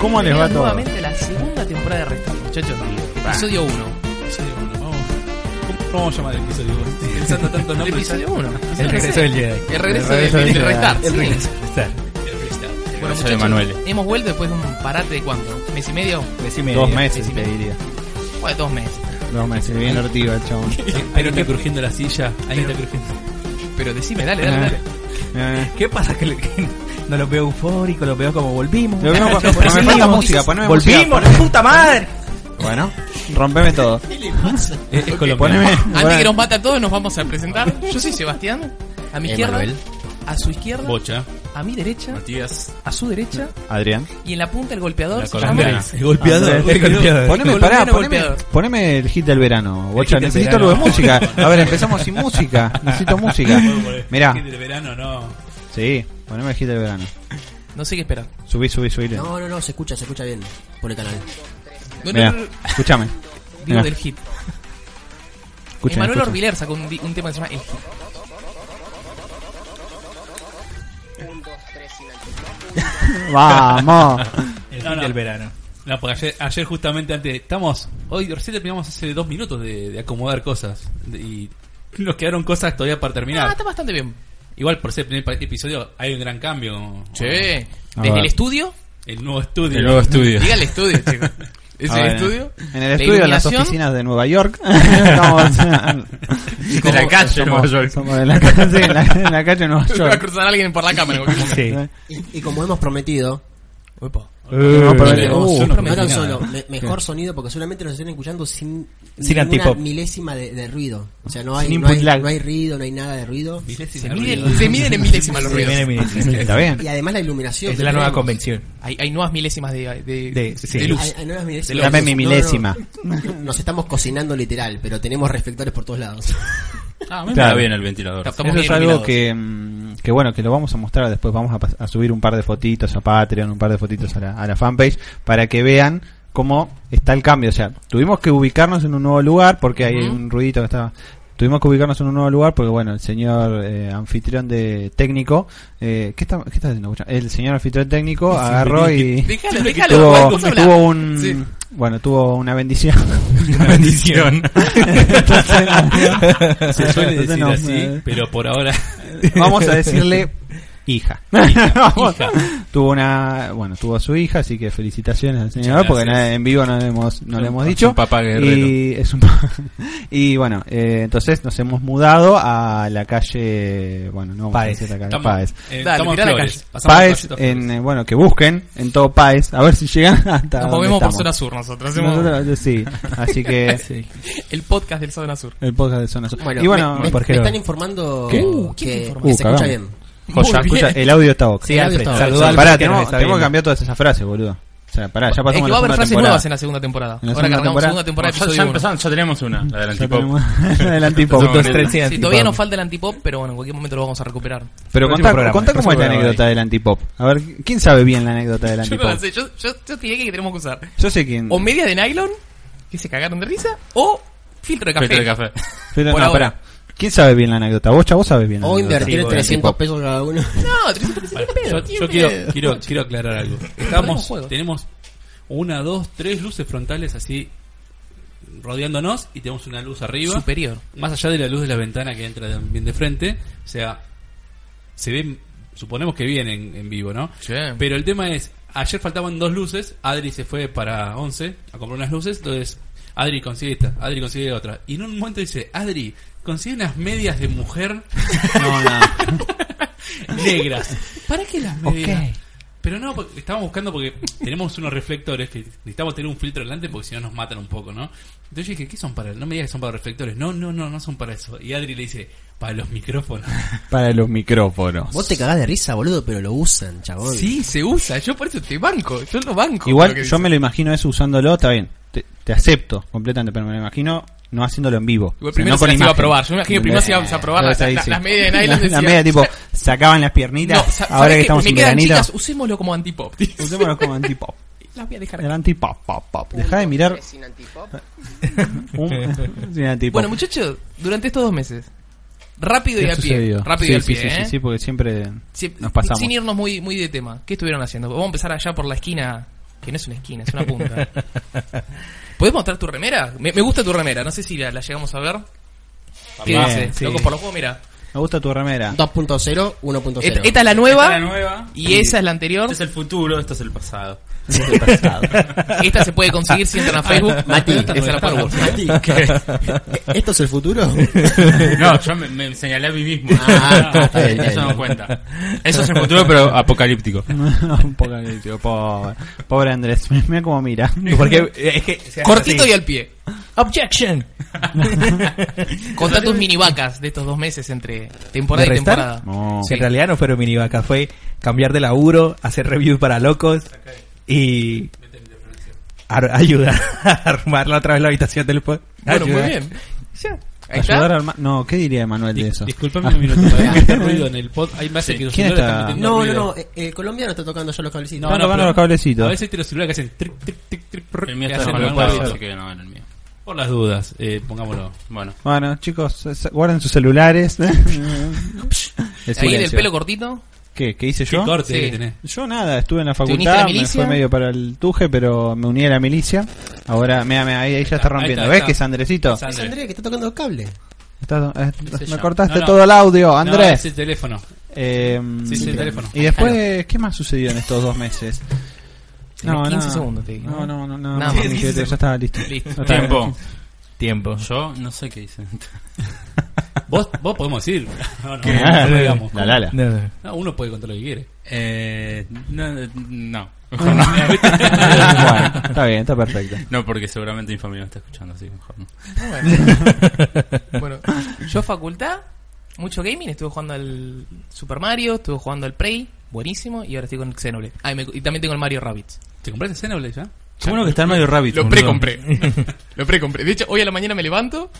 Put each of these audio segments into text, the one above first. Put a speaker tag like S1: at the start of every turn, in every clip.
S1: ¿Cómo les va
S2: Bienvenidos
S1: todo?
S2: nuevamente a la segunda temporada de Restart, muchachos. Episodio 1.
S3: Episodio uno, vamos. ¿Cómo- ¿Cómo vamos a llamar el episodio? Estoy pensando tanto
S2: El
S3: nombre.
S2: episodio 1.
S4: El regreso del Jedi.
S2: El regreso
S1: El
S2: del
S1: regreso
S2: del
S1: del
S2: Restart. sí.
S3: El freestyle.
S2: Bueno,
S4: regreso
S2: muchachos,
S4: de Manuel.
S2: hemos vuelto después de un parate de cuánto? ¿Mes y medio?
S4: Decime.
S1: Dos
S4: Diego.
S1: meses,
S2: decime.
S1: te diría.
S2: Bueno, dos meses.
S1: Dos meses, bien ortiva el chabón. Eh,
S3: Alguien está crujiendo la silla. Alguien está crujiendo.
S2: Pero decime, dale, dale, dale.
S1: Eh,
S4: ¿Qué pasa? Que, le- que no lo veo eufórico, lo veo como volvimos.
S1: Lo veo como-
S4: Volvimos.
S1: me falta música, poneme
S4: Volvimos,
S1: música.
S4: la puta madre.
S1: Bueno, rompeme todo.
S3: Es, es colombiano.
S1: Poneme.
S2: Antes que nos mata a todos, nos vamos a presentar. Yo soy Sebastián. A mi izquierda,
S4: Emanuel.
S2: a su izquierda,
S3: Bocha.
S2: a mi derecha,
S3: Matías.
S2: a su derecha
S1: Adrián.
S2: y en la punta el golpeador.
S3: La
S2: se
S3: colombiana.
S2: llama-
S3: El golpeador.
S1: Andrés,
S4: el golpeador.
S1: Poneme,
S2: Colombiano
S1: pará, poneme,
S2: golpeador.
S1: poneme el hit del verano. Bocha,
S3: hit del
S1: necesito
S3: verano.
S1: algo de música. A ver, empezamos sin música. Necesito música. Mirá,
S3: Gente de verano, no.
S1: sí, poneme el hit del verano.
S2: No sé qué esperar.
S1: Subí, subí, subí.
S5: No, no, no, se escucha, se escucha bien por el canal.
S2: Bueno,
S1: Mirá, escúchame.
S2: digo
S1: Mirá,
S2: del hit.
S1: escúchame,
S2: Emanuel
S1: escúchame.
S2: Orbiler sacó un, di- un tema que se llama El Hit.
S1: Vamos.
S4: El
S3: No,
S4: fin
S3: no.
S4: del verano.
S3: No, porque ayer, ayer justamente antes. Estamos. Hoy recién terminamos hace dos minutos de, de acomodar cosas. De- y nos quedaron cosas todavía para
S2: Ah,
S3: terminar.
S2: está bastante bien.
S3: Igual por ser el primer pa- episodio hay un gran cambio.
S2: Sí.
S1: A
S2: Desde
S1: ver.
S2: el estudio.
S3: El nuevo estudio.
S4: El nuevo estudio.
S2: Diga el estudio, chicos. Es
S1: A
S2: el
S1: ver,
S2: estudio.
S1: En el estudio, en
S2: la
S1: las
S2: iluminación,
S1: oficinas de Nueva York. Estamos-
S4: De la calle de Nueva
S1: somos-
S4: York.
S1: somos en la calle, en la, en la calle de Nueva
S2: Va a
S1: York.
S2: cruzar a alguien por la cámara. en cualquier momento.
S4: Sí.
S5: Y, y como hemos prometido,
S2: Uepa.
S1: No, pero-
S4: Eh,
S3: yo
S5: no,
S3: no
S1: uh,
S5: no
S3: prometí
S5: tan
S3: nada.
S5: solo, me- mejor sonido porque solamente nos están escuchando sin,
S4: Sin
S5: ninguna
S4: antipop.
S5: milésima de, de ruido. O sea, no hay,
S1: Sin
S5: no, hay,
S1: input lag.
S5: no hay ruido, no hay nada de ruido.
S3: Milésima
S2: Se
S3: de
S2: miden,
S3: ruido.
S2: se miden en milésimas los
S4: Sí,
S2: ruidos.
S4: viene, viene, viene.
S1: Está
S5: Y
S1: bien.
S5: además la iluminación.
S4: Es
S5: que
S4: la nueva
S5: tenemos.
S4: convención.
S2: Hay, hay nuevas milésimas de, de,
S4: De- sí.
S2: de luz.
S5: Hay- hay nuevas milésimas.
S1: Dame mi
S5: No, no,
S1: milésima.
S5: Nos estamos cocinando literal, pero tenemos reflectores por todos lados.
S2: Ah, bueno.
S1: Claro.
S6: Está bien el ventilador.
S2: Estamos
S1: Eso
S2: bien
S1: es algo
S2: iluminados.
S1: que, mm, que bueno, que lo vamos a mostrar después. Vamos a, pas- a subir un par de fotitos a Patreon, un par de fotitos a la, a la fanpage para que vean cómo está el cambio. O sea, tuvimos que ubicarnos en un nuevo lugar porque hay
S2: Ujú.
S1: un ruidito que estaba. Tuvimos que ubicarnos en un nuevo lugar porque, bueno, el señor eh, anfitrión de técnico. Eh, ¿qué, está, ¿Qué está haciendo? Bocha? El señor anfitrión técnico agarró y.
S2: Déjalo, déjalo.
S1: tuvo,
S2: vamos a hablar.
S1: tuvo un
S2: Sí.
S1: bueno tuvo una bendición
S4: Una bendición.
S1: Entonces,
S3: Se suele
S1: entonces
S3: decir
S1: no,
S3: así,
S1: eh,
S3: pero por ahora.
S1: vamos a decirle hija, Vamos. tuvo una bueno tuvo a su hija así que felicitaciones al señor
S3: Muchas
S1: porque
S3: gracias.
S1: nada, en vivo no le hemos no le hemos
S6: es
S1: dicho
S6: un
S3: Eh,
S6: papá guerrero.
S1: y es un pa- y bueno eh, entonces nos hemos mudado a la calle bueno no vamos a
S4: Páez.
S1: decir la calle
S3: Estamos,
S1: Páez
S3: eh,
S2: Dale,
S3: estamos
S2: tirá la
S3: flores.
S2: calle.
S3: Pasamos
S1: Páez
S3: pasitos
S1: en
S3: flores.
S1: eh, bueno que busquen en todo Páez a ver si llegan hasta donde
S2: Nos movemos por
S1: estamos.
S2: zona sur nosotros. Hacemos
S1: Nosotros- sí, así que
S2: el podcast del zona sur.
S1: el podcast de zona Sur.
S5: Bueno,
S1: y bueno,
S5: me, me-
S4: ¿por qué
S5: me
S4: no?
S5: están informando
S1: ¿Qué?
S2: Uh, ¿quién te
S5: que,
S2: informa?
S5: que
S1: Uh,
S5: se escucha
S1: cagamos.
S5: bien.
S4: Joya.
S2: Muy bien.
S1: escucha, el audio está boca.
S4: Sí, Alfred.
S5: audio está-
S4: Saluda al
S1: Pará,
S4: que nos
S1: tenemos,
S4: está
S1: tenemos que
S4: viendo.
S1: cambiar todas esas frases, boludo. O sea, pará, ya
S2: Es
S1: pasamos
S2: que
S1: la
S2: va
S1: segunda
S2: a haber frases
S1: temporada.
S2: nuevas en la segunda temporada.
S1: En la
S2: Ahora
S1: segunda
S2: cargamos
S1: temporada.
S2: segunda temporada.
S6: ya,
S2: episodio
S6: ya
S2: uno.
S6: empezamos, ya tenemos una, la del
S1: Ya
S6: antipop.
S1: tenemos- el antipop.
S6: Dos, tres,
S4: sí,
S2: Sí, todavía nos falta el antipop, pero bueno, en cualquier momento lo vamos a recuperar.
S1: Pero
S4: Próximo
S1: contá,
S4: programa,
S1: contá cómo
S4: próximo
S1: es la
S4: programa,
S1: anécdota del antipop. A ver, ¿quién sabe bien la anécdota del
S2: Yo
S1: antipop? Mm.
S2: no la sé, yo, yo, yo te diría que tenemos que usar
S1: Yo sé quién.
S2: o media de nylon, que se cagaron de risa, o filtro de café.
S6: Filtro de café.
S1: Pero-
S2: por
S1: no,
S2: ahora.
S1: pará. ¿Quién sabe bien la anécdota? ¿Vos, vos sabés bien la
S5: O
S1: anécdota?
S5: invertir
S4: Sí,
S5: 300 pesos cada uno.
S2: No, 300
S3: Vale,
S2: pesos.
S3: yo,
S2: ni
S3: yo
S2: en
S3: quiero,
S2: pedo.
S3: quiero, quiero aclarar algo.
S2: Podemos
S3: Estamos,
S2: juego.
S3: tenemos una, dos, tres luces frontales así rodeándonos y tenemos una luz arriba.
S2: Superior.
S3: Más allá de la luz de la ventana que entra de- bien de frente. O sea, se ve, suponemos que bien en, en vivo, ¿no?
S6: eh.
S2: Pero-
S3: Pero el tema es, ayer faltaban dos luces, Adri se fue para 11 a comprar unas luces, entonces Adri consigue esta, Adri consigue otra. Y en un momento dice, Adri, consigue unas medias de mujer
S1: No, no.
S3: negras. ¿Para qué las medias?
S4: Ok.
S3: Pero no, porque estábamos buscando porque tenemos unos reflectores que necesitamos tener un filtro delante porque si no nos matan un poco, ¿no? Entonces yo dije, ¿qué son para? No me digas que son para reflectores. No, no, no, no son para eso. Y Adri le dice, para los micrófonos.
S1: Para los micrófonos.
S5: Vos te cagás de risa, boludo, pero lo usan, chabón.
S2: Sí, se usa. Yo por eso te banco. Yo lo banco.
S1: Igual
S2: lo que
S1: yo
S2: dice.
S1: me lo imagino eso usándolo, está bien. Te, te acepto completamente, pero me lo imagino no haciéndolo en vivo.
S2: Igual
S1: O sea,
S2: primero
S1: no
S2: se
S1: con
S2: las iba a
S1: imagen.
S2: probar. Yo me imagino que primero se iba a probar
S1: Claro,
S2: las-
S1: ahí
S2: las-
S1: sí.
S2: las medias de nylon,
S1: Las-
S2: decía-
S1: Las medias tipo, sacaban las piernitas.
S2: No, sa-
S1: ahora
S2: ¿sabes
S1: que
S2: qué?
S1: estamos
S2: me
S1: en
S2: quedan
S1: veranito.
S2: chicas, usémoslo como antipop.
S1: Usémoslo como antipop.
S2: Las voy a dejar
S1: El
S2: acá.
S1: antipop, pop, pop. Dejá de mirar un sin antipop.
S2: Bueno, muchachos, durante estos dos meses, rápido y
S1: ¿Qué
S2: al pie.
S1: sucedió?
S2: Rápido
S1: sí,
S2: y al pie.
S1: sí, sí,
S2: ¿eh?
S1: sí, sí, porque siempre
S2: Sí,
S1: nos pasamos.
S2: Sin irnos muy, muy de tema. ¿Qué estuvieron haciendo? Vamos a empezar allá por la esquina Que no es una esquina, es una punta. ¿Puedes mostrar tu remera? Me, me gusta tu remera, no sé si la, la llegamos a ver. ¿Qué
S1: Bien,
S2: dice?
S1: sí.
S2: Loco por los juegos, mira.
S1: Me gusta tu remera.
S5: 2.0,
S2: Et-
S5: 1.0.
S2: Esta es la nueva,
S6: Esta es la nueva.
S2: y esa es la anterior.
S6: Este es el futuro, este es el pasado.
S2: Esta se puede conseguir si entran a Facebook.
S5: Mati,
S2: Esta es la Power Word.
S5: Mati, ¿esto es el futuro?
S6: No, yo me, me señalé a mí mismo.
S5: Ah, está bien, está
S6: eso
S5: bien.
S6: no cuenta. Eso es el futuro, pero apocalíptico.
S1: Un poco ahí, tío, pobre. Pobre Andrés, mira cómo mira.
S4: Porque eh, es que. se hace
S2: Cortito
S4: así.
S2: y al pie.
S4: ¡Objection!
S2: Contá tus mini vacas de estos dos meses entre temporada
S4: ¿De
S2: y
S4: restar?
S2: temporada.
S1: No.
S4: Si en realidad no fueron mini vacas, fue cambiar de laburo, hacer reviews para locos y. ar- ayudar a armar la otra vez la habitación del pod.
S2: Bueno, muy
S4: Ayudar.
S2: bien. Ya. Ahí
S1: Ayudar
S2: está.
S1: al ma- No, ¿qué diría Manuel de eso?
S3: Disculpame
S1: Ah.
S3: un minuto, para meter ruido en el pod. Ahí me hace
S6: Sí.
S3: que los
S1: ¿Quién
S3: celulares
S1: está?
S3: están metiendo
S5: No, no,
S3: ruido.
S5: no. eh, eh, colombiano está tocando ya los cablecitos.
S1: No, Están tocando
S3: pero
S1: los cablecitos.
S3: A veces tiene los celulares que hacen tric, tric, tric, tric, prr,
S6: El mío
S3: que
S6: está
S3: hacen
S6: con
S3: los
S6: el cuadro,
S3: ruidos.
S6: así que no, en el mío.
S3: Por las dudas, eh, pongámoslo.
S6: Bueno.
S1: Bueno, chicos, eh, guarden sus celulares. El
S2: Ahí del
S1: silencio.
S2: pelo cortito.
S1: ¿Qué? ¿Qué hice
S3: Qué
S1: yo?
S3: corte
S2: Sí.
S3: que tenés.
S1: Yo nada, estuve en la
S2: uniste a la
S1: facultad, me
S2: milicia?
S1: fue medio para el tuje, pero me uní a la milicia. Ahora, mira, mira, ahí, ahí ya está
S3: Ahí
S1: rompiendo.
S3: está,
S1: ¿Ves
S3: está.
S1: que es Andresito?
S5: Es
S3: Sandra.
S5: Andrea que está tocando el cable.
S1: Estás- eh,
S6: sé
S1: me
S6: yo.
S1: cortaste
S3: No, no.
S1: todo el audio,
S3: No,
S1: Andrés.
S3: es el teléfono.
S1: Eh,
S3: Sí, sí, el teléfono.
S1: Y después, ¿qué más sucedió en estos dos meses?
S2: Tenés 15 segundos, te digo.
S1: No, no, no, no.
S2: Nada
S1: más,
S2: más.
S1: ni que- ya estaba listo.
S2: Listo.
S1: Ya estaba
S6: Tiempo.
S4: Tiempo.
S6: Yo no sé qué hice.
S3: Vos, vos podemos decir. No, no,
S1: ¿Qué?
S3: no, no, digamos.
S1: La Lala.
S4: No, no.
S3: No, uno puede contar lo que quiere.
S6: Eh, no, no. Mejor no.
S1: bueno, está bien, está perfecto.
S6: No, porque seguramente mi familia me está escuchando, así que mejor no.
S2: Bueno, yo facultad, mucho gaming, estuve jugando al Super Mario, estuve jugando al Prey, buenísimo, y ahora estoy con el Xenoblade. Ah, y, me- y también tengo el Mario Rabbids.
S3: ¿Te compraste Xenoblade ya?
S6: ¿Cómo no que está el Mario Rabbit?
S2: Lo precompré. Lo precompré. De hecho, hoy a la mañana me levanto,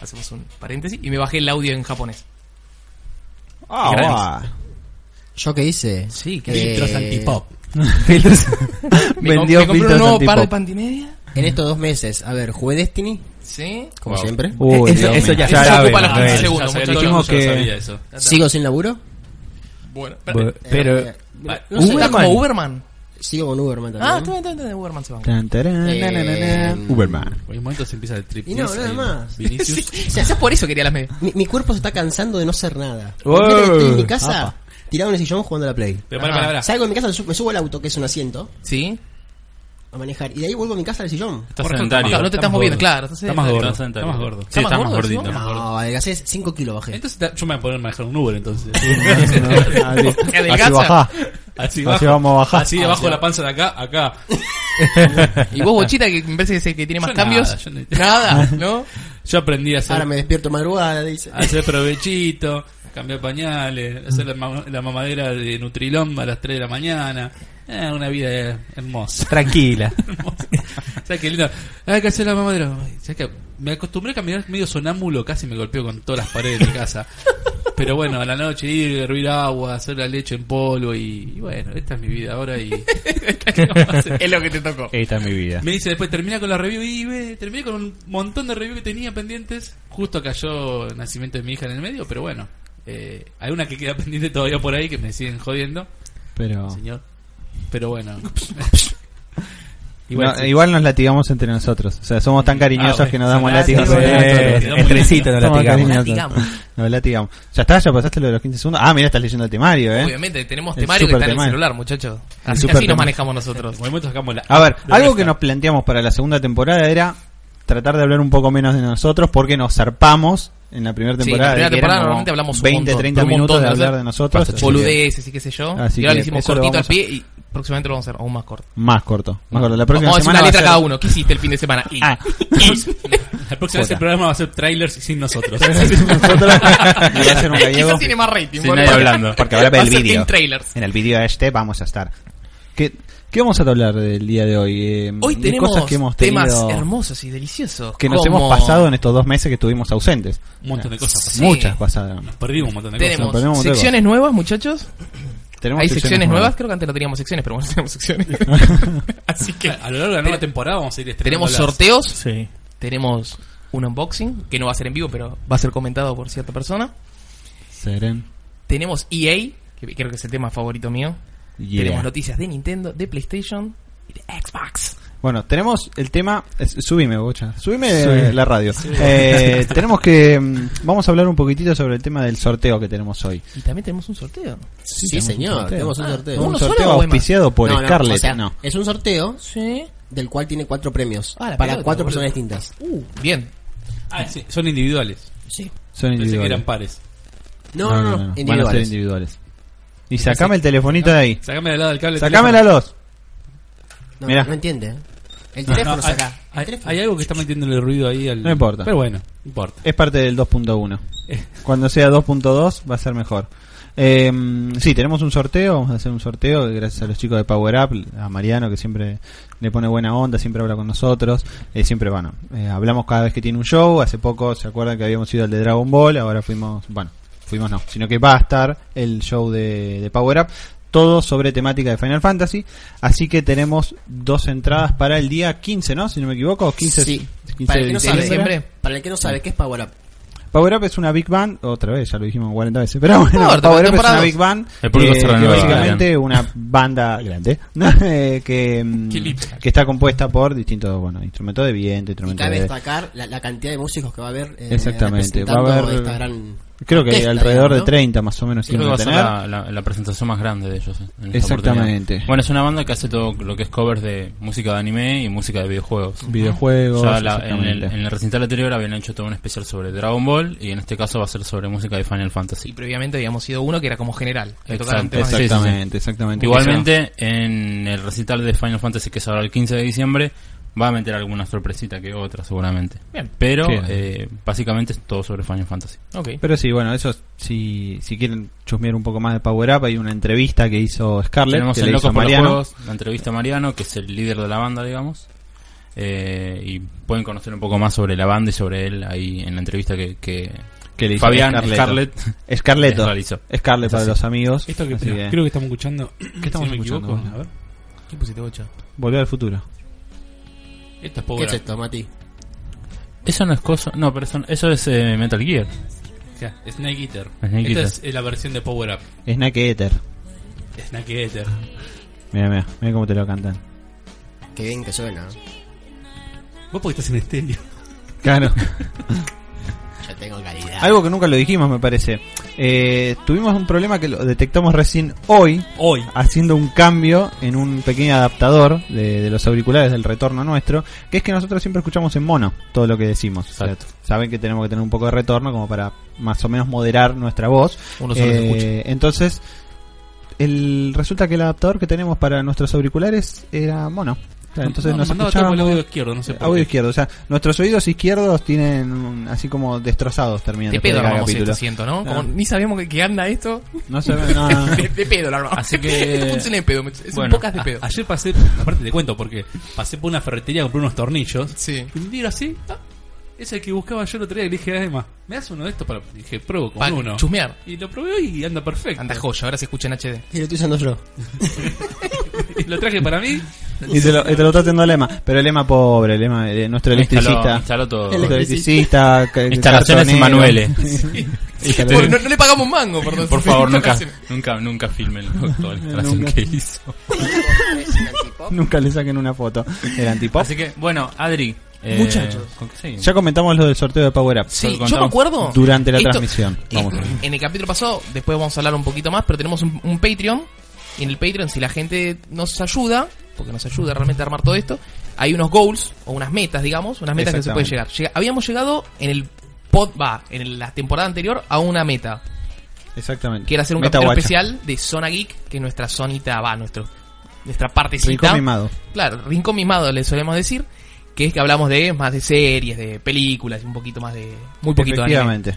S2: hacemos un paréntesis, y me bajé el audio en japonés.
S1: Ah,
S2: Gratis.
S1: guau.
S5: ¿Yo qué hice? Eh,
S3: Sí,
S5: que
S3: que
S5: filtros
S3: filtros
S5: antipop.
S3: antipop.
S4: Filtros.
S2: Me, com-
S1: Vendió
S2: me compré un
S1: filtros
S2: nuevo par de
S1: antipop.
S2: pantimedia.
S5: En estos dos meses, a ver, jugué Destiny,
S2: Sí.
S5: como
S6: Wow.
S5: siempre. Eh,
S1: Uy,
S4: Eso-
S1: Dios
S4: eso
S1: mío.
S4: ya
S2: Eso
S4: sabe,
S2: ocupa las
S4: Manuel.
S2: 15 segundos, muchachos.
S1: Eh, dijimos que-
S6: sabía eso.
S5: ¿Sigo sin laburo?
S2: Bueno,
S4: Bu-
S2: espérate.
S4: Pero.
S5: Eh, eh,
S2: No sé, está como Uberman.
S5: Sigo con Uberman también.
S2: Ah, está bien, está bien, está bien, Uberman se banca.
S1: Tan, tarán,
S5: Eh,
S1: na, na, na, na. Uberman.
S3: En un momento se empieza el trip.
S5: Y no, nada más.
S3: Vinicius.
S2: O sea, yo por eso quería las medias.
S5: Mi, mi cuerpo se está cansando de no hacer nada.
S1: Wow.
S5: Imagínate que Estoy en mi casa tirado en el sillón jugando a la Play.
S3: Pero para, para, para.
S5: Salgo de mi casa, me subo al auto, que es un asiento,
S2: ¿Sí?
S5: a manejar. Y de ahí vuelvo a mi casa al sillón.
S6: Estás
S3: Por
S6: sedentario.
S2: ejemplo, no te estás moviendo,
S3: gordo.
S2: claro, estás
S3: Estás
S2: sedentario.
S3: más gordo. Estás
S6: Estás sedentario.
S3: más gordo.
S6: Sí, estás más
S2: gordito,
S6: gordito.
S2: ¿no?
S5: No, adelgacé 5 kilos
S1: Este
S5: bajé.
S3: Entonces ta- yo me voy a poner a manejar un Uber entonces.
S1: Así
S2: Se adelgaza.
S1: así bajá.
S3: Así,
S1: Así
S3: bajo,
S1: vamos Ah, a bajar.
S3: Así debajo de la panza de acá, acá.
S2: Y vos, Bochita, que me parece que es el que tiene más
S3: Yo nada,
S2: cambios.
S3: yo no-
S2: Nada, ¿no?
S3: Yo aprendí a
S5: Ahora
S3: hacer,
S5: me despierto madrugada, dice.
S1: Ah,
S3: a hacer provechito, cambiar pañales, hacer la, ma- la mamadera de Nutrilón a las 3 de la mañana. Eh, una vida eh, hermosa.
S4: Tranquila.
S3: hermosa. ¿Sabes qué lindo? Hay que hacer la mamadera. Ay, ¿sabes qué? Me acostumbré a caminar medio sonámbulo, casi me golpeo con todas las paredes de mi casa. Pero bueno, a la noche ir, hervir agua, hacer la leche en polvo y, y bueno, esta es mi vida ahora y...
S2: Es lo que te tocó.
S1: Esta es mi vida.
S3: Me dice después, termina con la review y ve, terminé con un montón de reviews que tenía pendientes. Justo cayó el nacimiento de mi hija en el medio, pero bueno. Eh, hay una que queda pendiente todavía por ahí que me siguen jodiendo,
S1: Pero.
S3: señor. Pero bueno.
S1: Igual,
S3: Igual
S1: no,
S3: sí.
S1: igual nos latigamos entre nosotros. O sea, somos tan cariñosos
S3: Ah, bueno.
S1: que nos damos
S3: Ah,
S1: látigos.
S3: sí,
S1: entre
S3: bueno,
S1: nosotros.
S3: sí,
S4: El trencito no
S1: Somos
S4: latigamos.
S1: cariñosos. Nos latigamos. Ya está, ya pasaste lo de los 15 segundos. Ah, mira, estás leyendo el temario, eh.
S2: Obviamente, tenemos
S1: El
S2: temario que
S1: super
S2: está en el
S1: temario.
S2: celular, muchachos.
S1: El
S2: Así,
S1: super
S2: así nos
S1: temario.
S2: manejamos nosotros.
S3: En momento sacamos la.
S1: A ver,
S3: de
S1: algo
S3: nuestra.
S1: que nos planteamos para la segunda temporada era tratar de hablar un poco menos de nosotros porque nos zarpamos en la primera
S2: Sí,
S1: temporada.
S2: la
S1: de
S2: primera
S1: que
S2: temporada
S1: eran como
S2: normalmente hablamos un
S1: 20,
S2: montón,
S1: 30
S2: un
S1: minutos
S2: montón
S1: de
S2: de
S1: hablar
S2: hacer
S1: de nosotros. así que Ah,
S2: Boludeces y qué sé yo.
S1: Así
S2: y ahora
S1: que
S2: lo hicimos
S1: eso lo
S2: cortito al
S1: vamos a-
S2: pie y próximamente lo vamos a hacer aún más corto.
S1: Más corto, más corto. La próxima
S2: Vamos a decir
S1: semana
S2: una
S1: va a
S2: letra
S1: ser-
S2: cada uno. ¿Qué hiciste el fin de semana? Y-
S1: Ah.
S3: La próxima vez
S1: Jota.
S3: el programa va a ser trailers sin nosotros.
S1: Nosotros y va a ser un gallego.
S2: Quizás tiene más rating.
S6: Sin
S2: bueno.
S6: nadie hablando.
S1: Porque ahora ve
S2: Va a
S1: el
S2: ser
S1: vídeo.
S2: en trailers.
S1: En el vídeo este vamos a estar. ¿Qué, qué vamos a hablar del día de hoy? Eh,
S2: Hoy
S1: de
S2: tenemos
S1: cosas que hemos
S2: temas
S1: tenido-
S2: hermosos y deliciosos.
S1: que nos
S2: como-
S1: hemos pasado en estos dos meses que estuvimos ausentes. Ah,
S3: un montón de cosas.
S2: Sí.
S1: Muchas pasadas.
S3: Perdimos un montón de
S2: Tenemos
S1: Nos ponemos
S2: secciones nuevas, muchachos.
S1: Tenemos
S2: Hay secciones nuevas. Creo que antes no teníamos secciones, pero bueno, tenemos secciones. Así que
S3: cosas. A lo largo de la nueva temporada vamos a ir estrenando
S2: tenemos
S3: las-
S2: sorteos.
S4: Sí.
S2: Tenemos un unboxing que no va a ser en vivo, pero va a ser comentado por cierta persona.
S1: Seren.
S2: Tenemos EA, que creo que es el tema favorito mío.
S1: Yeah.
S2: E Tenemos noticias de Nintendo, de PlayStation, y de Xbox.
S1: Bueno, tenemos el tema. es- Subime, bocha. Subime eh, la radio. Eh, tenemos que. mm, Vamos a hablar un poquitito sobre el tema del sorteo que tenemos hoy.
S2: Y también tenemos un sorteo.
S5: Sí,
S1: tenemos un
S5: señor,
S1: sorteo.
S5: tenemos un
S2: Ah,
S5: sorteo.
S2: ¿uno
S1: un
S2: solo
S1: sorteo
S2: o hay más?
S1: auspiciado por
S5: No, no,
S1: Scarlett.
S5: o sea,
S1: no.
S5: Es un sorteo
S2: Sí.
S5: del cual tiene cuatro premios
S2: Ah, la
S5: para
S2: pelota,
S5: cuatro
S2: boludo.
S5: personas distintas.
S2: Uh, bien.
S3: Ah, sí, son individuales.
S5: Sí.
S1: Son
S3: Pensé que
S1: individuales.
S3: eran pares.
S5: No, no, no,
S1: Van a ser
S5: individuales.
S1: individuales. Y sacame el telefonito de ahí.
S3: Sacame del lado del cable.
S1: Sacame la
S3: del
S1: luz.
S5: No,
S1: Mirá.
S5: no entiende. ¿eh? El
S3: teléfono.
S5: teléfono
S3: No, no, hay,
S5: saca. El
S3: hay-
S5: teléfono.
S3: hay algo que está metiéndole ruido ahí al.
S1: No importa.
S3: Pero bueno, no importa.
S1: Es parte del 2.1. Cuando sea 2.2 va a ser mejor. Eh, sí, tenemos un sorteo, vamos a hacer un sorteo gracias a los chicos de Power Up, a Mariano que siempre le pone buena onda, siempre habla con nosotros, eh, siempre, bueno, eh, hablamos cada vez que tiene un show, hace poco se acuerdan que habíamos ido al de Dragon Ball, ahora fuimos, bueno, fuimos no, sino que va a estar el show de, de Power Up, todo sobre temática de Final Fantasy, así que tenemos dos entradas para el día 15, ¿no? Si no me equivoco, 15,
S5: Sí.
S1: 15
S5: Para el
S1: de
S5: que no
S1: diciembre.
S5: sabe,
S2: diciembre.
S5: para el que no sabe, ¿qué es Power Up?
S1: Power Up es una big band, otra vez, ya lo dijimos 40 veces, pero bueno,
S2: importa,
S1: Power Up es
S2: temporada
S1: una
S2: dos.
S1: big band,
S6: El público se
S1: que
S6: renueva,
S1: básicamente una banda grande, ¿no? Eh, que, mm,
S3: Qué limpia.
S1: que está compuesta por distintos, bueno, instrumentos de viento,
S5: Y
S1: instrumentos
S5: cabe
S1: de...
S5: destacar la, la cantidad de músicos que va a haber. eh,
S1: Exactamente, va a
S5: representando
S1: haber-
S5: Esta gran
S1: Creo que
S5: orquesta,
S1: alrededor
S5: digamos,
S1: de 30 más o menos
S6: Creo que
S1: iban
S6: va
S1: a
S6: a ser
S1: tener.
S6: la, la- la presentación más grande de ellos. eh, en esta
S1: Exactamente.
S6: oportunidad. Bueno, es una banda que hace todo lo que es covers de música de anime y música de videojuegos.
S1: Videojuegos,
S6: Ya la- en, el,
S1: exactamente.
S6: en el recintal anterior habían hecho todo un especial sobre Dragon Ball y en este caso va a ser sobre música de Final Fantasy.
S2: Y previamente habíamos sido uno que era como general. Que
S6: Exacto,
S2: tocaron temas de-
S6: sí, sí,
S1: Exactamente, exactamente.
S6: Igualmente, en el recital de Final Fantasy, que es ahora el 15 de diciembre, va a meter alguna sorpresita que otra, seguramente.
S2: Bien.
S6: Pero
S1: Bien.
S6: eh, básicamente es todo sobre Final Fantasy.
S2: Ok.
S1: Pero sí, bueno, eso si, si quieren chusmear un poco más de Power Up, hay una entrevista que hizo Scarlett,
S6: Tenemos
S1: que
S6: en
S1: le hizo
S6: Locos por los
S1: Mariano.
S6: Juegos, la entrevista a Mariano, que es el líder de la banda, digamos. Eh, y pueden conocer un poco más sobre la banda y sobre él ahí en la entrevista que, que
S1: que le hizo
S6: Fabián
S1: Scarletto.
S6: Scarlett
S1: Scarletto.
S6: realizó.
S1: Scarlett
S6: Es
S1: para
S6: así.
S1: los amigos.
S3: Esto que
S1: Así que-
S3: creo que estamos escuchando.
S1: ¿Qué estamos
S3: si no me
S1: escuchando?
S3: equivoco, a ver.
S2: ¿Qué pusiste, bocha?
S1: Volver al futuro.
S3: Esto es
S5: ¿Qué
S3: Power
S5: es
S3: Up.
S5: esto, Mati?
S6: Eso no es cosa. No, pero eso, eso es eh, Metal Gear.
S3: Ya, Snake Eater.
S6: Snake
S3: Esta
S6: Eater.
S3: es eh, la versión de Power Up.
S1: Snake Ether.
S3: Snake Eater.
S1: Mira, mira, mira cómo te lo cantan.
S5: Qué bien que suena.
S3: Vos porque estás en estéreo.
S1: Claro.
S5: Yo tengo calidad.
S1: Algo que nunca lo dijimos, me parece. Eh, tuvimos un problema que lo detectamos recién hoy,
S3: Hoy.
S1: haciendo un cambio en un pequeño adaptador de, de los auriculares del retorno nuestro, que es que nosotros siempre escuchamos en mono todo lo que decimos. O sea,
S6: Exacto.
S1: saben que tenemos que tener un poco de retorno como para más o menos moderar nuestra voz. Eh,
S2: Uno solo se escucha.
S1: Entonces, el, resulta que el adaptador que tenemos para nuestros auriculares era mono. O sea, entonces
S3: No,
S1: nos
S3: mandaba todo por el
S1: escuchábamos-
S3: audio izquierdo, no sé por
S1: Audio
S3: qué.
S1: izquierdo, o sea, nuestros oídos izquierdos tienen un- así como destrozados terminan
S2: De
S1: después
S2: pedo
S1: de cada
S2: armamos
S1: capítulo.
S2: esto, siento, ¿no?
S1: Ah.
S2: Como ni sabíamos que, que anda esto.
S1: No se ve nada.
S2: De, de pedo lo armamos.
S6: Así que-
S2: Esto funciona de pedo. me- Son
S6: Bueno,
S2: pocas de pedo.
S3: Ayer pasé, aparte te cuento, porque pasé por una ferretería a comprar unos tornillos.
S2: Sí.
S3: Y me tiro así. ah, es el que buscaba yo el otro día. Y le dije, además, ¿me das uno de estos para.? Y dije, pruebo con
S2: Para
S3: uno.
S2: chusmear.
S3: Y lo probé y anda perfecto.
S2: Anda joya, ahora se escucha en HD.
S5: Sí, lo estoy usando yo.
S3: Y lo traje para mí.
S1: y te lo, y te lo está haciendo Lema. Pero Lema pobre, Lema, eh, nuestro
S6: Instaló,
S1: electricista.
S6: instaló todo.
S1: Nuestro electricista, ca-
S6: Instalaciones y
S1: cartonero.
S6: manuales. Este-
S2: Bueno, no, no le pagamos mango, perdón.
S6: Por favor, nunca, nunca, nunca filmen toda la instalación
S1: Nunca.
S6: que hizo.
S2: Oh.
S1: Nunca le saquen una foto. Era antipop.
S6: Así que, bueno, Adri. eh,
S2: Muchachos.
S6: ¿con qué seguimos?
S1: Ya comentamos lo del sorteo de Power Up.
S2: Sí, yo me
S6: Contamos
S2: acuerdo.
S1: durante la
S2: esto-
S1: transmisión.
S2: eh,
S1: Vamos.
S2: En el capítulo pasado, después vamos a hablar un poquito más, pero tenemos un, un Patreon. Y en el Patreon, si la gente nos ayuda, porque nos ayuda realmente a armar todo esto, hay unos goals o unas metas, digamos, unas metas que se puede llegar.
S1: Exactamente.
S2: Llega- habíamos llegado en el pod, va, en la temporada anterior a una meta,
S1: Exactamente.
S2: que era hacer un
S1: Meta
S2: capítulo
S1: guacha.
S2: especial de Zona Geek, que es nuestra zonita va, nuestro nuestra
S1: Rincón
S2: partecita.
S1: mimado.
S2: Claro, rincón mimado le solemos decir, que es que hablamos de más de series, de películas, un poquito más de muy poquito de anime.
S1: Efectivamente.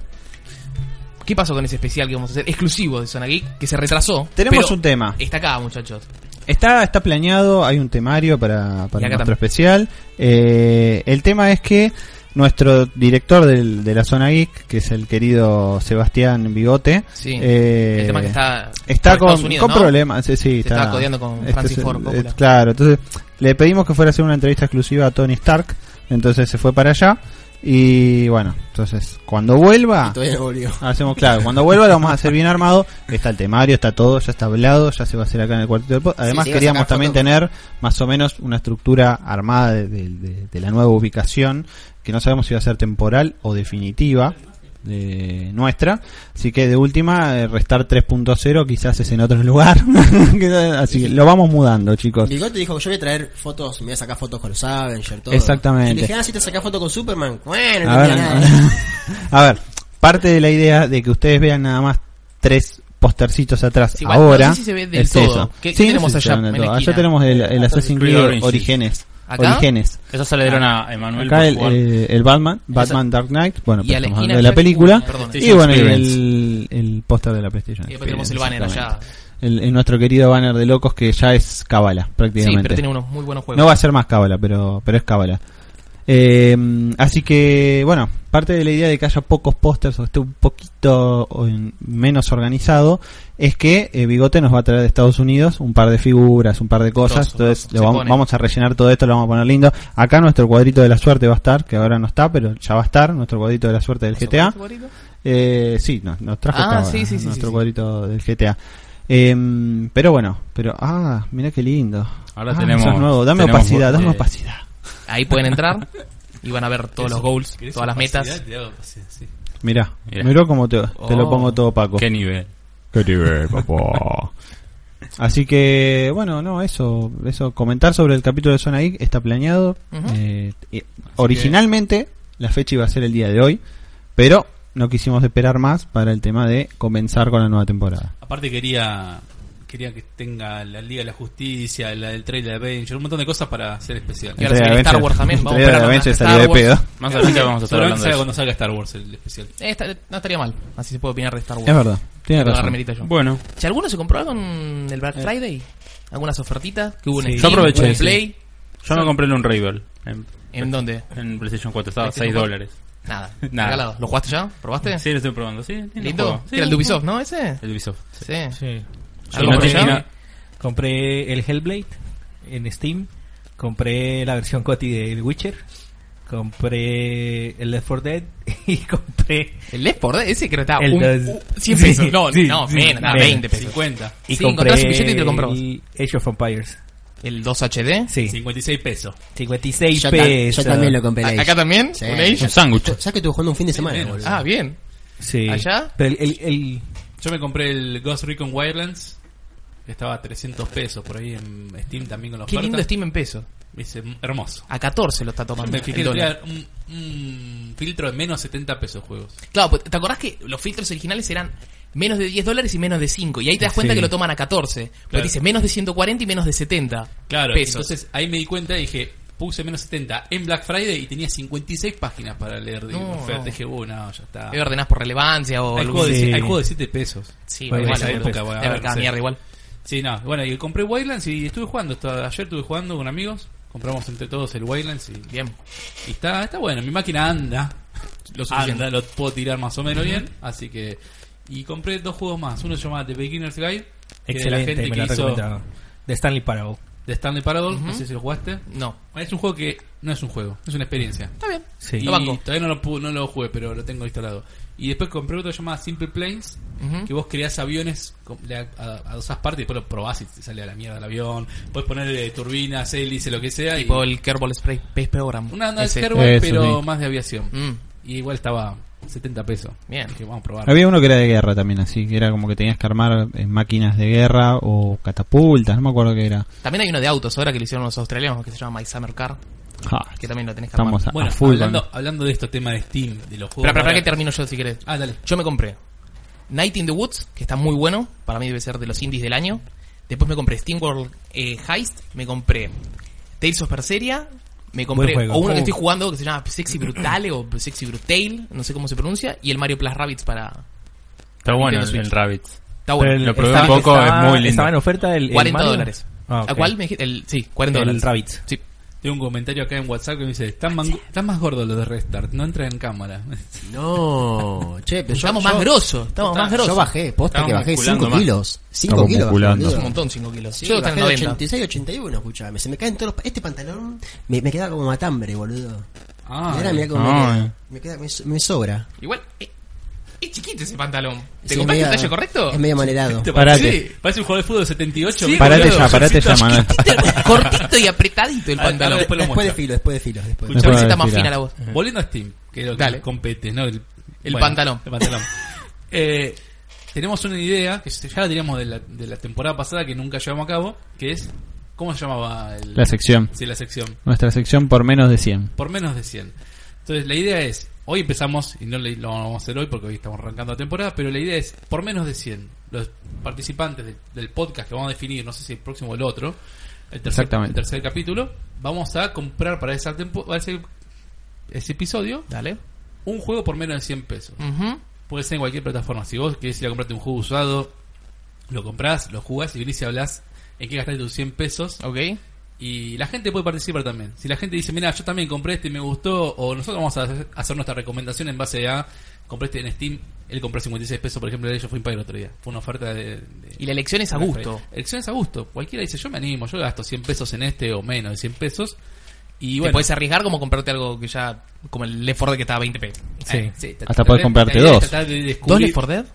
S2: ¿Qué pasó con ese especial que vamos a hacer? Exclusivo de Zona Geek, que se retrasó.
S1: Tenemos
S2: pero
S1: un tema.
S2: Está acá, muchachos.
S1: Está, está planeado, hay un temario para, para
S2: Y
S1: nuestro
S2: acá también.
S1: especial. Eh, el tema es que nuestro director del- de la zona geek, que es el querido Sebastián Bigote,
S2: Sí.
S1: eh,
S2: el tema que está.
S1: está
S2: por
S1: con,
S2: Estados Unidos,
S1: con
S2: ¿no?
S1: problemas. Sí, sí,
S2: Se
S1: está, Este
S2: estaba codeando con Francis
S1: es-
S2: Ford Coppola.
S1: es- claro, entonces le pedimos que fuera a hacer una entrevista exclusiva a Tony Stark, entonces se fue para allá. Y bueno, entonces, cuando vuelva,
S5: Todavía no volvió.
S1: hacemos claro, cuando vuelva lo vamos a hacer bien armado. Está el temario, está todo, ya está hablado, ya se va a hacer acá en el cuartito del pod. Además,
S5: sí, vas a
S1: queríamos
S5: sacar
S1: también
S5: fotos.
S1: tener más o menos una estructura armada de, de- de- de la nueva ubicación, que no sabemos si va a ser temporal o definitiva. De nuestra, así que de última, eh, restar 3.0 quizás es en otro lugar. Quizás- así que lo vamos mudando, chicos.
S5: Bigote dijo, yo voy a traer fotos, me voy a sacar fotos con los Avengers, todo.
S1: Exactamente.
S5: Y le dije, ah, si te sacas fotos con Superman. Bueno,
S1: A
S5: no
S1: ver,
S5: mira nada.
S1: a ver, parte de la idea de que ustedes vean nada más tres postercitos atrás
S2: Sí, igual,
S1: ahora
S2: no sé si se ve del
S1: es
S2: todo.
S1: eso.
S2: ¿Qué- qué
S1: Sí, no
S2: tenemos
S1: sé si
S2: allá
S1: se ve del
S2: en
S1: todo.
S2: la
S1: Allá
S2: esquina?
S1: tenemos el, el Assassin's
S6: Creed
S1: Creed
S6: Origins.
S1: Orígenes.
S2: ¿Acá?
S1: Orígenes.
S6: Eso se le dieron a Emanuel
S1: Ah. Acá
S6: por
S1: el,
S6: jugar.
S1: eh, el Batman, Batman Dark Knight, bueno,
S2: Y a
S1: pero
S2: la
S1: estamos
S2: esquina
S1: hablando de la
S2: allá,
S1: película.
S2: perdón.
S1: Y bueno, y el, el póster de la PlayStation.
S2: Y después tenemos el banner
S1: exactamente.
S2: allá.
S1: El, el nuestro querido banner de locos que ya es cábala,
S2: Sí,
S1: prácticamente.
S2: pero tiene unos muy buenos
S1: No
S2: juegos.
S1: va a ser más cábala, pero, pero es cábala. Eh, así que, bueno, parte de la idea de que haya pocos pósters o esté un poquito o en- menos organizado es que eh, Bigote nos va a traer de Estados Unidos un par de figuras, un par de cosas.
S2: Grosso,
S1: entonces,
S2: grosso,
S1: lo
S2: se
S1: vamos,
S2: pone.
S1: vamos a rellenar todo esto, lo vamos a poner lindo. Acá nuestro cuadrito de la suerte va a estar, que ahora no está, pero ya va a estar, nuestro cuadrito de la suerte del GTA. Eh, sí, no, nos trajo
S2: Ah,
S1: acá,
S2: sí, sí, sí,
S1: nuestro
S2: sí.
S1: cuadrito del GTA. Em, pero bueno, pero ah, mira qué lindo.
S6: Ahora
S1: Ah,
S6: tenemos-
S1: sos nuevo. Dame
S6: tenemos,
S1: opacidad, dame
S6: eh,
S1: opacidad.
S2: Ahí pueden entrar y van a ver todos los goals,
S3: ¿Querés
S2: todas las
S3: opacidad?
S2: metas.
S3: Te hago opacidad, sí.
S1: Mira,
S6: Mirá.
S1: miró como te, te lo
S2: Oh.
S1: pongo todo opaco.
S6: ¿Qué nivel?
S1: Qué nivel, papá. Así que, bueno, no, eso, eso, comentar sobre el capítulo de Zona Geek está planeado.
S2: Ujú.
S1: Eh, y originalmente la fecha iba a ser el día de hoy, pero no quisimos esperar más para el tema de comenzar con la nueva temporada.
S3: Aparte quería quería que tenga la Liga de la Justicia, la del trailer de Avenger, un montón de cosas para hacer especial.
S2: Y ahora se viene Star Wars también, vamos a
S1: Entrega de
S2: esperar
S1: Avengers
S2: hasta
S1: salió de
S2: Star
S1: pedo.
S2: Wars.
S6: Más adelante vamos a estar
S3: Seguramente
S6: hablando de
S3: salga
S6: eso.
S3: cuando salga Star Wars el especial.
S2: Eh, está- no estaría mal, así se puede opinar de Star Wars.
S1: Es verdad, tiene
S2: Tengo la
S1: razón.
S2: remerita yo.
S6: Bueno,
S2: Si alguno se compró algo en el Black Friday, algunas ofertitas que hubo en
S4: Sí.
S2: Steam,
S6: Yo aproveché,
S2: hubo en
S6: sí.
S2: Play,
S6: yo me compré el Unravel en,
S2: ¿en dónde?
S6: en PlayStation 4, estaba a 6
S2: PlayStation
S6: dólares.
S2: Nada,
S6: Nada.
S2: regalado. ¿Lo jugaste ya? ¿Probaste?
S6: Sí, lo estoy probando, sí. lindo
S2: Lindo.
S6: juego. Sí,
S2: Era el
S6: lindo
S2: de Ubisoft, ¿no? Ese.
S6: juego. El Ubisoft.
S2: Sí.
S4: Sí.
S6: Yo
S2: ¿Algo
S6: no
S2: por
S6: tenía
S2: allá?
S6: nada.
S4: Compré el Hellblade en Steam. Compré la versión Coti del Witcher. Compré el Left 4 Dead. Y compré.
S2: El Left 4 Dead, ese creo que estaba
S4: El
S2: un,
S4: dos.
S2: un- 100 pesos.
S4: Sí,
S2: no,
S4: sí,
S2: no,
S4: sí,
S2: menos, nada,
S4: menos.
S2: 20 pesos.
S3: 50,
S4: Y
S2: Sí,
S4: compré
S2: encontrás un billete y te lo comprabas.
S4: el Age of Empires.
S2: El 2 HD.
S4: Sí.
S3: 56 pesos.
S4: 56
S5: Yo, ta-
S4: pesos.
S5: yo también lo compré.
S2: A-
S5: Age.
S2: ¿Acá también?
S5: Sí.
S2: ¿Un Age?
S6: Un sándwich.
S5: ¿Sabes que estuve jugando un fin de semana,
S3: menos.
S5: boludo?
S2: Ah, bien.
S4: Sí.
S2: ¿Allá?
S4: Pero el, el- el-
S3: Yo me compré el Ghost Recon Wildlands, que estaba a 300 pesos por ahí en Steam también con la
S2: Qué
S3: oferta.
S2: lindo Steam en peso.
S3: Dice, hermoso.
S2: A 14 lo está
S3: Yo
S2: tomando.
S3: me fijé
S2: el
S3: que
S2: dólar.
S3: tenía un, un filtro de menos 70 pesos juegos.
S2: Claro, pues, ¿te acordás que los filtros originales eran menos de 10 dólares y menos de 5? Y ahí te das cuenta
S4: Sí.
S2: que lo toman a 14. Porque
S3: Claro.
S2: dice menos de 140 y menos de 70
S3: Claro,
S2: pesos.
S3: entonces ahí me di cuenta y dije, puse menos 70 en Black Friday y tenía 56 páginas para leer de
S2: No,
S3: oferta.
S2: no.
S3: Dije, bueno, ya está.
S2: Ahí ordenás por relevancia o
S3: Hay
S2: algo
S3: juegos de,
S4: Sí.
S3: si- hay juegos de 7 pesos.
S2: Sí,
S4: Bueno,
S2: igual,
S4: esa
S2: boludo.
S3: época, bueno,
S2: Debe haber
S3: ahora
S2: cada
S3: no sé.
S2: mierda igual.
S3: Sí, no, bueno, y compré Wildlands y estuve jugando. Hasta ayer estuve jugando con amigos. Compramos entre todos el Wildlands y,
S2: Bien.
S3: y está, está bueno. Mi máquina anda.
S2: Lo suficiente.
S3: Anda, lo puedo tirar más o menos bien. Así que. Y compré dos juegos más. Uno se llama The Beginner's Guide. que es de
S4: excelente, me lo
S3: que hizo
S4: recomendaron. De Stanley Parable.
S3: The Stanley Parable. No sé si lo jugaste.
S2: No.
S3: Es un juego que no es un juego, es una experiencia.
S2: Está bien.
S4: Sí.
S3: Y
S2: Lo banco.
S3: Todavía no lo, pu- no lo jugué, pero lo tengo instalado. Y después compré otro llamado Simple Planes,
S2: Ujú.
S3: que vos creás aviones con- le a, a- a dos partes y después lo probás y te sale a la mierda el avión. Puedes ponerle turbinas, hélice, lo que sea. y
S2: Tipo el Kerbal Spray Space Program.
S3: Una onda de
S2: Ese.
S3: Kerbal,
S1: Eso,
S3: pero
S1: sí.
S3: más de aviación.
S2: Mm.
S3: Y igual estaba 70 pesos.
S2: Bien.
S3: Dije, vamos a probar.
S1: Había uno que era de guerra también, así, que era como que tenías que armar eh, máquinas de guerra o catapultas, no me acuerdo qué era.
S2: También hay uno de autos ahora que lo hicieron los australianos que se llama My Summer Car.
S1: Ja,
S2: Que también lo tenés que armar.
S1: Ah, estamos a,
S3: Bueno,
S1: a full.
S3: hablando,
S1: con-
S3: hablando de estos temas de Steam, de los
S2: Espera,
S3: juegos.
S2: espera, espera que
S3: ahora-
S2: termino yo si querés.
S3: Ah, dale.
S2: Yo me compré Night in the Woods, que está muy bueno. Para mí debe ser de los indies del año. Después me compré Steam World eh, Heist. Me compré Tales of Berseria. Me compré
S4: Buen juego.
S2: o uno que
S4: Oh.
S2: estoy jugando que se llama Sexy Brutale o Sexy Brutale. No sé cómo se pronuncia. Y el Mario Plus Rabbits para...
S6: Está bueno el,
S2: Switch.
S6: el Rabbit.
S2: Está bueno.
S4: Pero el-
S6: Lo probé
S4: estaba-
S6: un poco,
S4: estaba-
S6: es muy lindo.
S4: Estaba en oferta el. el
S2: 40
S4: Mario.
S2: dólares.
S4: Ah, ok.
S2: ¿A cuál me dijiste? El, sí, 40
S4: El
S2: dólares.
S4: Rabbits.
S2: Sí.
S3: Tengo un comentario acá en WhatsApp que me dice: Están, man- están más gordos los de Restart, no entran en cámara.
S5: No, che, pero yo-
S2: Estamos
S5: yo-
S2: más grosos. Estamos más grosos.
S5: Yo bajé, posta
S6: Estamos
S5: que bajé
S6: musculando
S5: 5
S6: más.
S5: kilos. 5
S1: Estamos
S5: kilos.
S1: musculando.
S5: boludo.
S2: Es un montón 5 kilos.
S5: Sí,
S2: Yo creo que
S5: bajé
S2: está
S5: de
S2: en 90.
S5: 86 81, escuchame. Se me caen todos los... pa- Este pantalón me, me queda como matambre, boludo.
S3: Ah,
S5: Mirá, mirá cómo
S1: eh.
S6: Ah.
S5: me, queda. Me, queda- me- me sobra.
S2: Igual, eh, es chiquito ese pantalón. ¿Te
S5: Sí,
S2: compraste el
S5: medio-
S2: talle correcto?
S5: Es medio manerado.
S3: Este
S1: Parate.
S3: parece- Parece un jugador de fútbol de 78.
S2: Sí,
S1: Parate
S2: boludo,
S1: ya, parate ya,
S2: chiquito,
S1: Manuel.
S2: chiquito, Cortito y apretadito el
S3: Ah,
S2: pantalón.
S3: después lo
S5: Después de
S3: muestra.
S5: filo, después de filo. Después.
S3: Escuchá,
S1: Después
S2: Camiseta
S1: de
S2: más
S1: fila.
S2: fina la voz.
S3: Volviendo a Steam, que es lo que
S2: Dale.
S3: compete, ¿no? El,
S2: El pantalón.
S3: el pantalón. Eh, tenemos una idea que ya la teníamos de la, de la temporada pasada que nunca llevamos a cabo, que es, ¿cómo se llamaba? el-
S1: La sección.
S3: Sí, la sección.
S1: Nuestra sección por menos de 100.
S3: Por menos de 100. Entonces, la idea es, hoy empezamos, y no le- lo vamos a hacer hoy porque hoy estamos arrancando la temporada, pero la idea es, por menos de 100, los participantes del, del podcast que vamos a definir, no sé si el próximo o el otro, el tercer,
S1: Exactamente.
S3: el tercer capítulo, vamos a comprar para, esa tempo- para ese, ese episodio
S2: Dale.
S3: un juego por menos de 100 pesos.
S2: Ujú.
S3: Puede ser en cualquier plataforma. Si vos querés ir a comprarte un juego usado, lo comprás, lo jugás y venís y hablás en qué gastaste tus 100 pesos.
S2: Ok.
S3: Y la gente puede participar también. Si la gente dice, mira, yo también compré este y me gustó, o nosotros vamos a hacer- hacer nuestra recomendación en base a, compré este en Steam, él compró 56 pesos, por ejemplo, de ellos fue Empire el otro día. Fue una oferta de... de-
S2: Y la elección es a gusto.
S3: Elecciones a gusto. Cualquiera dice, yo me animo, yo gasto 100 pesos en este o menos de 100 pesos. Y
S2: Y
S3: bueno,
S2: puedes arriesgar como comprarte algo que ya. Como el Left 4 Dead que estaba a 20 pesos.
S3: eh, Sí.
S1: Hasta podés comprarte
S3: la idea es
S1: dos.
S3: tratar de
S2: ¿Dos
S3: descubrir-
S2: Left 4 Dead?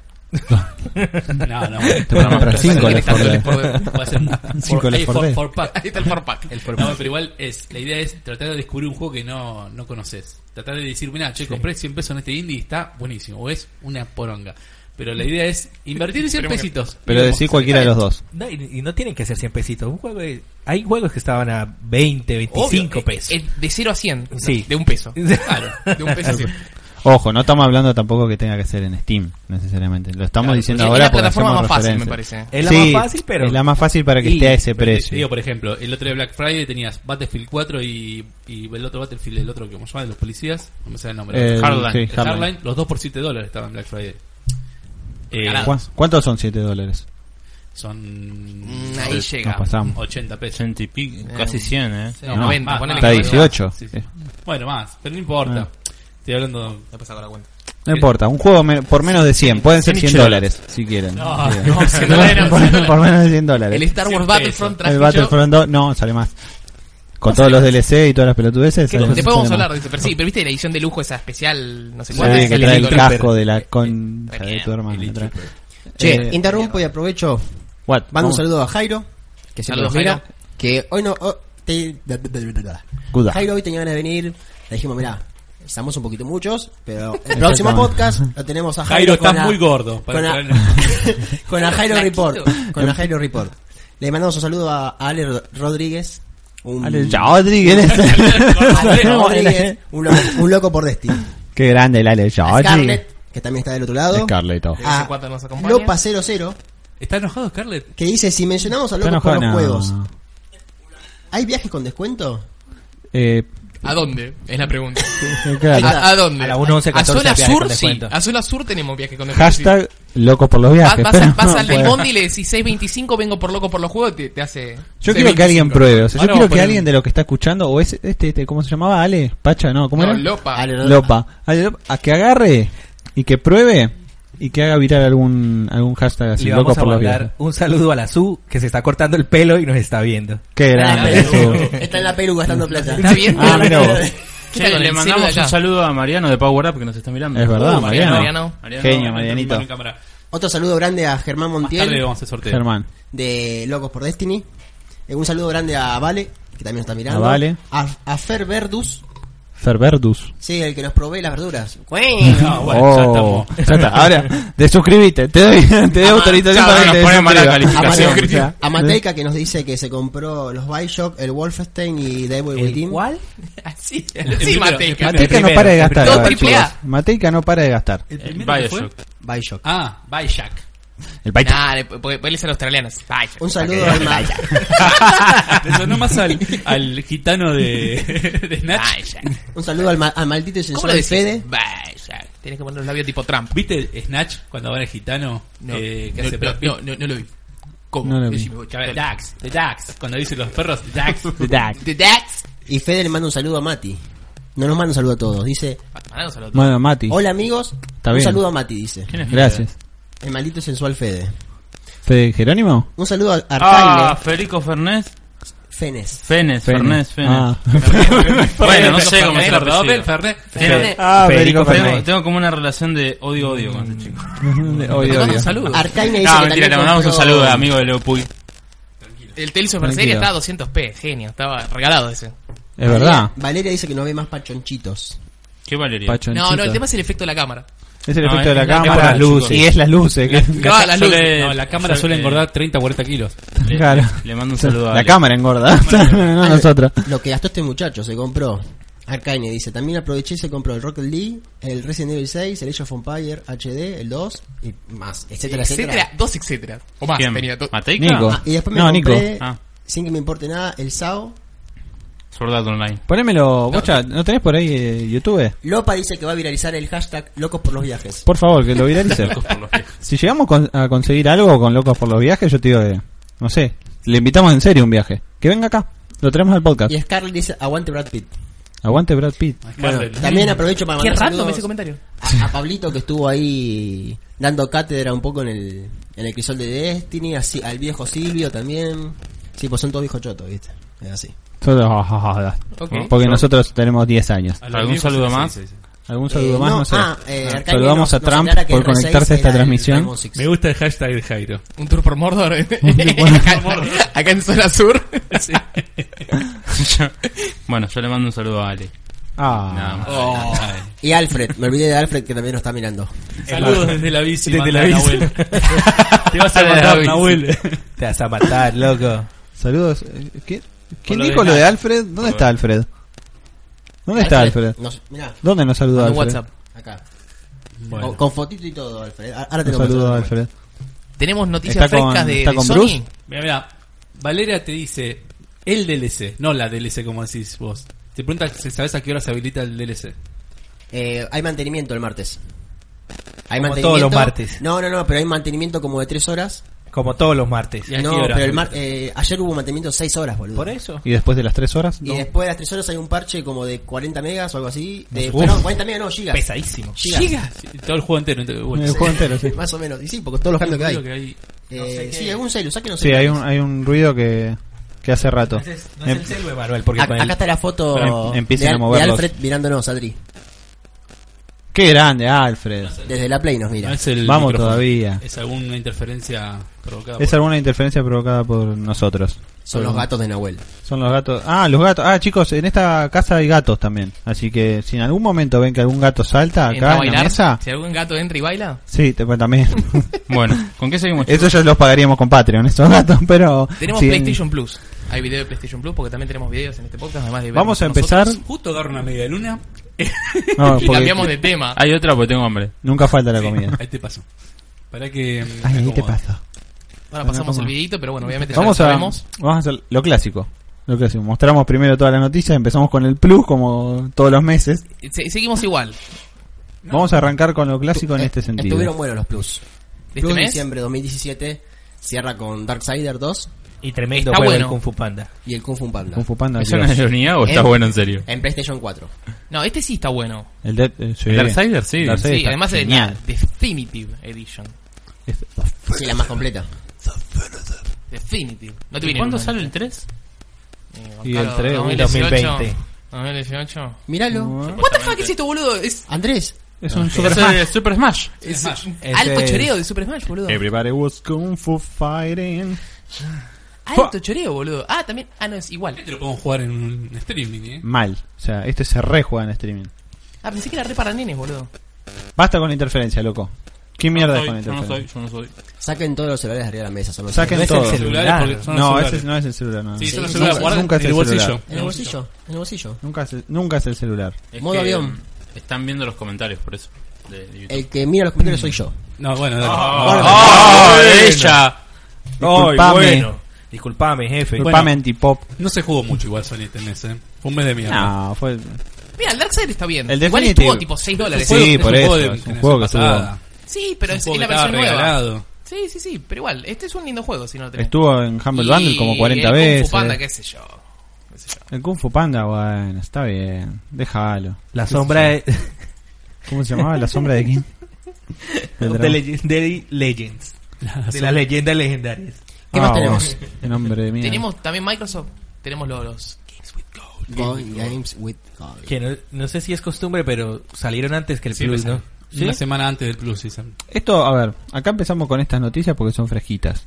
S3: No, no.
S1: Te van a comprar
S3: Puede
S1: cinco Left
S3: ser que
S1: four
S3: le
S1: Dead.
S3: cambie el Left four Dead. Puede ser un-
S1: Cinco
S3: four-
S1: Left
S3: ahí
S1: four
S3: four-
S1: Dead.
S3: four pack.
S2: Ahí está el 4 pack.
S3: El four pack. No, pero igual es, la idea es tratar de descubrir un juego que no, no conoces. Tratar de decir, mira, che, compré 100 pesos en este indie y está buenísimo. O es una poronga. Pero la idea es invertir 100 pesitos.
S1: Pero
S3: Y vemos
S1: decir
S3: cómo sale.
S1: cualquiera de los dos.
S4: No, y, y no tienen que ser 100 pesitos. Un juego de- hay juegos que estaban a 20, 25
S2: Obvio,
S4: pesos.
S2: eh, eh, de 0 a 100.
S4: Sí.
S2: De un peso. Claro, de un peso a 100.
S1: Ojo, no estamos hablando tampoco que tenga que ser en Steam, necesariamente. Lo estamos
S2: Claro,
S1: diciendo
S2: es- es
S1: ahora
S2: la
S1: porque
S2: plataforma
S1: hacemos
S2: más fácil,
S1: referencia.
S2: me parece.
S4: Es la
S1: Sí,
S4: más fácil, pero
S1: Es la más fácil para que esté a ese
S3: Pero te- te
S1: precio.
S3: Digo, por ejemplo, el otro de Black Friday tenías Battlefield 4 y, y el otro Battlefield, el otro que como llaman, de los policías. No me sale el nombre.
S1: Eh,
S6: Hardline.
S1: sí,
S3: El
S1: Hardline.
S3: Hardline, los dos por 7 dólares estaban en Black Friday. Eh,
S1: ¿Cuán- ¿Cuántos son 7 dólares?
S3: son
S2: Mm, ahí llega.
S1: Nos pasamos.
S3: 80 pesos.
S6: 80 y pico, casi 100, ¿eh?
S2: No,
S1: No, ah,
S2: 90,
S3: más,
S2: ponele
S1: Está
S2: que-
S1: 18.
S3: Sí, sí. Bueno, más, pero no importa.
S1: Ah.
S3: Estoy hablando.
S2: Me pasa con la cuenta.
S1: No importa, un juego me- por menos de 100. Pueden ser 100 dólares, si quieren.
S3: No,
S1: Sí.
S3: no,
S2: cien dólares no,
S1: por,
S2: cien dólares.
S1: por menos de 100
S2: El
S1: dólares.
S2: Star Wars
S3: Cien
S2: Battlefront
S1: El
S2: trajo.
S1: Battlefront 2, no, sale más. Con todos los DLC y todas las pelotudeces. sale-
S2: Después vamos a
S1: sale
S2: hablar,
S1: más.
S2: dice, pero sí, pero viste la edición de lujo esa especial, no sé
S1: Sí,
S2: cuánto.
S1: que trae el
S2: Elite
S1: casco
S2: Trooper.
S1: de la con
S2: Re
S1: de
S2: bien,
S1: tu hermano.
S3: Elite
S1: atrás.
S5: Che,
S1: Eh,
S5: interrumpo y aprovecho.
S1: what?
S5: Mando un
S1: Vamos.
S5: saludo a Jairo, que siempre
S2: Saludos,
S5: nos mira.
S2: Jairo.
S5: Que hoy no. oh, te- da- da- da- da- da.
S1: Good.
S5: Jairo hoy tenía ganas de venir. Le dijimos, mirá, estamos un poquito muchos, pero el próximo podcast lo tenemos a Jairo.
S3: Jairo,
S5: con
S3: estás
S5: la-
S3: muy gordo. Para-
S5: Con, a, con a Jairo Report. Con a Jairo Report. Le mandamos un saludo a Ale Rod- Rodríguez. Un,
S1: Ale, Chaudry, ¿quién es?
S5: Ale Rodríguez, un, loco, un loco por destino.
S1: Qué grande el Ale
S5: A
S1: Chaudry.
S5: Scarlett, que también está del otro lado.
S1: Scarlett, oh.
S5: A
S2: Ese nos acompaña.
S5: Lopa00,
S3: ¿Está enojado, Scarlett?
S5: que dice, si mencionamos a
S1: Está
S5: Locos por los
S1: enojada, no.
S5: juegos, ¿hay viajes con descuento?
S1: Eh,
S2: ¿A dónde? Es la pregunta.
S1: eh, claro.
S2: ¿A, a dónde?
S4: A la 1, 11, 14
S2: zona
S4: viajes
S2: sur,
S4: con
S2: sí.
S4: descuento.
S2: A zona sur tenemos viajes con descuento. sí.
S1: Hashtag locos por los
S2: Va-
S1: viajes.
S2: Vas,
S1: pero
S2: al- vas
S1: no
S2: al del
S1: puede.
S2: Bondi y le decís 6.25, vengo por loco por los juegos, te, te hace.
S1: Yo quiero que alguien
S2: 6.25.
S1: pruebe. O sea, yo
S2: Ahora
S1: quiero
S2: vamos
S1: que
S2: a
S1: alguien de
S2: poner
S1: los que está escuchando, o ese, este, este, ¿cómo se llamaba? Ale, Pacha, no, ¿cómo
S2: No,
S1: era?
S2: Lopa.
S5: Ale Rodríguez.
S1: Lopa. Ale Lopa. A que agarre y que pruebe y que haga viral algún, algún hashtag así,
S4: le
S1: loco
S4: vamos a
S1: por los
S4: mandar
S1: viajes.
S4: un saludo a la Su, que se está cortando el pelo y nos está viendo.
S1: Qué grande eso.
S5: Está en la Perú gastando plata.
S2: ¿Está bien?
S1: Ah, mirá vos.
S2: ¿Qué tal
S6: Che,
S2: con el celu
S6: le
S2: de
S6: mandamos
S2: acá?
S6: un saludo a Mariano de Power Up que nos está mirando. Uh,
S1: Es verdad, Mariano.
S2: Mariano.
S1: Genio,
S3: Marianito.
S1: Marianito.
S5: Otro saludo grande a Germán
S3: Más tarde
S5: Montiel
S3: vamos a hacer sorteo.
S1: Germán.
S5: de Locos por Destiny. Eh, Un saludo grande a Vale, que también está mirando.
S1: A Vale.
S5: A, a Fer Verdus,
S1: Ferverdus.
S5: sí, el que nos provee las verduras.
S3: No, bueno, ya
S1: Oh,
S3: estamos.
S1: ya, está. Ahora, desuscribite. Te doy, te doy autorización
S6: chao,
S1: para que
S6: nos
S1: te
S6: ponemos la
S1: desuscribas.
S5: A,
S6: calificación.
S1: O sea,
S5: Mateica, a Mateica, que nos dice que se compró los Bioshock, el Wolfenstein y Devil Within.
S4: ¿Cuál?
S2: Así,
S3: primero,
S2: así, Matei.
S3: el
S1: Mateica no
S4: primero.
S1: para de gastar.
S2: Todo
S1: ahora,
S2: triple A.
S1: chicos. Mateica no para de gastar.
S3: ¿El primero que fue?
S6: Bioshock.
S5: Bioshock.
S3: Ah, Bayshak.
S1: El paita.
S2: Nah, le- porque porque él es el australiano. Ay,
S5: Un saludo al Ma-
S3: Te sonó más al, al gitano de, de Snatch.
S2: Vaya.
S5: Un saludo al, ma- al maldito y
S2: ¿Cómo
S5: censor
S2: lo
S5: de
S2: decís?
S5: Fede.
S2: Vaya. Tienes que poner los labios tipo Trump.
S3: ¿Viste Snatch cuando van el gitano?
S2: No,
S3: eh, que
S2: no,
S3: hace
S2: no,
S3: Brad Pitt?
S2: no, no, no lo vi. ¿Cómo?
S1: No lo vi.
S2: Decime,
S3: Que a ver,
S2: Dale.
S3: Dax, The Dax. Cuando dicen los perros, Dax.
S2: The Dax.
S5: Y Fede le manda un saludo a Mati. No nos manda un saludo a todos. Dice,
S2: Mandanos a los dos.
S1: Bueno, Mati.
S5: hola amigos. un
S1: bien.
S5: saludo a Mati, dice.
S6: ¿Quién es
S1: Gracias.
S5: El maldito y sensual Fede.
S1: ¿Fede Jerónimo?
S5: Un saludo a a
S6: Ah,
S5: Arcaine.
S6: Federico Fernés.
S5: Fenes.
S6: Fenes,
S1: Fene.
S6: Fernés, Fenes.
S1: Ah.
S6: Bueno, no sé cómo se lo
S3: Doppel, Fernet.
S6: Tiene-
S1: Ah, Federico
S4: Federico
S6: Tengo,
S1: Fernández.
S6: tengo como una relación de odio-odio con este chico.
S1: Odio,
S2: Mandamos
S1: odio.
S2: un saludo.
S5: Arcaine dice
S6: No,
S5: que
S6: mentira,
S5: también
S6: le mandamos un
S5: compró-
S6: saludo, amigo de Leo Puy.
S2: El Tales of Berseria
S1: Tranquilo.
S2: estaba a 200p, genio. Estaba regalado ese.
S1: Es
S5: Valeria-
S1: verdad.
S5: Valeria dice que no ve más pachonchitos.
S6: ¿Qué Valeria?
S1: Pachonchito.
S2: No, no, el tema es el efecto de la cámara.
S1: es el
S6: No,
S1: efecto
S6: es-
S1: de la
S6: es por
S1: cámara.
S6: las luces.
S1: Y es las luces. que-
S2: No, las luces.
S6: suele-
S3: No, la cámara
S6: suele-
S3: suele engordar 30 o 40 kilos.
S6: Le,
S1: Claro.
S6: le- le mando un saludo a
S1: La
S6: Ale.
S1: cámara engorda. no nosotros.
S5: Ah, Lo que gastó este muchacho se compró. Arcaine dice, también aproveché y se compró el Rocket League, el Resident Evil 6, el Age of Empire HD, el 2 y más,
S2: Etcétera,
S5: etcétera, etcétera.
S2: dos etcétera. O más,
S6: ¿Quién?
S2: tenía to-
S6: ¿Mateica?
S1: Nico.
S5: Ah, y después me
S1: No,
S5: compré,
S1: Nico.
S6: Ah.
S5: sin que me importe nada, el SAO.
S6: Sword Art Online.
S1: Ponémelo, bocha, ¿no tenés por ahí eh, YouTube?
S5: Lopa dice que va a viralizar el hashtag locos por los viajes.
S1: Por favor, que lo viralice.
S6: Locos por los viejos.
S1: si llegamos con- a conseguir algo con Locos por los Viajes, yo te digo que, no sé, le invitamos en serio un viaje. Que venga acá, lo traemos al podcast.
S5: Y Scarlett dice, aguante Brad Pitt.
S1: Aguante Brad Pitt.
S5: Bueno,
S3: Scarlett.
S5: también aprovecho para
S2: Qué
S5: mandar
S2: random
S5: saludos
S2: ese comentario.
S5: a, a Pablito que estuvo ahí dando cátedra un poco en el, en el crisol de Destiny, así, al viejo Silvio también. Sí, pues son todos viejos chotos, ¿viste? Es así.
S1: Nosotros-
S2: Ok.
S1: Porque nosotros tenemos 10 años.
S3: A los
S6: ¿Algún
S3: viejos
S6: saludo
S3: se-
S6: más?
S3: se- se-
S1: ¿Algún saludo
S5: Eh,
S1: más?
S5: no,
S1: No sé.
S5: ah, eh, Arcadia
S1: Saludamos
S5: nos-
S1: a
S5: nos
S1: Trump
S5: aclara que
S1: por
S5: el R6
S1: conectarse a
S5: era
S1: esta
S5: el
S1: transmisión.
S5: Rainbow Six.
S3: Me gusta el hashtag del Jairo.
S2: Un tour por Mordor. eh. acá, acá en zona sur.
S6: bueno, yo le mando un saludo a Ale.
S1: Ah,
S6: Nada más.
S5: Y Alfred, me olvidé de Alfred que también nos está mirando.
S3: Oh, Saludos desde la bici.
S4: Desde
S3: manda
S4: la bici.
S3: Nahuel. Te vas a
S6: Desde la
S3: matar,
S6: bici.
S3: Nahuel.
S4: Te vas a matar, loco.
S1: Saludos. eh, ¿qué- ¿Quién
S6: lo
S1: dijo
S6: de
S1: lo de
S6: Nacho.
S1: Alfred? ¿Dónde
S6: lo
S1: está
S6: de-
S1: Alfred? ¿Dónde está Alfred?
S5: Nos, mirá,
S1: ¿Dónde nos saluda
S2: En
S1: Alfred?
S2: WhatsApp.
S5: acá. Con,
S3: Bueno,
S5: con fotito y todo, Alfred. A- Ahora te
S1: Un
S5: lo
S1: saludo a
S5: muestro.
S1: Alfred.
S2: Tenemos noticias
S1: Está con-
S2: frescas de,
S1: está
S2: de
S1: con
S2: Sony.
S1: Bruce.
S3: mira, mira. Valeria te dice el DLC, no la DLC como decís vos. Te pregunta si sabes a qué hora se habilita el DLC.
S5: Eh, hay mantenimiento el martes. Hay
S4: Como
S5: mantenimiento.
S4: todos los martes.
S5: No, no, no, pero hay mantenimiento como de 3 horas.
S4: Como todos los martes.
S3: ¿Y a
S5: no,
S3: qué hora?
S5: pero el mar- eh, ayer hubo mantenimiento de 6 horas, boludo.
S4: Por eso.
S1: ¿Y después de las 3 horas?
S5: Y
S1: No.
S5: después de las 3 horas hay un parche como de 40 megas o algo así. De,
S4: Uf.
S5: no, 40 megas no, gigas.
S4: Pesadísimo.
S5: Gigas.
S3: Sí, Todo el juego entero. entero,
S6: pues.
S3: bueno.
S1: El juego entero, sí.
S5: Más o menos. Y sí, porque todos los cambios que hay.
S3: Creo que hay-
S5: Eh, sí, algún celu, sáquenos
S1: Sí,
S5: el-
S1: hay un, hay un ruido que, que hace rato. Em-
S4: celu de Manuel, porque
S5: Ac- Acá está la foto
S1: Em- empiecen
S5: de, Al-
S1: a moverlos.
S5: de Alfred mirándonos, Adri.
S1: Qué grande, Alfred.
S5: Desde la Play nos
S3: no
S5: mira.
S3: es el
S1: Vamos
S3: micrófono.
S1: todavía.
S3: Es alguna interferencia provocada.
S1: Es
S3: por-
S1: alguna interferencia provocada por nosotros.
S5: Son los gatos de Nahuel.
S1: Son los gatos. Ah, los gatos. Ah, chicos, en esta casa hay gatos también. Así que si en algún momento ven que algún gato salta acá
S2: Entra a
S1: en la
S2: bailar.
S1: mesa,
S2: Si algún gato entra y baila,
S1: sí, te, pues, también.
S6: Bueno, ¿con qué seguimos?
S1: Eso ya los pagaríamos con Patreon, estos gatos, pero...
S2: tenemos
S1: sí, en-
S2: PlayStation Plus. Hay video de PlayStation Plus porque también tenemos videos en este podcast. Además de ver
S1: Vamos a
S2: nosotros.
S1: empezar...
S3: Justo agarro una media luna.
S1: No,
S2: Y
S1: porque
S2: cambiamos de tema.
S6: Hay otra porque tengo hambre.
S1: nunca falta la comida.
S3: Ahí te paso. Para que. mm,
S1: Ay,
S3: me
S1: ahí te
S3: acomodo.
S1: paso.
S2: Ahora pasamos
S1: ¿cómo?
S2: el videito, pero bueno, obviamente Este ya
S1: Vamos
S2: lo
S1: a,
S2: sabemos.
S1: vamos a hacer lo clásico. Lo clásico. Mostramos primero todas las noticias, empezamos con el plus como todos los meses.
S2: Se- seguimos igual.
S1: Vamos a arrancar con lo clásico en
S5: Eh,
S1: este sentido.
S5: Estuvieron buenos los Plus.
S2: ¿De
S5: Plus
S2: este mes?
S5: diciembre 2017 cierra con Darksider 2
S4: Y tremendo
S2: Está
S4: juego
S2: bueno.
S4: el Kung Fu Panda.
S5: y el Kung Fu Panda.
S1: Kung Fu Panda,
S6: ¿Eso no
S1: Dios.
S6: es ironía o está
S5: Eh.
S6: bueno en serio?
S5: En PlayStation 4.
S2: No, este sí está bueno.
S1: El Dead- eh, sí.
S6: El Darksider, sí.
S1: Darksider.
S2: Sí,
S1: está
S2: además es la
S1: genial.
S2: Definitive Edition.
S5: Sí, la más completa.
S2: Definitive. No te viene
S6: ¿Cuándo
S2: una-
S6: sale el 3?
S2: Eh,
S1: Y el
S2: Gonzalo,
S1: 3,
S2: 2018.
S4: 2020.
S2: 2018.
S5: Míralo.
S2: What the fuck es esto, boludo? Es,
S5: Andrés,
S1: Es un
S6: Super
S1: super
S6: Smash. Super Smash.
S2: es
S3: Smash.
S2: un
S4: Ese
S2: alto
S4: es-
S2: choreo de Super Smash, boludo.
S1: Everybody was Kung Fu fighting.
S2: Alto choreo, boludo. Ah, también. Ah, no, es igual.
S3: Te lo podemos jugar en un streaming, ¿eh?
S1: Mal. O sea, este se rejuega en streaming.
S2: Ah, pensé que era re para nenes, boludo.
S1: Basta con la interferencia, loco. ¿Qué mierda es
S6: Soy,
S1: con la
S6: yo no soy,
S1: interferencia?
S6: yo no soy.
S5: saquen todos los celulares de arriba de la mesa. Son los
S1: Saquen
S4: No es el
S1: todo.
S4: celular.
S3: Celulares porque son
S1: No,
S3: celulares.
S1: ese no es el celular. No.
S3: Sí, son los
S5: Sí,
S3: celulares.
S5: sí,
S3: guardan
S1: nunca
S3: en
S1: es
S3: el
S1: el
S3: bolsillo.
S1: celular.
S5: En el bolsillo. En el bolsillo.
S1: Nunca, es, nunca es el celular.
S6: Es
S5: Modo
S6: que,
S5: avión. Eh,
S6: mm, Están viendo los comentarios por eso. De de YouTube.
S5: El que mira los comentarios soy yo.
S3: No, bueno, dale.
S4: ah,
S6: ¡Oh, ella!
S1: Disculpame.
S4: Ay, bueno. Disculpame, jefe.
S1: Disculpame,
S3: Bueno.
S1: antipop.
S3: No se jugó mucho igual Sony este mes, ¿eh? Fue un mes de mierda.
S1: No, fue.
S2: Mira, el Darkseid está bien.
S1: El
S2: igual
S1: Definitive.
S2: estuvo tipo 6 dólares.
S1: Sí,
S3: Es un
S1: por eso,
S3: juego de
S1: es un
S3: generación
S1: juego que
S3: pasada.
S2: Sí, pero es,
S3: Un juego
S2: es la
S3: que estaba
S2: versión nueva.
S3: regalado.
S2: Sí, sí, sí. Pero igual, este es un lindo juego si no lo tenés.
S1: Estuvo en Humble
S2: Y
S1: Bundle como 40
S2: el Kung Fu
S1: veces.
S2: Panda, qué sé yo. Qué sé yo.
S1: El Kung Fu Panda, bueno, está bien. Déjalo.
S4: La sombra de,
S1: ¿Cómo se llamaba? ¿La sombra de quién? Del
S4: de
S1: dragón.
S4: Legendary Legends. De las leyendas legendarias.
S5: ¿Qué más
S1: Ah,
S5: tenemos?
S1: bueno, El nombre de mierda.
S2: Tenemos también Microsoft. tenemos los, los Games with Gold.
S5: Going Games with Gold.
S4: Que no, no sé si es costumbre, pero salieron antes que el
S3: Sí,
S4: Plus,
S3: empezó.
S4: ¿no?
S3: Una semana antes del Plus, sí, Sam.
S1: Esto, a ver, acá empezamos con estas noticias porque son fresquitas.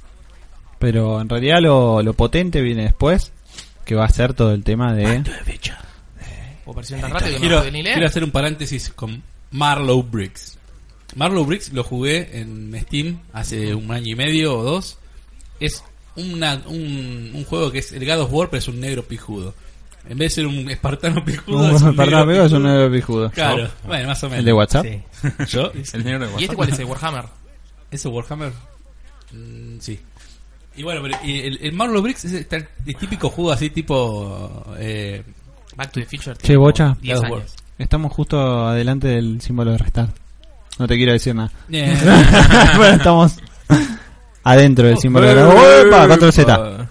S1: Pero en realidad lo, lo potente viene después, que va a ser todo el tema de...
S2: O pareció tan rápido que no
S3: Quiero,
S2: lo pude ni leer.
S3: quiero hacer un paréntesis con Marlow Bricks. Marlow Bricks lo jugué en Steam hace un año y medio o dos. Es una- un, un juego que es el God of War, pero es un negro pijudo. En vez de ser un espartano pijudo,
S1: Un
S3: es un
S1: perdón,
S3: negro
S1: amigo, es un nuevo pijudo.
S3: Claro, bueno, más o menos.
S1: ¿El de WhatsApp?
S4: Sí.
S3: ¿Yo?
S6: El negro de
S2: ¿Y este
S6: WhatsApp.
S2: cuál es? El Warhammer.
S3: ¿Ese Warhammer? Mm, sí. Y bueno, pero y el, el Marlow Bricks es el, tal- el típico juego así tipo... Eh,
S2: Back to the Future.
S1: Che, bocha.
S2: 10
S3: God of War.
S2: años.
S1: Estamos justo adelante del símbolo de restar. No te quiero decir nada.
S3: eh,
S1: Pero estamos adentro del símbolo de restar. ¡Epa! Control Z.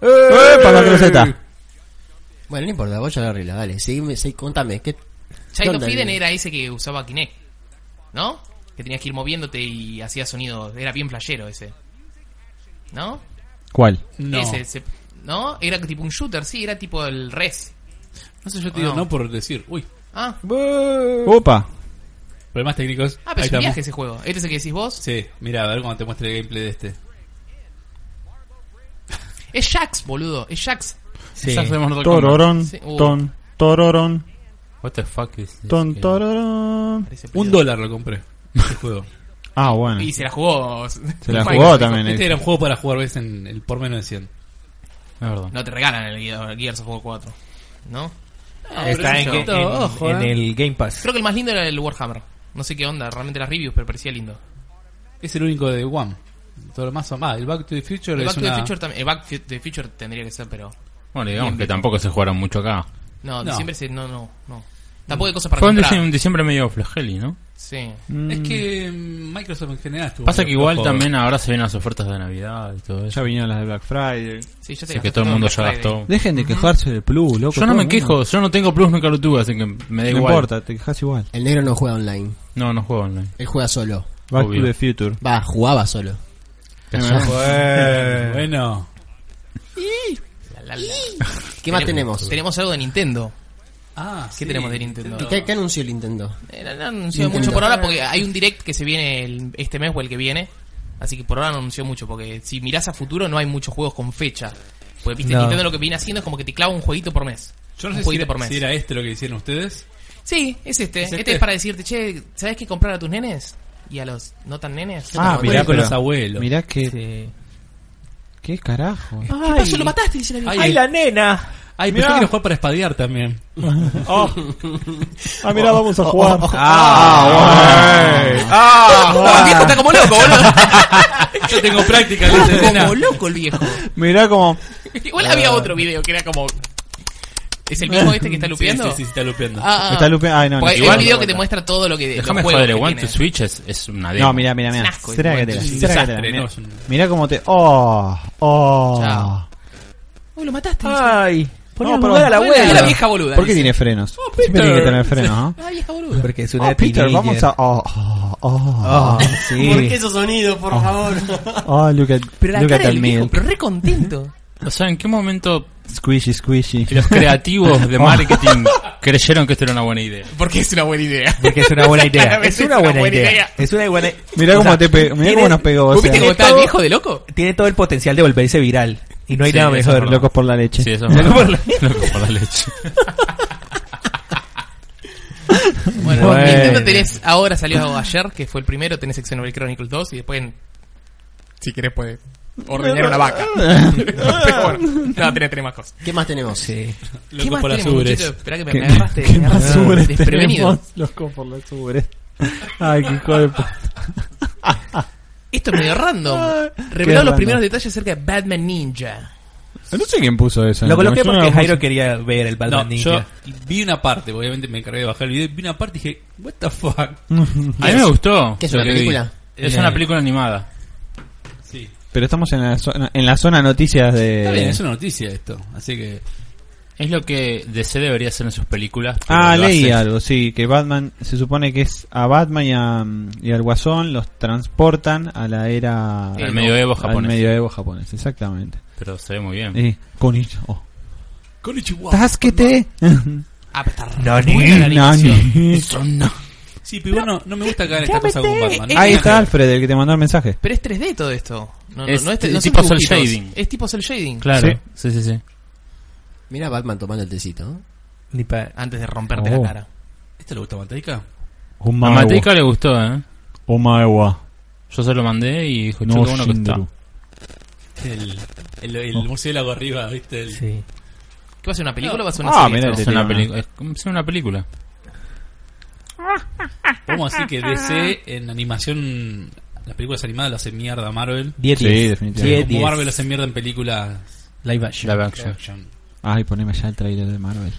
S1: ¡Epa! Control Z.
S5: Bueno, no importa, vos ya lo arreglas, dale. Seguime, sí, contame, ¿qué, ¿Qué
S2: Child of
S5: onda,
S2: Eden
S5: Lili?
S2: era ese que usaba Kinect, ¿no? Que tenías que ir moviéndote y hacía sonido. Era bien flashero ese. ¿No?
S1: ¿Cuál?
S3: no.
S2: Ese, ese- ¿No? Era tipo un shooter, sí, era tipo el res.
S3: no sé, yo te digo
S2: Ah.
S3: no por decir... Uy,
S2: Ah,
S1: ¡Opa!
S3: problemas técnicos.
S2: ah pero
S3: Ahí
S2: es un
S3: estamos.
S2: viaje ese juego. ¿Este es el que decís vos?
S3: Sí, mira, a ver cuando te muestre el gameplay de este.
S2: Es Jax, boludo, es Jax.
S4: Sí.
S6: Quizás de Mortal Kombat.
S1: Tororón,
S2: Sí, uh.
S1: ton, tororón,
S6: What the fuck is this
S1: ton,
S6: game?
S1: tororón.
S2: Parece
S3: Un
S2: peludo.
S3: dólar lo compré. Este juego.
S1: Ah, bueno.
S2: Y se la jugó.
S1: Se la
S2: Microsoft.
S1: jugó también. eh.
S3: Este era un juego para jugar ves en el por menos de 100.
S6: La verdad.
S2: No te regalan el Ge- Gears of War 4, ¿no?
S4: Está en,
S2: Pero
S4: en-
S3: ojo,
S4: en
S3: eh.
S4: el Game Pass.
S2: Creo que el más lindo era el Warhammer. No sé qué onda, realmente las reviews, pero parecía lindo.
S3: Es el único de One. Todo lo más ah, el Back to the Future
S2: El
S3: es
S2: Back to the
S3: una-
S2: Future también. El Back to the Future tendría que ser, pero.
S6: Bueno, digamos que tampoco se jugaron mucho acá.
S2: No,
S3: No.
S2: diciembre se. No, no, no. Tampoco hay cosas para
S6: Fue un
S2: comprar.
S6: diciembre, un diciembre medio flageli, ¿no?
S2: Sí.
S3: Es que mm, Microsoft en general estuvo
S6: Pasa que
S3: medio
S6: igual
S3: flojo.
S6: también ahora se ven las ofertas de Navidad y todo eso.
S1: Ya vinieron las de Black Friday.
S2: Sí, ya te
S6: Así que
S2: gastaste
S6: todo el mundo
S2: Black
S6: ya
S2: Friday.
S6: gastó.
S1: Dejen de quejarse del plus, loco.
S6: Yo no
S1: todo
S6: me
S1: el
S6: quejo,
S1: mundo.
S6: yo no tengo Plus, nunca lo tuve, así que me da
S1: No
S6: igual.
S1: importa, te quejas igual.
S5: El negro no juega online,
S6: No, no juego online.
S5: él juega solo.
S1: Back
S6: Obvio.
S1: to the Future.
S5: Va, jugaba solo.
S3: Eh, Bueno,
S2: La, la, la.
S5: ¿Qué más tenemos?
S2: Tenemos algo de Nintendo.
S3: ah,
S2: ¿Qué tenemos de Nintendo?
S5: ¿Qué, qué anunció el Nintendo?
S2: Eh, no, no anunció
S5: Nintendo.
S2: mucho por ahora porque hay un direct que se viene el- este mes o el que viene. Así que por ahora no anunció mucho porque si mirás a futuro no hay muchos juegos con fecha. Porque viste,
S4: No.
S2: Nintendo lo que viene haciendo es como que te clava un jueguito por mes.
S3: Yo no
S2: un
S3: sé si
S2: jueguito
S3: era,
S2: por mes.
S3: si era este lo que hicieron ustedes.
S2: Sí, es este.
S3: ¿Es
S2: este.
S3: este?
S2: es para decirte, che, ¿sabes qué comprar a tus nenes? Y a los no tan nenes.
S1: Ah,
S2: ¿Qué
S1: mirá,
S3: con
S1: pero-
S3: los abuelos.
S1: Mirá que.
S4: Sí.
S1: ¿Qué carajo?
S2: pasó? ¿Lo mataste? Dice la vieja.
S3: Ay,
S4: nena!
S3: ay, pero yo quiero jugar para espadear también.
S1: Ah, mirá, vamos a
S5: jugar.
S2: Ah, el viejo está como loco, boludo.
S3: Yo tengo práctica en esta escena.
S2: como loco el viejo.
S1: Ah. Mirá como.
S2: Igual había otro video que era como... ¿Es el mismo este que está
S3: Sí,
S2: lupeando?
S3: sí, sí, está lupeando.
S2: Ah, ah.
S1: Está lupe. Ay, no, no.
S2: Porque hay
S6: igual-
S2: un video que te muestra todo lo que.
S6: Déjame
S2: los juegos
S6: joder, el
S2: que
S6: One to
S2: tiene.
S6: Switch es, eh, es una demo.
S1: No, mirá, mirá, mirá.
S2: Es un asco,
S1: Será que te la.
S2: es un
S1: será que te la-
S3: desastre,
S1: mirá.
S3: no, es un-
S1: Mirá como te. ¡Oh! ¡Oh!
S2: Chao. Uy, lo mataste.
S4: ¡Ay! Poné
S1: No,
S4: a
S1: pero-
S4: jugar a la
S2: Bueno,
S4: Ah, abuela.
S2: la vieja boluda.
S1: ¿Por qué
S2: dice.
S1: tiene frenos? Siempre tiene que tener frenos, ¿no?
S2: Ah, vieja boluda.
S4: Porque es una
S1: Oh, Peter,
S4: teenager.
S1: vamos a. Oh, oh, oh,
S4: Oh, sí.
S5: esos sonidos, por favor?
S1: oh, look at,
S2: Pero la
S1: look at
S2: cara
S1: that
S2: del viejo,
S1: milk.
S2: pero re contento.
S6: O sea, ¿en qué momento
S1: Squishy, squishy.
S6: los creativos de marketing creyeron que esto era una buena idea?
S2: Porque es una buena idea.
S4: Porque es una buena idea.
S2: Claramente
S4: Es una buena idea. Es una buena
S1: Mirá
S4: o
S1: cómo,
S4: sea,
S1: te pe- mirá cómo
S4: tiene-
S1: nos pegó. O
S2: ¿Vos
S1: sea,
S2: viste cómo estaba el
S4: todo-
S2: viejo de loco?
S4: Tiene todo el potencial de volverse viral. Y no hay
S6: Sí,
S4: nada
S6: eso es
S4: mejor.
S6: verdad.
S1: locos por la leche.
S6: Sí, eso es
S4: Loco por
S6: verdad. Loco por la leche.
S2: Bueno,
S4: Bueno.
S2: Nintendo tenés. Ahora salió ayer, que fue el primero. Tenés Xenoblade Chronicles 2 y después. en- Si querés, puedes ordeñar una vaca. Pero bueno, no, tenés tres más cosas.
S5: ¿Qué más tenemos?
S4: Sí.
S2: ¿Qué más
S3: por
S2: tenemos,
S3: Azures.
S2: muchachos? Esperá que me,
S1: ¿Qué-
S2: me agarraste,
S1: qué
S2: me agarraste
S1: basura
S2: Ah, desprevenido.
S1: tenemos? este Locos por las ubres. Ay, qué hijo de puta.
S2: Esto es medio random.
S1: qué
S2: Reveló
S1: random.
S2: los primeros detalles acerca de Batman Ninja.
S1: No sé quién puso eso.
S4: Lo coloqué
S1: Me suena
S4: porque
S1: la
S4: Jairo quería ver el
S3: No,
S4: Batman
S3: yo
S4: Ninja.
S3: vi una parte, obviamente me encargué de bajar el video, y vi una parte y dije, what the fuck.
S6: A mí me gustó.
S5: ¿Qué es
S6: lo
S5: una
S6: que vi.
S5: película?
S6: Es una película animada.
S3: Sí.
S1: música. Pero estamos en la zona, en la zona noticias de.
S3: Está bien, es una noticia esto, así que...
S6: Es lo que DC debería hacer en sus películas. pero
S1: Ah,
S6: lo
S1: leí
S6: hace.
S1: algo, sí, que Batman, se supone que es a Batman y, a, y al Guasón los transportan a la era...
S6: Al medioevo
S1: Al
S6: japonés. Mm.
S1: medioevo japonés, exactamente.
S6: Pero se ve muy bien.
S1: Eh, con hijo- oh.
S3: Konnichiwa.
S1: ¡Tásquete!
S2: Ah, pero está
S4: Nani,
S2: buena la animación.
S3: Sí, pero bueno, no me gusta cagar esta cosa con Batman.
S1: Ahí está Alfred, el que te mandó el mensaje.
S2: Pero es 3D todo esto. No, no,
S6: Es
S2: no
S6: t-
S2: no son
S6: tipo cel
S2: dibujitos.
S6: shading.
S2: Es tipo cel shading.
S6: Claro.
S1: Sí.
S6: Sí, sí, sí.
S5: Mira Batman tomando el tecito. ¿no?
S4: Ni pa-
S2: Antes de romperte
S1: Oh.
S2: la cara.
S3: ¿Este le gusta a Mateica?
S6: A Mateica le gustó, ¿eh?
S1: Omaewa.
S6: Yo se lo mandé y dijo,
S1: No
S6: no, qué bueno Pues que está.
S1: Shinderu.
S3: El, el, el murciélago arriba, ¿viste? El-
S4: Sí.
S2: ¿Qué va a ser una película o va a ser
S1: Ah,
S2: una serie?
S1: mirá,
S2: esto?
S1: te-
S6: Es
S1: tema.
S6: una, peli- es como si fuera una película.
S3: Vamos a decir que DC en animación, las películas animadas lo hace mierda a Marvel.
S4: 10
S1: Sí, definitivamente.
S3: Como Marvel lo hace mierda en películas
S4: Live action.
S6: Live
S3: live
S6: action.
S3: action.
S1: Ay, poneme ya el trailer de Marvel.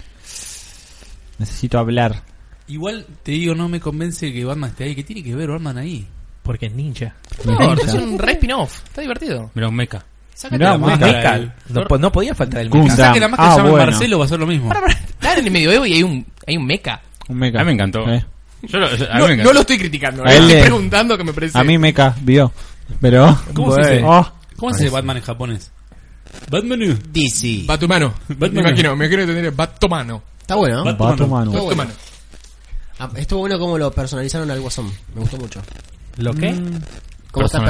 S1: Necesito hablar.
S3: Igual te digo, no me convence que Batman esté ahí. ¿Qué tiene que ver Batman ahí?
S4: Porque es ninja.
S2: No,
S1: Me
S2: es
S1: gusta.
S2: un re spin-off. Está divertido.
S6: Mirá, un mecha.
S2: Sácate
S1: Mirá,
S2: la
S1: Mecha.
S3: máscara,
S4: Mecha.
S3: el-
S4: No, po- no podía faltar el
S1: Gundam.
S4: mecha.
S3: Saque la máscara
S1: Ah,
S3: y llame
S1: bueno.
S3: Marcelo, va a ser lo mismo.
S2: Pará, pará. Claro, en el medioevo y hay un, hay un mecha.
S1: Un meca.
S6: A mí me encantó.
S1: Eh.
S6: Yo lo- yo- a mí
S2: No,
S6: me
S2: no
S6: encanta.
S2: lo estoy criticando, eh.
S1: A él
S2: estoy
S1: le-
S2: preguntando que me parece.
S1: A mí meca, vio. Pero.
S3: ¿Cómo se
S1: Bueno.
S3: dice?
S1: Oh,
S3: ¿Cómo se dice Batman en japonés? Batman.
S5: DC.
S2: Batumano.
S3: Batman.
S2: Me imagino, me imagino que tendría Batomano.
S5: Está bueno. ¿no?
S3: Bat-
S1: Batman.
S5: Estuvo bueno.
S2: Batman.
S5: Ah, Estuvo bueno como lo personalizaron al Guasón. Me gustó mucho.
S4: ¿Lo qué?
S5: Cómo está
S6: Personalizado.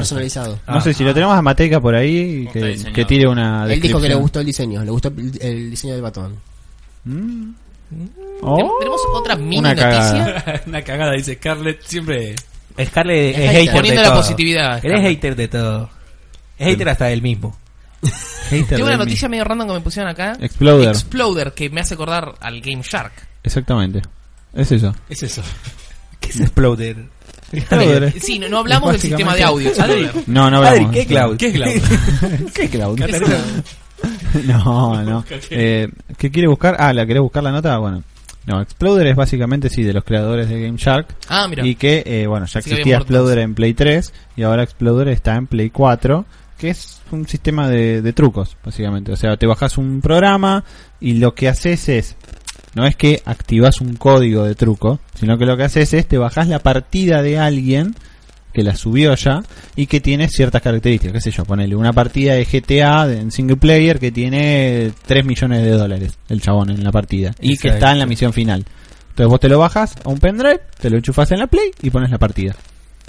S5: personalizado.
S1: No sé si lo tenemos a Mateica por ahí
S6: Está
S1: que,
S6: diseñado.
S1: que tire una.
S5: Él dijo que le
S1: descripción.
S5: gustó el diseño. Le gustó el, el diseño del Batman.
S1: Mm. Oh,
S2: Tenemos otra mini
S1: Una cagada.
S2: noticia.
S3: Una cagada, dice Scarlett. Siempre.
S4: Scarlett
S5: Es
S4: es hater.
S2: poniendo
S4: de
S2: la
S4: todo.
S2: positividad,
S4: Él es
S2: Scarlett.
S4: hater de todo. Es hater hasta del mismo.
S1: hater
S2: Tengo una
S1: de mí.
S2: noticia medio random que me pusieron acá.
S1: Exploder.
S2: Exploder, que me hace acordar al Game Shark.
S1: Exactamente. Es eso.
S3: Es eso.
S4: ¿Qué es Exploder?
S1: Exploder.
S2: Sí, no, no hablamos del sistema de audio. Exploder.
S1: No, no
S4: Adri,
S1: hablamos.
S4: ¿qué cloud?
S3: ¿Qué es Cloud?
S1: ¿Qué es cloud?
S2: Es una-
S1: No, no.
S3: Busca, ¿qué?
S1: Eh, ¿Qué quiere buscar? Ah, ¿la querés buscar la nota? Bueno. No, Exploder es básicamente, sí, de los creadores de Game Shark.
S2: Ah, mira.
S1: Y que, eh, bueno, ya
S2: Así que
S1: existía
S2: había muertos.
S1: Exploder en Play 3 y ahora Exploder está en Play 4, que es un sistema de, de trucos, básicamente. O sea, te bajas un programa y lo que haces es, no es que activas un código de truco, sino que lo que haces es te bajas la partida de alguien que la subió ya y que tiene ciertas características, qué sé yo, ponele una partida de GTA de- en single player que tiene 3 millones de dólares el chabón en la partida y que
S4: Exacto.
S1: está en la misión final. Entonces vos te lo bajas a un pendrive, te lo enchufas en la Play y pones la partida.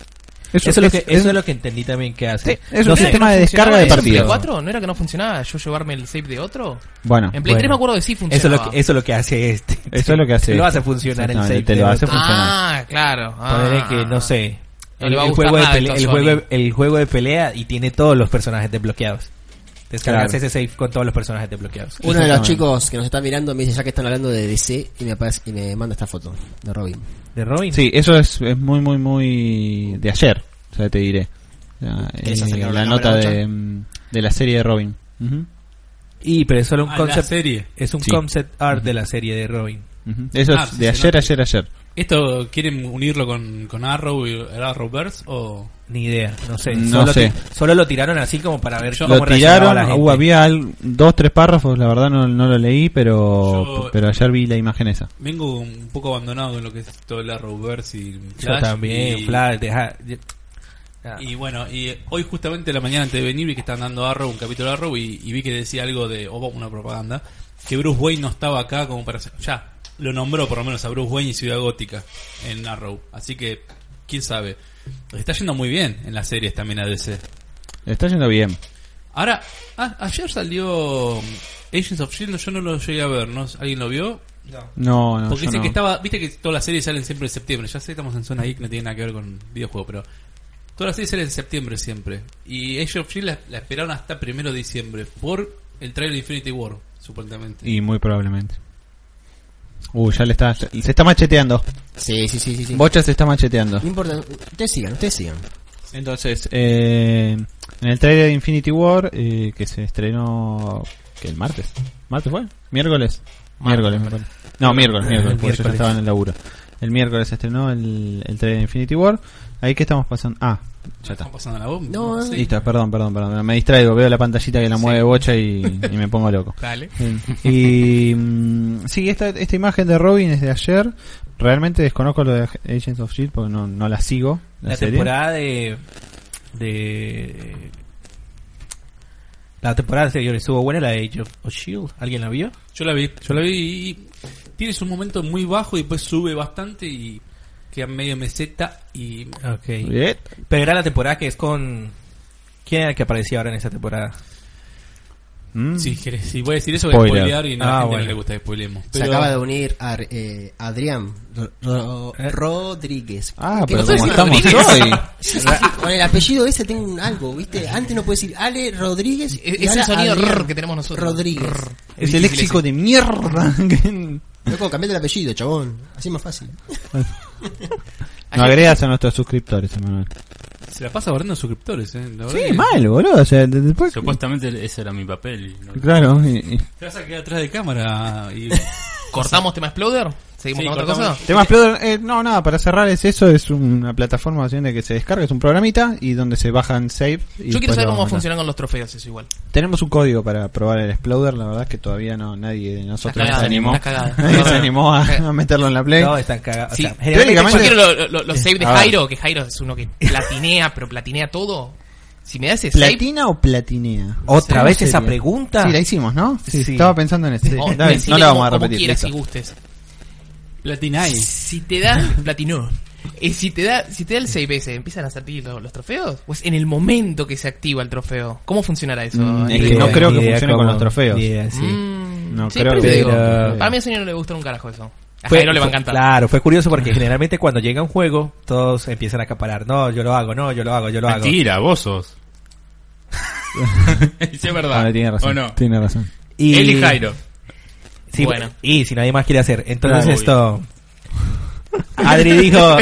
S4: Eso, es lo que, eso es lo que entendí también que hace.
S1: Sí, es un
S4: No sé,
S1: sistema de descarga
S2: ¿Funcionaba
S1: de
S2: eso en Play
S1: partidas.
S2: 4? ¿No era que no funcionaba yo llevarme el save de otro?
S1: Bueno,
S2: En Play
S4: Bueno.
S2: 3 me acuerdo de sí
S4: Eso es,
S2: funcionaba.
S4: lo que, eso es lo que hace este.
S1: Eso es lo que hace
S4: Te Lo
S1: este.
S4: hace funcionar el
S1: Exactamente,
S4: save.
S1: te lo
S4: del
S1: hace
S4: otro.
S1: funcionar.
S2: Ah, claro. Ah.
S4: Ponele que, no sé.
S2: No
S4: El,
S2: le va a
S4: el
S2: gustar
S4: juego de
S2: nada
S4: pele-
S2: esto
S4: el,
S2: a Sony.
S4: juego, el juego de pelea y tiene todos los personajes desbloqueados. Descargas
S1: Claro. Uh.
S4: ese save con todos los personajes desbloqueados.
S5: Uno de los
S1: Exactamente.
S5: chicos que nos está mirando me dice ya que están hablando de DC y me, aparece- y me manda esta foto de Robin.
S4: ¿De Robin?
S1: sí, eso es, es muy, muy, muy de ayer, o sea, te diré. Ya,
S5: ¿Querés
S1: eh,
S5: acercar
S1: la
S5: la
S1: nota
S5: cámara,
S1: de, mm, de la serie de Robin. Ujú,
S4: Y, pero es solo un
S3: Ah, la
S4: concept.
S3: serie.
S4: Es un
S1: Sí.
S4: concept art de la serie de Robin.
S1: ujú. Eso
S3: Ah,
S1: es
S3: sí,
S1: de
S3: se
S1: ayer,
S3: nota.
S1: ayer, ayer.
S3: ¿Esto quieren unirlo con, con Arrow y el Arrowverse o...?
S4: Ni idea, no sé.
S1: No
S4: solo,
S1: sé.
S4: ti- solo lo tiraron así como para ver
S3: Yo-
S4: cómo
S1: lo
S4: reaccionaba
S1: tiraron,
S4: la gente.
S1: hubo- había al- dos, tres párrafos, la verdad no, no lo leí, pero,
S3: Yo-
S1: pero ayer vi la imagen esa.
S3: Vengo un poco abandonado con lo que es todo el Arrowverse y
S4: Yo
S3: Flash
S4: también,
S3: y-
S4: Flash, deja- Ah.
S3: Y bueno, y eh, hoy justamente la mañana antes de venir vi que estaban dando Arrow, un capítulo de Arrow, y, y vi que decía algo de, o una propaganda, que Bruce Wayne no estaba acá como para hacer- Ya, lo nombró por lo menos a Bruce Wayne y Ciudad Gótica en Arrow. Así que, quién sabe. Está yendo muy bien en las series también a DC.
S1: Está yendo bien.
S3: Ahora, a- ayer salió mm, Agents of S.H.I.E.L.D., yo no lo llegué a ver, ¿no? ¿Alguien lo vio?
S1: No, no,
S3: Porque
S1: yo
S3: dice
S1: no.
S3: que estaba. Viste que todas las series salen siempre en septiembre. Ya sé que estamos en zona geek, no tiene nada que ver con videojuegos, pero. Todas las series salen en septiembre siempre. Y Age of Shield la, la esperaron hasta primero de diciembre. Por el trailer de Infinity War, supuestamente.
S1: Y muy probablemente. Uh, ya le está, se está macheteando.
S5: Sí, sí, sí, sí. sí.
S1: Bocha se está macheteando.
S5: No importa, ustedes sigan, ustedes sigan.
S1: Entonces, eh, en el trailer de Infinity War, eh, que se estrenó que el martes. ¿Martes fue? ¿Miércoles? Miércoles, me parece. No, miércoles, miércoles, porque yo ya
S4: Miércoles.
S1: estaba en el laburo. El miércoles se estrenó el, el trailer de Infinity War. Ahí que estamos pasando. Ah, ya está.
S3: ¿Están pasando la bomba?
S5: No,
S3: Sí.
S1: Listo, perdón, perdón, perdón. Me distraigo, veo la pantallita que la mueve bocha y, y me pongo loco.
S2: Dale.
S1: Y mm, sí, esta, esta imagen de Robin es de ayer. Realmente desconozco lo de Agents of Shield E porque no, no la sigo. La,
S4: la
S1: serie.
S4: temporada de de La temporada anterior estuvo buena, la de Age of of Shield. E ¿Alguien la vio?
S3: Yo la vi, yo la vi y y tiene su momento muy bajo y después sube bastante y queda medio meseta y
S4: Ok.
S1: Bien.
S4: Pero era la temporada que es con. ¿Quién era el que aparecía ahora en esa temporada?
S1: Mm.
S3: si querés, si voy a decir eso voy a
S1: Spoiler.
S3: spoilear y no, a
S4: Ah,
S3: la gente
S4: bueno.
S3: no le gusta que spoilemos.
S5: Se
S3: Pero-
S5: acaba de unir a eh, Adrián Ro- Ro- Rodríguez.
S1: Ah,
S5: ¿Qué
S1: pero
S5: no
S1: como
S5: sé
S1: estamos
S5: si-
S1: hoy.
S5: Sí, sí, sí, Con el apellido ese tengo un algo, ¿viste? Antes no puedo decir Ale Rodríguez. y
S2: Es- es
S5: ahora
S2: el E-, sonido
S5: Adrián
S2: rrr que tenemos nosotros.
S5: Rodríguez.
S2: Rrr.
S1: Es el léxico de mierda. no
S5: Loco, cambiate el apellido, chabón. Así más fácil.
S1: agregas a nuestros suscriptores, Emanuel.
S3: Se la pasa guardando suscriptores, eh. La verdad
S1: Sí,
S3: que-
S1: mal, boludo. O sea, de- después.
S6: Supuestamente ese era mi papel. ¿no?
S1: Claro. y- y-
S3: Te vas a quedar atrás de cámara y
S2: ¿Cortamos tema Exploder? ¿Seguimos
S3: Sí,
S2: con otra
S3: cortamos.
S2: cosa?
S1: Temas Exploder, eh, no, nada, para cerrar es eso, es una plataforma donde que se descarga, es un programita y donde se bajan save. y
S2: Yo quiero
S1: después
S2: saber
S1: lo
S2: cómo
S1: vamos a-
S2: funcionan con los trofeos, eso igual.
S1: Tenemos un código para probar el Exploder, la verdad es que todavía no nadie de nosotros
S2: Está
S1: se
S2: cagada,
S1: animó,
S2: está cagada.
S1: nadie se animó a, a meterlo en la Play.
S4: No, eh, están cagados.
S2: Sí.
S4: O sea,
S1: Teóricamente-
S4: generalmente-
S1: Ah,
S2: Yo quiero lo- lo- lo- los save de
S1: A ver.
S2: Jairo, que Jairo es uno que platinea, pero platinea todo. Si me das ese save,
S1: ¿Platina o platinea?
S4: Otra
S1: ¿Cómo
S4: vez esa
S1: sería?
S4: pregunta.
S1: Sí, la hicimos, ¿no? Sí,
S4: Sí.
S1: Estaba pensando en eso.
S2: o
S1: Está bien,
S2: decime
S1: no la vamos
S2: oh, como-
S1: a
S2: como
S1: repetir.
S2: quieras,
S1: listo.
S2: si gustes.
S3: platinai.
S2: Si te da, platinó. Eh, si te da, si te da el save ese, ¿empiezan a salir los, los trofeos? Pues en el momento que se activa el trofeo. ¿Cómo funcionará eso?
S1: Mm,
S2: Andrés?
S1: es que no creo que funcione con
S4: cómo-
S1: los trofeos.
S4: ni idea, sí.
S2: Mm,
S1: No
S2: sí,
S1: creo
S2: pero
S1: que-
S2: te digo,
S4: Pero-
S2: Para mí a Sony no le gusta un carajo eso. A
S4: Fue-
S2: Jairo le va a
S4: fue-
S2: encantar.
S4: Claro, fue curioso porque generalmente cuando llega un juego, todos empiezan a acaparar. No, yo lo hago, no, yo lo hago, yo lo hago.
S6: Mentira, vos sos. sí, es
S3: Ah,
S6: verdad.
S1: Vale, Ah, tiene razón.
S6: ¿O no?
S1: Tiene razón.
S4: Y,
S6: Él y Jairo.
S4: Sí,
S2: Bueno.
S4: Y si nadie más quiere hacer. Entonces
S6: Claro.
S4: esto. Adri dijo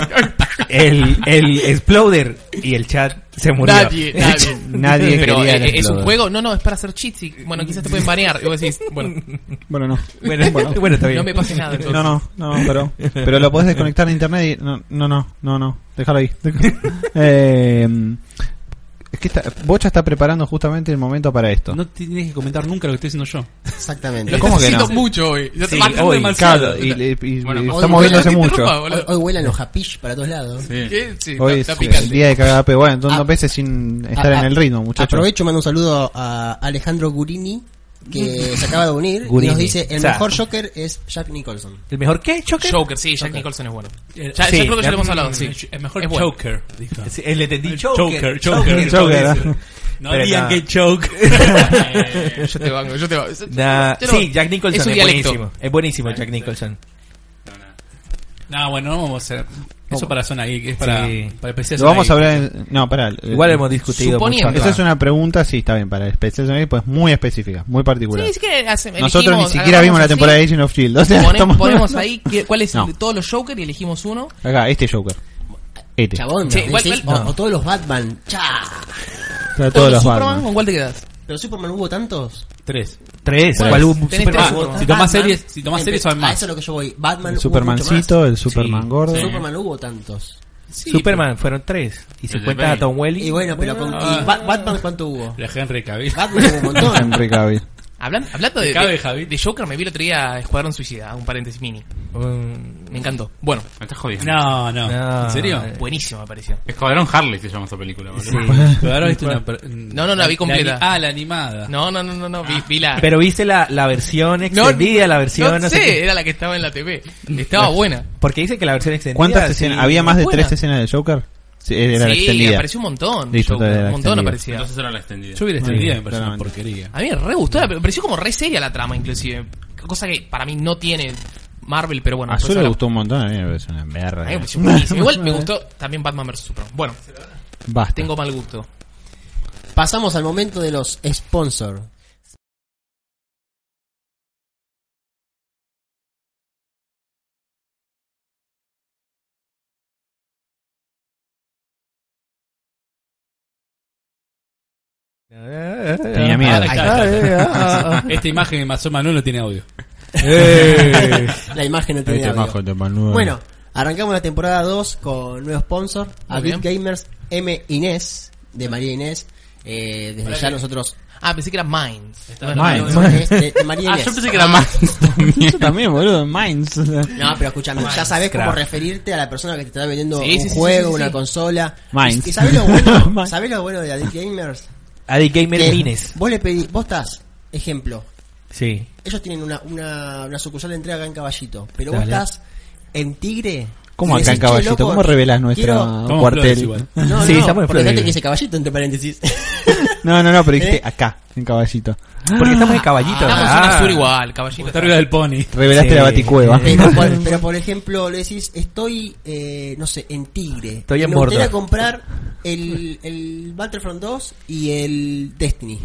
S4: el, el exploder y el chat se murió.
S2: Nadie, nadie.
S1: Nadie
S2: Pero
S1: quería
S2: eh,
S1: el
S2: es un
S1: Exploder.
S2: juego, no, no, es para hacer cheats. y, bueno, quizás te pueden banear. Y vos decís, bueno,
S1: Bueno, no.
S4: Bueno, bueno, está bien.
S2: no me pase nada entonces.
S1: No, no, no, pero, pero lo podés desconectar de internet y. No, no, no, no, no. Déjalo ahí. eh, es que está, Bocha está preparando justamente el momento para esto.
S3: No tienes que comentar nunca lo que estoy diciendo yo.
S5: Exactamente.
S2: Lo
S1: ¿Cómo
S2: estás
S1: que no?
S2: haciendo mucho hoy. Ya te
S3: Sí,
S2: mataste
S3: hoy,
S2: demasiado.
S1: claro, y, le- y- y
S6: Bueno, hoy-
S1: está
S5: hoy-
S1: moviéndose
S2: hoy-
S1: mucho.
S5: Hoy, hoy vuelan los japish para todos lados.
S6: Sí.
S2: ¿Qué? Sí, está-
S1: Hoy
S2: está
S1: es
S2: picante.
S1: el día de cagada, pero bueno, entonces
S5: Ah,
S1: dos veces sin estar
S5: A-
S1: en el
S5: a-
S1: ritmo, muchachos.
S5: Aprovecho, mando un saludo a Alejandro Gurini, que se acaba de unir. y
S4: Gurini.
S5: nos dice, el
S4: O sea-
S5: mejor Joker es Jack Nicholson.
S4: ¿El mejor qué? ¿Choker?
S2: Joker, sí, Jack Nicholson es bueno. Eh, Ya, ya
S4: Sí,
S2: creo que ya
S4: ya-
S2: lo hemos hablado, sí.
S3: Es mejor
S2: Es bueno.
S3: Joker, dijo.
S4: Sí, eh, le entendí
S3: Joker,
S4: Choker.
S3: Joker,
S1: Joker.
S3: Joker. No
S4: Pero
S3: digan
S4: no.
S3: que choke.
S2: yo te banco, yo te banco.
S4: Nah,
S2: Yo no-
S4: sí, Jack Nicholson
S2: es
S4: es,
S2: un dialecto.
S4: buenísimo. Es buenísimo Jack Nicholson.
S3: No, bueno, no vamos a hacer. Eso para zona geek, es para,
S4: Sí.
S3: para PC
S1: Lo
S3: zona
S1: vamos a
S3: geek.
S1: hablar en- No, pará. eh,
S4: Igual hemos discutido
S2: suponiendo.
S4: mucho.
S1: Esa
S4: acá.
S1: es una pregunta, sí, está bien, para el especial, pues muy específica, muy particular.
S2: Sí, sí que hace-
S1: Nosotros ni
S2: elegimos,
S1: siquiera vimos
S2: agarramos
S1: la
S2: así,
S1: temporada de Agent of Shield. O sea,
S2: pone-
S1: estamos-
S2: ponemos ahí que- cuál es
S1: No.
S2: de todos los Joker y elegimos uno.
S1: Acá, este Joker. Este.
S5: Chabón,
S2: Sí,
S5: ¿no?
S2: igual-
S5: Decís,
S2: igual-
S5: o, o todos los Batman. Cha.
S1: Para todos los
S2: Superman,
S1: Batman.
S2: ¿con cuál te quedas?
S5: Pero Superman hubo tantos.
S3: Tres.
S4: Tres.
S1: Tres.
S4: ¿Cuál hubo?
S2: Tenés
S4: Superman.
S2: tres.
S3: Ah,
S2: Batman.
S3: si tomás
S5: Batman,
S3: series, si tomás
S5: empe-
S3: series son
S5: A
S3: más.
S5: eso es lo que yo voy. Batman
S1: El
S5: hubo
S1: Supermancito,
S5: mucho
S1: el Superman
S4: Sí.
S1: gordo.
S5: más. Superman hubo tantos.
S3: Sí,
S4: Superman, fueron tres. Y
S6: El de
S4: si cuentas a
S6: Bane.
S4: Tom Welling.
S5: Y bueno, pero con
S3: Ah.
S5: y Ba- Batman cuánto hubo?
S3: pero- La Henry Cavill.
S5: Batman hubo un montón.
S1: Henry Cavill.
S2: Hablan- hablando
S3: Te
S2: de,
S3: cabe,
S2: de-
S3: Javi.
S2: de Joker, me vi el otro día Escuadrón Suicida, un paréntesis mini.
S4: Um,
S2: Me encantó. Bueno,
S6: Me estás jodiendo.
S3: No, no,
S4: No.
S3: ¿En serio?
S1: Ah.
S4: Eh.
S2: buenísimo me pareció.
S6: Escuadrón Harley se llama esa película, boludo.
S3: Pero ahora viste una per-
S2: No, no, la vi completa.
S3: ani- ah, la animada.
S2: No, no, no, no, no,
S1: Ah.
S2: vi, vi la...
S4: Pero viste la, la versión extendida, la versión.
S2: no,
S4: No,
S2: sé,
S4: qué.
S2: era la que estaba en la TV.
S1: Mm.
S2: Estaba buena.
S4: Porque dice que la versión extendida.
S1: ¿Cuántas
S4: sí.
S1: escenas? ¿Había más de
S2: Buena.
S1: tres escenas de Joker? Sí, era la
S2: sí,
S1: extendida.
S2: apareció un montón.
S1: Listo,
S2: Joker,
S1: era la
S2: un montón
S1: extendida.
S2: aparecía.
S6: Entonces era la extendida.
S3: Yo vi la
S1: Muy
S3: extendida,
S1: bien,
S3: me pareció una
S1: claramente.
S3: porquería.
S2: A mí me re gustó, me pareció como re seria la trama, inclusive. Cosa que para mí no tiene Marvel, pero bueno.
S1: A
S2: después
S1: Azul le
S2: ahora-
S1: gustó eh. un montón, a mí me pareció una
S2: A
S1: mierda.
S2: mí me pareció buenísimo. Igual me gustó también Batman vs. Superman. Bueno,
S1: Basta.
S2: tengo mal gusto.
S5: Pasamos al momento de los sponsors.
S1: Tenía miedo.
S3: Ahí está, ahí está. Esta imagen de Mazón Manuel no tiene audio.
S5: La imagen no
S1: Eh. Ahí
S5: tiene
S1: te
S5: audio.
S1: Este majo, te manudo.
S5: Bueno, arrancamos la temporada 2 con nuevo sponsor, a
S2: Muy
S5: Big Gamers M Inés, de María Inés. Eh, desde ya nosotros...
S2: Ah, pensé que era Minds.
S1: Minds.
S5: No, es de- de María
S6: Ah,
S5: Inés.
S6: yo pensé que era más también.
S1: Yo también, boludo, Minds.
S5: No, pero escúchame, ya sabes cómo
S4: crack.
S5: referirte a la persona que te está vendiendo
S2: Sí,
S5: un
S2: sí, sí,
S5: juego,
S2: sí, sí,
S5: una
S2: sí.
S5: consola.
S1: Minds.
S5: ¿Y sabes lo bueno?
S1: Minds.
S5: ¿Sabes lo bueno de Addict Gamers?
S4: Adi Gamer
S5: que
S4: Lines.
S5: Vos le pedís, vos estás, ejemplo,
S4: Sí.
S5: ellos tienen una, una, una sucursal de entrega acá en Caballito, pero vos
S4: Dale.
S5: estás en Tigre.
S1: ¿Cómo
S5: y
S1: acá en
S5: decís, "Che,
S1: Caballito?
S5: loco,
S1: ¿Cómo revelás nuestro
S5: quiero-"
S3: Estamos flores
S1: cuartel?
S3: igual.
S5: No,
S4: Sí,
S5: no,
S4: estamos en
S5: porque
S4: Flores.
S5: noté que dice Caballito entre paréntesis.
S1: No, no, no, pero dijiste
S5: ¿Eh?
S1: acá, en Caballito.
S4: Porque estamos en caballito.
S2: Ah. Estamos
S4: ah.
S2: en Azul igual, caballito.
S3: Está arriba del pony.
S1: Revelaste
S4: Sí.
S1: la baticueva.
S5: Pero por, pero, por ejemplo, le decís, estoy, eh, no sé, en Tigre.
S4: Estoy
S5: Y
S4: en
S5: Me gustaría
S4: Mordor.
S5: comprar el, el Battlefront 2 y el Destiny.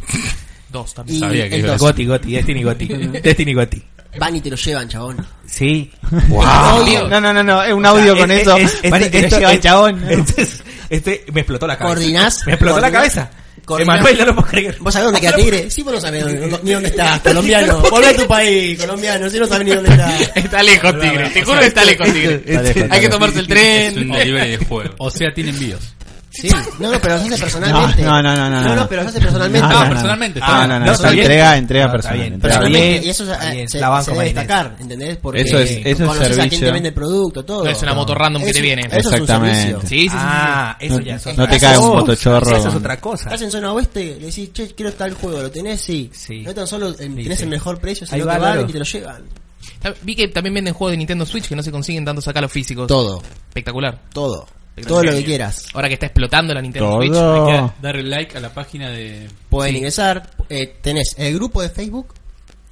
S2: Dos también.
S5: Y
S6: Sabía que
S5: el
S6: iba a
S5: 2.
S4: Goti, Goti, Destiny Goti. Destiny Goti.
S5: Van y te lo llevan, chabón.
S4: Sí.
S2: Obvio.
S1: No, no, no, no, es un audio
S4: Es-
S1: con
S4: es-
S1: eso.
S4: es- este-
S1: Vale, te lo
S4: esto-
S1: lleva el
S4: es-
S1: chabón.
S4: Este, este me explotó la cabeza.
S5: Coordinás.
S4: Me explotó la
S5: coordinás,
S4: cabeza.
S5: coordinás.
S4: Emanuel, no lo puedo creer.
S5: ¿Vos sabés dónde queda Tigre? Sí, vos no sabés dónde- no- ni dónde estás, colombiano. Volvé a tu país, colombiano. Sí, no sabés ni dónde estás.
S2: Está lejos, Tigre. Te juro que está lejos, Tigre.
S1: Está lejos,
S2: Hay que
S1: está
S2: tomarse el
S6: Es un
S2: tren.
S6: delivery de juego.
S3: O sea, tiene envíos.
S5: Sí, no, no, pero se hace personalmente.
S1: No, no, no, no, no.
S5: No, no, pero se hace personalmente.
S1: No,
S3: Ah,
S1: no, no.
S3: personalmente. está
S1: Ah,
S3: bien.
S1: no, no,
S4: No,
S1: eso
S4: está bien.
S1: entrega, entrega
S4: No, está
S1: personal.
S4: bien.
S1: entrega
S4: Pero
S1: personal.
S5: Personalmente,
S4: bien,
S5: y eso
S4: está
S5: eh,
S4: bien,
S5: se,
S4: la banco,
S5: se debe
S4: Marines.
S5: destacar, ¿entendés? Porque
S1: Eso es- eso es
S5: conoces a quién
S1: servicio.
S5: te vende el producto, todo.
S2: No es una moto random que
S5: Eso-
S2: te viene.
S5: eso es un
S1: Exactamente.
S5: servicio.
S2: Sí, sí, sí.
S4: Ah, eso
S1: No-
S4: ya es
S1: no
S4: otra
S5: te
S4: cosa.
S5: cae un
S4: Oh,
S1: motochorro.
S4: Eso es otra cosa.
S5: Estás en zona oeste, le decís, che, quiero estar el juego, ¿lo tenés? Sí.
S4: Sí.
S5: No tan solo eh, tenés
S4: sí.
S5: el mejor precio,
S4: Ahí
S5: sino
S4: va,
S5: que van
S4: claro.
S5: y te lo llevan.
S2: Ta- Vi que también venden juegos de Nintendo Switch que no se consiguen tanto sacar los físicos.
S5: Todo,
S2: Espectacular.
S5: todo. Todo lo que quieras.
S2: Ahora que está explotando la Nintendo
S1: Todo.
S2: Switch.
S3: Hay que
S1: Oh.
S3: darle like a la página de.
S5: Pueden
S2: Sí.
S5: ingresar, eh, tenés el grupo de Facebook,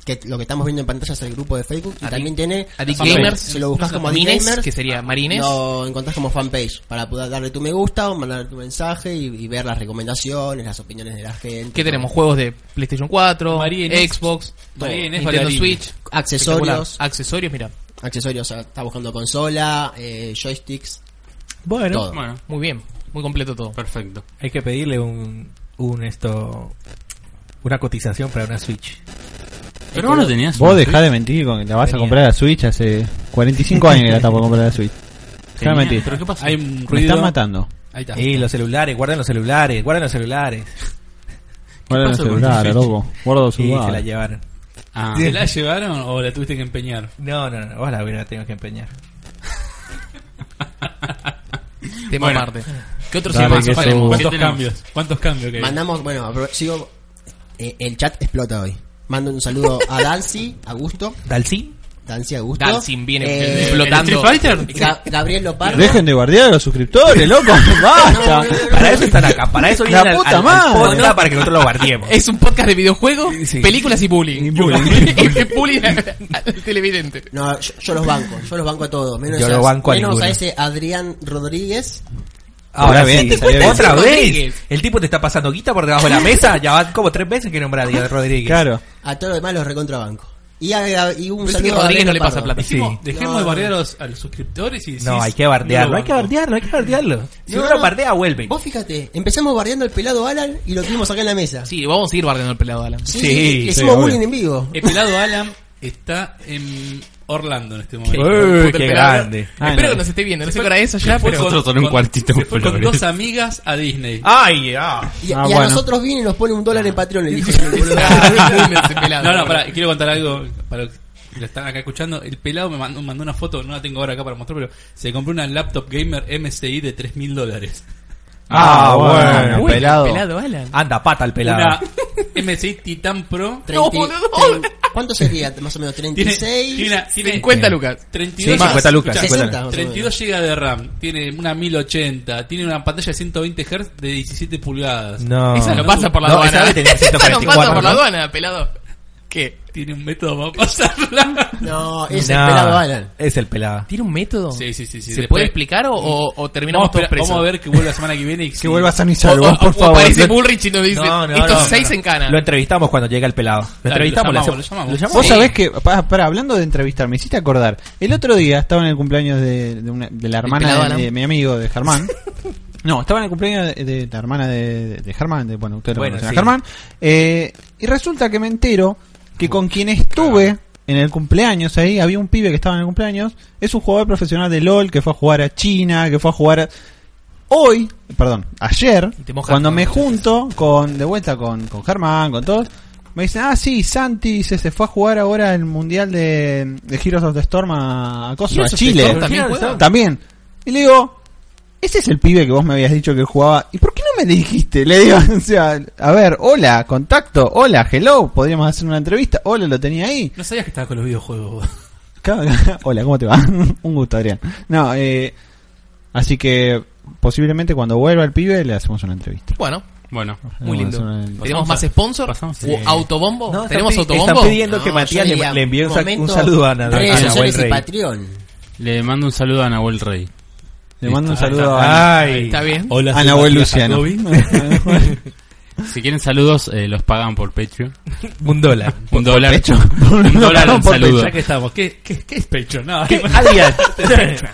S5: que lo que estamos viendo en pantalla es el grupo de Facebook, y
S2: Adic-
S5: también tiene...
S2: Adic
S5: fanpage.
S2: Gamers.
S5: Si lo buscas como Adic
S2: Marines,
S5: Gamers, ah,
S2: que sería Marines.
S5: lo encontrás como fanpage, para poder darle tu me gusta o mandar tu mensaje y, y ver las recomendaciones, las opiniones de la gente.
S2: ¿Qué tenemos? Juegos de PlayStation 4,
S3: María Inés.
S2: Xbox,
S3: María Inés
S2: Nintendo
S3: Ballarini.
S2: Switch.
S5: Accesorios.
S2: Espectacular. Accesorios, mira.
S5: Accesorios, o sea, está buscando consola, eh, joysticks,
S4: Bueno,
S5: todo.
S6: Bueno,
S2: Muy bien. Muy completo todo.
S6: perfecto.
S4: hay que pedirle un, un esto, una cotización para una Switch.
S6: Pero vos no tenías.
S1: Vos
S6: una
S1: dejá de mentir con que la vas a
S4: Tenía.
S1: comprar la Switch hace 45 años que la estás por comprar la Switch. Dejá de
S6: Switch. Tenía-
S1: mentir.
S6: ¿Pero qué pasa?
S3: Hay un
S1: Me
S3: ruido.
S1: están matando.
S3: Ahí está.
S4: Y los celulares, guarden los celulares, guarden los celulares.
S1: Guarda el
S6: pasó con
S1: celular,
S6: tu Switch?
S1: loco. Guarda el
S4: Sí, se la
S1: celular.
S4: llevaron.
S6: Ah,
S3: ¿Te la llevaron o la tuviste que empeñar?
S4: No, no, no, vos la hubiera tenido que empeñar.
S2: Tema
S6: Bueno.
S2: aparte. ¿Qué otros
S1: Dale,
S2: temas
S1: que eso-
S2: haremos?
S1: ¿Qué
S3: ¿Cuántos
S6: tenemos?
S3: cambios? ¿Cuántos
S2: eh,
S3: cambios que hay?
S5: Mandamos, bueno, apro- sigo, eh, el chat explota hoy. Mando un saludo a Dancy, a Gusto,
S4: ¿Dalsin?
S5: Dancy, a Gusto.
S2: Dalsin viene
S5: Eh,
S2: explotando.
S3: ¿El Street Fighter?
S5: Ga- Gabriel Lopardo.
S1: Dejen de bardear a los suscriptores, loco. Basta.
S4: Para eso están acá, para eso
S1: La
S4: vienen al-
S1: puta
S4: al, al
S1: madre.
S4: podcast para que nosotros lo guardiemos.
S2: Es un podcast de videojuegos, películas y bullying. Y bullying. al- al televidente.
S5: No, yo, yo los banco, yo los banco a todos. Menos,
S4: Yo
S5: a,
S4: lo banco a
S5: menos
S4: ninguno.
S5: a ese Adrián Rodríguez.
S1: Ahora bien, te salió bien.
S4: otra
S2: Rodríguez.
S4: vez. este El tipo te está pasando guita por debajo de la mesa. Ya van como tres veces que nombra a Diego Rodríguez.
S1: Claro.
S5: A todos los demás los recontrabanco. Y, a- y un
S2: Pero es que
S5: saludo a
S2: Rodríguez
S5: Gabriel
S2: no le pasa
S5: Leopardo.
S2: plata.
S4: Sí.
S3: Dejemos
S5: No,
S3: de
S5: no.
S3: bardear a los, a los suscriptores y decís,
S4: No, hay que
S3: no
S4: bardearlo,
S3: lo
S4: hay que
S3: banco.
S4: bardearlo, hay que bardearlo. Si
S5: No,
S4: uno
S5: no.
S4: bardea, vuelve.
S5: Vos fíjate, empezamos bardeando al pelado Alan y lo tuvimos acá en la mesa.
S2: Sí, vamos a seguir bardeando al pelado Alan.
S5: Sí,
S4: Sí,
S5: le
S4: sí,
S5: hicimos
S4: obvio.
S5: bullying en vivo.
S2: Eh,
S3: El pelado Alan está en Orlando en este
S4: Qué,
S3: momento.
S4: Uy,
S2: Puta,
S4: qué
S2: el pelado.
S4: grande.
S1: Ah,
S2: Espero
S1: no.
S2: que nos esté viendo, no sé qué hora es allá,
S3: Se fue
S2: pero.
S6: Nosotros solo un
S3: con-
S6: cuartito,
S3: Se fue con
S6: Flores.
S3: dos amigas a Disney.
S4: Ay, ah.
S5: Y,
S1: Ah,
S5: y a
S1: bueno.
S5: nosotros viene y nos pone un dólar
S2: Ah.
S5: en Patreon. Le dijo,
S2: Ese pelado.
S3: no, no, pará, quiero contar algo para los que lo están acá escuchando. El pelado me mandó, mandó una foto, no la tengo ahora acá para mostrar, pero se compró una laptop gamer MSI de 3 mil dólares.
S4: Ah,
S1: bueno,
S4: bueno.
S2: Uy,
S1: pelado.
S2: pelado Alan.
S4: Anda, pata al pelado.
S3: Una MSI Titan Pro.
S5: Treinta y-
S2: No, boludo.
S5: trein- ¿Cuánto sería? Más o menos, 36.
S3: tiene una- tiene
S2: 50 lucas.
S3: 32
S4: Sí, 50 lucas,
S3: escuchá,
S5: 60 más o menos.
S3: 32 GB de RAM, tiene una 1080, tiene una pantalla de 120 Hz de 17 pulgadas.
S4: No.
S2: Esa no pasa por la
S4: No,
S2: aduana.
S4: esa debe tener
S2: Esa no
S4: 144,
S2: pasa por la
S4: ¿no?
S2: aduana, pelado. ¿Qué?
S3: Tiene un método para pasarla.
S5: No, es
S4: No,
S5: el pelado Alan.
S4: Es el pelado.
S2: ¿Tiene un método?
S3: Sí, sí, sí, sí.
S2: ¿Se
S3: Después-
S2: puede explicar o, o- o terminamos
S3: vamos, a
S2: todos
S3: esperar-
S2: presos?
S3: vamos a ver que vuelve la semana que viene y
S1: Que vuelvas a mi
S2: O,
S1: salvo,
S2: o- o
S1: por favor.
S2: aparece Bullrich y nos dice:
S4: No, no,
S2: Estos
S4: no,
S2: seis
S4: no.
S2: en cana.
S4: Lo entrevistamos cuando llega el pelado. Lo
S3: Dale,
S4: entrevistamos,
S3: lo llamamos,
S4: hacemos-
S3: lo llamamos.
S1: Vos
S2: Sí.
S1: sabés que, para, hablando de entrevistar, me hiciste acordar. El otro día estaba en el cumpleaños de, de una- de la
S2: pelado
S1: hermana de,
S2: Alan.
S1: de mi amigo, de Germán. No, estaba en el cumpleaños de, de la hermana de, de- de Germán, de, bueno, ustedes lo
S4: Bueno,
S1: conocen a
S4: sí.
S1: Germán. Eh, y resulta que me entero que con quien estuve en el cumpleaños ahí, había un pibe que estaba en el cumpleaños, es un jugador profesional de LOL que fue a jugar a China, que fue a jugar a... Hoy, perdón, ayer,
S2: Y te mojaste
S1: cuando
S2: con
S1: me
S2: los
S1: junto con de vuelta con, con Germán, con todos, me dicen, ah, sí, Santi dice, se fue a jugar ahora el Mundial de, de Heroes of the Storm a, a, coso, a
S2: Heroes of the
S1: Chile.
S2: Storm también juega.
S1: También. Y le digo, ese es el pibe que vos me habías dicho que jugaba. ¿Y por qué no me dijiste? Le digo, o sea, a ver, hola, contacto, hola, hello, podríamos hacer una entrevista, hola, lo tenía ahí.
S3: No sabías que estaba con los videojuegos. vos.
S1: Claro, Hola, ¿cómo te va? Un gusto, Adrián. No, eh, así que posiblemente cuando vuelva el pibe le hacemos una entrevista.
S2: Bueno,
S6: Bueno,
S2: muy
S1: Le hacemos
S2: lindo.
S1: una-
S2: ¿Tenemos
S6: Pasamos
S2: más
S6: a-
S2: sponsor?
S6: pasamos,
S2: ¿O
S6: eh,
S2: ¿Autobombo?
S4: No,
S2: ¿Tenemos
S4: están pi-
S2: autobombo?
S4: Están pidiendo que
S5: No,
S4: Matías
S5: yo
S4: le,
S5: diría,
S4: le envíe un, sa- un
S5: momento,
S4: saludo a, a, a
S5: Redes
S4: Nahuel
S5: sociales y
S4: Rey.
S5: Patreon.
S6: le mando un saludo a Nahuel Rey.
S1: Le mando un
S3: Listo,
S1: saludo a,
S4: Ay,
S2: Está bien.
S3: Hola,
S1: a
S3: soy
S1: Nahuel
S3: Matías
S1: Luciano.
S3: Jacobi.
S6: Si quieren saludos, eh, los pagan por Patreon.
S4: un dólar.
S6: Un dólar.
S1: pecho?
S6: Un
S1: Lo
S6: dólar
S1: pagan
S6: al
S1: por
S6: saludo.
S3: Ya que estamos, ¿qué, qué, qué es Patreon? No,
S4: ¿Qué?
S3: bueno,
S4: Adrián,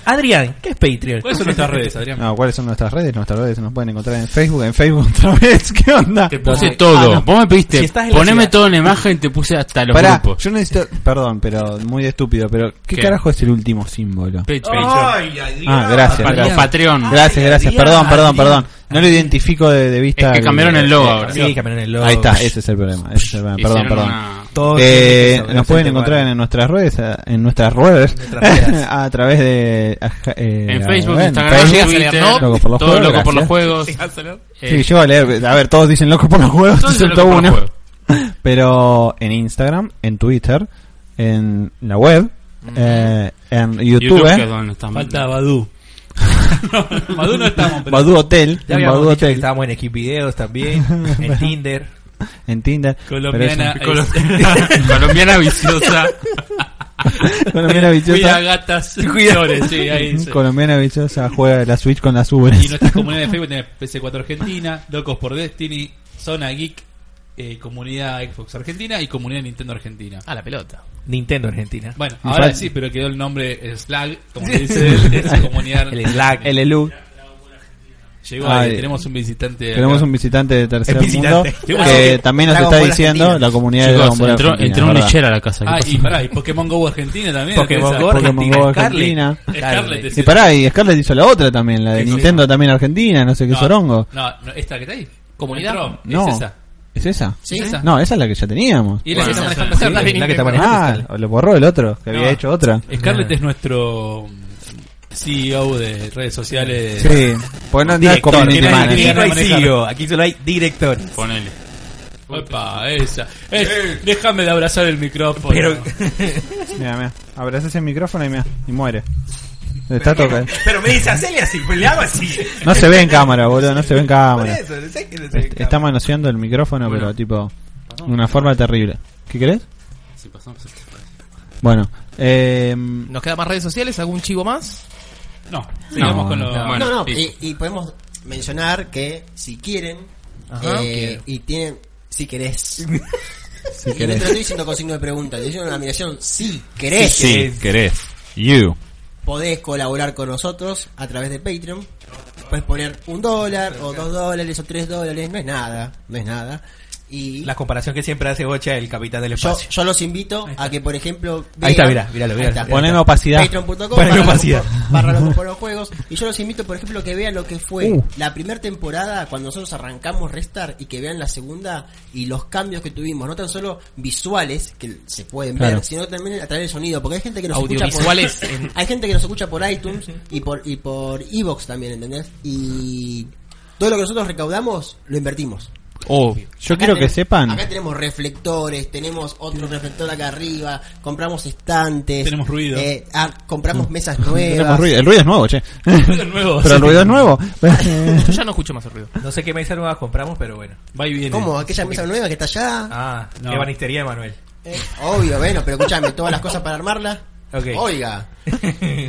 S4: Adrián, ¿qué es Patreon?
S3: ¿Cuáles son nuestras redes, Adrián?
S1: No, ¿cuáles son nuestras redes? Nuestras redes nos pueden encontrar en Facebook, en Facebook otra vez, ¿qué onda?
S6: Te puse todo.
S1: Ah, no.
S6: Vos me pediste,
S4: Si estás en la
S6: poneme
S4: ciudad.
S6: todo en la imagen y te puse hasta los
S1: Pará,
S6: grupos.
S1: yo necesito, perdón, pero muy estúpido, pero ¿qué,
S6: ¿Qué?
S1: carajo es el último símbolo?
S6: Patreon.
S1: Ah, gracias,
S6: Pa-
S1: gracias.
S6: Patreon.
S1: Gracias, gracias,
S4: Adrián,
S1: perdón, perdón,
S4: Adrián.
S1: perdón. No lo identifico de, de vista.
S6: Es que cambiaron el logo ahora.
S4: Sí, cambiaron el logo.
S1: Ahí está, ese es el problema, ese es el problema, perdón,
S6: Hicieron
S1: perdón.
S6: una-
S4: Todo
S1: Eh,
S4: tiene que
S1: nos
S4: saber
S1: pueden
S4: ese
S1: encontrar
S4: tema.
S1: en nuestras redes, eh, en nuestras redes,
S4: Nuestras redes.
S1: a través de... aj- eh,
S6: En
S1: a
S6: Facebook,
S1: ver,
S6: Instagram,
S1: Facebook.
S2: llegas a leer,
S6: Twitter,
S2: ¿no?
S1: Loco por los
S6: todo
S1: juegos,
S6: loco por los
S1: gracias.
S6: juegos.
S1: Sí,
S6: Eh,
S1: yo voy a leer, a ver, todos dicen loco por los juegos,
S6: todo
S1: excepto
S6: loco por los
S1: uno.
S6: juegos.
S1: Pero en Instagram, en Twitter, en la web, eh, en YouTube,
S6: Mm.
S1: eh.
S6: YouTube, que es donde estamos.
S3: Falta Badu. Badu no estamos, pero
S1: Badu Hotel,
S4: Ya
S1: en
S4: habíamos
S1: Badu
S4: dicho que
S1: Hotel,
S4: estábamos en Xvideos también, en Tinder.
S1: en Tinder.
S3: colombiana.
S1: pero
S3: es-
S6: Colombiana viciosa.
S1: eso. colombiana
S3: Cuida
S1: bichosa,
S3: gatas, flores, sí, ahí sí.
S1: colombiana bichosa juega la Switch con las
S3: Y
S1: ubres.
S3: nuestra comunidad de Facebook tiene PC4 Argentina, Locos por Destiny, Zona Geek, eh, comunidad Xbox Argentina y comunidad Nintendo Argentina.
S2: A la pelota.
S4: Nintendo Argentina.
S3: Bueno,
S1: Y
S3: ahora
S1: fal-
S3: sí, pero quedó el nombre eh, Slag, como se dice, él, es comunidad.
S4: El Slack.
S1: El Elu,
S3: Llegó ahí,
S1: Ay.
S3: tenemos un visitante.
S1: tenemos
S3: acá.
S1: un visitante de tercer
S4: El visitante.
S1: mundo
S4: Tenemos
S1: que
S4: un-
S1: también nos
S4: Dragon
S1: está
S4: Ball
S1: diciendo
S4: Argentina.
S1: la comunidad de Dragon
S6: Chicos,
S1: Ball
S6: entró,
S1: Argentina,
S6: entró un
S1: ¿verdad?
S6: lechero a la casa. ¿qué
S3: Ah,
S6: pasa?
S3: y pará, y Pokémon Go Argentina también.
S4: Pokémon
S3: esa-
S4: Go
S1: Pokémon
S4: Argentina.
S1: Go
S4: Scarlet.
S1: Argentina.
S3: Scarlet
S4: Scarlet.
S3: es
S1: Y
S3: el-
S1: pará, y Scarlett hizo la otra también, la de
S3: Sí, sí.
S1: Nintendo también Argentina, no sé qué
S3: No,
S1: sorongo.
S3: No, no, esta que está ahí.
S2: Comunidad.
S3: Entró,
S1: No.
S3: Es esa.
S1: ¿Es esa?
S5: ¿Sí?
S3: esa.
S1: No, esa es la que ya teníamos.
S3: Y él
S2: Bueno,
S3: es esa
S2: esa-
S3: manejando
S2: esa-
S3: Scarlet.
S4: Sí, la que está manejando
S1: Ah,
S4: Scarlet.
S1: lo borró el otro, que
S3: No.
S1: había hecho otra.
S3: Scarlett es nuestro mm, CEO de redes sociales.
S1: Sí, pues no, no es
S4: Director.
S1: community
S4: Aquí no hay-
S1: manager.
S4: Aquí no hay
S3: Manejar.
S4: CEO, aquí solo hay director.
S6: Ponele.
S3: Opa, esa. Es- déjame de abrazar el micrófono.
S4: Pero,
S1: Mira, mira, abrazás el micrófono y mira, y muere. Está tocado.
S4: pero me dice, hacele así, pues le hago así.
S1: No se ve en cámara, boludo, no se ve en
S4: Por
S1: cámara.
S4: eso, no sé que no se ve
S1: Est- Está manoseando el micrófono, pero tipo, de una forma terrible. ¿Qué querés?
S6: Si pasamos el-
S1: Bueno, eh,
S2: ¿Nos queda más redes sociales? ¿Algún chivo más?
S3: No, sigamos
S1: No,
S3: con lo.
S6: no. Bueno,
S5: no, no,
S6: listo.
S5: y, y podemos mencionar que si quieren
S2: Ajá,
S5: eh,
S2: quiero.
S5: y tienen si querés.
S1: si
S5: Y no te lo
S1: querés.
S5: estoy diciendo con signo de pregunta, te estoy diciendo una admiración. Si querés,
S6: querés. You.
S5: podés colaborar con nosotros a través de Patreon. Puedes poner un dólar, o dos dólares, o tres dólares, no es nada, no es nada. Y
S4: La comparación que siempre hace Bocha el capitán del
S5: yo,
S4: espacio.
S5: yo los invito a que, por ejemplo,
S4: Ahí está,
S5: vean-
S4: mirá, míralo,
S5: Ahí
S4: míralo.
S5: está.
S1: Ponen opacidad.
S5: Patreon.com
S4: Para
S5: barra
S4: opacidad.
S5: loco por- barra loco por los juegos. Y yo los invito, por ejemplo, que vean lo que fue
S1: Uh.
S5: la primera temporada cuando nosotros arrancamos Restar y que vean la segunda y los cambios que tuvimos. No tan solo visuales, que se pueden
S1: Claro.
S5: ver, sino también a través del sonido. Porque hay gente que nos escucha por,
S2: Audiovisuales. en-
S5: hay gente que nos escucha por iTunes y por y por Evox también, ¿entendés? Y todo lo que nosotros recaudamos lo invertimos.
S6: Oh.
S1: Yo
S5: Acá
S1: quiero que
S5: tenemos-
S1: sepan.
S5: Acá tenemos reflectores, tenemos otro reflector acá arriba, compramos estantes.
S3: Tenemos ruido.
S5: eh, ah, compramos mesas nuevas.
S1: Mm. Tenemos ruido. El ruido es nuevo, che.
S3: Ruido nuevo,
S1: Pero el
S3: sí.
S1: ruido es nuevo.
S2: Yo ya no escucho más el ruido.
S4: No sé qué mesa nueva compramos, pero bueno.
S3: Va y viene.
S5: ¿Cómo? Aquella mesa nueva que está allá.
S4: Ah,
S3: No.
S4: ebanistería de Manuel.
S5: Eh, obvio, bueno, pero escúchame, todas las cosas para armarla.
S4: Ok.
S5: Oiga.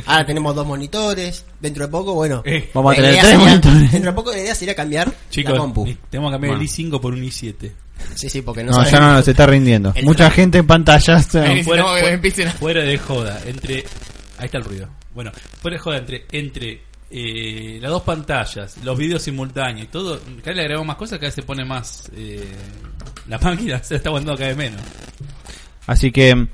S5: Ahora tenemos dos monitores. Dentro de poco, bueno.
S4: Eh,
S1: vamos a
S5: la
S1: tener
S5: idea
S1: tres
S5: sería-
S1: monitores.
S5: Dentro de poco la idea sería cambiar
S3: Chicos,
S5: la compu.
S3: ni- tenemos que cambiar el i5 por un i7.
S5: Sí, sí, porque no,
S1: No,
S5: sabes-
S1: ya no nos está rindiendo.
S5: El
S1: Mucha gente en pantallas.
S2: Ahí
S1: eh,
S2: dice, no, que empiecen a-
S3: Fuera de joda, entre. Ahí está el ruido. Bueno, fuera de joda, entre. entre eh, las dos pantallas, los vídeos simultáneos y todo. Cada vez le agregamos más cosas, cada vez se pone más. Eh, la máquina se la está aguantando cada vez menos.
S1: Así que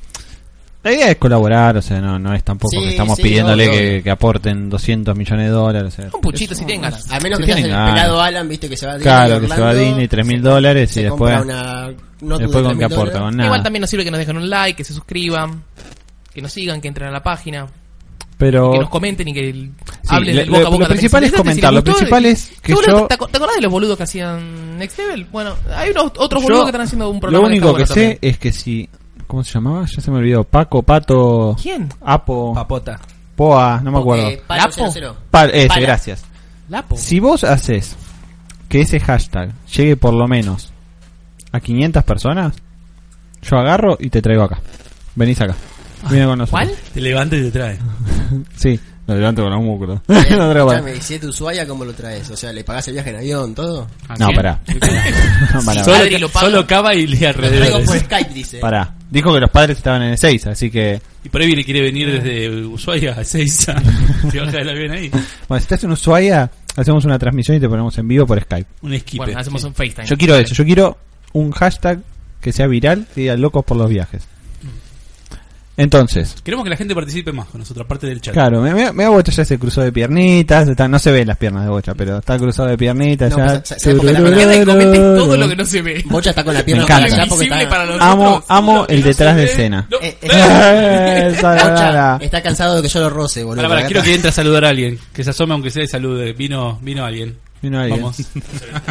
S1: la idea es colaborar, o sea, no, no es tampoco
S5: Sí,
S1: que estamos
S5: sí,
S1: pidiéndole
S5: obvio.
S1: que, que aporten 200 millones de dólares. o sea,
S2: Un puchito
S1: es-
S2: si tienen ganas.
S5: A menos
S1: Si
S5: que seas el
S1: tienen ganas.
S5: pelado Alan, viste, que se va a Disney.
S1: Claro, que se va a
S5: Orlando,
S1: Disney, 3.000
S5: se-
S1: dólares y
S5: se
S1: después-
S5: compra una notebook de
S1: Después con qué
S5: 3.000
S1: aporta,
S5: dólares.
S1: con nada.
S2: Igual también nos sirve que nos dejen un like, que se suscriban, que nos sigan, que entren a la página,
S1: Pero
S2: que nos comenten y que el-
S1: Sí,
S2: hablen
S1: lo-
S2: del boca
S1: lo-
S2: a
S1: lo
S2: boca. de la
S1: principal
S2: gente.
S1: es
S2: Si les
S1: comentar, lo
S2: gustó,
S1: principal es que
S2: ¿Tú, boludo,
S1: yo-
S2: ¿Te aco- te acordás de los boludos que hacían Next Level? Bueno, hay unos
S1: Yo-
S2: otros boludos que están haciendo un
S1: Lo
S2: programa de
S1: único
S2: esta
S1: que
S2: boca
S1: sé es que si. ¿Cómo se llamaba? Ya se me olvidó. Paco, Pato.
S2: también. ¿Quién?
S1: Apo.
S4: Papota.
S1: Poa, no me acuerdo.
S5: Eh, Palo
S2: Lapo.
S5: 00.
S1: Pa- ese,
S2: Pala.
S1: gracias.
S2: Lapo.
S1: Si vos haces que ese hashtag llegue por lo menos a 500 personas, yo agarro y te traigo acá. Venís acá. Viene con nosotros.
S2: ¿Cuál?
S3: Te levanta y te trae.
S1: Sí, lo adelanto con un músculo.
S5: Eh,
S1: no, traigo para-
S5: escuchame, si es de Ushuaia, ¿cómo lo traes? O sea, ¿le pagás el viaje en avión, todo?
S1: Ah, no, pará. No, pará.
S2: Sí.
S3: Solo,
S2: Adri lo paga.
S3: solo cava y le
S5: Lo traigo por
S3: alrededor.
S5: Skype, dice.
S1: Pará. Dijo que los padres estaban en el 6, así que.
S3: Y por ahí viene, quiere venir desde Ushuaia a Seiza. Se baja del avión ahí.
S1: Bueno, si estás en Ushuaia, hacemos una transmisión y te ponemos en vivo por Skype.
S3: Un skip.
S2: Bueno, hacemos un FaceTime.
S1: Yo quiero eso, yo quiero un hashtag que sea viral que diga locos por los viajes. Entonces,
S3: Queremos que la gente participe más con nosotros, aparte del chat.
S1: claro, me, me, me Bocha ya se cruzó de piernitas, está- no se ven las piernas de Bocha, pero está cruzado de piernitas
S5: No,
S1: ya.
S5: pues, sa- ¿sabes por qué la
S2: Queda y comentes todo lo que no se ve.
S5: Bocha está con la
S1: Me
S5: pierna
S1: encanta.
S5: para allá porque
S2: Invisible
S5: está...
S2: para nosotros.
S1: Amo, amo
S3: Lo que
S1: el
S3: no
S1: detrás
S3: se
S1: de
S3: ve.
S1: escena.
S3: No.
S5: Eh,
S1: Eh, esa
S5: Bocha
S1: rara.
S5: está cansado de que yo lo roce, boludo.
S3: Pará, pará,
S5: Acá
S3: quiero
S5: está.
S3: que entre a saludar a alguien. Que se asome aunque sea y salude. Vino, vino alguien.
S1: Vino alguien.
S3: Vamos.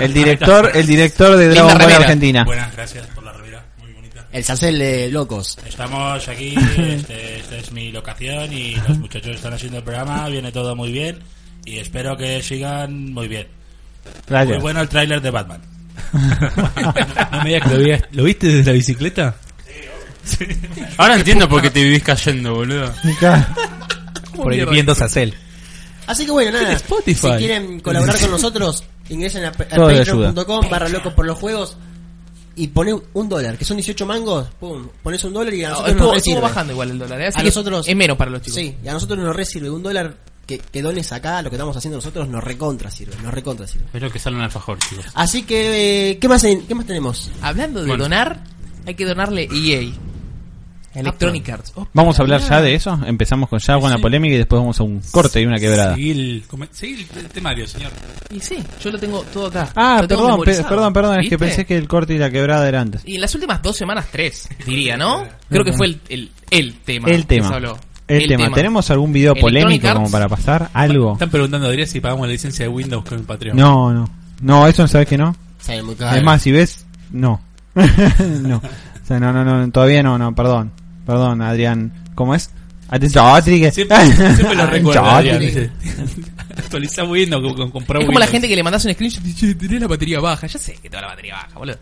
S1: El director, el director de
S2: Linda
S1: Dragon Ball
S2: remera.
S1: Argentina.
S7: Buenas, gracias por la revera, muy bonita.
S5: El sacel de locos.
S7: Estamos aquí, este- esta es mi locación y los muchachos están haciendo el programa, viene todo muy bien y espero que sigan muy bien. Muy
S1: Gracias.
S7: bueno el tráiler de Batman.
S3: No me digas que lo, veías- ¿Lo viste desde la bicicleta?
S6: Ahora entiendo por qué te vivís cayendo, boludo.
S4: Por el viendo Sacel.
S5: Así que bueno, nada.
S3: Spotify.
S5: Si quieren colaborar con nosotros, ingresen a, pe- a
S1: Todo le ayuda.
S5: patreon.com barra locos por los juegos y poné un dólar, que son 18 mangos. Pum, ponés un dólar y a
S2: No,
S5: nosotros
S2: estuvo,
S5: nos
S2: estuvo
S5: resirve.
S2: bajando igual el dólar. ¿eh? Así
S5: A
S2: que
S5: nosotros-
S2: es menos para los chicos.
S5: Sí, y a nosotros nos re sirve. Un dólar que, que dones acá, lo que estamos haciendo nosotros, nos recontra sirve. Nos recontra sirve.
S6: Es lo que sale en alfajor, chicos.
S5: Así que, eh, ¿qué más, en- qué más tenemos?
S2: Hablando de
S6: Bueno.
S2: donar, hay que donarle EA. Electronic Arts. Oh,
S1: Vamos a hablar ya de eso. Empezamos con ya con la polémica y después vamos a un corte y una quebrada.
S3: Seguí el, come- seguí el temario, señor.
S2: Y sí, yo lo tengo todo acá.
S1: Ah,
S2: Lo tengo
S1: perdón, pe-
S2: memorizado.
S1: perdón, perdón, es que
S2: ¿Viste?
S1: pensé que el corte y la quebrada eran antes.
S2: Y en las últimas dos semanas, tres, diría, ¿no? Creo que fue el, el, el tema.
S1: El
S2: que se
S1: tema.
S2: habló.
S1: El, tema. ¿Tenemos algún video
S2: Electronic
S1: polémico como
S2: Arts.
S1: para pasar? ¿Algo?
S3: Están preguntando, Adrián, si pagamos la licencia de Windows con el Patreon.
S1: No, no. No, eso sabes que no.
S5: Sale muy caro.
S1: Es más, si ves, no. no. O sea, no, no, no, todavía no, no, perdón. Perdón, Adrián. ¿Cómo es? Atención, Rodríguez.
S3: Siempre, siempre lo recuerdo,
S1: Chao,
S3: Adrián.
S1: Rodríguez.
S3: Actualizá Windows con, con comprar
S2: Es como la
S3: Windows.
S2: gente que le mandas un screenshot y dice, tenés la batería baja. Ya sé que tengo la batería baja, boludo.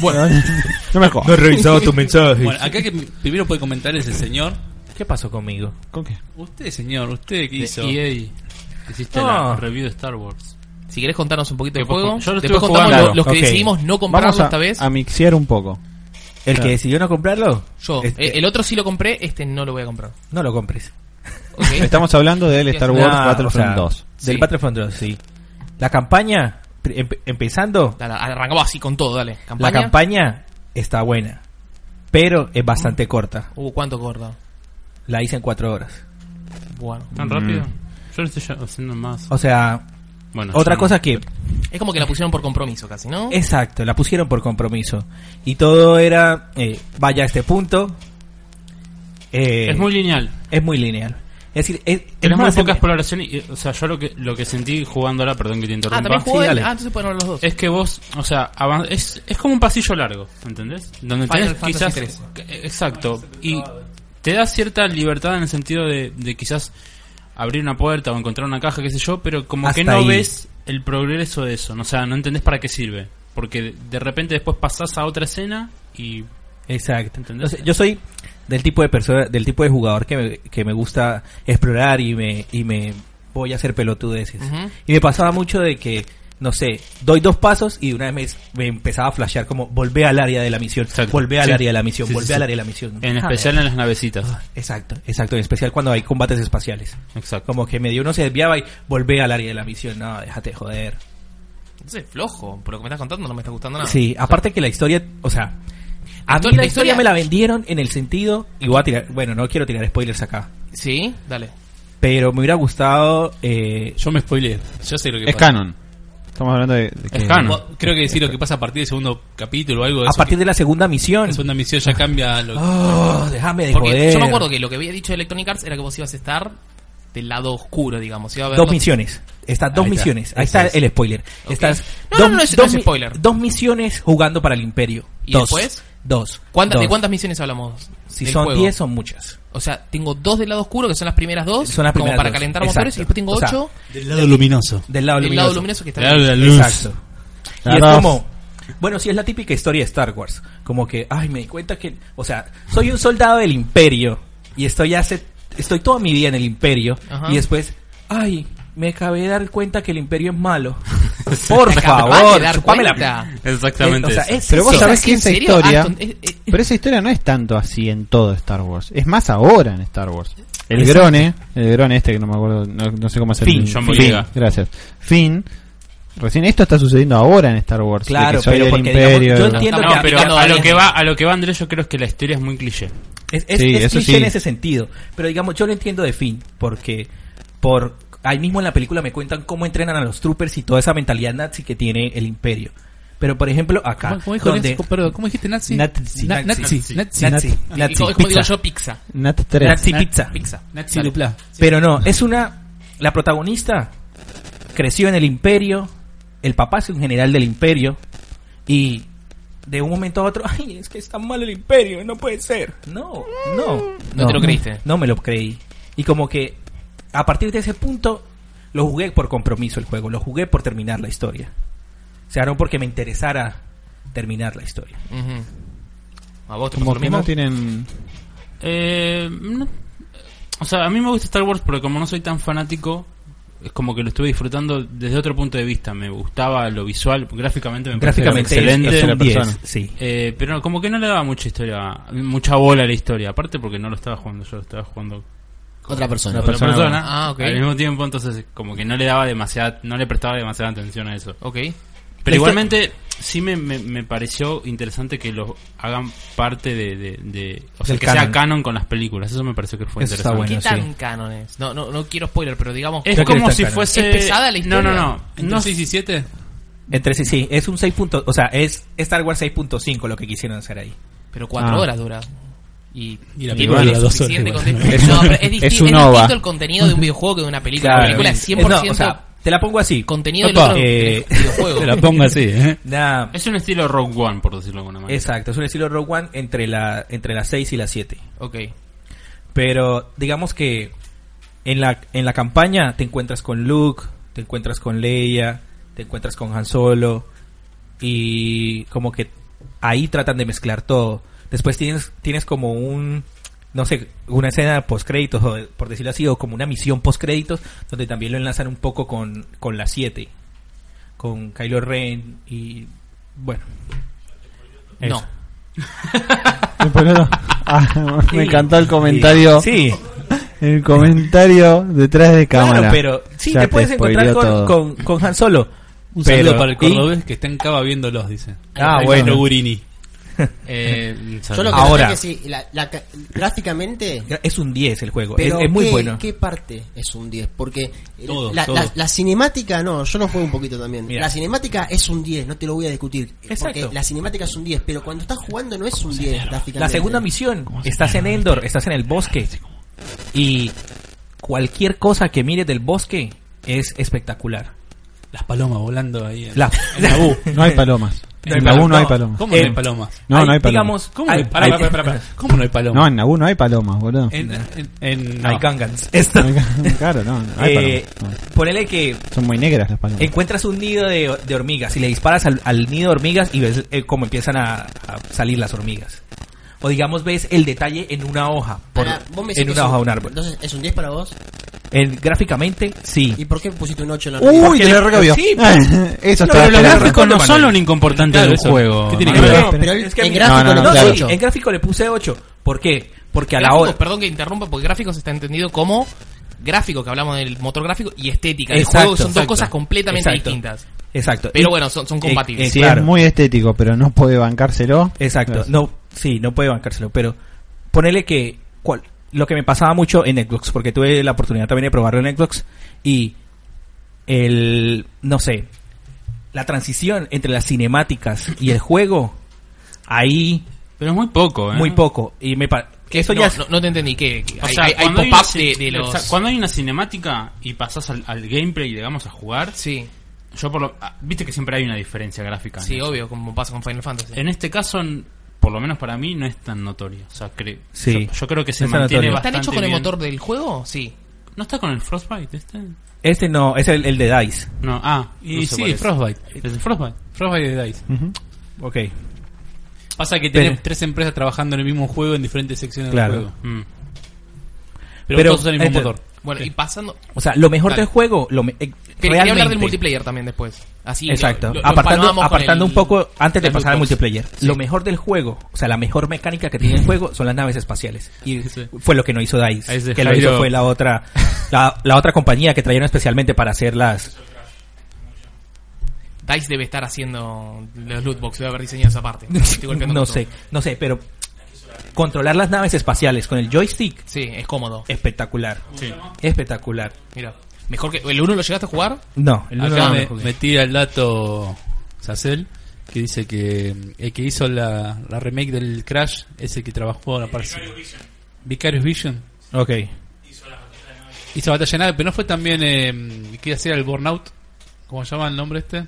S2: Bueno,
S1: No me jodas.
S4: he revisado tu mensaje.
S3: Bueno, acá que primero puede comentar es el señor.
S4: ¿Qué pasó conmigo?
S1: ¿Con qué?
S3: Usted, señor, usted qué
S6: De
S3: hizo.
S6: EA. Hiciste
S4: No.
S6: la review de Star Wars.
S2: E si querés contarnos un poquito del
S6: Yo lo
S2: juego,
S6: estuve
S2: después contamos
S6: jugando.
S2: lo- los que
S4: Ok.
S2: decidimos no
S1: Vamos
S2: comprarlo
S1: a,
S2: esta vez.
S1: a mixear un poco.
S4: ¿El que decidió no comprarlo?
S2: Yo,
S4: Este,
S2: eh, el otro sí lo compré, este no lo voy a comprar.
S4: No lo compres.
S2: ¿ok?
S1: Estamos hablando del Star Wars
S4: Ah,
S1: Battlefront
S4: o sea,
S1: 2.
S4: Del
S2: Sí.
S4: Battlefront 2, sí. La campaña, pre- empe- empezando,
S2: Dale, arrancamos así con todo, dale. ¿Campaña?
S4: la campaña está buena, pero es bastante corta.
S2: Uh, ¿cuánto corta?
S4: La hice en cuatro horas.
S2: Bueno.
S6: ¿Tan rápido? Yo lo estoy ya- haciendo más.
S4: O sea,
S6: Bueno,
S4: otra
S6: yo no.
S4: cosa que...
S2: Es como que la pusieron por compromiso casi, ¿no?
S4: Exacto, la pusieron por compromiso. Y todo era, eh, vaya a este punto. eh,
S6: Es muy lineal.
S4: es muy lineal. Es decir, es, es
S6: Tenés muy
S4: más,
S6: poca
S4: em-
S6: exploración. Y, o sea, yo lo que, lo que sentí jugándola, perdón que te
S2: Ah,
S6: interrumpa.
S2: también jugó
S6: Sí,
S2: él.
S6: dale.
S2: Ah, entonces pueden hablar los dos.
S6: Es que vos, o sea, avan- es, es como un pasillo largo, ¿entendés? Donde
S2: Final
S6: tenés
S2: Fantasy
S6: quizás...
S2: XIII.
S6: que- Exacto. Y te da cierta libertad en el sentido de, de quizás abrir una puerta o encontrar una caja, qué sé yo, pero como
S4: Hasta
S6: que no
S4: ahí.
S6: ves el progreso de eso. O sea, no entendés para qué sirve. Porque de- de repente después pasás a otra escena y...
S4: Exacto.
S6: ¿Entendés?
S4: Entonces, yo soy del tipo de persona, del tipo de jugador que me, que me gusta explorar y me, y me voy a hacer pelotudeces.
S2: Ujú.
S4: Y me pasaba mucho de que, no sé, doy dos pasos y de una vez me, me empezaba a flashear como volvé al área de la misión,
S6: Exacto.
S4: volvé al
S6: Sí.
S4: área de la misión,
S6: Sí, sí,
S4: volvé
S6: sí.
S4: al área de la misión.
S6: En
S4: Ah,
S6: especial en las navecitas.
S4: Exacto, exacto, en especial cuando hay combates espaciales.
S6: Exacto.
S4: Como que medio uno se desviaba y volvé al área de la misión. No, déjate de joder.
S2: Entonces es flojo. Por lo que me estás contando no me está gustando nada.
S4: Sí, aparte que la historia, o sea, a mí
S2: histori- Ah.
S4: la
S2: la
S4: historia
S2: historia-
S4: me la vendieron en el sentido, y voy a tirar, bueno, no quiero tirar spoilers acá,
S2: Sí, dale.
S4: pero me hubiera gustado, eh,
S3: Yo me spoileé. Yo sé lo que
S1: Es
S3: pasa.
S1: canon. Estamos hablando de... de que-
S6: Es canon.
S3: Vos- Creo que decir lo que pasa a partir del segundo capítulo o algo de
S4: a
S3: eso,
S4: partir
S3: que
S4: de la segunda misión.
S3: la segunda misión ya cambia lo
S4: Oh, déjame de
S2: Porque
S4: joder.
S2: yo me acuerdo que lo que había dicho Electronic Arts era que vos ibas a estar del lado oscuro, digamos. Y va a haber
S4: Dos
S2: no-
S4: misiones. Estas dos
S3: Ahí está.
S4: misiones. Ahí
S3: Esa
S4: está
S3: es.
S4: el spoiler.
S2: Ok.
S4: Estas
S2: No,
S4: dos,
S2: no, no es- no
S4: dos
S2: es
S4: mi-
S2: spoiler.
S4: Dos misiones jugando para el Imperio.
S2: ¿Y
S4: dos.
S2: después?
S4: Dos.
S2: ¿Cuántas,
S4: Dos.
S2: ¿De cuántas misiones hablamos?
S4: Si
S2: del
S4: son
S2: juego?
S4: 10, son muchas.
S2: O sea, tengo dos del lado oscuro, que son las primeras dos,
S4: Son las primeras
S2: como para
S4: dos,
S2: calentar
S4: exacto.
S2: motores, y después tengo
S4: O sea,
S2: ocho
S7: Del lado luminoso.
S4: Del lado
S2: del
S4: luminoso.
S2: lado luminoso que está
S6: Claro,
S2: bien.
S6: la luz.
S4: Exacto. Y
S1: La
S4: es
S1: dos.
S4: como. Bueno, sí, es la típica historia de Star Wars. Como que, ay, me di cuenta que. O sea, soy un soldado del Imperio. Y estoy hace. Estoy toda mi vida en el Imperio.
S2: Ajá.
S4: Y después, ay, me acabé de dar cuenta que el Imperio es malo. Por
S2: Me acabas de
S4: favor,
S2: dar
S4: chupame la
S2: cuenta.
S4: Eh,
S6: Exactamente.
S4: o sea,
S6: eso.
S4: es
S1: Pero vos
S4: eso.
S1: sabés
S2: ¿Es
S1: que
S2: en
S1: esa
S2: serio?
S1: historia.
S2: Aston, eh, eh,
S1: Pero esa historia no es tanto así en todo Star Wars. Es más ahora en Star Wars. El
S2: Exacto.
S1: Grone, el Grone este que no me acuerdo, no, no sé cómo se
S6: Finn, John Boyega.
S1: gracias. Finn. Recién esto está sucediendo ahora en Star Wars. de
S4: Claro,
S1: que soy
S4: pero
S1: del
S4: porque,
S1: imperio.
S4: digamos, yo
S1: ¿no?
S4: entiendo
S6: no,
S4: que-
S6: pero
S2: aplicando
S6: a
S2: a
S6: lo
S2: mí.
S6: que va, a lo que va Andrés, yo creo que la historia es muy cliché.
S4: Es, es,
S1: Sí,
S4: es
S1: eso
S4: cliché
S1: sí.
S4: en ese sentido. Pero digamos, yo lo entiendo de fin, porque por ahí mismo en la película me cuentan cómo entrenan a los troopers y toda esa mentalidad nazi que tiene el imperio. Pero por ejemplo, acá,
S3: ¿Cómo, cómo dijo
S4: donde
S3: Lorenzo? Perdón, ¿cómo dijiste Nazi?
S4: Nazi.
S3: Na- Nazi.
S4: Nazi.
S3: Nazi.
S4: Nazi,
S2: eh,
S4: Nazi,
S2: como- como digo
S4: pizza.
S2: yo, pizza.
S1: Nat 3.
S4: Nazi
S3: Nat-
S4: pizza.
S2: Pizza.
S3: Nazi
S2: Dale.
S3: Dupla.
S4: Pero no, es una la protagonista creció en el imperio, el papá es un general del imperio y de un momento a otro, ay, es que está mal el imperio, no puede ser. No, no,
S2: No te lo creíste.
S4: No me lo creí. Y como que a partir de ese punto lo jugué por compromiso el juego, lo jugué por terminar la historia. O sea, no porque me interesara terminar la historia.
S2: Ujú. ¿A vos te pasó
S1: Como
S2: lo
S1: que
S2: mismo?
S1: no tienen.
S6: Eh, no. O sea, a mí me gusta Star Wars, pero como no soy tan fanático, es como que lo estuve disfrutando desde otro punto de vista. Me gustaba lo visual, gráficamente me pareció
S4: Gráficamente es-
S6: excelente.
S4: es un
S1: la
S4: 10,
S1: persona.
S4: sí.
S6: Eh, pero no, como que no le daba mucha historia, mucha bola a la historia. Aparte porque no lo estaba jugando yo, lo estaba jugando
S5: Otra persona.
S6: con otra persona,
S1: persona.
S2: Ah, ok.
S6: al mismo tiempo, entonces como que no le daba demasiada, no le prestaba demasiada atención a eso.
S2: Ok.
S6: Pero igualmente sí me, me, me pareció interesante que lo hagan parte de, de, de- o sea,
S4: Del
S6: que sea
S4: canon.
S6: canon con las películas. Eso me pareció que fue
S4: Eso está
S6: interesante.
S4: bueno.
S2: ¿Qué
S4: sí.
S2: tan canon es? No, no, no quiero spoiler, pero digamos...
S6: Es
S4: Creo que
S6: como
S4: está
S6: si
S4: canon.
S6: fuese
S2: ¿Es pesada la historia?
S6: No, no, no. No
S3: ¿No 6 y 7?
S4: Entre sí, sí, es un 6. punto- o sea, es Star Wars 6.5 lo que quisieron hacer ahí.
S2: Pero cuatro
S1: Ah.
S2: horas dura. Y,
S3: Y la
S2: y
S3: película
S2: no
S3: dura
S2: es
S3: dos
S2: suficiente
S3: horas
S2: contenido.
S1: igual. Es un-
S2: No, pero es, disti-
S1: es
S2: es
S1: un
S2: distinto
S1: OVA.
S2: el contenido de un videojuego que de una película. La película es 100%
S4: No, o sea, te la pongo así.
S2: contenido del
S4: Opa.
S2: otro
S4: Eh,
S2: videojuego.
S3: pongo así, ¿eh?
S4: nah,
S6: Es un estilo Rogue One, por decirlo de alguna manera.
S4: exacto, es un estilo Rogue One entre la entre las 6 y las 7.
S2: Ok.
S4: Pero digamos que en la en la campaña te encuentras con Luke, te encuentras con Leia, te encuentras con Han Solo y como que ahí tratan de mezclar todo. Después tienes tienes como un no sé, una escena post créditos por decirlo así o como una misión post créditos donde también lo enlazan un poco con con la 7 con Kylo Ren y bueno,
S2: No.
S1: Ah,
S4: Sí.
S1: me encantó el comentario.
S4: Sí,
S1: El comentario detrás de cámara.
S4: claro, pero sí
S1: Ya
S4: te puedes encontrar
S1: spoileó
S4: con,
S1: todo.
S4: con, con Han Solo.
S3: Un
S4: Pero-
S3: saludo para el
S4: y-
S3: cordobés que está en Cava viéndolos, dice.
S1: Ah,
S3: Ahí
S1: bueno.
S3: vino Gurini.
S6: Eh,
S5: Ah, Yo lo que
S4: Ahora.
S5: Ahora. es que sí, la, la ca- gráficamente...
S4: Es un 10 el juego,
S5: Pero
S4: es, es muy
S5: ¿qué,
S4: bueno.
S5: ¿Qué parte es un 10? Porque eh,
S3: Todo,
S5: la,
S3: todo.
S5: la- la cinemática, no, yo lo juego un poquito también.
S4: Mira.
S5: La cinemática es un 10, no te lo voy a discutir. eh,
S4: Exacto.
S5: Porque la cinemática es un 10, pero cuando estás jugando no es un 10 gráficamente.
S4: La segunda misión, estás en Endor, estás en el bosque y cualquier cosa que mires del bosque es espectacular.
S3: Las palomas volando ahí. en-
S4: La-
S3: En Naboo.
S1: No hay palomas.
S4: No hay
S1: En Nabú no hay palomas.
S4: palomas.
S3: ¿Cómo no hay
S4: Eh,
S3: palomas?
S1: No, no hay palomas.
S4: Digamos,
S3: ¿Cómo,
S4: hay-
S3: no- pará,
S4: hay-
S3: pará, pará, pará. ¿Cómo no hay palomas?
S1: No, en Nabú no hay palomas, boludo.
S3: en, en, en- no.
S4: hay gangans. Esto.
S1: claro, no, no hay
S4: Eh,
S1: palomas.
S4: ponele que
S1: No. Son muy negras las palomas.
S4: encuentras un nido de, de hormigas y le disparas al, al nido de hormigas y ves eh, cómo empiezan a, a salir las hormigas. O digamos, ves el detalle en una hoja, por-
S5: Ahora, vos me decís
S4: en
S5: que
S4: una
S5: es
S4: hoja de un árbol.
S5: Entonces, ¿es un 10 para vos?
S4: En- gráficamente, sí.
S5: ¿Y por qué pusiste un 8 en la revista?
S1: Uy,
S4: porque
S1: te
S4: le-
S1: lo recabió. Eso
S4: sí, No,
S1: está
S4: pero los
S1: esperando.
S4: gráficos no son lo
S6: único importante
S3: del juego,
S6: ¿Qué tiene que
S1: Manuel.
S6: ver?
S5: No, pero el-
S4: Es que a
S5: en
S4: mí-
S5: gráfico
S1: No, no,
S5: le puse
S1: claro.
S5: 8.
S4: en gráfico le puse 8. ¿Por qué? Porque a la
S2: Gráficos,
S4: hora.
S2: perdón que interrumpa, porque gráficos está entendido como gráfico, que hablamos del motor gráfico, y estética. El
S4: Exacto,
S2: juego son dos
S4: exacto.
S2: cosas completamente
S4: Exacto.
S2: distintas.
S4: Exacto.
S2: Pero
S4: Y-
S2: bueno, son, son
S4: eh,
S2: compatibles.
S4: eh,
S1: Si
S4: claro.
S1: es muy estético, pero no puede bancárselo.
S4: Exacto.
S1: Gracias.
S4: No, sí, no puede bancárselo. Pero ponele que. cual- Lo que me pasaba mucho en Xbox, porque tuve la oportunidad también de probarlo en Xbox. Y. El. No sé. La transición entre las cinemáticas y el juego. Ahí.
S6: Pero es muy poco, ¿eh?
S4: Muy poco. Y me pa-
S2: ¿Qué?
S1: Eso
S2: Este no,
S1: ya es-
S2: no, no te entendí. ¿Qué? ¿Qué?
S6: O
S2: hay
S6: sea,
S2: hay- hay
S6: cuando hay
S2: pop-up
S6: una
S2: de,
S6: ci-
S2: de los.
S6: exa- Cuando hay una cinemática y pasas al, al gameplay, digamos, a jugar,
S2: Sí,
S6: yo por lo- ah, Viste que siempre hay una diferencia gráfica.
S2: sí,
S6: ¿no?
S2: obvio, como pasa con Final Fantasy.
S6: En este caso, n- por lo menos para mí, no es tan notoria. O sea, cre-
S4: Sí.
S6: yo, yo creo que se
S4: Es
S6: mantiene
S4: notorio.
S2: ¿Están
S6: bastante
S2: hechos con el
S6: bien.
S2: motor del juego? Sí.
S6: ¿No está con el Frostbite este? No,
S4: Este no, es el, el de Dice.
S6: ah, y
S4: No sé cuál
S6: sí,
S4: es.
S6: Frostbite. Es el Frostbite. Frostbite de Dice.
S4: Ok.
S3: Pasa que tenés
S4: Mm. Pero-
S3: tres empresas trabajando en el mismo juego en diferentes secciones
S4: Claro.
S3: del juego.
S6: Mm.
S3: Pero,
S4: Pero,
S3: todos usan el mismo
S4: este-
S3: motor.
S2: Bueno, y pasando.
S4: O sea, lo mejor
S2: Dale.
S4: del juego, lo me- eh,
S2: Que- Quería hablar del
S4: realmente-
S2: multiplayer también después. Así lo-
S4: Exacto.
S2: lo- lo
S4: apartando
S2: empalmamos con
S4: apartando
S2: el-
S4: un poco antes de
S2: las
S4: pasar al
S2: lootbox.
S4: multiplayer.
S2: Sí.
S4: Lo mejor del juego, o sea, la mejor mecánica que tiene el juego son las naves espaciales. Y
S6: Sí.
S4: fue lo que no hizo
S6: Ahí
S4: DICE.
S6: se
S4: Que lo hizo
S6: Jairo-
S4: fue la otra la, la otra compañía que trajeron especialmente para hacer las
S2: Dice debe estar haciendo los lootbox, debe haber diseñado esa parte. Estoy golpeando
S4: no
S2: con todo.
S4: sé, no sé, pero controlar las naves espaciales con el joystick
S2: Sí, es cómodo.
S4: espectacular. Espectacular.
S2: Mira, mejor que el uno lo llegaste a jugar.
S4: No, el
S2: Acá
S4: uno no
S2: me-
S4: lo jugué.
S3: Metí al dato Sacel, que dice que mm, el que hizo la, la remake del Crash es el que trabajó ahora para... Vicarious Vision.
S4: Ok.
S3: Hizo Batalla de Nave, pero no fue también... Eh, que hacía el Burnout, como llama el nombre este.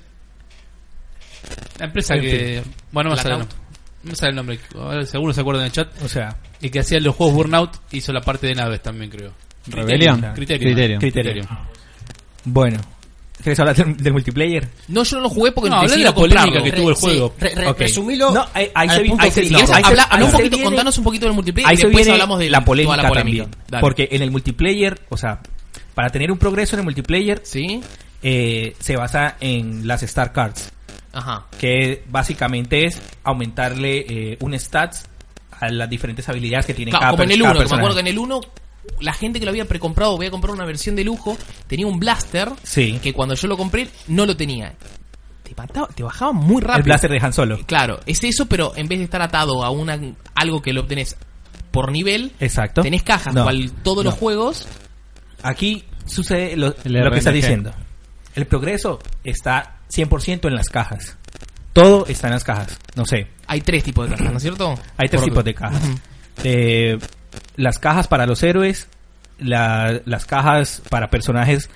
S3: La empresa
S4: En
S3: que... Bueno, no me sale el
S2: Blackout.
S3: nombre. No me sale el nombre, ahora seguro se acuerdan en el chat.
S4: O sea,
S3: El que hacía los juegos Burnout hizo la parte de naves también, creo.
S1: Rebellion.
S3: Criterion.
S1: Criterion.
S4: criterio. Bueno, ¿quieres hablar del, del multiplayer?
S2: No, yo no lo jugué porque
S3: No, hablé
S2: decidí
S3: de la
S2: no comprarlo.
S3: polémica que tuvo el juego.
S5: Re- re-
S4: Ok.
S5: Resumilo.
S4: No, ahí- ahí
S5: al
S4: se vi-
S5: punto
S4: ahí se-
S5: final.
S2: Si quieres,
S4: No, ahí-
S2: habla,
S4: ahí
S2: habla un
S4: se
S2: poquito,
S4: viene-
S2: contanos un poquito del multiplayer
S4: Ahí
S2: y
S4: se
S2: después
S4: viene
S2: hablamos de
S4: la polémica,
S2: toda la polémica.
S4: también.
S2: Dale.
S4: Porque en el multiplayer, o sea, para tener un progreso en el multiplayer,
S2: ¿Sí?
S4: eh, se basa en las Star Cards,
S2: Ajá.
S4: que básicamente es aumentarle eh, un stats a las diferentes habilidades que tiene
S2: Claro,
S4: cada,
S2: como en
S4: per-
S2: el
S4: cada
S2: 1, que me
S4: personaje.
S2: acuerdo que en el 1 la gente que lo había precomprado, voy a comprar una versión de lujo, tenía un blaster
S4: Sí.
S2: que cuando yo lo compré no lo tenía. Te, mataba- te bajaba muy rápido.
S4: El blaster de Han Solo.
S2: Claro, es eso, pero en vez de estar atado a una algo que lo obtenés por nivel,
S4: Exacto.
S2: tenés cajas,
S4: No,
S2: cual todos los
S4: no.
S2: juegos.
S4: Aquí sucede lo,
S1: El
S4: lo que
S1: RNG.
S4: estás diciendo. El progreso está 100% en las cajas. Todo está en las cajas. No sé.
S2: Hay tres tipos de cajas, ¿no es cierto?
S4: Hay tres
S2: Por-
S4: tipos de cajas. Eh, las cajas para los héroes, la- las cajas para personajes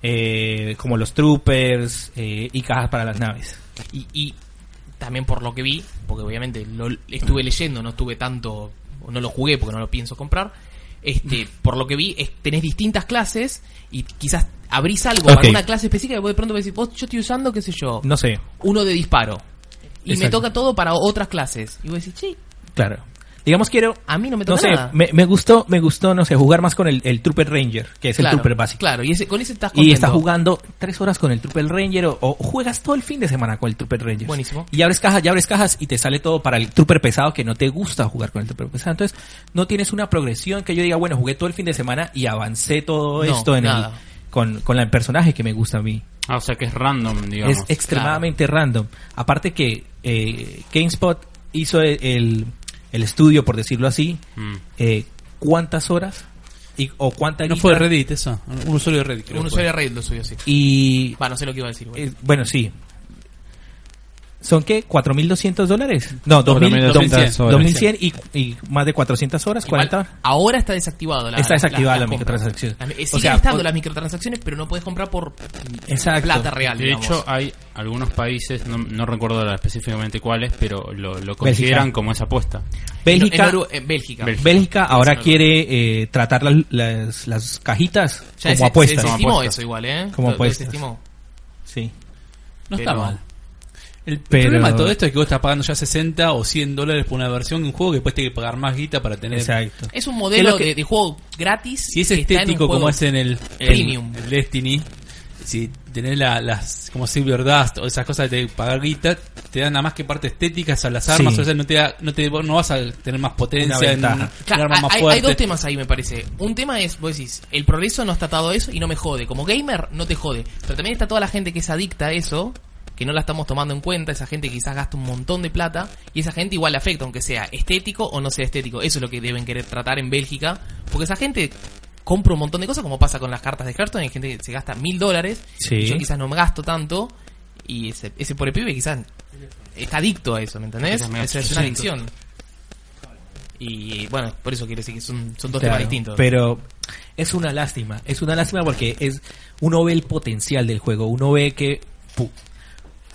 S4: eh, como los troopers eh, y cajas para las naves.
S2: Y, y también por lo que vi, porque obviamente lo estuve leyendo, no estuve tanto, o no lo jugué porque no lo pienso comprar. Este, por lo que vi, es, tenés distintas clases y quizás abrís algo
S4: Ok.
S2: para una clase específica y vos de pronto decís, vos yo estoy usando, qué sé yo,
S4: No sé,
S2: uno de disparo. Y me
S4: Exacto.
S2: toca todo para otras clases. Y vos decís, sí,
S4: claro. Digamos quiero...
S2: a mí Ah, no me toca
S4: No sé,
S2: nada.
S4: me, me gustó, me gustó, no sé, jugar más con el, el Trooper Ranger, que es
S2: claro,
S4: el Trooper básico.
S2: Claro, y ese, con ese estás
S4: Y
S2: contento.
S4: estás jugando tres horas con el Trooper Ranger o, o juegas todo el fin de semana con el Trooper Ranger.
S2: Buenísimo.
S4: Y abres cajas, y abres cajas y te sale todo para el Trooper pesado que no te gusta jugar con el Trooper pesado. Entonces, no tienes una progresión que yo diga, bueno, jugué todo el fin de semana y avancé todo
S2: No,
S4: esto en el-
S2: nada.
S4: con, con el personaje que me gusta a mí.
S6: Ah, o sea que es random, digamos.
S4: es extremadamente random. Aparte que eh, GameSpot hizo el, el- el estudio, por decirlo así,
S6: Mm.
S4: eh, cuántas horas y, o cuántas
S3: No fue Reddit eso. Un usuario de Reddit. creo
S2: Un
S4: pues.
S3: que fue.
S2: usuario de Reddit lo subió, sí.
S4: y
S2: Va, no sé lo que iba a decir. güey.
S4: Eh, bueno, sí. ¿Son qué? ¿4.200 dólares? No,
S1: 2.100
S4: 2.000, 2.100
S1: horas.
S4: 2100 y, y más de 400 horas,
S2: Igual,
S4: 40.
S2: Ahora está desactivado la
S4: Está desactivada la
S2: compra.
S4: microtransacción.
S2: Las- eh,
S4: O
S2: siguen
S4: sea,
S2: estando
S4: o-
S2: las microtransacciones, pero no puedes comprar por
S4: Exacto.
S2: plata real.
S6: De
S2: digamos.
S6: hecho, hay algunos países, no, no recuerdo ahora específicamente cuáles, pero lo, lo consideran
S4: Bélgica.
S6: como esa apuesta.
S2: En- en
S4: Bélgica,
S2: Noru- en Bélgica.
S6: Bélgica.
S4: Bélgica ahora quiere eh, tratar las, las, las cajitas
S2: Ya
S4: como
S2: se,
S4: apuestas.
S2: se
S6: Como
S2: desestimó
S6: apuestas.
S2: eso igual, ¿eh?
S4: Como
S2: Lo- lo
S4: apuestas.
S2: desestimó.
S4: Sí.
S3: No está
S2: Pero-
S3: mal. El
S4: Pero-
S3: problema de todo esto es que vos estás pagando ya 60 o 100 dólares por una versión de un juego que después tienes que pagar más guita para tener.
S4: Exacto.
S2: Es un
S3: Que
S2: modelo
S3: lo que-
S2: de, de juego gratis.
S3: Si es
S2: que está en un
S3: estético
S2: juego-
S3: como hacen el, el,
S2: Premium.
S3: el Destiny, si tenés la- las como Silver Dust o esas cosas de pagar guita, te dan nada más que parte estéticas a las armas,
S4: Sí.
S3: o sea, no te da- no te vos no vas a tener más potencia,
S4: Una
S3: en-
S4: ventaja.
S3: en
S2: Claro,
S3: armas más
S2: hay, hay
S3: fuertes.
S2: dos temas ahí, me parece. Un tema es, vos decís, el progreso no está atado a eso y no me jode. Como gamer, no te jode. Pero también está toda la gente que es adicta a eso, que no la estamos tomando en cuenta. Esa gente quizás gasta un montón de plata y esa gente igual le afecta, aunque sea estético o no sea estético. Eso es lo que deben querer tratar en Bélgica. Porque esa gente compra un montón de cosas, como pasa con las cartas de Hearthstone. Hay gente que se gasta mil dólares
S4: Sí.
S2: y yo quizás no me gasto tanto. Y ese, ese pobre pibe quizás está adicto a eso, ¿me entendés?
S6: Quizás me
S2: Esa es
S6: gasto
S2: una
S6: 800.
S2: adicción. Y bueno, por eso quiero decir que son, son dos
S4: Claro,
S2: temas distintos.
S4: Pero es una lástima, es una lástima porque es uno ve el potencial del juego, uno ve que pu,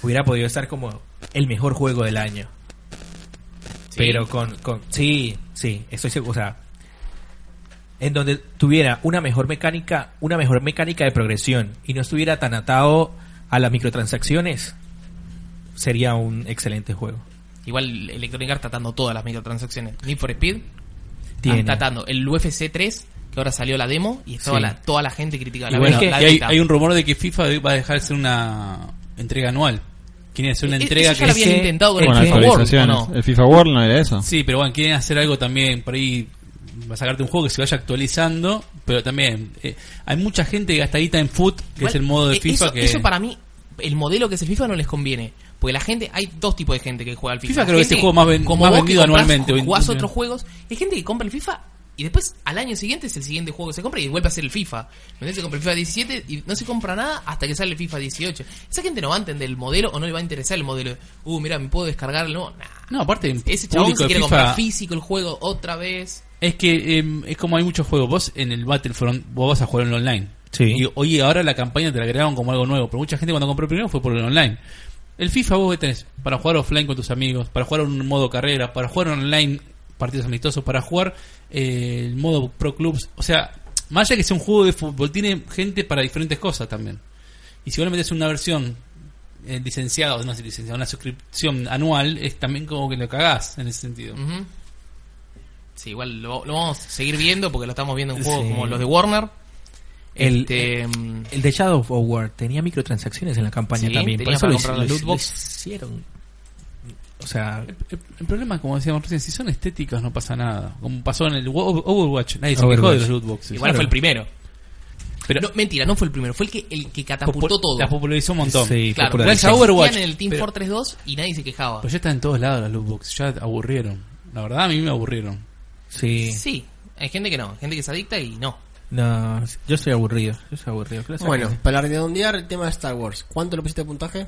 S4: hubiera podido estar como el mejor juego del año.
S2: Sí.
S4: Pero con, con sí, sí, estoy seguro, o sea, en donde tuviera una mejor mecánica, una mejor mecánica de progresión y no estuviera tan atado a las microtransacciones, sería un excelente juego.
S2: Igual Electronic Arts tratando todas las microtransacciones. Need for Speed
S4: Tiene.
S2: está tratando el UFC 3, que ahora salió la demo y estaba
S4: Sí.
S2: la, toda la gente criticando.
S3: Y
S2: La
S3: bueno,
S2: beta, la
S3: y hay,
S2: beta.
S3: hay un rumor de que FIFA va a dejar de ser una entrega anual. Quieren hacer una
S2: Eh,
S3: entrega
S2: eso ya lo
S3: que...
S2: habían
S4: es que-
S2: intentado con
S1: Con
S2: el FIFA World, ¿o
S1: actualizaciones.
S2: no?
S1: El FIFA World no era eso.
S3: Sí, pero bueno, quieren hacer algo también por ahí. Va a sacarte un juego que se vaya actualizando, pero también eh, hay mucha gente que gasta guita en foot, que
S2: Igual,
S3: es el modo de
S2: eh,
S3: FIFA
S2: eso,
S3: que
S2: eso para mí, el modelo que es el FIFA no les conviene. Porque la gente, hay dos tipos de gente que juega al FIFA.
S3: FIFA creo que es el
S2: Gente
S3: juego más ven-
S2: como
S3: más
S2: vos que
S3: vendido
S2: comprás,
S3: anualmente hoy en
S2: Jugás
S3: día.
S2: otros juegos. y Hay gente que compra el FIFA y después al año siguiente es el siguiente juego que se compra y vuelve a ser el FIFA. ¿Entendés? Se compra el FIFA 17 y no se compra nada hasta que sale el FIFA 18. Esa gente no va a entender el modelo o no le va a interesar el modelo. Uh, mira, me puedo descargar el nuevo. Nah.
S3: No, aparte,
S2: Ese
S3: público
S2: chabón se
S3: de
S2: quiere
S3: FIFA
S2: comprar físico el juego otra vez.
S3: Es que em, es como hay muchos juegos. Vos en el Battlefront, vos vas a jugar en online.
S4: Sí.
S3: Y hoy ahora la campaña te la crearon como algo nuevo. Pero mucha gente cuando compró el primero fue por el online. El FIFA vos tenés para jugar offline con tus amigos, para jugar un modo carrera, para jugar online partidos amistosos, para jugar eh, el modo pro clubs. O sea, más allá que sea un juego de fútbol, tiene gente para diferentes cosas también. Y si vos le metes una versión eh, licenciada, o no sé, licenciada, una suscripción anual, es también como que lo cagás en ese sentido.
S2: Ujú. Sí, igual lo, lo vamos a seguir viendo porque lo estamos viendo en juegos
S4: Sí.
S2: como los de Warner.
S4: El-
S2: Este, mm,
S4: El de Shadow of War tenía microtransacciones en la campaña
S2: Sí,
S4: también.
S2: tenía
S4: Por eso
S2: para
S4: lo,
S2: comprar
S4: lo-
S2: la loot
S4: lo
S2: box.
S4: hicieron. O sea,
S3: El, el problema, como decíamos recién, si son estéticas no pasa nada. Como pasó en el Wo- Overwatch, nadie se quejó
S4: Overwatch.
S3: de los loot boxes.
S2: igual fue el primero.
S3: Pero
S2: No, mentira, no fue el primero, fue el que, el que
S3: popu-
S2: catapultó todo.
S3: la popularizó un montón.
S4: Sí,
S2: claro,
S4: popularizó.
S2: existían
S3: Overwatch,
S2: en el Team
S3: pero-
S2: Fortress 2 y nadie se quejaba.
S3: Pero
S4: Pues
S3: Pues ya están en todos lados las loot boxes, ya aburrieron. La verdad, a mí me aburrieron.
S4: sí.
S2: Sí, hay gente que no, hay gente que se adicta y no.
S4: No, yo estoy aburrido. Yo estoy aburrido. ¿Qué le saco?
S5: Bueno, para redondear el tema de Star Wars, ¿cuánto le pusiste de puntaje?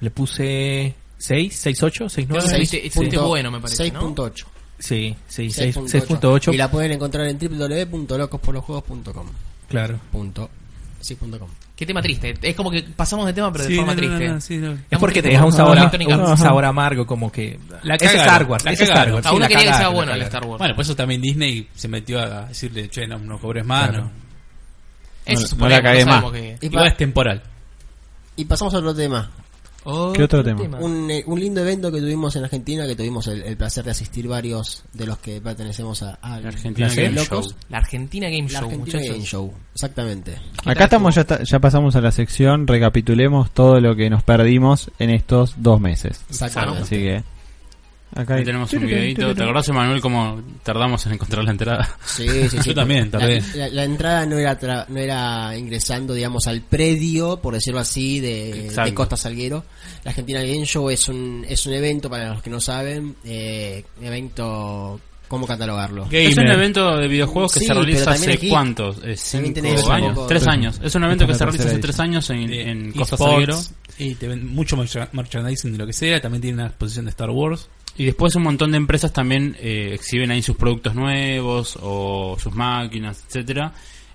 S4: le puse 6, 6, 8, 6, 9.
S2: Creo que
S5: Seis
S2: este- este
S5: punto-
S2: bueno, me parece, ¿no?
S5: 6.8.
S4: Sí, sí,
S5: 6.8.
S4: 6.8.
S5: Y la pueden encontrar en www.locosporlosjuegos.com.
S4: Claro.
S5: Punto. Sí, punto com.
S2: Qué tema triste. Es como que pasamos de tema, pero de
S3: Sí,
S2: forma
S3: no, no,
S2: triste.
S3: no, no, sí, no.
S4: Es porque
S2: triste
S4: te deja un
S2: con
S4: sabor,
S2: Electronic
S4: un
S2: Arts.
S4: sabor amargo, como que.
S3: La
S4: es
S3: cagaron,
S4: Star Wars.
S3: la
S4: es Star
S3: cagaron.
S4: Wars.
S2: A
S4: sí,
S2: uno
S4: la
S2: quería que sea
S4: cagaron,
S2: bueno
S4: la
S2: el
S4: cagaron.
S2: Star Wars.
S3: Bueno, por eso también Disney se metió a decirle, che, no, no cobres más.
S4: Claro.
S3: no.
S2: Eso
S1: No,
S2: suponemos,
S1: no la cagué
S2: sabemos
S1: más.
S2: que-
S5: Y,
S3: Igual
S5: pa-
S3: es temporal.
S5: y pasamos a otro tema.
S1: ¿Qué otro tema?
S5: Un, eh, un lindo evento que tuvimos en Argentina, que tuvimos el, el placer de asistir varios de los que pertenecemos a, a
S6: La Argentina
S5: Placer
S6: Game
S5: Locos.
S6: Show.
S2: La Argentina Game
S5: La
S2: Show,
S5: Argentina
S2: muchachos.
S5: Game Show, exactamente.
S1: Acá estamos, ya, ta- ya pasamos a la sección, recapitulemos todo lo que nos perdimos en estos dos meses.
S5: Exactamente.
S1: Así que... Acá
S6: Ahí
S1: hay-
S6: tenemos un videito. ¿Te acordás, Emanuel, cómo tardamos en encontrar la entrada?
S5: Sí, sí, sí.
S3: Yo también, tardé.
S5: La, la- la entrada no era tra- no era ingresando, digamos, al predio, por decirlo así, de,
S6: Exacto.
S5: de Costa Salguero. La Argentina Game Show es un, es un evento, para los que no saben, eh, evento, ¿cómo catalogarlo?
S6: Es un evento de videojuegos que
S5: Sí,
S6: se realiza
S5: pero también
S6: hace
S5: aquí-
S6: cuántos? Eh,
S5: también
S6: cinco
S5: tenés un
S6: años.
S5: poco-
S6: Tres años. Es un evento que se
S1: Esta es la
S6: realiza hace
S1: tercera
S6: tres años en,
S3: Eh,
S6: en Costa
S3: eSports,
S6: Salguero.
S3: Y te ven mucho mercha- merchandising de lo que sea. También tiene una exposición de Star Wars.
S6: Y después un montón de empresas también eh, exhiben ahí sus productos nuevos o sus máquinas, etcétera.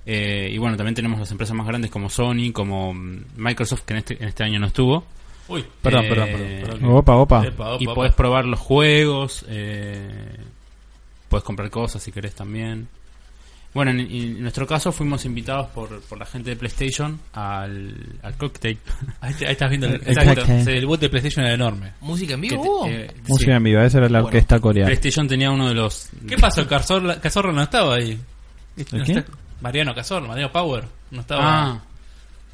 S6: Eh, y bueno, también tenemos las empresas más grandes como Sony, como mm, Microsoft, que en este, en este año no estuvo.
S3: Uy,
S6: perdón,
S3: eh,
S6: perdón, perdón, perdón.
S1: Opa, opa.
S3: Epa, opa,
S6: y
S3: opa.
S6: podés probar los juegos, eh, podés comprar cosas si querés también. Bueno, en, en nuestro caso fuimos invitados por, por la gente de PlayStation al, al cocktail.
S3: Ahí, te- ahí estás viendo el,
S1: Exacto.
S3: exacto. Uh, Sí, el bot de PlayStation era enorme.
S2: ¿Música en
S6: Que te-
S2: vivo? Oh, hubo?
S6: eh,
S1: Música en vivo, esa era la
S2: Bueno,
S1: orquesta coreana.
S6: PlayStation tenía uno de los...
S3: ¿Qué pasó? Cazorla, Cazorla no estaba ahí. No
S1: quién?
S3: está- Mariano Cazorla, Mariano Power. No estaba.
S6: Ah,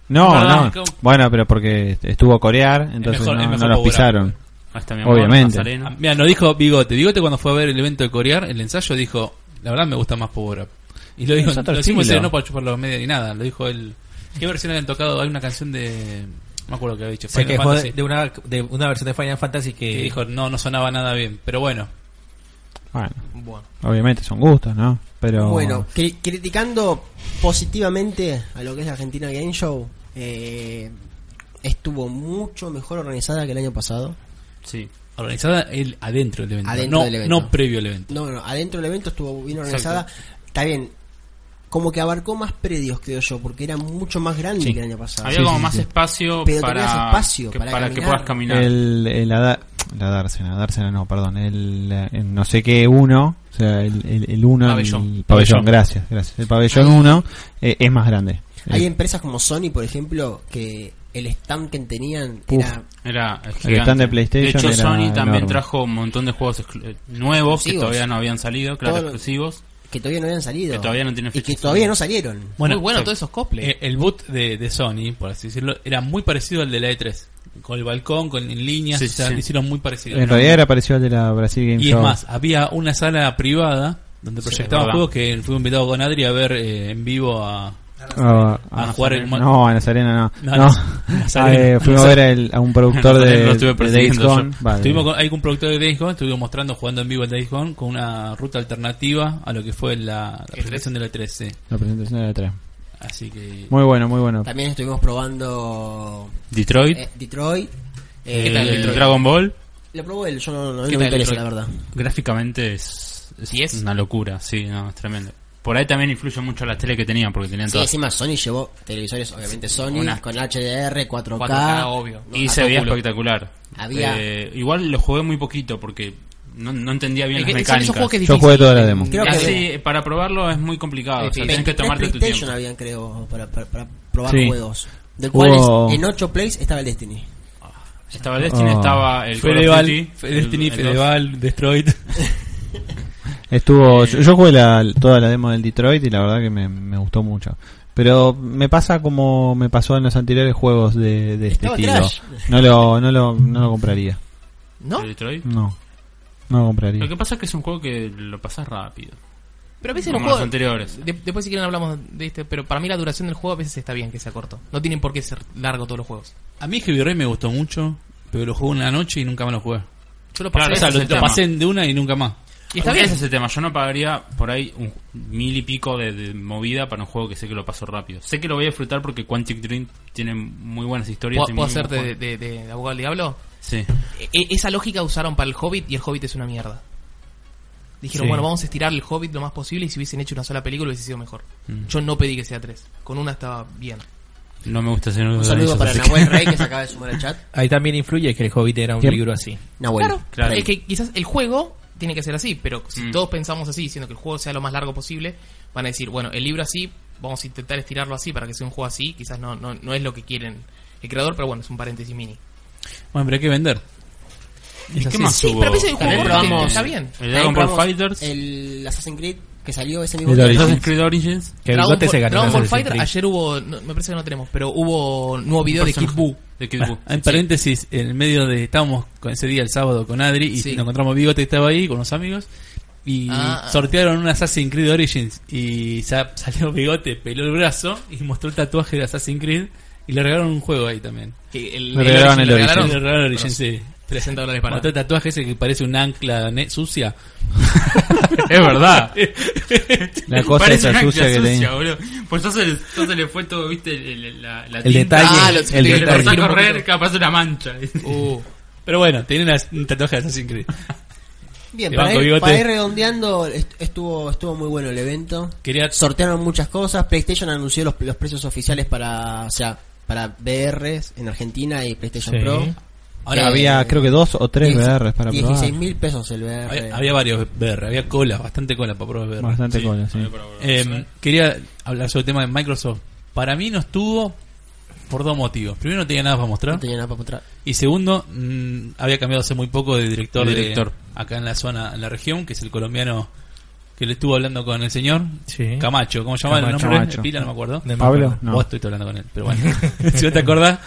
S1: No,
S3: Perdón,
S1: no.
S3: ¿cómo?
S1: Bueno, pero porque estuvo corear, entonces
S3: mejor- el
S1: no,
S3: mejor
S1: no los
S3: Power Up.
S1: pisaron.
S6: ahí está mi amor,
S1: Obviamente.
S6: Nazareno.
S3: Ah, Mira, no dijo Bigote. Bigote cuando fue a ver el evento de Corear, el ensayo, dijo, la verdad me gusta más Power Up. Y lo dijo,
S1: Es otro
S3: lo hicimos en
S1: estilo.
S3: serio, no para chupar los medios ni nada. Lo dijo él. ¿Qué versión habían tocado? Hay una canción
S6: Eh,
S3: de... No me acuerdo que había dicho.
S4: Se
S3: Final
S4: quejó de,
S3: Fantasy,
S4: de una, de una versión de Final Fantasy que.
S3: que dijo, no, no sonaba nada bien. Pero bueno.
S1: Bueno,
S2: Bueno.
S1: obviamente son gustos, ¿no? Pero
S5: Bueno, cri- criticando positivamente a lo que es la Argentina Game Show, eh, estuvo mucho mejor organizada que el año pasado.
S6: Sí.
S3: Organizada el, adentro del evento.
S5: Adentro
S3: no,
S5: del evento.
S3: no previo al evento.
S5: No, no, no, adentro del evento estuvo bien organizada. Está bien, como que abarcó más predios, creo yo, porque era mucho más grande
S6: Sí.
S5: que el año pasado.
S6: Había
S1: Sí,
S6: como
S1: sí,
S6: más
S1: sí.
S6: espacio
S5: Pero
S6: para,
S5: tenías espacio
S6: que,
S5: para
S6: que
S5: caminar.
S6: puedas caminar.
S1: El, el Ada- la dársena, dársena no, perdón, el, eh, el no sé qué uno, o sea, el, el, el uno,
S6: Pabellón.
S1: el pabellón,
S6: Pabellón.
S1: gracias, gracias. El pabellón uno eh, es más grande.
S5: Hay
S1: Eh,
S5: empresas como Sony, por ejemplo, que el stand que tenían
S1: Uf.
S5: era
S6: Era
S1: El
S6: gigante.
S1: stand de PlayStation
S6: De hecho,
S1: era
S6: Sony también
S1: enorme.
S6: trajo un montón de juegos exclu- eh, nuevos que
S5: Exclusivos.
S6: todavía no habían salido, claro,
S5: Todo lo-
S6: exclusivos.
S5: que todavía no habían salido.
S6: Que todavía no tienen
S5: y que
S6: fecha.
S5: todavía no salieron.
S2: Bueno, Muy bueno
S6: sí.
S2: todos esos cosplays.
S3: Eh, el boot de, de Sony, por así decirlo, era muy parecido al de la E3. Con el balcón, con en líneas,
S6: Sí,
S3: o sea,
S6: sí.
S3: lo hicieron muy parecido.
S1: Eh, En realidad era parecido al de la Brasil Game
S3: y
S1: Show.
S3: es más, había una sala privada donde
S6: es
S3: proyectaban
S6: verdad.
S3: juegos que fui invitado con Adri a ver eh, en vivo a...
S1: Ah,
S3: a
S1: ah,
S3: jugar el mo-
S1: No, a Nazarena no.
S3: No,
S1: no.
S3: Nazarena.
S1: Ah, eh, fuimos a ver el- a un productor
S6: No,
S1: de,
S6: lo estuve
S1: de Days
S6: persiguiendo
S1: Gone.
S6: yo.
S1: Vale.
S3: Estuvimos con, hay un productor de Days Gone, estuvimos mostrando jugando en vivo el Days Gone con una ruta alternativa a lo que fue la,
S6: E
S3: la presentación de la E3. sí.
S1: La presentación de la 3.
S3: Así que...
S1: Muy bueno, muy bueno.
S5: También estuvimos probando
S6: Detroit,
S5: eh, Detroit.
S6: eh,
S5: Eh,
S6: el Dragon Ball,
S5: Lo probó él, yo no, no- no
S2: ¿Qué
S5: me
S2: tal
S5: interesa, la
S2: Detroit?
S5: verdad.
S6: gráficamente es, es
S2: ¿Y es?
S6: una locura, sí, no, es tremendo. Por ahí también influye mucho la tele que tenían, porque tenían
S5: Sí,
S6: todas.
S5: encima Sony llevó televisores, obviamente Sony,
S6: Una-
S5: con HDR, 4K.
S2: 4K, obvio.
S6: y
S5: a
S6: se
S5: todo
S6: veía
S5: culo.
S6: espectacular.
S5: Había-
S6: Eh, igual lo jugué muy poquito porque no, no entendía bien
S2: Es que
S6: las
S2: son esos
S6: mecánicas.
S2: juegos que es
S1: Yo jugué
S2: difícil.
S1: toda la demo.
S5: Creo que-
S6: Así, para probarlo es muy complicado, o sea, tenés que
S5: Tres
S6: tomarte tu
S5: PlayStation
S6: tiempo.
S5: habían, creo, para, para- para probar
S1: Sí.
S5: juegos. De
S1: Hubo-
S5: cuales en 8 plays estaba el Destiny.
S6: Estaba el Destiny,
S1: Oh.
S6: estaba el Call of
S3: Fedeval,
S6: Duty,
S3: Fe- Destiny,
S6: el- el
S3: Fedeval, Destroyed.
S1: Estuvo, yo, yo jugué la, toda la demo del Detroit y la verdad que me, me gustó mucho. Pero me pasa como me pasó en los anteriores juegos de, de este
S5: Estaba
S1: estilo.
S5: Crash.
S1: No lo, no lo, no lo compraría.
S2: ¿No?
S6: el Detroit.
S1: No. No lo compraría.
S6: Lo que pasa es que es un juego que lo pasas rápido.
S2: Pero a veces
S6: Como
S2: los
S6: los
S2: juegos.
S6: anteriores.
S2: de- después, si quieren, hablamos de este. Pero para mí, la duración del juego a veces está bien que sea corto. No tienen por qué ser largo todos los juegos.
S3: A mí Heavy Rain me gustó mucho, pero lo jugué una noche y nunca más lo jugué.
S2: Yo lo pasé.
S6: Claro,
S3: O sea,
S6: ese
S3: lo,
S6: es el
S3: lo
S6: tema.
S3: pasé de una y nunca más.
S2: y está bien.
S6: Ese es el tema. Yo no pagaría por ahí un mil y pico de, de movida para un juego que sé que lo paso rápido. Sé que lo voy a disfrutar porque Quantic Dream tiene muy buenas historias.
S2: ¿Puedo,
S6: y
S2: puedo
S6: muy
S2: hacerte
S6: buenos
S2: de, de- de abogado del diablo?
S6: juegos. Sí.
S2: E- e- esa lógica usaron para el Hobbit y el Hobbit es una mierda. Dijeron,
S6: Sí.
S2: bueno, vamos a estirar el Hobbit lo más posible y si hubiesen hecho una sola película hubiese sido mejor.
S6: Mm.
S2: Yo no pedí que sea tres. Con una estaba bien.
S6: No me gusta hacer
S5: Un saludo para Nahuel Rey que se acaba de sumar al chat.
S4: Ahí también influye que el Hobbit era un
S1: ¿Quién?
S4: libro así.
S5: Nahuel.
S6: Claro.
S2: Es que quizás el juego tiene que ser así, pero si
S6: Mm.
S2: todos pensamos así, diciendo que el juego sea lo más largo posible, van a decir, bueno, el libro así, vamos a intentar estirarlo así para que sea un juego así. Quizás no, no, no es lo que quieren el creador, pero bueno, es un paréntesis mini.
S3: Bueno, pero hay que vender.
S6: ¿Y qué
S2: así.
S6: más
S2: Sí,
S6: hubo?
S2: pero a veces hay juegos
S6: También
S5: cortos que
S6: probamos
S2: está bien.
S6: El Dragon Ball
S5: Probamos
S6: Fighters. El
S5: El Assassin's Creed que salió ese mismo
S1: El
S5: día.
S1: Origins.
S6: Assassin's Creed Origins.
S4: Que
S2: Dragon
S4: bigote
S2: Ball-
S4: se ganó
S2: Dragon
S4: en
S2: Ball
S4: Assassin's
S2: Fighter,
S4: Creed.
S2: ayer hubo, no- me parece que no tenemos, pero hubo nuevo video de Kid
S6: personaje.
S2: Buu.
S6: De Kid Buu.
S3: Ah, en paréntesis, en el medio de. Estábamos con ese día el sábado con Adri y
S2: Sí.
S3: nos encontramos Bigote, estaba ahí con unos amigos. Y
S2: Ah.
S3: sortearon un Assassin's Creed Origins. Y sa- salió Bigote, peló el brazo y mostró el tatuaje de Assassin's Creed. Y le regalaron un juego ahí también.
S2: Que el,
S1: Le regalaron
S2: Origin,
S1: el
S2: le
S1: Origin.
S2: regalaron
S3: Le regalaron Origins, sí.
S2: 60 dólares para
S3: Mostró el tatuaje ese que parece un ancla ne- sucia.
S6: es verdad.
S1: La cosa esa
S6: Parece una
S1: sucia
S6: ancla
S1: que tenía.
S6: boludo. Pues ya se, le, ya se le fue todo, viste, el, el- la, la
S4: El
S6: tinta.
S4: detalle.
S2: Ah, lo-
S1: el
S6: Y le
S1: detalle.
S6: empezó a
S2: Un
S6: correr,
S2: poquito.
S6: capaz una mancha.
S2: Uh,
S3: Pero bueno, tenía una- un tatuaje de Assassin's Creed.
S5: Bien,
S3: Te
S5: para
S3: banco,
S5: ir,
S3: bigote.
S5: para ir redondeando, est- estuvo, estuvo muy bueno el evento.
S3: Quería.
S5: Sortearon muchas cosas. PlayStation anunció los, los precios oficiales para, o sea, para VRs en Argentina y PlayStation
S4: Sí.
S5: Pro.
S1: Ahora había, creo que dos o tres VRs para probar.
S5: eh, mil pesos el VR.
S3: Había, había varios VR, había cola, bastante cola para probar VR.
S1: Bastante cola, sí.
S3: Eh, quería hablar sobre el tema de Microsoft. Para mí no estuvo por dos motivos. Primero, no tenía nada para
S5: No
S3: mostrar.
S5: tenía nada para mostrar.
S3: Y segundo, mm, había cambiado hace muy poco de director,
S6: De
S3: de-
S6: director.
S3: acá en la zona, en la región, que es el colombiano que le estuvo hablando con el señor.
S4: Sí.
S3: Camacho, ¿cómo se llamaba el
S4: Camacho.
S3: nombre?
S1: Camacho.
S3: Pila, no me acuerdo.
S4: De
S1: Pablo, no.
S3: Vos estuviste hablando con él, pero bueno. si no te acordás,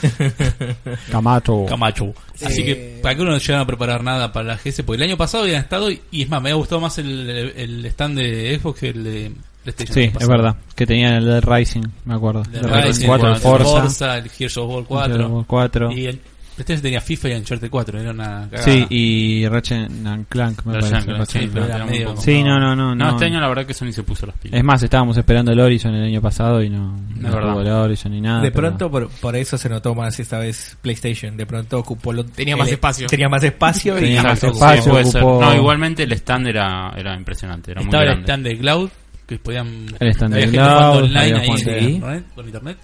S1: Camacho.
S3: Camacho. Así
S6: Eh.
S3: que, ¿para qué uno no llegan a preparar nada para la GS? Porque el año pasado habían estado, y, y es más, me había gustado más el, el stand de Xbox que el de PlayStation.
S1: Sí,
S3: el año
S1: es
S3: pasado.
S1: verdad. Que tenían el Dead Rising, me acuerdo.
S3: El
S1: Dead Rising
S3: Rising,
S1: 4, el
S3: el
S1: Forza.
S3: el Gears of War
S1: el
S3: 4.
S1: 4.
S3: Y el- PlayStation tenía FIFA y Uncharted 4, era una cagada.
S1: Sí, y Ratchet and Clank, me
S6: Ratchet
S1: parece.
S6: and Clank, sí,
S1: Ratchet and
S6: pero
S1: Clank.
S3: era
S6: era
S3: medio-
S6: un poco-
S1: Sí, no, no, no.
S6: No, este año la verdad que Sony se puso las pilas.
S1: Es más, estábamos esperando el Horizon el año pasado y no, no
S6: verdad.
S1: hubo el Horizon ni nada.
S4: de
S1: pero-
S4: pronto, por, por eso se notó más esta vez PlayStation. De pronto ocupó lo-
S2: Tenía más
S4: el-
S2: espacio.
S4: Tenía más espacio y
S1: Tenía más
S6: Exacto, sí,
S1: espacio,
S6: puede ser.
S1: ocupó-
S6: No, igualmente el stand era, era impresionante, era
S3: Estaba el
S6: muy grande.
S3: stand de Cloud, que podían...
S1: El stand
S3: había
S1: de
S3: gente
S1: Cloud,
S3: jugando online
S1: había
S3: ahí
S1: gente-
S3: con internet- con internet.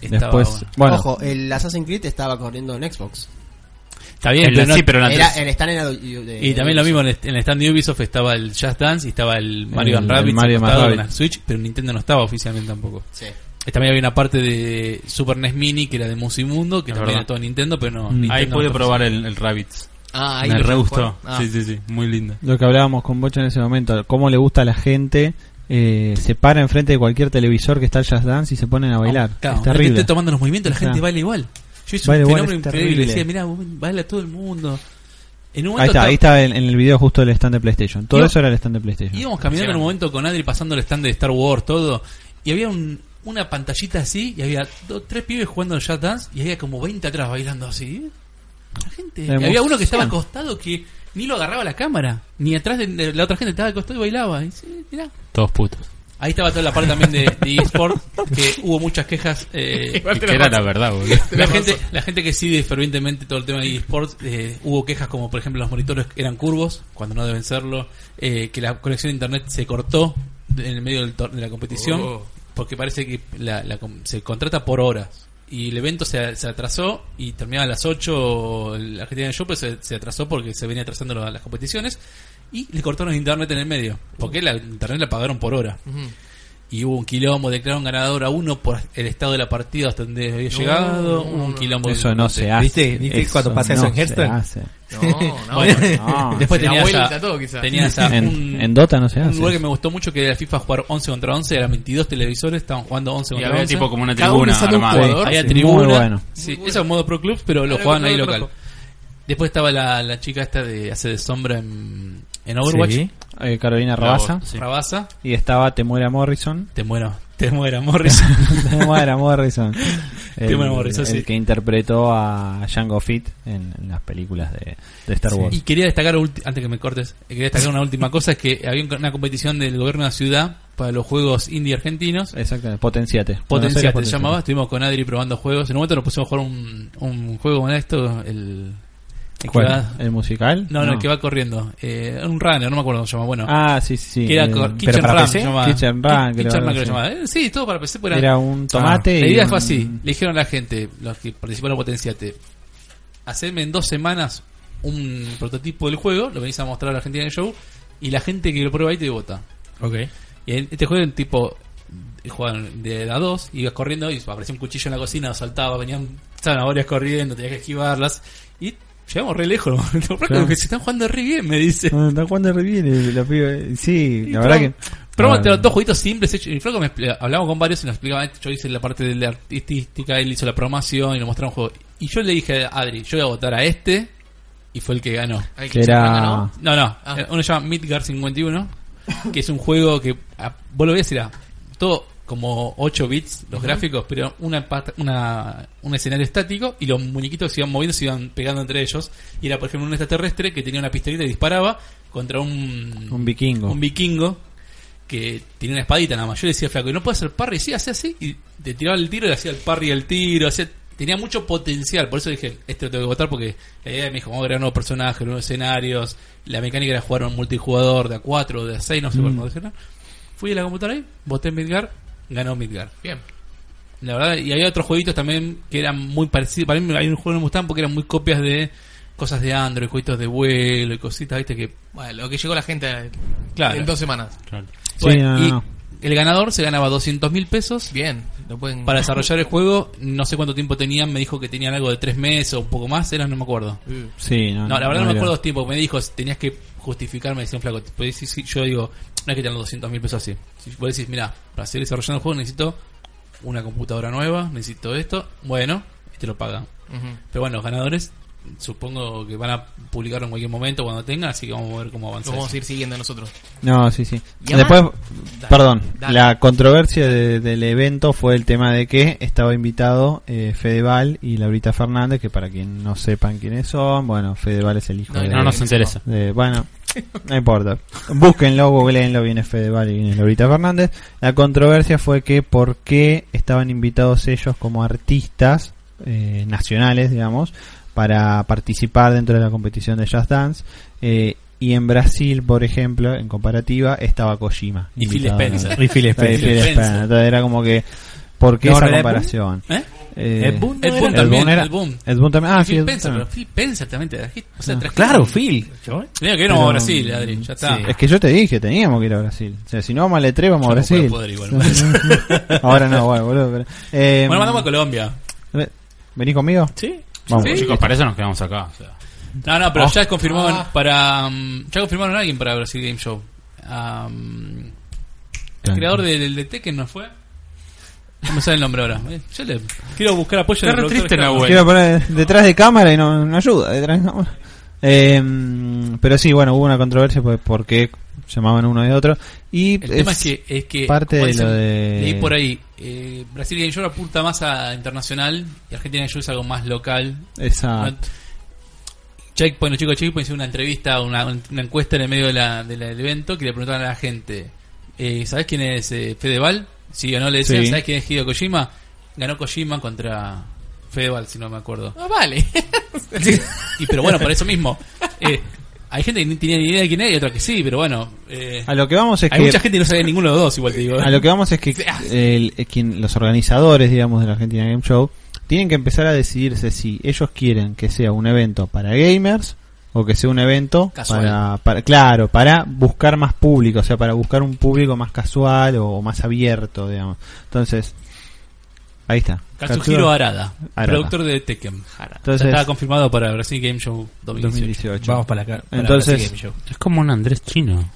S3: Estaba
S1: Después,
S3: bueno.
S1: bueno,
S5: Ojo, el Assassin's Creed estaba corriendo en Xbox.
S3: Está bien,
S6: El-
S3: pero no-
S6: sí, pero en la
S5: Era,
S6: tres-
S5: el stand era de- de-
S3: Y también lo mismo, en el, en el stand de Ubisoft estaba el Just Dance y estaba el Mario
S1: El-
S3: and
S1: el
S3: Rabbids
S1: Mario and
S3: acostado en
S1: Rabbids.
S3: la Switch, pero Nintendo no estaba oficialmente tampoco.
S5: Sí.
S3: También había una parte de Super NES Mini que era de Musimundo, que
S6: Es
S3: también
S6: verdad.
S3: era todo Nintendo, pero no.
S6: Ahí
S3: Nintendo
S6: pude
S3: no
S6: probar el, el Rabbids.
S2: Ah, ahí
S6: Me
S2: lo
S6: re
S2: jugaron.
S6: gustó.
S2: Ah.
S6: Sí, sí, sí, muy lindo.
S1: lo que hablábamos con Bocha en ese momento, cómo le gusta a la gente, eh, se para enfrente de cualquier televisor que está el Jazz Dance y se ponen a bailar.
S3: Ah, Claro, este
S1: es terrible.
S3: esté tomando los movimientos, la gente
S1: Claro.
S3: baila igual. Yo hice
S1: Baila
S3: un
S1: igual,
S3: fenómeno
S1: es
S3: increíble.
S1: terrible.
S3: Decía, mirá, vos baila todo el mundo. En
S1: Ahí
S3: un momento
S1: está, ahí
S3: estaba-
S1: está en, en el video justo el stand de PlayStation. Todo
S3: Iba-
S1: eso era el stand de PlayStation.
S3: íbamos caminando en un momento con Adri pasando el stand de Star Wars, todo. Y había un- una pantallita así, y había dos, tres pibes jugando al Just Dance, y había como 20 atrás bailando así. La gente.
S1: La
S3: y había uno que estaba
S1: emoción.
S3: acostado que ni lo agarraba la cámara, ni atrás de- de la otra gente estaba acostado y bailaba. Y sí, mirá.
S6: Todos putos.
S3: Ahí estaba toda la parte también de, de eSport, que hubo muchas quejas. eh,
S6: Es que era la verdad, boludo.
S3: la gente, la gente que sigue fervientemente todo el tema de eSports, eh, hubo quejas como, por ejemplo, los monitores eran curvos, cuando no deben serlo, eh, que la conexión de internet se cortó en el medio del tor- de la competición,
S6: Oh.
S3: porque parece que la- la com- se contrata por horas. Y el evento se, se atrasó y terminaba a las 8 la Argentina de Show, se, se atrasó porque se venía atrasando la- las competiciones y le cortaron internet en el medio, porque la internet la pagaron por hora.
S2: Ujú.
S3: Y hubo un quilombo, declararon ganador a uno por el estado de la partida hasta donde había llegado. Hubo un quilombo.
S1: Eso no se hace.
S4: ¿Viste? ¿Viste cuando pasa eso en
S1: se
S4: Hearthstone?
S1: hace.
S2: No, no.
S4: Bueno,
S1: No.
S3: Después
S2: Se da
S3: tenías
S2: vuelta
S3: a,
S2: todo, quizás.
S3: tenías a un,
S1: en, en Dota no se
S3: un
S1: hace.
S3: lugar que
S1: eso.
S3: me gustó mucho que era FIFA jugar 11 contra 11. Eran 22 televisores, estaban jugando 11
S6: Y
S3: contra
S6: había
S3: 11.
S6: tipo como una
S2: Cada uno
S6: tribuna
S2: sale un
S6: armada.
S2: jugador.
S3: Había
S1: Sí,
S3: tribuna.
S1: muy bueno.
S3: Sí, eso es modo pro club, pero lo
S2: Ahora
S3: jugaban
S2: que
S3: ahí
S2: lo
S3: local.
S2: conozco.
S3: Después estaba la, la chica esta de hace de sombra en, en Overwatch.
S4: Sí.
S1: Eh, Carolina Rabasa.
S6: Sí.
S3: Rabasa.
S1: Y estaba Te muera Morrison.
S3: Te muero, te muero, Morris.
S1: Te muera Morrison. El,
S3: Te muera Morrison,
S1: el
S3: sí.
S1: que interpretó a Django Fit en, en las películas de, de Star Wars.
S3: Y quería destacar, ulti- antes que me cortes, eh, quería destacar una última cosa, es que había un- una competición del gobierno de la ciudad para los juegos indie argentinos. eh,
S1: Exactamente, Potenciate.
S3: Potencia
S1: Conocer a
S3: te llamaba, estuvimos con Adri probando juegos. En un momento nos pusimos a jugar un, un juego como esto, el... el que
S1: ¿Cuál?
S3: va- eh,
S1: ¿El musical?
S3: no, no, el que va corriendo. Eh, un runner, no me acuerdo cómo se llama. Bueno,
S1: Ah, sí, sí.
S3: que era
S1: eh,
S3: co-
S1: pero
S3: Kitchen
S1: para
S3: Run,
S1: PC.
S3: se llamaba.
S1: Kitchen Run,
S3: Ki-
S1: creo,
S3: Kitchen Run,
S1: algo
S3: que lo
S1: así.
S3: llamaba. Eh, sí, todo para PC. pero
S1: Era un tomate.
S3: Ah. la
S1: y
S3: idea
S1: un-
S3: fue así. Le dijeron a la gente, los que participaron en Potenciate, hacerme en dos semanas un prototipo del juego, lo venís a mostrar a la Argentina en el show, y la gente que lo prueba ahí te vota.
S4: Ok.
S3: Y en este juego era un tipo jugaban de la 2, ibas corriendo y aparecía un cuchillo en la cocina, saltaba, venían zanahorias corriendo, tenías que esquivarlas, y llegamos re lejos, Franco,
S1: Claro.
S3: que se están jugando re bien, me dice.
S1: Ah, ¿Está jugando re bien la piba, eh. Sí, la
S3: Y
S1: verdad
S3: probamos-
S1: que.
S3: probamos
S1: Ah,
S3: entre los dos jueguitos simples. eh, hecho- Y Franco me expli- hablamos con varios y nos explicaba. Yo hice la parte de la artística, él hizo la programación y nos mostraron un juego. Y yo le dije a Adri, yo voy a votar a este. Y fue el que ganó.
S2: Al
S1: Que
S2: se
S1: era-
S2: arranca, ¿no?
S3: No, no.
S2: Ah.
S3: eh, Uno se llama Midgar 51. Que es un juego que. a- Vos lo ves y era todo como 8 bits los gráficos, pero una, pata- una un escenario estático y los muñequitos se iban moviendo, se iban pegando entre ellos. Y era, por ejemplo, un extraterrestre que tenía una pistolita y disparaba contra un.
S1: Un vikingo.
S3: Un vikingo que tenía una espadita nada más. Yo le decía flaco, y no puede hacer parry, sí, hacía así, y te tiraba el tiro y le hacía el parry al tiro, hacía- tenía mucho potencial, por eso dije, este lo tengo que votar porque la idea me dijo, vamos a crear nuevos personajes, nuevos escenarios, la mecánica era jugar un multijugador de a 4, de a 6, no sé
S1: Mm.
S3: cómo decirlo. Fui a la computadora ahí, voté en Midgar, ganó Midgar.
S2: Bien.
S3: La verdad, y había otros jueguitos también que eran muy parecidos. Para mí, hay un juego que no me gustaban porque eran muy copias de cosas de Android, jueguitos de vuelo y cositas, viste, que
S2: Bueno, lo que llegó la gente
S3: Claro.
S2: en dos semanas.
S1: Sí,
S3: Bueno,
S1: no, no,
S3: y
S1: no.
S3: el ganador se ganaba 200 mil pesos.
S2: Bien, lo pueden.
S3: Para desarrollar el juego, no sé cuánto tiempo tenían, me dijo que tenían algo de tres meses o un poco más, eran, no me acuerdo.
S1: Ah,
S2: Uh,
S1: Sí, no,
S3: No, la verdad no, me
S1: era.
S3: acuerdo los tiempos, me dijo, tenías que justificarme, decía un flaco, tipo, sí, sí, yo digo, no es que te dan los 200 mil pesos así. Si vos decís, mira, para seguir desarrollando el juego necesito una computadora nueva, necesito esto, bueno, y te lo pagan.
S2: ujú.
S3: Pero bueno, los ganadores supongo que van a publicarlo en cualquier momento cuando tenga, así que vamos a ver cómo
S2: Nos
S3: avanza.
S2: vamos a
S3: eso.
S2: ir siguiendo nosotros.
S1: No, sí, sí.
S2: Y
S1: Después,
S2: además- Dale,
S1: perdón,
S2: dale.
S1: la controversia de- del evento fue el tema de que estaba invitado eh, Fedeval y Laurita Fernández, que para quien no sepan quiénes son, bueno, Fedeval es el hijo
S2: No,
S1: de,
S6: No nos interesa.
S1: de- Eh, Bueno, no importa. Búsquenlo, googleenlo, viene Fedeval y viene Laurita Fernández. La controversia fue que por qué estaban invitados ellos como artistas eh, nacionales, digamos, para participar dentro de la competición de Just Dance. eh, y en Brasil, por ejemplo, en comparativa, estaba Kojima.
S3: Y Phil
S1: invitado.
S3: Spencer.
S4: Y Phil
S1: Está bien,
S4: Spencer.
S1: Phil
S3: Spencer.
S1: Spencer. Entonces era como que. ¿Por qué
S4: No,
S1: esa
S4: no era Ed Boon.
S1: comparación?
S3: ¿Eh?
S1: Eh,
S4: Ed Boon,
S3: Ed
S1: Ed
S3: Boon
S1: Boon
S3: también,
S1: era-
S3: Ed Boon.
S1: Ed Boon también. Ah, sí,
S3: Phil
S1: Ed Boon
S3: Spencer, pero
S1: también.
S3: Phil Spencer también te trajiste. O sea, trajiste-
S4: Claro, Phil.
S3: Tenía que ir a
S1: Pero-
S3: Brasil, Adri. Ya está.
S1: Es que yo te dije, teníamos que ir a Brasil. O sea, si no vamos a Letré, vamos a
S3: Yo no puedo
S1: Brasil.
S3: poder igual.
S1: Ahora no, bueno, boludo. pero- eh,
S3: Bueno, mandamos a Colombia.
S1: ve- ¿Venís conmigo?
S3: Sí.
S1: Vamos. Ah.
S3: Sí.
S6: Chicos, para eso nos quedamos acá. o sea.
S3: No, no, pero ya confirmaron
S6: Ah.
S3: para. um, ya confirmaron a alguien para Brasil Game Show. Um, el
S1: Claro.
S3: creador del de Tekken no fue. No me sale el nombre ahora. Eh, Yo le quiero buscar apoyo
S6: Está
S3: del
S6: re
S3: productor
S6: triste,
S3: externo.
S6: Nahuel.
S1: Quiero poner detrás de cámara y no, no ayuda. Detrás de cámara. Eh, pero sí, bueno, hubo una controversia por- porque llamaban uno y otro. Y
S3: El tema es que, es que
S1: parte
S3: como
S1: de
S3: dicen,
S1: lo de-
S3: leí por ahí, eh, Brasil Game Show apunta más a internacional y Argentina Game Show es algo más local.
S1: Esa,
S3: No- Checkpoint, los chicos de Checkpoint hicieron una entrevista, una, una encuesta en el medio de la- de la- del evento que le preguntaban a la gente, eh, ¿sabes quién es eh, Fedeval? Sí o no le decían,
S1: Sí.
S3: ¿sabes quién es Hideo Kojima? Ganó Kojima contra Fedeval, si no me acuerdo.
S2: Ah, vale.
S3: Y pero bueno, por eso mismo. eh, hay gente que ni tenía ni idea de quién era y otra que sí, pero bueno. eh,
S1: a lo que vamos es
S3: hay
S1: que.
S3: mucha gente que no sabe ninguno de los dos, igual te digo. eh.
S1: A lo que vamos es que el- eh, quien, los organizadores, digamos, de la Argentina Game Show tienen que empezar a decidirse si ellos quieren que sea un evento para gamers o que sea un evento
S2: Casual.
S1: para, para- claro, para buscar más público, o sea, para buscar un público más casual o, o más abierto, digamos. Entonces, ahí está.
S3: Katsuhiro Arada,
S1: Arada.
S3: productor de Tekken.
S1: Entonces-
S3: Ya estaba confirmado para Brasil Game Show 2018.
S1: 2018.
S4: Vamos para acá. para
S1: Entonces-
S4: Brasil Game Show.
S6: Es como un Andrés chino.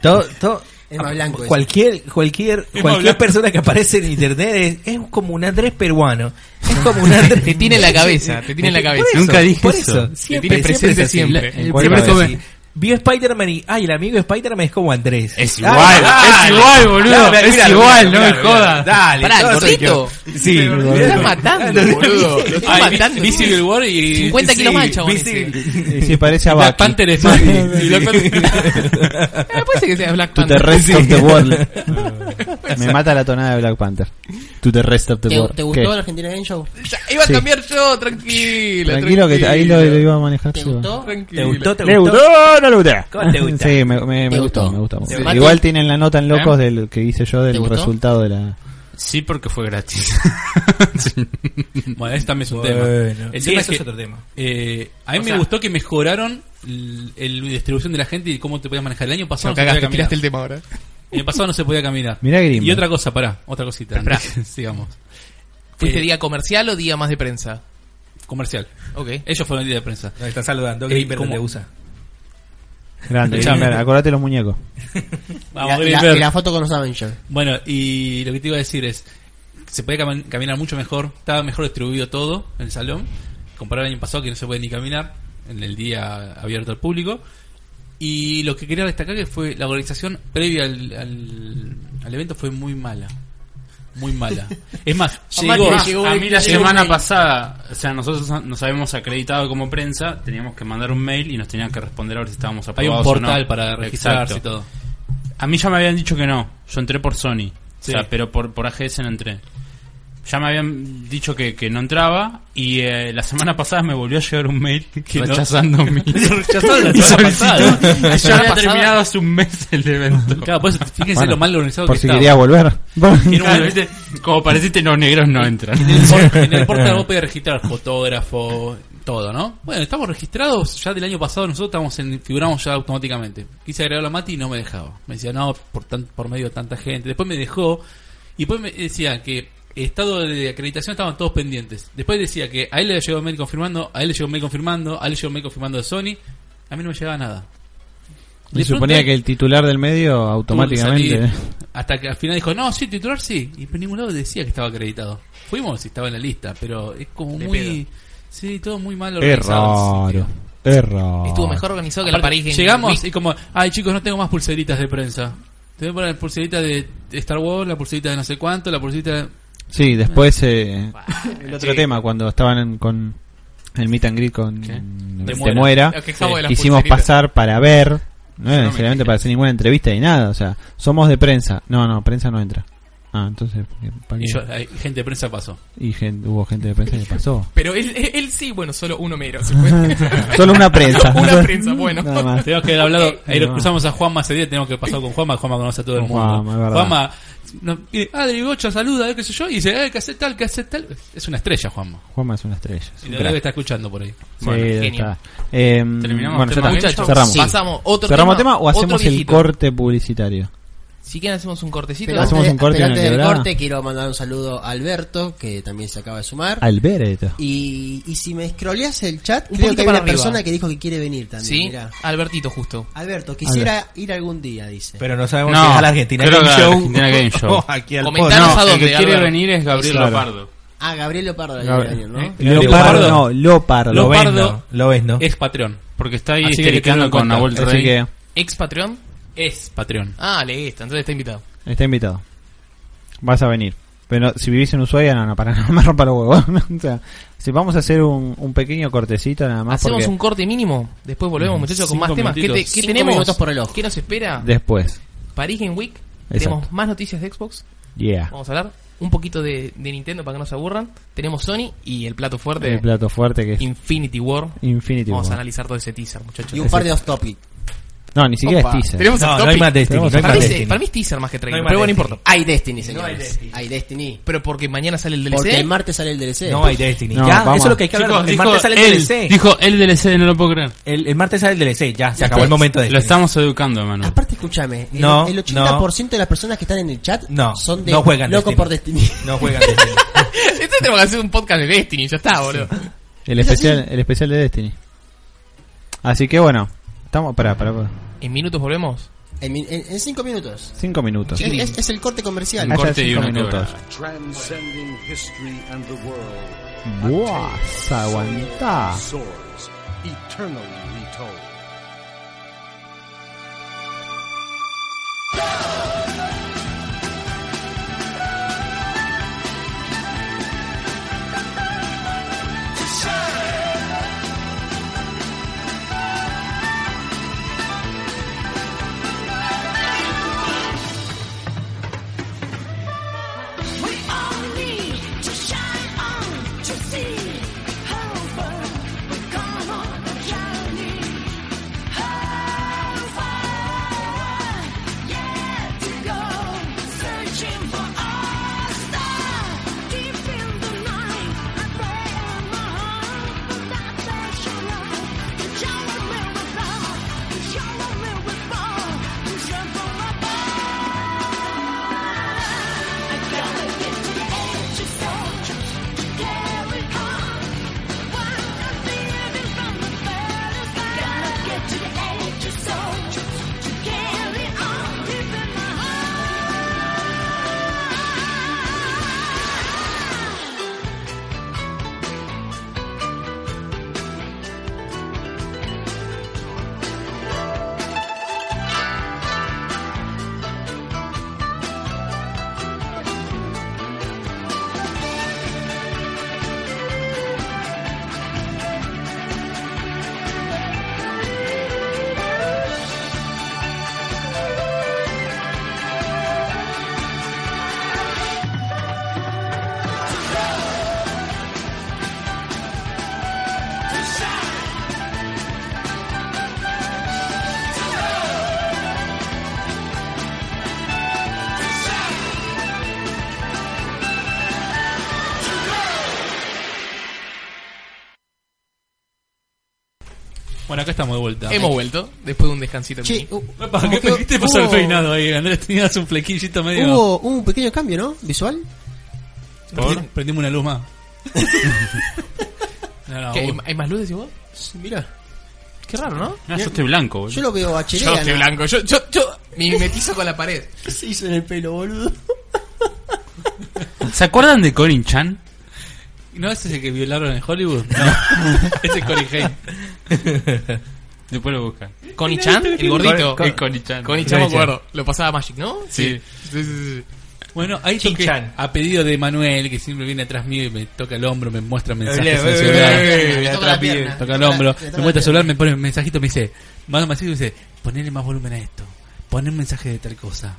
S4: Todo, todo-
S5: Es más blanco ese.
S4: Cualquier, cualquier, cualquier persona que aparece en internet es, es como un Andrés peruano. Es como un Andrés.
S2: Te tiene en la cabeza, te tiene en la
S4: Por
S2: cabeza.
S4: eso,
S6: Nunca dije
S4: por
S6: eso.
S4: eso.
S6: Te
S4: Siempre,
S2: tiene presente
S4: es así.
S2: siempre.
S4: La-
S2: En
S4: el
S1: cualquier
S4: primero
S1: cabeza.
S4: es así. Vio Spider-Man y, ay, el amigo de Spider-Man es como Andrés.
S1: Eh,
S6: Es igual, es igual, boludo.
S4: Dale,
S6: es
S4: míralo,
S6: igual,
S4: míralo,
S6: no me
S4: míralo.
S6: jodas.
S4: Dale,
S2: Pará,
S4: todo soy
S2: gordito.
S4: yo. Sí,
S2: Lo estás matando, boludo. Lo estás
S3: Ah,
S2: matando.
S3: vi Civil War y
S2: 50 kilos más, chabón.
S4: Visible.
S2: ese.
S1: Y si eh, parece a
S3: Black
S1: Bucky,
S3: Panther es Manny. Y lo-
S2: Eh, puede ser que sea Black
S1: To the
S2: Panther.
S1: rest of the world. Me mata la tonada de Black Panther. To the rest of the
S5: ¿Te,
S1: world.
S5: te
S1: ¿Qué?
S5: gustó el Argentina Game Show?
S2: Ya, iba a
S1: Sí.
S2: cambiar yo, tranquilo.
S1: Tranquilo que ahí lo, lo iba a manejar.
S5: ¿Te
S1: yo.
S5: gustó?
S4: ¿Te gustó? ¿Te
S1: ¿Le gustó
S4: gustó?
S1: o no le gustó?
S4: ¿Cómo te gusta?
S1: Sí, me, me-
S5: ¿Te
S1: me gustó,
S5: gustó?
S1: me gustó.
S5: ¿Te
S1: Sí.
S5: gustó?
S1: Igual tienen la nota en locos del que hice yo
S5: ¿Te
S1: del
S5: gustó?
S1: resultado de la...
S6: Sí, porque fue gratis.
S3: Bueno, ese también es un tema.
S4: Bueno.
S3: El
S4: Sí,
S3: tema
S4: eso
S3: es
S4: es
S3: que,
S4: otro tema.
S3: eh, a mí
S2: O
S3: me
S2: sea-
S3: gustó que mejoraron el, el- la distribución de la gente y cómo te podías manejar. El año pasado
S2: No,
S3: no, se podía
S2: cagaste,
S3: caminar.
S2: tiraste el tema ahora.
S3: El año pasado no se podía caminar.
S1: Mirá Grimm.
S3: Y otra cosa, pará, otra cosita. Sigamos.
S2: ¿Fuiste
S3: Eh,
S2: día comercial o día más de prensa?
S3: Comercial.
S2: Ok.
S3: Ellos fueron el día de prensa.
S4: Nos está saludando
S3: Eh,
S4: Grimberg
S3: ¿cómo?
S4: de USA.
S1: Grande,
S3: Escuchame.
S1: Grimberg, acordate los muñecos.
S3: Vamos,
S5: Y la, y la-
S3: Grimberg.
S5: y la foto con los Avengers.
S3: Bueno, y lo que te iba a decir es, se podía cami- caminar mucho mejor, estaba mejor distribuido todo en el salón, comparado al año pasado que no se puede ni caminar, en el día abierto al público. Y lo que quería destacar que fue la organización previa al, al, al evento fue muy mala. Muy mala. Es más, llegó,
S6: Además,
S5: llegó
S6: a
S5: el-
S6: mí la
S5: llegó
S6: semana
S5: el-
S6: pasada, o sea, nosotros nos habíamos acreditado como prensa, teníamos que mandar un mail y nos tenían que responder a ver si estábamos
S3: hay un
S6: aprobados o no.
S3: portal para registrarse
S6: Exacto.
S3: y todo.
S6: A mí ya me habían dicho que no. Yo entré por Sony.
S3: Sí.
S6: O sea, pero por, por AGS no entré. Ya me habían dicho que, que no entraba y eh, la semana pasada me volvió a llegar un mail
S3: no.
S6: rechazando mi...
S3: Rechazaron la
S6: mi
S3: semana
S6: solicitud.
S3: pasada. La
S6: Ya
S3: semana
S6: había
S3: pasada.
S6: terminado hace un mes el evento.
S3: Claro, pues, fíjense
S1: Bueno,
S3: lo mal organizado
S1: Por
S3: que
S1: si
S3: estaba.
S1: querías volver.
S3: Quiero un-
S6: Claro, ¿viste? Como pareciste los negros no entran.
S3: En el por- en el portal vos podías registrar fotógrafo, todo, ¿no? Bueno, estamos registrados, ya del año pasado nosotros estamos en, figuramos ya automáticamente. Quise agregar a Mati y no me dejaba. Me decía, no, por, tan- por medio de tanta gente. Después me dejó y después me decía que estado de acreditación estaban todos pendientes. Después decía que a él le llegó mail confirmando, a él le llegó mail confirmando, a él le llegó mail confirmando de Sony. A mí no me llegaba nada.
S1: Y
S3: De pronto
S1: suponía
S3: él
S1: que el titular del medio
S3: tuvo que
S1: automáticamente...
S3: salir. Hasta que al final dijo, no, sí, titular sí. Y por ningún lado decía que estaba acreditado. Fuimos y estaba en la lista, pero es como
S2: De
S3: muy...
S2: pedo.
S3: Sí, todo muy mal
S1: Es
S3: organizado. en ese
S1: raro.
S3: sentido.
S1: Es raro.
S2: Estuvo mejor organizado que la
S3: Aparte,
S2: París Game
S3: Llegamos
S2: Week.
S3: y como, ay chicos, no tengo más pulseritas de prensa. Tengo para la pulserita de Star Wars, la pulserita de no sé cuánto, la pulserita de...
S1: Sí, después eh, el otro
S2: Sí.
S1: tema, cuando estaban en- con el meet and greet con
S3: ¿Qué?
S1: Te
S3: Muera.
S1: Muera,
S2: Nos quejamos de las
S1: hicimos
S2: pulseritas.
S1: pasar para ver, no
S3: me
S1: era necesariamente
S3: quejé.
S1: para hacer ninguna entrevista ni nada, o sea, somos de prensa. No, no, prensa no entra. Ah, entonces, ¿para qué?
S3: Y yo, ay, gente de prensa pasó.
S1: Y gen- hubo gente de prensa que pasó.
S2: Pero él, él, él sí, bueno, solo uno mero. se fue.
S1: Solo una prensa.
S2: Una prensa, bueno.
S1: Nada más.
S3: Tenemos que haber hablado, ahí lo
S1: No.
S3: cruzamos a Juanma ese día, tenemos que pasar con Juanma, Juanma conoce a todo el
S1: Con
S3: mundo.
S1: Juanma, es verdad.
S3: Juanma, nos pide, Adri Bocha saluda, eh, qué sé yo, y dice, eh, que hace tal, que hace tal. Es una estrella, Juanma.
S1: Juanma es una estrella. es
S3: Y
S1: un
S3: la
S1: crack.
S3: verdad que está escuchando por ahí.
S1: Sí,
S6: Bueno,
S1: ya
S2: genio.
S1: está. Eh,
S6: Terminamos
S1: bueno, ya
S6: tema.
S1: está.
S2: Muchachos,
S1: cerramos.
S2: sí. Pasamos otro
S1: ¿Cerramos
S2: tema,
S1: tema, o
S2: otro
S1: hacemos el
S2: viejito.
S1: corte publicitario?
S2: Si quieren hacemos un cortecito.
S5: Pero
S1: Hacemos
S5: antes-
S1: un corte
S5: pero
S1: y una
S5: antes del
S1: quebrada.
S5: corte quiero mandar un saludo a Alberto, que también se acaba de sumar.
S1: Alberto.
S5: Y, y si me scrolleas el chat,
S2: Un
S5: creo
S2: poquito
S5: que hay
S2: para
S5: una
S2: arriba.
S5: persona que dijo que quiere venir también.
S2: Sí,
S5: mirá.
S2: Albertito justo.
S5: Alberto, quisiera ir algún día, dice.
S4: Pero no sabemos
S6: No,
S4: si es a la Argentina
S6: creo
S4: Game
S6: que a la
S4: Show.
S6: Argentina Game Show.
S4: o aquí al
S2: Comenta-
S4: podcast.
S2: Contanos a
S6: el
S2: dónde,
S6: que quiere
S2: Álvaro.
S6: venir es Gabriel
S1: Claro.
S6: Lopardo.
S5: Ah, Gabriel Leopardo la
S1: Gabri-
S5: quiere venir, ¿no?
S3: ¿Eh?
S1: Leopardo, no, Leopardo.
S4: Lo ves,
S3: Leopardo.
S4: no. Lo ves, ¿no?
S3: Es Patreon.
S6: Porque está ahí
S3: Así que
S6: estericando
S3: le tengo
S6: con
S3: en cuenta.
S6: Nahuel
S1: Así
S6: Rey.
S1: que
S2: Ex Patreon.
S3: Es Patreon.
S2: Ah, leí esta, entonces está invitado.
S1: está invitado. Vas a venir. Pero si vivís en Ushuaia, no, no, para nada más rompa los huevos. o sea, si vamos a hacer un, un pequeño cortecito nada más
S2: Hacemos
S1: porque Mm.
S2: un corte mínimo, después volvemos muchachos con
S3: Cinco
S2: más temas. ¿Qué, te-
S3: minutitos.
S2: qué
S5: Cinco
S2: tenemos?
S5: minutos por reloj.
S2: ¿Qué nos espera?
S1: después.
S2: París Game Week. Tenemos
S1: Exacto.
S2: más noticias de Xbox.
S1: Yeah.
S2: Vamos a hablar un poquito de, de Nintendo para que no se aburran. Tenemos Sony y el plato fuerte,
S1: El plato fuerte que es
S2: Infinity War.
S1: Infinity
S2: Vamos a
S1: War.
S2: analizar todo ese teaser, muchachos.
S5: Y un par de off-topic.
S1: No, ni siquiera
S5: Opa.
S1: es teaser.
S2: Tenemos el
S4: No, no
S2: topic.
S4: hay más Destiny.
S1: Tenemos
S4: No hay
S2: para,
S4: más
S2: mí, es-
S4: Destiny.
S2: para mí es teaser más que trailer,
S4: No hay más
S2: pero bueno, no
S4: Destiny.
S2: importa.
S5: Hay Destiny, señores.
S4: hay
S5: hay
S4: Destiny.
S5: Destiny.
S2: Pero porque mañana sale el DLC.
S5: Porque el martes sale el DLC.
S4: No hay Destiny.
S1: No,
S4: ya,
S1: vamos.
S4: eso es lo que hay que hablar.
S6: Chicos,
S4: el martes sale el
S6: él,
S4: DLC.
S6: Dijo el DLC, no lo puedo creer.
S4: el, el martes sale el DLC, ya, se acabó el momento de
S6: Lo
S4: Destiny.
S6: estamos educando, hermano.
S5: Aparte, escúchame, el,
S4: No,
S5: el 80% de las personas que están en el chat
S4: No,
S5: son de
S4: no juegan
S5: loco
S4: Destiny.
S5: por Destiny.
S4: No juegan Destiny.
S2: Entonces tenemos que hacer un podcast de Destiny, ya está, boludo.
S1: El
S5: Es
S1: especial, el especial de Destiny. Así que bueno, estamos para para
S2: En minutos volvemos.
S5: En, mi- en- en cinco minutos.
S1: cinco minutos.
S5: Es, es- es el corte comercial.
S6: Un
S1: Hasta
S6: corte y
S1: cinco
S6: una
S1: minutos.
S6: quebrada.
S8: transcending history and the world.
S1: Buah, se aguantá.
S8: Swords, eternally retold.
S9: We all need to shine on to see how far we've gone on a journey. How far, yet to go, searching for our star. Deep in the night, I pray in my heart that there shall light. And shall I live with love? And shall I live with love? And shall for my I gotta get to the edge of soldiers to carry on. What I'm feeling from the battlefield. Gotta get to the edge of soldiers to carry on. Deep in my heart.
S3: Bueno, acá estamos de vuelta.
S2: Hemos vuelto, después de un descansito.
S5: Che,
S2: mini.
S5: uh,
S3: Epa,
S5: como
S3: ¿Qué,
S5: que
S3: te- te pasó el
S5: hubo-
S3: peinado ahí, Andrés? Tenías un flequillito medio...
S5: Hubo un pequeño cambio, ¿no? Visual.
S3: Prendi- Prendimos una luz más. no,
S5: ah,
S3: no,
S2: ¿Qué, ¿Hay
S3: vos-
S2: hay más luces y vos?
S5: Mira,
S2: Qué raro, ¿no?
S6: No, yo estoy blanco,
S5: yo
S6: boludo.
S5: lo veo a
S2: Yo estoy blanco, yo, yo, yo me metizo con la pared.
S5: ¿Qué se hizo en el pelo, boludo?
S6: ¿Se acuerdan de Corin Chan?
S3: ¿No ese es el que violaron en Hollywood? No. ese es Cory Haim.
S6: Después lo buscan.
S2: Connie Chan, el gordito.
S6: Es Connie Chan.
S2: Connie Chan, me acuerdo. Lo pasaba Magic, ¿no?
S6: Sí.
S2: Sí, sí, sí.
S3: Bueno, ahí toqué
S4: Chin-chan.
S3: a pedido de Manuel, que siempre viene atrás mío y me toca el hombro, me muestra mensajes
S4: Ole,
S3: al
S4: ole,
S3: celular.
S4: ole, ole,
S2: Me toca la pierna.
S3: Toca el hombro, me muestra el celular, me pone un mensajito, me dice, manda un mensajito y me dice, ponele más volumen a esto, poner un mensaje de tal cosa.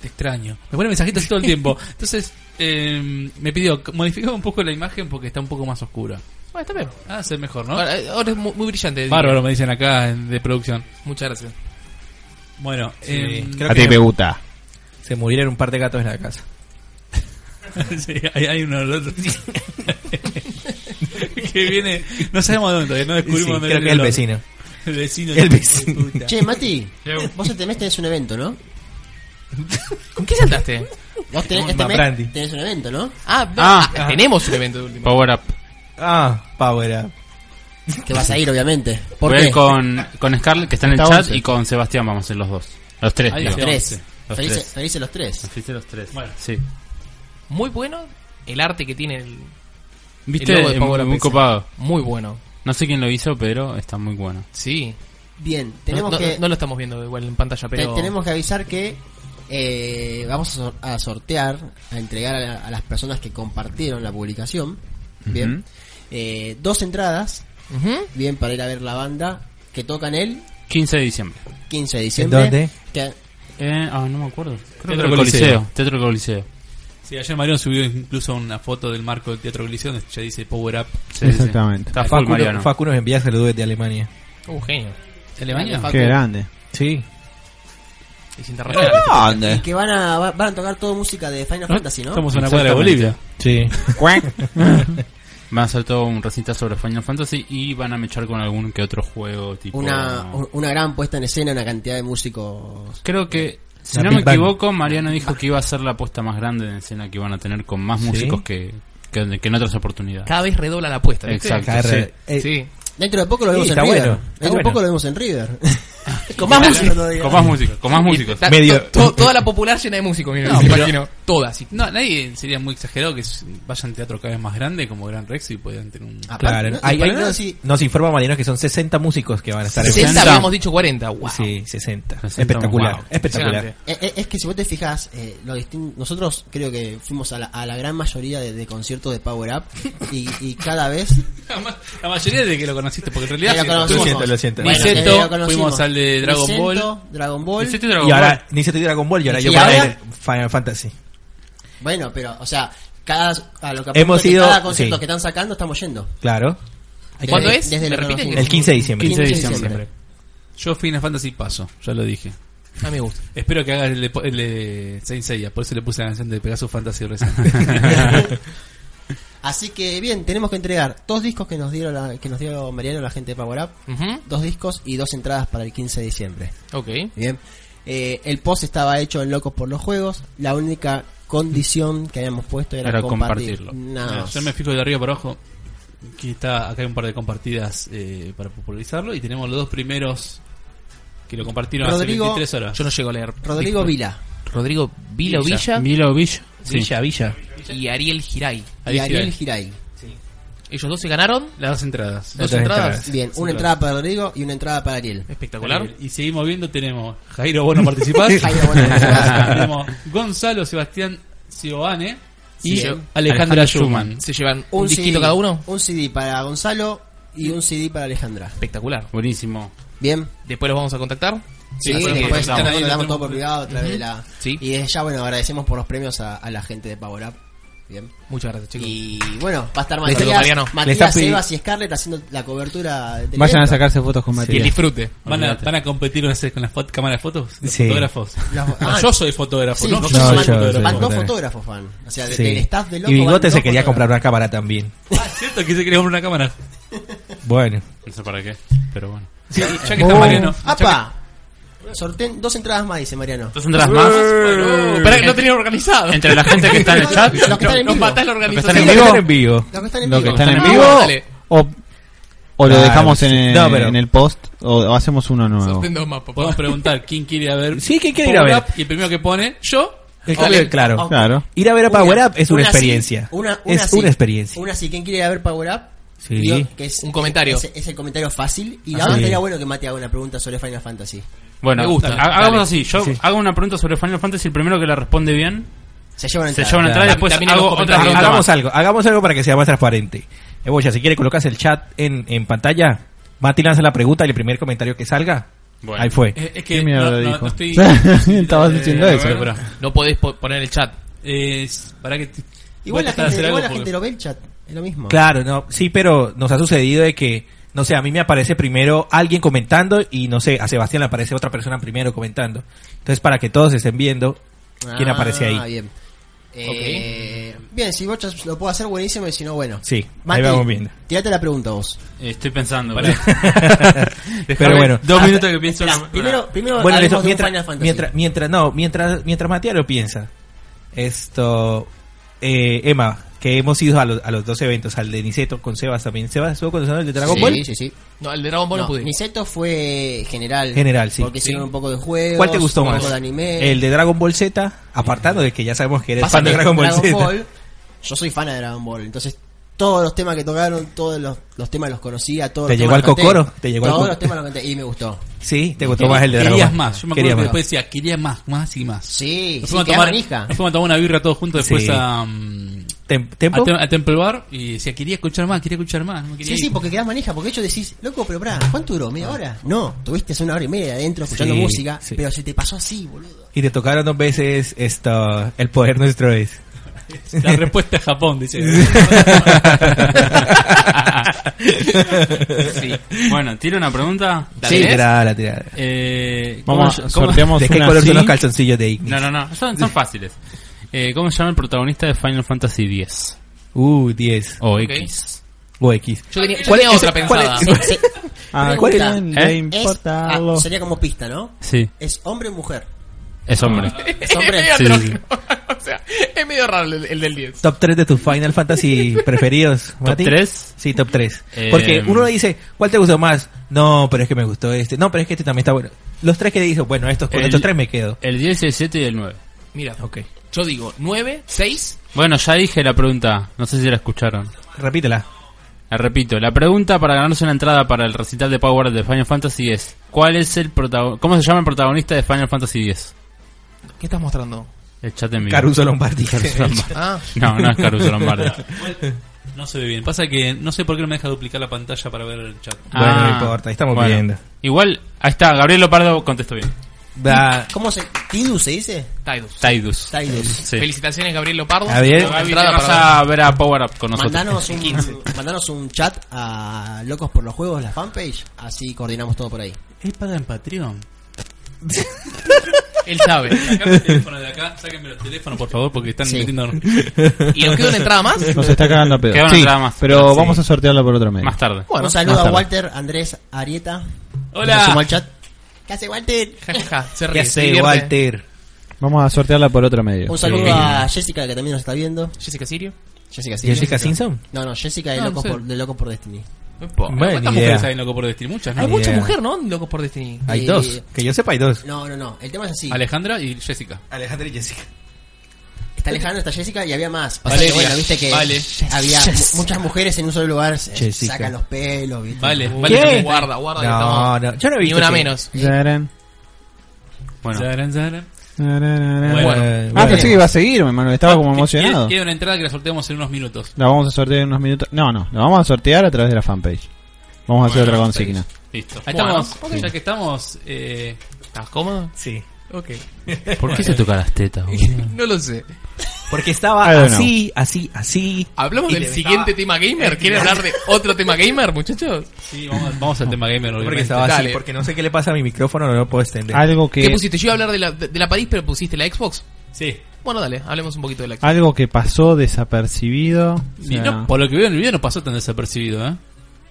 S3: Te extraño. Me pone mensajitos todo el tiempo. Entonces, eh, me pidió, modificar un poco la imagen porque está un poco más oscura.
S2: Bueno, está bien.
S3: Ah, se mejor, ¿no?
S2: Ahora, ahora es muy, muy brillante.
S3: Bárbaro, me dicen acá en- de producción.
S2: Muchas gracias.
S3: Bueno,
S4: Sí.
S3: em,
S4: Creo
S1: A
S4: que
S1: ti me gusta.
S4: se murieron un par de gatos en la casa.
S3: Sí, hay, hay uno del otro. que viene. No sabemos dónde todavía, no descubrimos
S4: Sí,
S3: dónde
S4: creo
S3: viene
S4: que el
S3: otro.
S4: vecino.
S3: El vecino.
S4: El vecino.
S3: Puta.
S5: Che, Mati, vos este mes tenés un evento, ¿no?
S2: ¿Con qué saltaste?
S5: Vos tenés, este
S4: Maprandi.
S5: mes tenés un evento, ¿no?
S2: Ah, no,
S6: Ah.
S2: ah, tenemos un evento de último.
S6: Power Up.
S4: Ah, Power Up.
S5: Que vas a ir, obviamente. ¿Por
S6: Voy a
S5: qué?
S6: ir con, con Scarlett, que está en el
S5: Está
S6: chat,
S5: once.
S6: y con Sebastián vamos a ser los dos. Los tres,
S3: Ahí
S6: digo.
S5: Los
S3: está.
S5: tres.
S3: Once.
S6: Los
S5: Felices,
S6: tres.
S5: felices los tres.
S6: Fuiste los tres.
S3: Bueno.
S6: Sí.
S2: Muy bueno el arte que tiene el.
S6: ¿Viste?
S2: El logo de
S6: Es
S2: Power
S6: muy,
S2: Up
S6: muy
S2: ese.
S6: copado.
S2: Muy bueno.
S6: No sé quién lo hizo, pero está muy bueno.
S2: Sí.
S5: Bien,
S2: No,
S5: tenemos
S2: no-
S5: que...
S2: no lo estamos viendo igual en pantalla,
S5: Te-
S2: pero.
S5: tenemos que avisar que eh, vamos a, sor- a sortear, a entregar a, la- a las personas que compartieron la publicación, bien,
S6: Ujú.
S5: eh, dos entradas,
S2: Ujú.
S5: bien, para ir a ver la banda que tocan el
S6: 15 de diciembre.
S5: 15 de diciembre.
S4: dónde?
S5: Que-
S6: Eh, ah, no me acuerdo. Creo
S3: Teatro
S6: que
S3: Coliseo.
S6: Coliseo. Teatro Coliseo.
S3: Sí, ayer Mariano subió incluso una foto del marco del Teatro Gliceo donde ya dice Power Up.
S6: Sí,
S1: Exactamente.
S6: Está full
S4: Facu,
S6: Mariano.
S4: Facu nos envía saludos de Alemania.
S2: Uh, genio.
S3: ¿De Alemania?
S5: Facu.
S1: Qué grande.
S4: Sí.
S2: Es interracial.
S5: y
S1: Grande.
S5: que van a, va- van a tocar toda música de Final
S4: Ah,
S5: Fantasy, ¿no?
S3: Estamos en una cuadra de
S6: Exactamente.
S3: Bolivia.
S4: Sí.
S6: Van a hacer todo un recital sobre Final Fantasy y van a mechar con algún que otro juego tipo...
S5: Una, u- una gran puesta en escena, una cantidad de músicos.
S6: Creo que, si
S4: La
S6: no
S4: Big
S6: me
S4: Bang.
S6: equivoco, Mariano dijo que iba a ser la apuesta más grande de escena que iban a tener con más músicos que, que, que en otras oportunidades.
S2: Cada vez redobla la apuesta. ¿viste?
S6: Exacto.
S4: Carre- eh,
S2: Sí.
S5: Dentro de poco lo
S4: Sí,
S5: vemos en
S4: está
S5: River.
S4: bueno, está
S5: Dentro de
S4: bueno.
S5: poco lo vemos en River.
S2: Con más música.
S6: Con más músicos, con más músicos.
S2: Ta-
S4: Medio-
S2: to- to- toda la popular llena de músicos, mira,
S3: No,
S2: me
S3: pero-
S2: imagino. Todas. sí.
S3: No, nadie sería muy exagerado que s- vayan a teatro cada vez más grande como Gran Rex y puedan tener un.
S4: Claro.
S5: Ah, no,
S4: Ahí-
S5: para
S4: ahí
S5: nada,
S4: nos,
S5: sí.
S4: nos informa Mariano que son 60 músicos que van a estar en
S2: 60
S6: 60.
S2: habíamos dicho 40. Wow.
S4: Sí, 60.
S6: 60,
S4: Espectacular.
S6: wow.
S4: Espectacular.
S2: Impresionante.
S5: Eh, eh, Es que si vos te fijas, eh, lo distin- nosotros creo que fuimos a la, a la gran mayoría de, de conciertos de Power Up y, y cada vez
S3: La ma- La mayoría de que lo conociste, porque en realidad.
S5: que
S3: sí,
S5: conocimos.
S4: lo siento, lo siento.
S5: Bueno,
S3: Niceto,
S5: que lo conocimos.
S3: fuimos al de Dragon
S5: Niceto,
S3: Ball.
S5: Dragon Ball.
S6: Hiciste Dragon
S4: Y
S6: Ball.
S4: ahora, ni se te Dragon Ball y ahora
S5: ¿Y
S4: yo voy
S5: ahora?
S4: a ver Final Fantasy.
S5: Bueno, pero, o sea, cada, a lo que apunto
S4: Hemos
S5: es que
S4: ido-
S5: cada concierto
S4: sí.
S5: que están sacando estamos yendo.
S4: Claro.
S2: ¿Cuándo
S5: Desde-
S2: es? ¿Me
S5: Desde lo que
S2: repiten?
S5: conocimos.
S4: El 15 de diciembre.
S6: 15 de
S5: 15 de
S6: diciembre.
S3: Yo Final Fantasy paso, ya lo dije.
S2: A mí me gusta.
S3: Espero que hagas el de, po- el de Saint Seiya, por eso le puse la canción de Pegasus Fantasy recién.
S5: Así que bien, tenemos que entregar dos discos que nos dieron la- que nos dio Mariano la gente de Power Up,
S2: Ujú.
S5: dos discos y dos entradas para el 15 de diciembre.
S2: Ok.
S5: Bien. Eh, el post estaba hecho en Locos por los Juegos. La única condición que habíamos puesto era,
S6: Era
S5: compartir.
S6: compartirlo.
S5: Nada
S2: Ah,
S3: Mira,
S5: más.
S3: yo me fijo de arriba para abajo. Aquí está, acá hay un par de compartidas eh, para popularizarlo. Y tenemos los dos primeros que lo compartieron
S5: Rodrigo-
S3: hace 23 horas.
S2: Yo no llego a leer.
S5: Rodrigo
S2: Disculpe.
S5: Vila
S2: Rodrigo Vila o Villa.
S6: Vila o Villa. Sí.
S2: Villa, Villa. Y Ariel Giray.
S5: y
S3: Ahí sí
S5: Ariel
S3: hay.
S5: Giray.
S2: Ellos dos se ganaron.
S3: Las dos entradas.
S2: Dos
S4: Otras
S2: entradas.
S5: Bien, una entrada para Rodrigo y una entrada para Ariel.
S2: Espectacular.
S3: Y seguimos viendo, tenemos Jairo Bono participás.
S5: Jairo Bono participás.
S3: tenemos Gonzalo Sebastián Cioane y
S2: Sí.
S3: Alejandra
S6: Alejandra
S3: Schumann.
S2: Se llevan un, disquito cada uno.
S5: Un CD para Gonzalo y un CD para Alejandra.
S2: Espectacular.
S6: Buenísimo.
S5: Bien.
S2: Después los vamos a contactar.
S5: Sí,
S2: después los
S5: después
S2: contactamos.
S5: nosotros le damos todo por privado a través de la...
S2: Sí.
S5: Y desde ya, bueno, agradecemos por los premios a, a la gente de Power Up. Bien.
S2: Muchas gracias, chicos.
S5: Y bueno, va a estar
S2: Le saludo,
S5: Matías,
S2: Mariano.
S4: Le está
S5: Matías
S4: pidi-
S5: Sebas y Scarlett haciendo la cobertura del
S1: Vayan a
S5: evento.
S1: sacarse fotos con
S2: Y el
S1: Matías.
S2: disfrute.
S3: ¿Van a,
S6: Olvídate.
S3: ¿Van a competir no sé, con la fo- cámara de fotos? ¿Los
S4: Sí.
S3: fotógrafos?
S5: Los-
S3: No,
S5: ah,
S3: yo soy fotógrafo,
S5: Sí,
S3: ¿no?
S5: vos
S4: yo
S5: sos
S4: soy
S5: fan-
S4: fotógrafo.
S5: van dos
S4: Fotógrafo.
S5: fotógrafos, fan. O sea, de-
S4: Sí.
S5: del staff de Loco
S4: y
S5: van
S4: Bigote
S5: dos
S4: se quería comprar
S5: fotógrafos.
S4: una cámara también.
S3: Ah, cierto que se quería comprar una cámara.
S4: Bueno.
S6: No sé para qué, pero bueno.
S3: Sí, ya que está Mariano.
S5: ¡Apa! Sorteen dos entradas más, dice Mariano.
S6: Dos entradas más.
S2: Bueno, Esperá que no tenía organizado.
S6: Entre la gente que está en el chat.
S5: Los que están en
S2: Nos
S5: vivo.
S2: matás la
S6: ¿Están en
S2: organización.
S6: vivo?
S4: Están en vivo.
S5: Los que están en
S1: Lo
S5: vivo.
S1: que están en
S2: No,
S1: vivo
S2: dale.
S1: o, o lo
S4: Claro,
S1: dejamos
S4: sí.
S1: en, el-
S4: No, pero-
S1: en el post o, o hacemos uno nuevo.
S2: Sorteen dos más, papá.
S3: Podemos preguntar quién quiere ir a ver.
S4: Sí, ¿quién quiere ir a
S3: Power
S4: ver?
S3: Up, y el primero que pone, yo.
S4: El cambio
S2: Ok.
S4: de claro.
S5: Ok.
S1: Claro.
S4: Ir a ver a
S5: Una-
S4: Power Up es una,
S5: una sí,
S4: experiencia.
S5: una-
S4: es
S5: una sí.
S4: una experiencia.
S5: Una si quien quiere ir a ver Power Up,
S4: Sí.
S5: digo que es,
S2: Un comentario.
S5: Es, es el comentario fácil. Y la
S4: Ah,
S5: otra
S4: sí.
S5: sería bueno que Mate haga una pregunta sobre Final Fantasy.
S6: Bueno,
S2: Me gusta.
S6: ha- hagamos
S2: Dale.
S6: así. Yo
S4: Sí.
S6: hago una pregunta sobre Final Fantasy. El primero que la responde bien
S5: Se lleva una
S6: se
S5: entrada.
S6: lleva una entrada y
S2: Claro.
S6: después
S2: También en
S6: hago
S2: los
S6: otra
S2: comentarios.
S6: pregunta.
S4: Hagamos
S6: más.
S4: algo, hagamos algo para que sea más transparente. Eboya, si quiere colocas el chat en, en pantalla, Mati lanza la pregunta y el primer comentario que salga,
S6: Bueno.
S4: ahí fue.
S3: Eh,
S1: ¿Qué
S3: es que
S1: mierda
S3: no, no,
S1: dijo?
S3: no estoy.
S1: Estabas diciendo
S3: a
S1: eso.
S3: ver, pará.
S2: No podés po- poner el chat.
S3: Eh, para que te- voy
S5: Igual la
S3: a tratar de
S5: gente,
S3: hacer
S5: igual la
S3: algo
S5: gente
S3: porque-
S5: lo ve el chat. Es lo mismo.
S4: Claro, no, sí, pero nos ha sucedido de que, no sé, a mí me aparece primero alguien comentando y no sé, a Sebastián le aparece otra persona primero comentando. Entonces, para que todos estén viendo quién
S5: Ah,
S4: aparece ahí.
S5: Bien. Eh, Bien, si vos lo puedo hacer buenísimo y si no, bueno.
S4: Sí, ahí
S5: Mati,
S4: vamos viendo.
S5: Tirate la pregunta vos.
S6: Eh, Estoy pensando. pará.
S4: pero bueno.
S3: Dos minutos que pienso.
S5: Pará,
S3: una- una-
S5: primero, primero
S4: Bueno,
S5: hablemos
S4: listo,
S5: de un Final
S4: mientras,
S5: Fantasy.
S4: mientras, mientras, no, mientras, mientras Matías lo piensa, esto, eh, Emma, que hemos ido a los, a los dos eventos, al de Niceto con Sebas también. Sebas estuvo con nosotros el de Dragon
S5: sí,
S4: Ball.
S5: Sí, sí.
S2: No, el de Dragon Ball no,
S5: No,
S2: pude.
S5: Niceto fue general.
S4: General, sí.
S5: Porque hicieron
S4: Sí.
S5: un poco de juegos.
S4: ¿Cuál te gustó
S5: un
S4: más?
S5: poco de anime.
S4: El de Dragon Ball Z, apartando de que ya sabemos que eres
S5: Pasa
S4: fan de
S5: que
S4: Dragon Ball Z.
S5: Yo soy fan de Dragon Ball. Entonces, todos los temas que tocaron, todos los, los temas los conocía. Todos
S4: Te
S5: los
S4: llegó
S5: temas
S4: al
S5: los canté.
S4: cocoro, te llegó al
S5: Todos
S4: co-
S5: los temas los canté y me gustó.
S4: Sí, te gustó más el de Dragon
S3: Querías
S4: Ball.
S3: más. Yo me acuerdo
S4: Querías
S3: que
S4: más.
S3: después decía, quería más, más y más.
S5: Sí,
S3: Nos
S5: sí,
S3: fuimos, a
S5: quedaba
S3: tomar,
S5: manija.
S3: nos fuimos a tomar una birra todos juntos después
S4: Sí.
S3: a, mm,
S4: Tem-
S3: a,
S4: ¿Tempo?
S3: Tem- a Temple Bar y decía, quería escuchar más, quería escuchar más. No quería
S5: Sí, sí,
S3: ir.
S5: porque quedás manija, porque de hecho decís, loco, pero pará, ¿cuánto duró? ¿Media hora? No, tuviste una hora y media adentro escuchando
S4: Sí,
S5: música,
S4: sí.
S5: pero se te pasó así, boludo.
S4: Y te tocaron dos veces esto, el poder nuestro es.
S3: La respuesta es Japón, dice.
S6: Sí. Bueno, tiro una pregunta.
S4: La
S2: Sí.
S4: tirada, la tirada.
S6: Eh, ¿cómo
S1: Vamos,
S6: se- cómo-
S1: sorteamos
S4: ¿De qué
S1: una
S4: color
S1: así.
S4: son los calzoncillos de Ignis?
S6: No, no, no. Son, son fáciles. Eh, ¿Cómo se llama el protagonista de Final Fantasy X?
S4: Uh, 10.
S6: O
S2: Ok.
S6: X.
S4: O X.
S2: Yo tenía, yo
S4: ¿Cuál
S2: tenía
S4: es-
S2: otra
S4: cuál es-
S2: pensada.
S5: Sí, sí.
S1: ¿A
S5: Pregunta,
S1: quién le
S6: ¿eh?
S5: Es,
S1: importa
S5: ah,
S1: lo-
S5: sería como pista, ¿no?
S6: Sí,
S5: Es hombre o mujer.
S6: es hombre.
S5: Es hombre.
S2: Es medio
S6: Sí, sí, sí.
S2: andrógino. o sea, es medio raro el, el del 10.
S4: Top 3 de tus Final Fantasy preferidos, Mati.
S6: tres?
S4: Sí, top 3.
S6: Eh,
S4: Porque uno le dice, ¿cuál te gustó más? No, pero es que me gustó este. No, pero es que este también está bueno. Los tres que le dices, bueno, estos, con
S6: El-
S4: estos tres me quedo.
S6: El 10, el 7 y el 9.
S2: Mira,
S4: Ok.
S2: yo digo 9, 6.
S6: Bueno, ya dije la pregunta. No sé si la escucharon.
S4: Repítela.
S6: La repito. La pregunta para ganarse una entrada para el recital de Power de Final Fantasy es: ¿Cuál es el protagonista? ¿Cómo se llama el protagonista de Final Fantasy X?
S2: ¿Qué estás mostrando?
S6: El chat en vivo.
S4: Caruso Lombardi.
S6: Caruso Lombardi.
S2: Ah,
S6: No, no es Caruso Lombardi.
S3: no se ve bien. Pasa que no sé por qué no me deja duplicar la pantalla para ver el chat.
S4: Bueno,
S6: Ah,
S4: no importa, ahí estamos viendo.
S6: Igual, ahí está, Gabriel Lopardo contestó bien.
S4: Da-
S5: ¿Cómo se...? ¿Tidu se dice?
S2: Tidus.
S6: Tidus.
S5: Tidus.
S6: Sí.
S2: Felicitaciones, Gabriel Lopardo.
S4: Gabriel.
S2: Una
S6: Gaby, te
S2: entrada
S6: vas
S2: para-
S6: a ver a Power Up con nosotros.
S5: Mandanos un, mandanos un chat a Locos por los Juegos, la fanpage, así coordinamos todo por ahí.
S3: ¿Él paga en Patreon?
S2: Él sabe.
S3: Sacame el teléfono de acá, sáquenme los teléfonos, por favor, porque están
S5: Sí.
S3: metiendo...
S2: ¿Y nos queda una entrada más?
S1: Nos está cagando a pedo.
S6: Queda una
S1: Sí,
S6: entrada más.
S1: pero
S6: Sí.
S1: vamos a sortearlo por otro medio.
S6: Más tarde.
S2: Bueno,
S5: un saludo
S1: más
S5: a
S1: tarde.
S5: Walter Andrés Arieta. que se sumó al
S3: ¡Hola!
S5: chat. ¿Qué hace Walter?
S2: Ja, ja, ja, se ríe.
S4: Ya
S2: se
S4: sé,
S2: divierte.
S4: Walter.
S1: Vamos a sortearla por otro medio.
S5: Un saludo a Jessica que también nos está viendo.
S2: Jessica Sirio.
S5: Jessica, sí.
S4: Jessica Simpson.
S5: No, no, Jessica de,
S2: No, no
S5: Locos
S2: sé.
S5: por, de Locos por Destiny.
S2: Epa.
S4: Bueno,
S3: ¿Cuántas
S4: ni idea.
S3: mujeres saben loco por destino? Muchas,
S2: Hay
S3: ¿no?
S4: Ni
S2: mucha
S4: idea.
S2: mujer, ¿no? En Locos por Destiny.
S4: Hay
S5: Y-
S4: dos. Que yo sepa, hay dos.
S5: No, no, no. El tema es así.
S3: Alejandra y Jessica.
S4: Alejandra y Jessica.
S5: Está Alejandro, está Jessica y había más. O sea,
S3: Valeria.
S5: que, bueno, viste que
S3: Vale.
S5: había mu- muchas mujeres en un solo lugar. se-
S4: Jessica.
S5: Sacan los pelos, viste.
S3: Vale,
S4: Uh.
S2: Uy,
S3: vale. también.
S2: Guarda, guarda. que
S4: No,
S2: estamos-
S4: no. Yo no he
S2: Ni
S4: visto.
S2: una
S4: que-
S2: menos.
S1: Yaran,
S6: Bueno,
S3: Zaran, zaran.
S1: yararara.
S3: Bueno,
S4: Eh,
S1: Ah,
S4: bueno.
S1: pensé que iba a seguir, hermano. Estaba como
S3: Que-
S1: emocionado.
S4: Ah.
S3: Queda, queda una entrada que la sorteamos en unos minutos.
S1: La vamos a sortear en unos minutos. No, no. La vamos a sortear a través de la fanpage. Vamos a hacer otra consigna.
S6: listo.
S3: Ahí
S2: Bueno,
S3: estamos. Ya que estamos... Eh,
S2: ¿Estás cómodo?
S4: Sí.
S2: Ok.
S6: ¿Por qué se toca las tetas,
S2: no lo sé.
S4: Porque
S1: I
S4: estaba
S1: don't know.
S4: así, así, así.
S2: ¿Hablamos
S4: Y
S2: del
S4: le
S2: siguiente tema gamer? ¿Quieren hablar de otro tema gamer, muchachos?
S3: sí, vamos, vamos al tema gamer.
S4: Porque
S3: obviamente.
S4: estaba
S2: Dale.
S4: así. Porque no sé qué le pasa a mi micrófono, no lo puedo extender.
S1: Algo
S2: ¿Qué
S1: que,
S2: pusiste? Yo iba a hablar de la, de, de la París, pero pusiste la Xbox.
S3: Sí.
S2: Bueno, dale, hablemos un poquito de la Xbox.
S1: algo que pasó desapercibido. O
S3: Y
S1: sea,
S3: no, por lo que veo en el video no pasó tan desapercibido, ¿eh?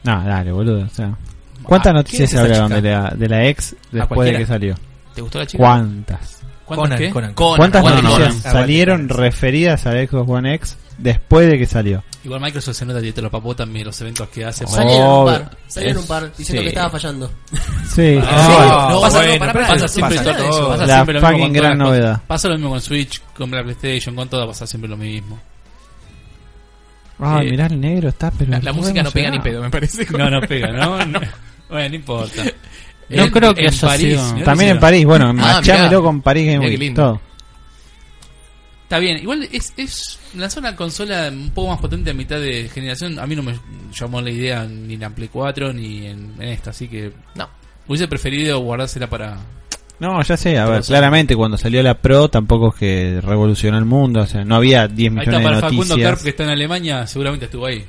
S1: No, dale, boludo. O sea, ¿Cuántas
S3: Ah, ¿quién
S1: noticias
S3: es
S1: se
S3: esa
S1: hablaron
S3: chica?
S1: de la, de la ex después
S4: cualquiera.
S1: de que salió?
S2: ¿Te gustó la chica?
S1: ¿Cuántas?
S3: ¿Cuántas
S4: Conan,
S3: qué?
S4: Conan.
S2: Conan,
S1: ¿Cuántas
S2: Conan,
S1: noticias
S4: Conan.
S1: salieron referidas a la Xbox One X después de que salió.
S3: Igual Microsoft se nota que te lo papó también los eventos que hace.
S1: Oh.
S5: Salieron un par,
S1: Obvio.
S5: salieron
S1: Es-
S5: un par diciendo
S1: sí.
S5: que estaba fallando.
S1: Sí,
S3: Ah,
S1: sí.
S3: bueno,
S2: No, pasa- no, pará, pará,
S3: pasa
S2: no
S3: siempre
S2: pasa nada de
S3: todo.
S2: eso.
S3: Pasa
S1: La
S3: Ah, siempre lo mismo
S1: fucking
S3: con todas
S1: gran
S3: las cosas.
S1: novedad.
S3: Pasa lo mismo con Switch, con la PlayStation, con todo, pasa siempre lo mismo.
S1: Ay,
S3: Eh,
S1: Ah, mirá el negro, está pero
S2: La, la música no pega ni
S1: emocionado.
S2: pedo, me parece.
S3: No, no pega, ¿no? No. Bueno, no importa.
S6: No
S3: En-
S6: creo que
S3: en
S6: haya
S3: París,
S6: sido-
S3: mirá Ah,
S1: También
S3: lo
S1: en París, bueno,
S2: mirá.
S1: machámelo con París Game
S2: Mirá qué
S1: Week,
S2: lindo.
S1: todo.
S3: Está bien, igual es, es lanzó una consola un poco más potente a mitad de generación. A mí no me llamó la idea ni en la Play 4 ni en, en esta, así que
S2: No.
S3: hubiese preferido guardársela para.
S1: No, ya sé, a
S3: Pero
S1: ver,
S3: sí.
S1: claramente cuando salió la Pro tampoco es que revolucionó el mundo, o sea, no había 10
S3: Ahí está
S1: millones de
S3: para Facundo Kerp que
S1: noticias.
S3: está en Alemania, seguramente estuvo ahí.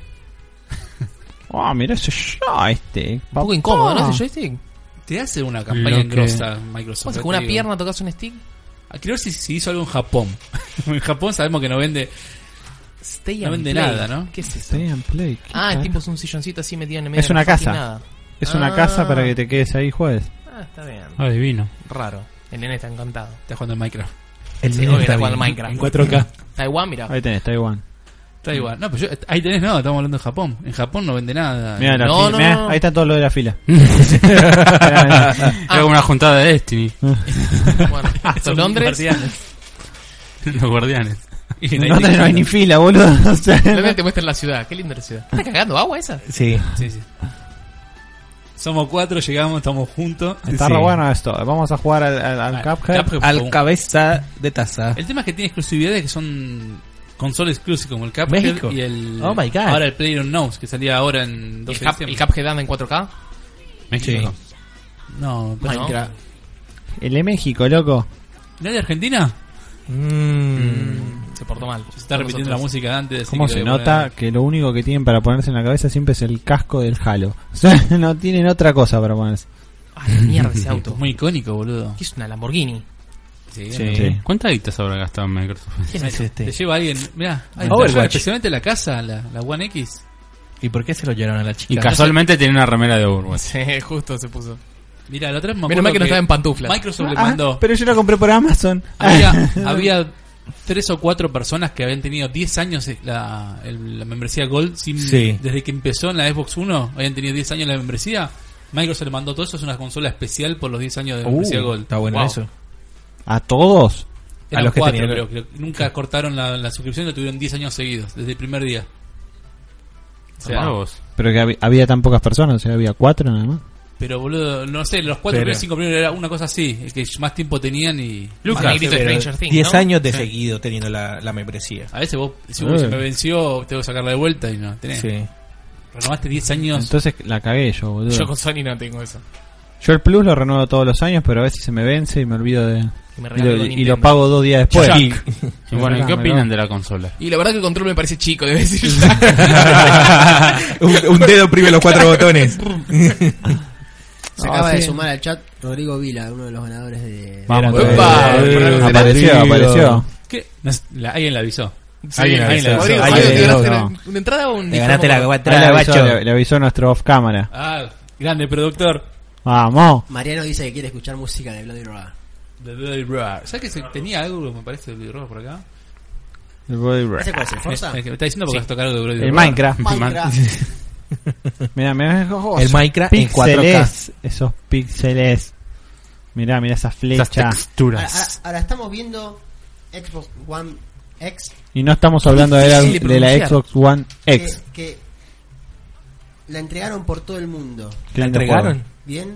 S1: Ah, mirá ese yo, este.
S2: Un poco incómodo, ¿no? Ese joystick.
S3: Te hace una campaña
S6: Lo
S3: en grossa Microsoft.
S2: Vos
S3: ya
S2: con una
S3: te digo.
S2: pierna tocas un stick.
S3: Ah, Quiero ver si, si hizo algo en Japón. en Japón sabemos que no vende.
S2: Stay
S3: No
S2: and
S3: vende
S2: play.
S3: nada, ¿no?
S2: ¿Qué es eso?
S1: Stay and play, ¿qué
S2: Ah,
S1: carajo?
S2: el tipo es un silloncito así metido en el medio.
S1: Es
S2: de la
S1: una
S2: fucking
S1: casa.
S2: nada.
S1: Es una
S2: Ah.
S1: casa para que te quedes ahí juegues.
S2: Ah, está bien.
S6: Ah, divino.
S2: Raro. El nene está encantado.
S3: Está jugando en Minecraft.
S2: El nene está jugando al Minecraft.
S7: En 4K.
S2: Taiwán, mira.
S1: Ahí tenés, Taiwán.
S3: Está igual. No, pero yo- ahí tenés, no, estamos hablando de Japón. En Japón no vende nada.
S1: Mirá, la
S2: No,
S1: fila-
S2: no,
S1: mirá,
S2: no.
S1: ahí está todo lo de la fila.
S3: Ah.
S6: Era como una juntada de Destiny.
S2: Bueno,
S3: Son
S2: Londres.
S3: guardianes.
S6: Los guardianes.
S1: En Londres no hay ni fila, boludo. O sea,
S2: Realmente te muestran la ciudad. Qué linda la ciudad. ¿Está cagando agua esa?
S4: Sí.
S3: Sí, sí. Somos cuatro, llegamos, estamos juntos.
S1: está re bueno esto. Vamos a jugar al, al, al
S3: Ah,
S1: Cuphead.
S3: Cuphead fue
S4: Al
S3: un-
S4: cabeza de taza.
S3: El tema es que tiene exclusividades que son consolas exclusivas como el Cuphead
S4: México.
S3: y el
S4: Oh my God.
S3: ahora el Player Knows que salía ahora en 12
S2: ¿El,
S3: de
S2: cap,
S3: diciembre.
S2: el Cuphead anda en 4K?
S6: México.
S3: No, pero no.
S2: Minecraft.
S1: El de México, loco.
S3: ¿No es de Argentina?
S4: Mm.
S2: Mm, Se portó mal.
S3: Se está repitiendo la música de antes. así
S1: ¿Cómo
S3: que
S1: se
S3: voy a
S1: nota
S3: poner-
S1: que lo único que tienen para ponerse en la cabeza siempre es el casco del Halo? O sea, no tienen otra cosa para ponerse.
S2: Ay, la mierda ese auto.
S3: Es muy icónico, boludo.
S2: ¿Qué es una Lamborghini?
S3: Sí,
S1: Sí. Ah,
S6: ¿Cuántas dictas habrá gastado en Microsoft?
S2: ¿Quién es
S3: Te lleva alguien, mirá, ahí
S4: Overwatch.
S3: está, especialmente la casa, la, la One X.
S4: ¿Y por qué se lo llevaron a la chica?
S6: Y casualmente tiene una remera de Overwatch.
S2: Sí, justo se puso.
S3: Mira, la otra vez me
S2: Menos
S3: acuerdo
S2: mal que no estaba en pantuflas.
S3: Microsoft le
S1: Ah,
S3: mandó.
S1: pero yo lo compré por Amazon.
S3: Había, había tres o cuatro personas que habían tenido 10 años eh, la, el- la membresía Gold sin-
S4: Sí.
S3: desde que empezó en la Xbox One, habían tenido 10 años la membresía. Microsoft le mandó todo eso, es una consola especial por los 10 años de
S4: Uh,
S3: membresía Gold.
S4: está bueno
S3: Wow.
S4: eso.
S1: ¿A todos?
S3: Eran
S4: A los que
S3: cuatro,
S4: tenían-
S3: creo, creo. Nunca cortaron la, la suscripción, lo tuvieron 10 años seguidos, desde el primer día. O sea,
S6: Tomá vos.
S1: Pero que hab- había tan pocas personas, o sea, había cuatro nada más.
S3: Pero boludo, no sé, los 4
S4: Pero-
S3: primeros 5 primeros era una cosa así, el que más tiempo tenían y...
S2: Lucas,
S3: Más
S2: Negrito
S3: que-
S2: de
S4: Pero
S2: Stranger Things,
S4: 10
S2: ¿no?
S4: años de seguido teniendo la, la membresía.
S3: A veces vos, si vos
S1: Eh.
S3: se me venció, tengo que sacarla de vuelta y no, tenés.
S4: Sí.
S3: Renovaste 10 años.
S1: Entonces la cagué yo, boludo.
S2: Yo
S1: Yo,
S2: con Sony no tengo eso.
S1: el Plus lo renuevo todos los años, pero a veces se me vence y me olvido de...
S2: Que me
S1: Y
S2: regaló
S1: lo, y
S2: Nintendo.
S1: lo pago dos días después.
S6: Y- y bueno, ¿y ¿qué opinan de la consola?
S2: Y la verdad que el control me parece chico, debe decir.
S4: un, un dedo prime los cuatro botones.
S5: Se
S1: Ah,
S5: acaba de
S1: sí.
S5: sumar al chat Rodrigo Vila, uno de los ganadores de...
S1: Vamos,
S2: Epa,
S1: todavía.
S2: Rodrigo.
S1: eh, apareció, apareció.
S3: ¿Qué? Nos- la- alguien la avisó.
S4: Alguien
S3: alguien
S4: avisó.
S2: Rodrigo,
S1: Ahí
S2: ¿te
S1: le
S2: ganaste
S1: digo,
S2: una- una entrada o un
S4: Te ganaste
S2: diploma?
S4: la
S1: Ahí le
S4: guatra,
S1: avisó,
S4: bacho.
S1: le- le avisó nuestro off cámara.
S3: Ah, grande productor.
S1: Vamos.
S5: Mariano dice que quiere escuchar música de Bloody Roar.
S3: De Bloody Roar. ¿Sabes que se- tenía algo, me parece, de Bloody Roar por acá?
S1: El Bloody Roar.
S5: ¿Ese cuál es? ¿El Forza?
S3: Me, me está diciendo porque has tocado algo de Bloody
S1: El
S3: Roar.
S1: Minecraft.
S5: Minecraft.
S1: Mirá, mirá. oh,
S4: El
S1: esos
S4: Minecraft en 4K.
S1: píxeles, Esos píxeles. Mirá, mirá esa
S6: Esas
S1: flecha.
S5: Ahora, ahora-
S6: texturas.
S5: ahora estamos viendo Xbox One X
S1: Y no estamos hablando de la,
S2: Difícil de
S1: de la
S2: pronunciar.
S1: Xbox One
S5: que-
S1: X.
S5: Que, la entregaron por todo el mundo.
S1: Qué
S4: ¿La
S1: lindo
S4: entregaron?
S5: Bien.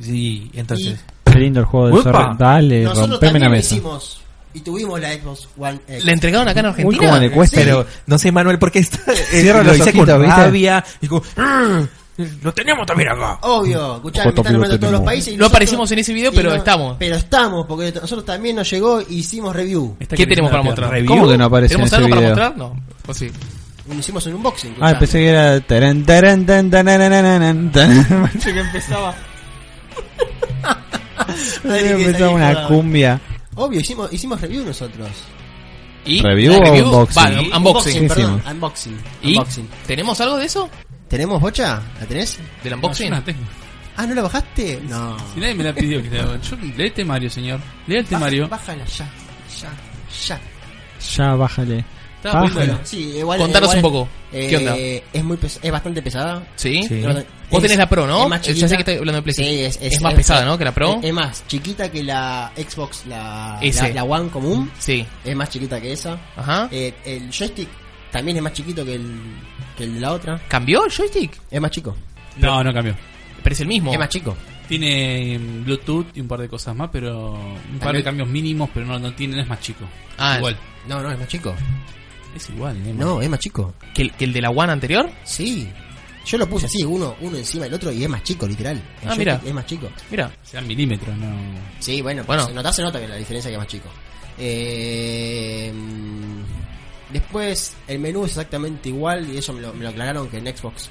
S4: Sí, entonces.
S1: juego. Qué lindo el juego de
S4: Upa.
S1: Zorro. Dale,
S5: Nosotros
S1: rompeme la
S5: también lo
S1: mesa.
S5: hicimos y tuvimos la Xbox One X.
S2: ¿La entregaron acá en
S1: Uy,
S2: Argentina?
S1: cómo le cuesta.
S4: Pero no sé, Manuel, por qué está.
S1: pues,
S4: Eh,
S1: Cierra
S4: lo
S1: los
S4: hice
S1: ojitos,
S4: con
S1: ¿viste?
S4: rabia. Y como, "Arr, lo tenemos también acá.
S5: Obvio, escuchá, me
S1: Joto,
S5: están
S1: pido,
S5: nombrando todos
S1: tenemos.
S5: los países. y
S2: No aparecimos en ese video,
S5: y
S2: pero estamos.
S5: Pero estamos, porque nosotros también nos llegó y hicimos review.
S3: Me está
S2: ¿Qué tenemos para
S3: creciendo la
S2: mostrar?
S1: ¿Review? ¿Cómo que no aparece
S2: ¿Tenemos
S1: en ese
S2: algo
S1: video?
S2: para mostrar? No, pues sí.
S5: Hicimos un unboxing.
S1: Ah,
S5: escuchá.
S1: pensé que era. taran, taran, tan, tan, tan, tan, tan, tan.
S2: Pensé que empezaba.
S5: Tenés que
S1: Empezó
S5: salir
S1: una
S5: jugando.
S1: cumbia.
S5: Obvio, hicimos, hicimos review nosotros.
S2: ¿Y?
S1: ¿Review
S2: ¿La
S1: o unboxing?
S2: Va, un- unboxing.
S1: Sí,
S5: perdón, unboxing.
S2: ¿Y?
S5: Unboxing.
S2: ¿Tenemos algo de eso?
S5: ¿Tenemos bocha? ¿La tenés?
S2: ¿Del
S3: No, yo
S2: unboxing?
S3: no la tengo.
S5: Ah, ¿no la bajaste? No.
S3: Si nadie me la pidió que la haga. Yo, lee el temario, señor. Lee el temario.
S5: Bájala ya, ya, ya.
S1: Ya, bájale.
S2: Estaba
S1: Ah,
S2: poniendo-
S1: bueno.
S5: Sí, igual,
S2: Contanos
S5: igual, eh,
S2: un poco. ¿Qué onda?
S5: Es, muy pes- es bastante pesada.
S2: ¿Sí?
S4: Sí.
S2: Vos tenés la Pro, ¿no?
S5: es más
S2: Ya sé
S5: chiquita.
S2: que estoy hablando de Play
S5: Sí,
S2: cinco.
S5: es,
S2: Es más pesada, ¿no? que la Pro.
S5: Es, es más chiquita que la Xbox, la, la,
S2: Ese.
S5: la One común.
S2: Sí.
S5: Es más chiquita que esa.
S2: Ajá.
S5: Eh, el joystick también es más chiquito que el, que el de la otra.
S2: ¿Cambió el joystick?
S5: Es más chico.
S3: No, no cambió.
S2: Pero es el mismo.
S5: Es más chico.
S3: Tiene mm, Bluetooth y un par de cosas más, pero un par de
S5: También-
S3: cambios mínimos, pero no, no tiene, no es más chico.
S2: Ah,
S3: igual.
S5: No, no, es más chico.
S3: Es igual, ¿eh?
S5: No, es más chico.
S2: ¿Que el, que el de la One anterior?
S5: Sí. Yo lo puse así, uno, uno encima del otro y es más chico, literal. El
S2: Ah,
S5: joystick
S2: mira.
S5: Es más chico.
S2: Mira.
S3: Sean milímetros, no.
S5: Sí, bueno,
S2: Bueno.
S5: bueno. Se nota, se nota que la diferencia que es más chico. Eh, mm, después, el menú es exactamente igual y eso me lo, me lo aclararon que en Xbox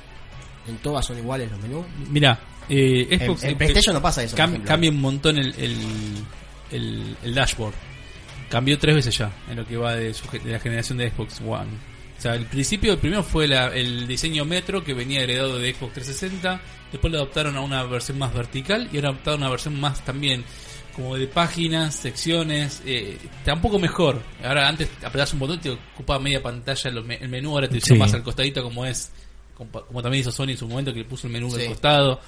S5: en todas son iguales los menús.
S3: Mira, eh,
S5: En,
S3: Xbox.
S5: en
S3: eh,
S5: PlayStation no pasa eso. por
S3: cam-
S5: ejemplo.
S3: cambia un montón el, el, el- el dashboard. Cambió tres veces ya en lo que va de, su ge- de la generación de Xbox One. O sea, al principio, el primero fue la- el diseño metro que venía heredado de Xbox 360. Después lo adaptaron a una versión más vertical y ahora adaptaron a una versión más también como de páginas, secciones. Eh, tampoco mejor. Ahora, antes apretás un botón y te ocupaba media pantalla lo me- el menú. Ahora te
S4: Sí.
S3: más al costadito, como es. Como, como también hizo Sony en su momento que le puso el menú al
S5: Sí.
S3: costado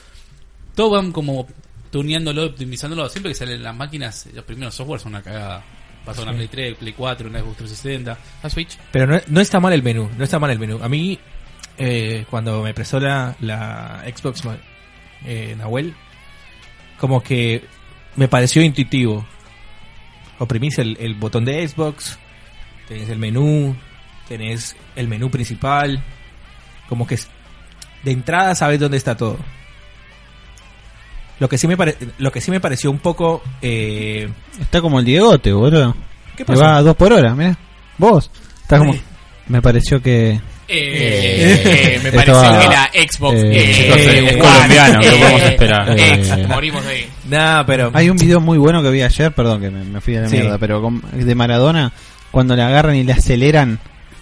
S3: todos van como tuneándolo, optimizándolo. Siempre que salen las máquinas, los primeros software son una cagada. Pasó una Play 3, Play 4, una Xbox 360.
S2: La Switch.
S4: Pero no, no está mal el menú, no está mal el menú. A mí, eh, cuando me prestó la, la Xbox ma- eh, Nahuel, como que me pareció intuitivo. Oprimís el, el botón de Xbox, tenés el menú, tenés el menú principal, como que es- de entrada sabes dónde está todo. Lo que sí me, pare- lo que sí me pareció un poco... eh,
S1: Está como el Diegote, boludo.
S4: ¿Qué
S1: Que
S4: pasó?
S1: va a dos por hora, mira. Vos. Estás como... Me pareció que...
S2: Eh, eh, me
S1: Esto
S2: pareció
S1: va-
S2: que la Xbox.
S1: eh,
S2: eh,
S6: Chicos, es
S2: One,
S6: colombiano,
S2: eh,
S6: ¿qué podemos esperar?
S1: eh,
S2: Ex, morimos de ahí.
S4: Nah, pero...
S1: Hay un video muy bueno que vi ayer, perdón que me, me fui a la
S4: Sí.
S1: mierda, pero con- de Maradona, cuando le agarran y le aceleran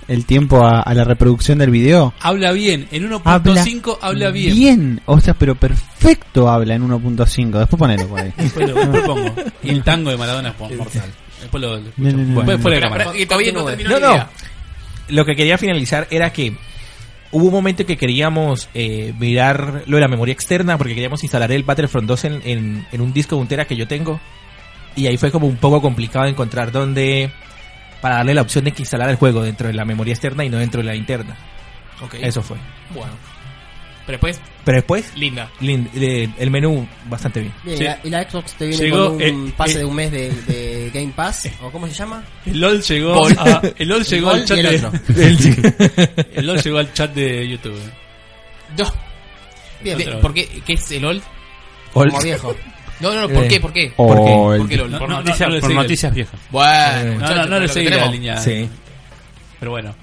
S1: el tiempo a, a la reproducción del video.
S3: Habla bien, en
S1: Habla
S3: 1.5 habla, bien.
S1: Bien, o sea, pero perfecto habla en 1.5. Después ponelo por ahí.
S3: Después lo, lo pongo. Y el tango de Maradona es mortal. Después lo, lo
S1: No,
S3: escucho.
S1: no, no, no.
S3: Después fuera de
S2: Espera,
S3: cámara.
S2: espera, que todavía no terminó
S4: No,
S2: la
S4: no.
S2: idea.
S4: Lo que quería finalizar era que hubo un momento que queríamos eh, mirar lo de la memoria externa porque queríamos instalar el Battlefront 2 en, en- en un disco de un tera que yo tengo. Y ahí fue como un poco complicado encontrar dónde para darle la opción de que instalara el juego dentro de la memoria externa y no dentro de la interna.
S2: Ok.
S4: Eso fue.
S2: Bueno. Pero después,
S4: Pero después,
S2: linda.
S4: lin- eh, el menú bastante bien.
S5: Bien,
S3: Sí.
S5: y, la, y la Xbox te viene
S3: Llegó,
S5: con un
S3: eh,
S5: pase
S3: eh.
S5: de un mes de, de Game Pass, ¿o cómo se llama?
S3: El LOL llegó,
S2: Gol.
S3: a- el LOL llegó
S5: gol
S3: al chat
S5: y el
S3: de,
S5: otro.
S3: el LOL llegó al chat de YouTube.
S2: No.
S5: Bien,
S2: De- ¿Por qué? ¿Qué es el LOL?
S5: como viejo.
S2: No, no, ¿por
S4: Eh.
S2: qué? ¿Por qué?
S4: ¿Por qué?
S1: O el-
S2: ¿Por qué LOL?
S3: No,
S6: Por
S3: no,
S6: noticias-
S3: no le
S6: Por
S3: sigue.
S6: noticias viejas.
S2: Bueno,
S4: Eh.
S3: No, no,
S2: muchachos,
S3: no le
S2: lo
S3: seguí la
S2: tenemos.
S3: línea.
S4: Sí.
S3: Pero bueno.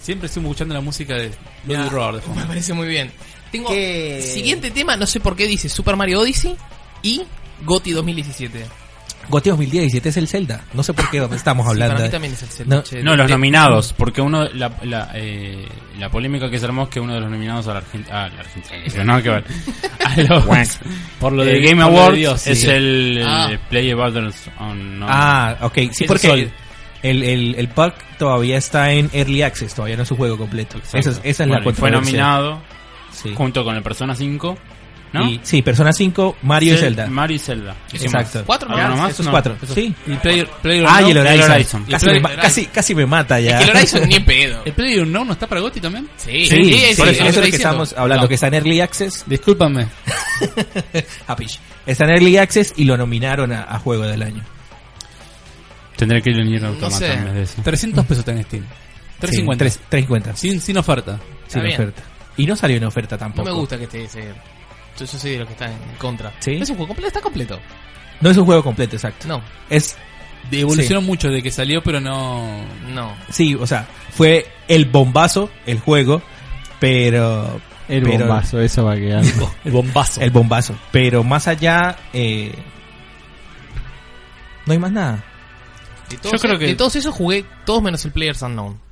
S3: Siempre estuvimos escuchando la música de Bloody Roar de fondo.
S2: Me parece muy bien. Tengo
S5: ¿Qué?
S2: siguiente tema, no sé por qué dice Super Mario Odyssey y GOTY 2017.
S4: Gotti 2017 es el Zelda. No sé por qué dónde estamos
S2: Sí,
S4: hablando.
S2: para mí también es el Zelda,
S4: No,
S2: che.
S6: No, los
S2: Te-
S6: nominados, porque uno la, la, eh, la polémica que se armó es que uno de los nominados a la Argentina, a la Argentina, no, que ver, a los
S3: Por
S6: eh,
S3: de-
S6: Game
S3: por lo de
S6: Awards
S3: Dios,
S6: es
S3: sí.
S6: el
S2: Ah.
S6: eh, Player Battles on no.
S4: Ah, ok. Sí,
S3: Ese
S4: porque
S3: sol.
S4: el, el, el pack todavía está en Early Access, todavía no es un juego completo. Esa
S6: Exacto.
S4: es, esa es
S6: Bueno,
S4: la
S6: y Fue
S4: controversia.
S6: nominado
S4: Sí.
S6: junto con el Persona 5, ¿no?
S4: Y- sí, Persona 5, Mario y
S6: Cel-
S4: Zelda.
S6: Mario y Zelda. ¿Y qué
S4: Exacto.
S6: más?
S2: Cuatro, ¿no?
S6: ¿Alguno
S2: Ah,
S6: más?
S4: Esos
S6: No.
S4: cuatro. Sí.
S3: Y Player, Player
S4: Ah, y el
S3: Unknown-
S4: Horizon.
S6: Horizon.
S4: Casi,
S3: El
S4: me, ma-
S3: Horizon.
S4: casi, casi me mata ya.
S2: Es que el Horizon ni en pedo.
S3: ¿El Player No no está para Gotti también?
S2: Sí,
S4: Sí,
S2: sí, sí,
S4: sí, por eso,
S2: lo
S4: eso es lo
S2: estoy
S4: que
S2: diciendo.
S4: estamos hablando, que está en Early Access.
S3: Discúlpame.
S4: Apish. Está en Early Access y lo nominaron a, a Juego del Año.
S6: Tendré que ir a Nier
S2: No
S6: Automata
S2: sé.
S6: en vez de eso.
S3: 300 pesos está en Steam. 350.
S4: Sí, 350.
S3: Sin, sin oferta.
S4: sin
S2: bien.
S4: oferta. Y no salió en oferta
S2: No
S4: tampoco.
S2: me gusta que esté ese. Yo, yo soy de los que están en contra.
S4: Sí.
S2: No es un juego completo, está completo.
S4: No es un juego completo, exacto.
S2: No,
S4: Es
S3: Evolucionó mucho de que salió, pero no.
S2: no.
S4: Sí, o sea, fue el bombazo, el juego, pero...
S1: el
S4: pero-
S1: bombazo, eso va a quedar.
S3: El bombazo.
S4: El bombazo. Pero más allá, eh, no hay más nada.
S2: De todos,
S6: Yo creo que-
S2: de todos esos jugué todos menos el Players Unknown.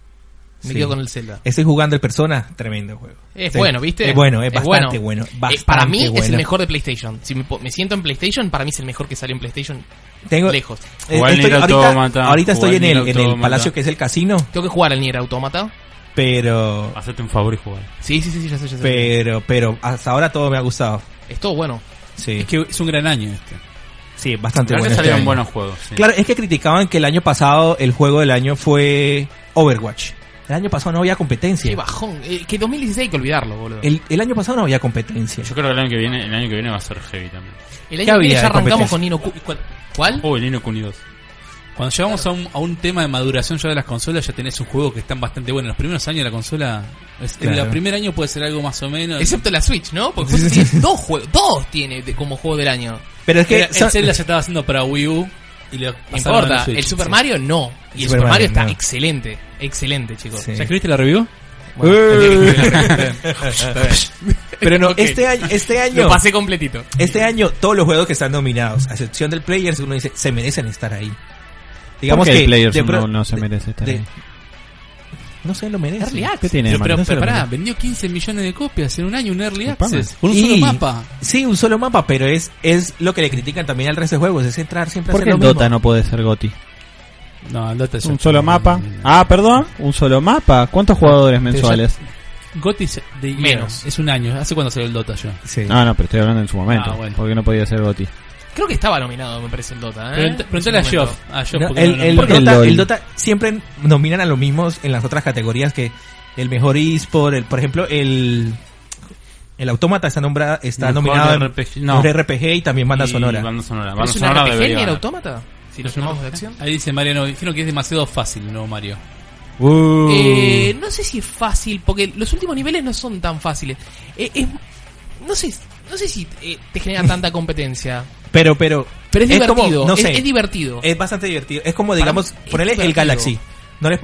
S2: Me
S4: Sí.
S2: quedo con el Zelda.
S4: Estoy jugando el Persona, tremendo juego.
S2: Es
S4: Sí.
S2: bueno, ¿viste?
S4: Es bueno, es, bastante bueno.
S2: Eh,
S4: bastante
S2: para mí es el
S4: bueno.
S2: mejor de PlayStation. Si me, po- me siento en PlayStation, para mí es el mejor que salió en PlayStation
S4: Tengo-
S2: lejos.
S4: Eh,
S6: Jugar
S4: estoy-
S6: Nier
S4: ahorita
S6: Automata,
S4: ahorita estoy
S6: jugar
S4: en
S6: Nier
S4: el, en el
S6: Automata.
S4: palacio que es el casino,
S2: Tengo que jugar al Nier Automata.
S4: pero
S6: Hacete un favor y jugar.
S2: Sí, sí, sí, sí, ya sé, ya sé.
S4: pero pero hasta ahora todo me ha gustado.
S2: Es todo bueno.
S4: Sí,
S3: Es que es un gran año este.
S4: sí, es bastante
S6: Claro
S4: bueno.
S6: que
S4: este
S6: salieron
S4: año.
S6: buenos juegos. sí.
S4: Claro, es que criticaban que el año pasado el juego del año fue Overwatch. El año pasado no había
S2: Qué
S4: competencia.
S2: bajón. Eh, que 2016 hay que olvidarlo, boludo. El,
S4: El, el año pasado no había competencia.
S6: Yo creo que el año que viene, el año que viene va a ser heavy también.
S2: año que
S4: ¿qué
S2: viene
S4: había
S2: ya
S4: de
S2: arrancamos
S4: competencia?
S2: con Nino Cu- ¿Cuál?
S6: Oh, el Nino Kuni 2.
S3: Cuando llegamos a, un, a un tema de maduración ya de las consolas, ya tenés un juego que están bastante buenos. En los primeros años de la consola, es- en
S4: Claro.
S3: el primer año puede ser algo más o menos.
S2: Excepto la Switch, ¿no? Porque justo
S4: Sí, sí,
S2: tiene dos juegos. Dos tiene de- como juego del año.
S4: Pero Eh, es que
S3: Era- el
S4: son-
S3: Zelda se estaba haciendo para Wii U y lo
S2: No
S3: pasaron a
S2: importa.
S3: la Switch.
S2: El Super Mario no. Y el Super, Mario, está
S4: no.
S2: excelente. Excelente, chicos.
S4: Sí.
S3: ¿Ya escribiste la review?
S4: pero no, este año este año
S2: Lo pasé completito.
S4: Este año todos los juegos que están nominados, a excepción del Players, uno dice, se merecen estar ahí. Digamos
S1: ¿Por qué
S4: que
S1: el Players
S4: de
S1: uno
S4: pro-
S1: no se
S4: de-
S1: merece estar
S4: de-
S1: ahí?
S4: No se lo merece.
S2: Early
S1: ¿Qué
S2: Access.
S1: tiene de malo?
S3: Pero, pero,
S1: No se lo
S3: pará,
S1: merece.
S3: vendió 15 millones de copias en un año, un Early
S1: Disculpame.
S3: Access, con un
S4: Y-
S3: solo mapa.
S4: Sí, un solo mapa, pero es es lo que le critican también al resto de juegos, es entrar siempre a
S1: ¿Por
S4: hacer
S1: qué el
S4: lo mismo.
S1: Dota no puede ser Goti?
S3: No, el Dota es
S1: Un solo mapa. Ah, perdón, un solo mapa. ¿Cuántos jugadores mensuales?
S3: Gotis de
S2: Menos.
S3: menos. Es un año. ¿Hace cuándo salió el Dota yo?
S4: Sí.
S1: Ah, No, no, pero estoy hablando en su momento.
S3: Ah, bueno.
S1: Porque no podía ser Goti.
S2: Creo que estaba nominado, me parece, el Dota. ¿eh?
S3: Pregunt- Preguntale a
S2: En su
S3: Geoff.
S2: momento.
S3: A Geoff,
S4: No,
S3: porque
S4: el,
S3: no-
S4: el
S3: no-
S1: ¿Por qué el
S4: Dota,
S1: LOL?
S4: el Dota siempre nominan a los mismos en las otras categorías que el mejor eSport, el, por ejemplo, el el Autómata está nombrada está
S6: Mejor
S4: nominado en
S6: RPG, no.
S4: mejor RPG y también banda
S6: Y
S4: sonora.
S6: Banda sonora.
S2: ¿Pero
S6: Banda
S2: ¿Es una
S6: sonora
S2: RPG ni
S6: debería.
S2: el
S6: ganar.
S2: autómata? Si lo
S3: ¿Es una
S2: llamamos de
S3: RPG?
S2: acción.
S3: Ahí dice Mariano, dijeron que es demasiado fácil, no Mario.
S1: Uh.
S4: Mm.
S2: Eh, no sé si es fácil, porque los últimos niveles no son tan fáciles. Eh, es- no sé no sé si eh, te genera tanta competencia.
S4: Pero, pero.
S2: Pero es
S4: como-
S2: divertido.
S4: no
S2: es,
S4: sé, Eh,
S2: es divertido.
S4: es bastante divertido. Es como,
S2: Para
S4: digamos,
S2: mí es
S4: ponerle el
S2: divertido.
S4: Galaxy. No le,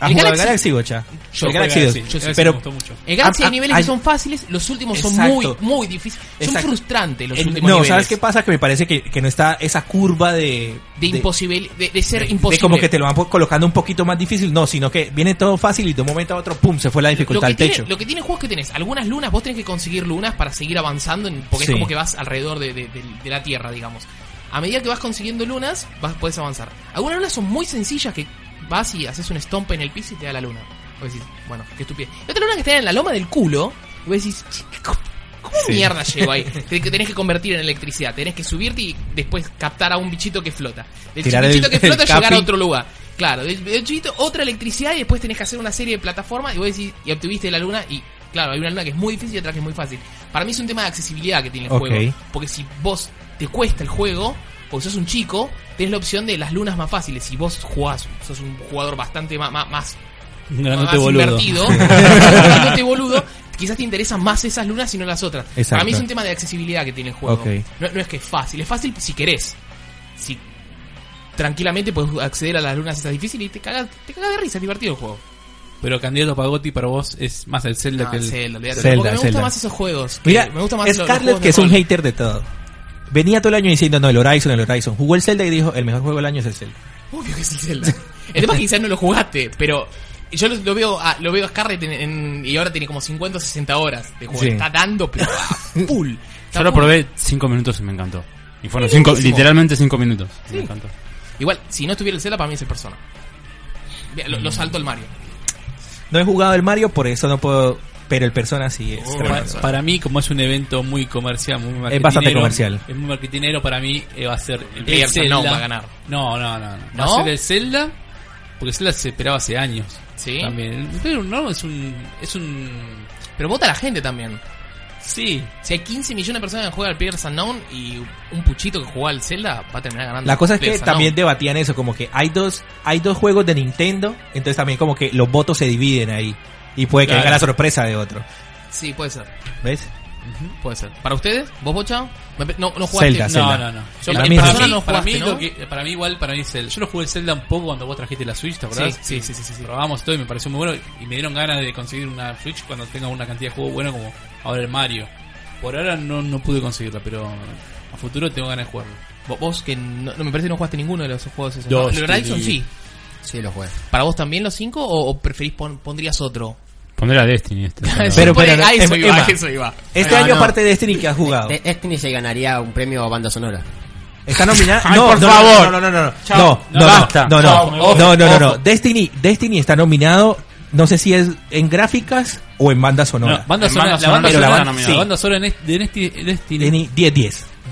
S4: ¿Has
S2: El
S4: jugado al
S2: Galaxy-
S4: Galaxy, Gocha?
S2: Yo
S4: el
S2: jugué
S4: Galaxy
S3: al
S4: 2.
S3: Galaxy, yo- ese me
S4: pero
S3: gustó mucho.
S2: En Galaxy
S4: Ah,
S2: hay
S4: ah,
S2: Eh, niveles
S4: hay-
S2: que son fáciles, los últimos son
S4: Exacto.
S2: muy, muy difíciles. Son
S4: Exacto.
S2: frustrantes los
S4: el-
S2: últimos
S4: no,
S2: niveles.
S4: ¿sabes qué pasa? Que me parece que, que no está esa curva de.
S2: De, imposibil- de, de ser imposible.
S4: de como que te lo van po- colocando un poquito más difícil. No, sino que viene todo fácil y de un momento a otro, pum, se fue la
S2: lo
S4: dificultad
S2: que,
S4: al
S2: tiene,
S4: techo.
S2: lo que tiene juegos que tenés, algunas lunas, vos tenés que conseguir lunas para seguir avanzando, en- porque
S4: Sí.
S2: es como que vas alrededor de, de- de- de la Tierra, digamos. A medida que vas consiguiendo lunas, vas, puedes avanzar. Algunas lunas son muy sencillas que vas y haces un stomp en el piso y te da la luna. Vos decís, bueno, qué estupidez. Y otra luna que está en la loma del culo, y vos decís, "Ch, ¿cómo, cómo mierda llego ahí? Te- que tenés que convertir en electricidad, tenés que subirte y después captar a un bichito que flota. Del
S4: Tirar
S2: bichito
S4: el-
S2: que flota
S4: el
S2: llegar a
S4: capi.
S2: otro otro lugar. Claro, del, del chiquito, otra electricidad y después tenés que hacer una serie de plataformas y vos decís, y obtuviste la luna y claro, hay una luna que es muy difícil y otra que es muy fácil. Para mí es un tema de accesibilidad que tiene el
S4: Ok.
S2: juego. Porque si vos te cuesta el juego, o sos un chico, tenés la opción de las lunas más fáciles. Si vos jugás, sos un jugador bastante ma- ma- más
S3: Un grandote
S2: más
S3: boludo.
S2: invertido, grandote boludo, quizás te interesan más esas lunas y no las otras. Para
S4: Exacto.
S2: mí es un tema de accesibilidad que tiene el juego.
S4: Ok.
S2: No, no es que es fácil, es fácil si querés. Si tranquilamente puedes acceder a las lunas esas difíciles y te cagas, te cagas de risa, es divertido el juego.
S3: Pero candidato Pagotti para vos es más el Zelda
S2: Ah,
S3: que el.
S2: Zelda, olvídate.
S4: Zelda,
S2: Porque me
S4: Zelda.
S2: gustan más esos juegos. que-
S4: Mira,
S2: me gusta más los- los
S4: Scarlett,
S2: juegos
S4: que
S2: de
S4: es un
S2: rol.
S4: hater de todo. Venía todo el año diciendo, no, el Horizon, el Horizon. Jugó el Zelda y dijo, el mejor juego del año es el Zelda.
S2: Obvio que es el Zelda. El tema es que quizás no lo jugaste, pero yo lo, lo veo a, lo veo a Scarlett en- en- y ahora tiene como 50 o 60 horas de juego.
S4: Sí.
S2: Está dando, pero a full. Está
S6: Yo lo
S2: full.
S6: probé 5 minutos y me encantó. Y fueron cinco,
S2: Buenísimo.
S6: literalmente 5 minutos. Me encantó.
S2: Igual, si no estuviera el Zelda, para mí es el persona. Ve, Lo, lo salto el Mario.
S4: No he jugado el Mario, por eso no puedo... Pero el Persona sí es.
S2: Oh,
S4: tremendo.
S3: Este, Pa- Para mí, como es un evento muy comercial, muy marketinero,
S4: bastante comercial.
S3: Es muy marketinero, para mí eh, va a ser el
S2: Player
S3: Zelda.
S2: Unknown va a ganar.
S3: No, no, no. no.
S2: ¿No?
S3: Va a ser el Zelda, porque Zelda se esperaba hace años.
S2: Sí.
S3: También. Pero no, es un. Es un.
S2: Pero vota la gente también.
S3: Sí.
S2: Si hay 15 millones de personas que juegan al Players Unknown y un puchito que juega al Zelda, va a terminar ganando.
S4: La cosa es que
S2: Players
S4: también
S2: Unknown.
S4: debatían eso, como que hay dos, hay dos juegos de Nintendo, entonces también como que los votos se dividen ahí. Y puede que
S3: Claro.
S4: venga la sorpresa de otro.
S2: Sí, puede ser.
S4: ¿Ves?
S2: Puede ser. ¿Para ustedes? ¿Vos, Bocha? Me pe- No, no jugaste.
S4: Zelda,
S3: No,
S4: Zelda.
S3: no, no.
S2: Yo-
S4: Para
S3: para,
S4: mí
S3: mí,
S4: es
S3: para,
S4: así.
S3: mí,
S2: No
S3: para mí
S2: jugaste,
S3: lo
S2: ¿no?
S3: que- para mí igual, para mí es el. Yo lo jugué el Zelda un poco cuando vos trajiste la Switch, ¿te acordás?
S2: Sí, sí, sí, sí, sí, sí.
S3: Probamos todo y me pareció muy bueno. Y me dieron ganas de conseguir una Switch cuando tenga una cantidad de juegos buena como ahora el Mario. Por ahora no, no pude conseguirla, pero a futuro tengo ganas de jugarlo.
S2: Vos, vos que no, no, me parece que no jugaste ninguno de los juegos esos.
S3: Dos,
S2: ¿no? El Horizon
S3: sí.
S2: sí.
S5: Sí, lo jugué.
S2: ¿Para vos también los cinco o, o preferís pon- pondrías otro?
S6: Pondré a Destiny este. pero-
S4: Pero,
S2: Pone-
S4: pero,
S2: a eso
S4: em-
S2: iba, a
S4: Emma.
S2: eso iba.
S4: Este
S5: No,
S4: año,
S5: no.
S4: aparte de Destiny, que has jugado?
S5: De- Destiny Eh, este se ganaría un premio a banda sonora.
S4: Está nominada.
S6: Ay,
S4: no,
S6: por
S4: no, no,
S6: favor.
S4: No, no, no, no.
S6: Chao.
S4: No,
S6: No,
S4: no,
S6: basta.
S4: no, no,
S7: Chao, me voy.
S4: no, no, no, no.
S2: Ojo.
S4: Destiny, Destiny está nominado. No sé si es en gráficas o en banda sonora.
S3: banda
S6: En
S3: sonora,
S6: banda
S3: la banda
S6: sonora
S4: está
S3: sonora,
S6: nominada.
S3: la banda sonora de Nesti- de Destiny,
S4: Destiny 10-10.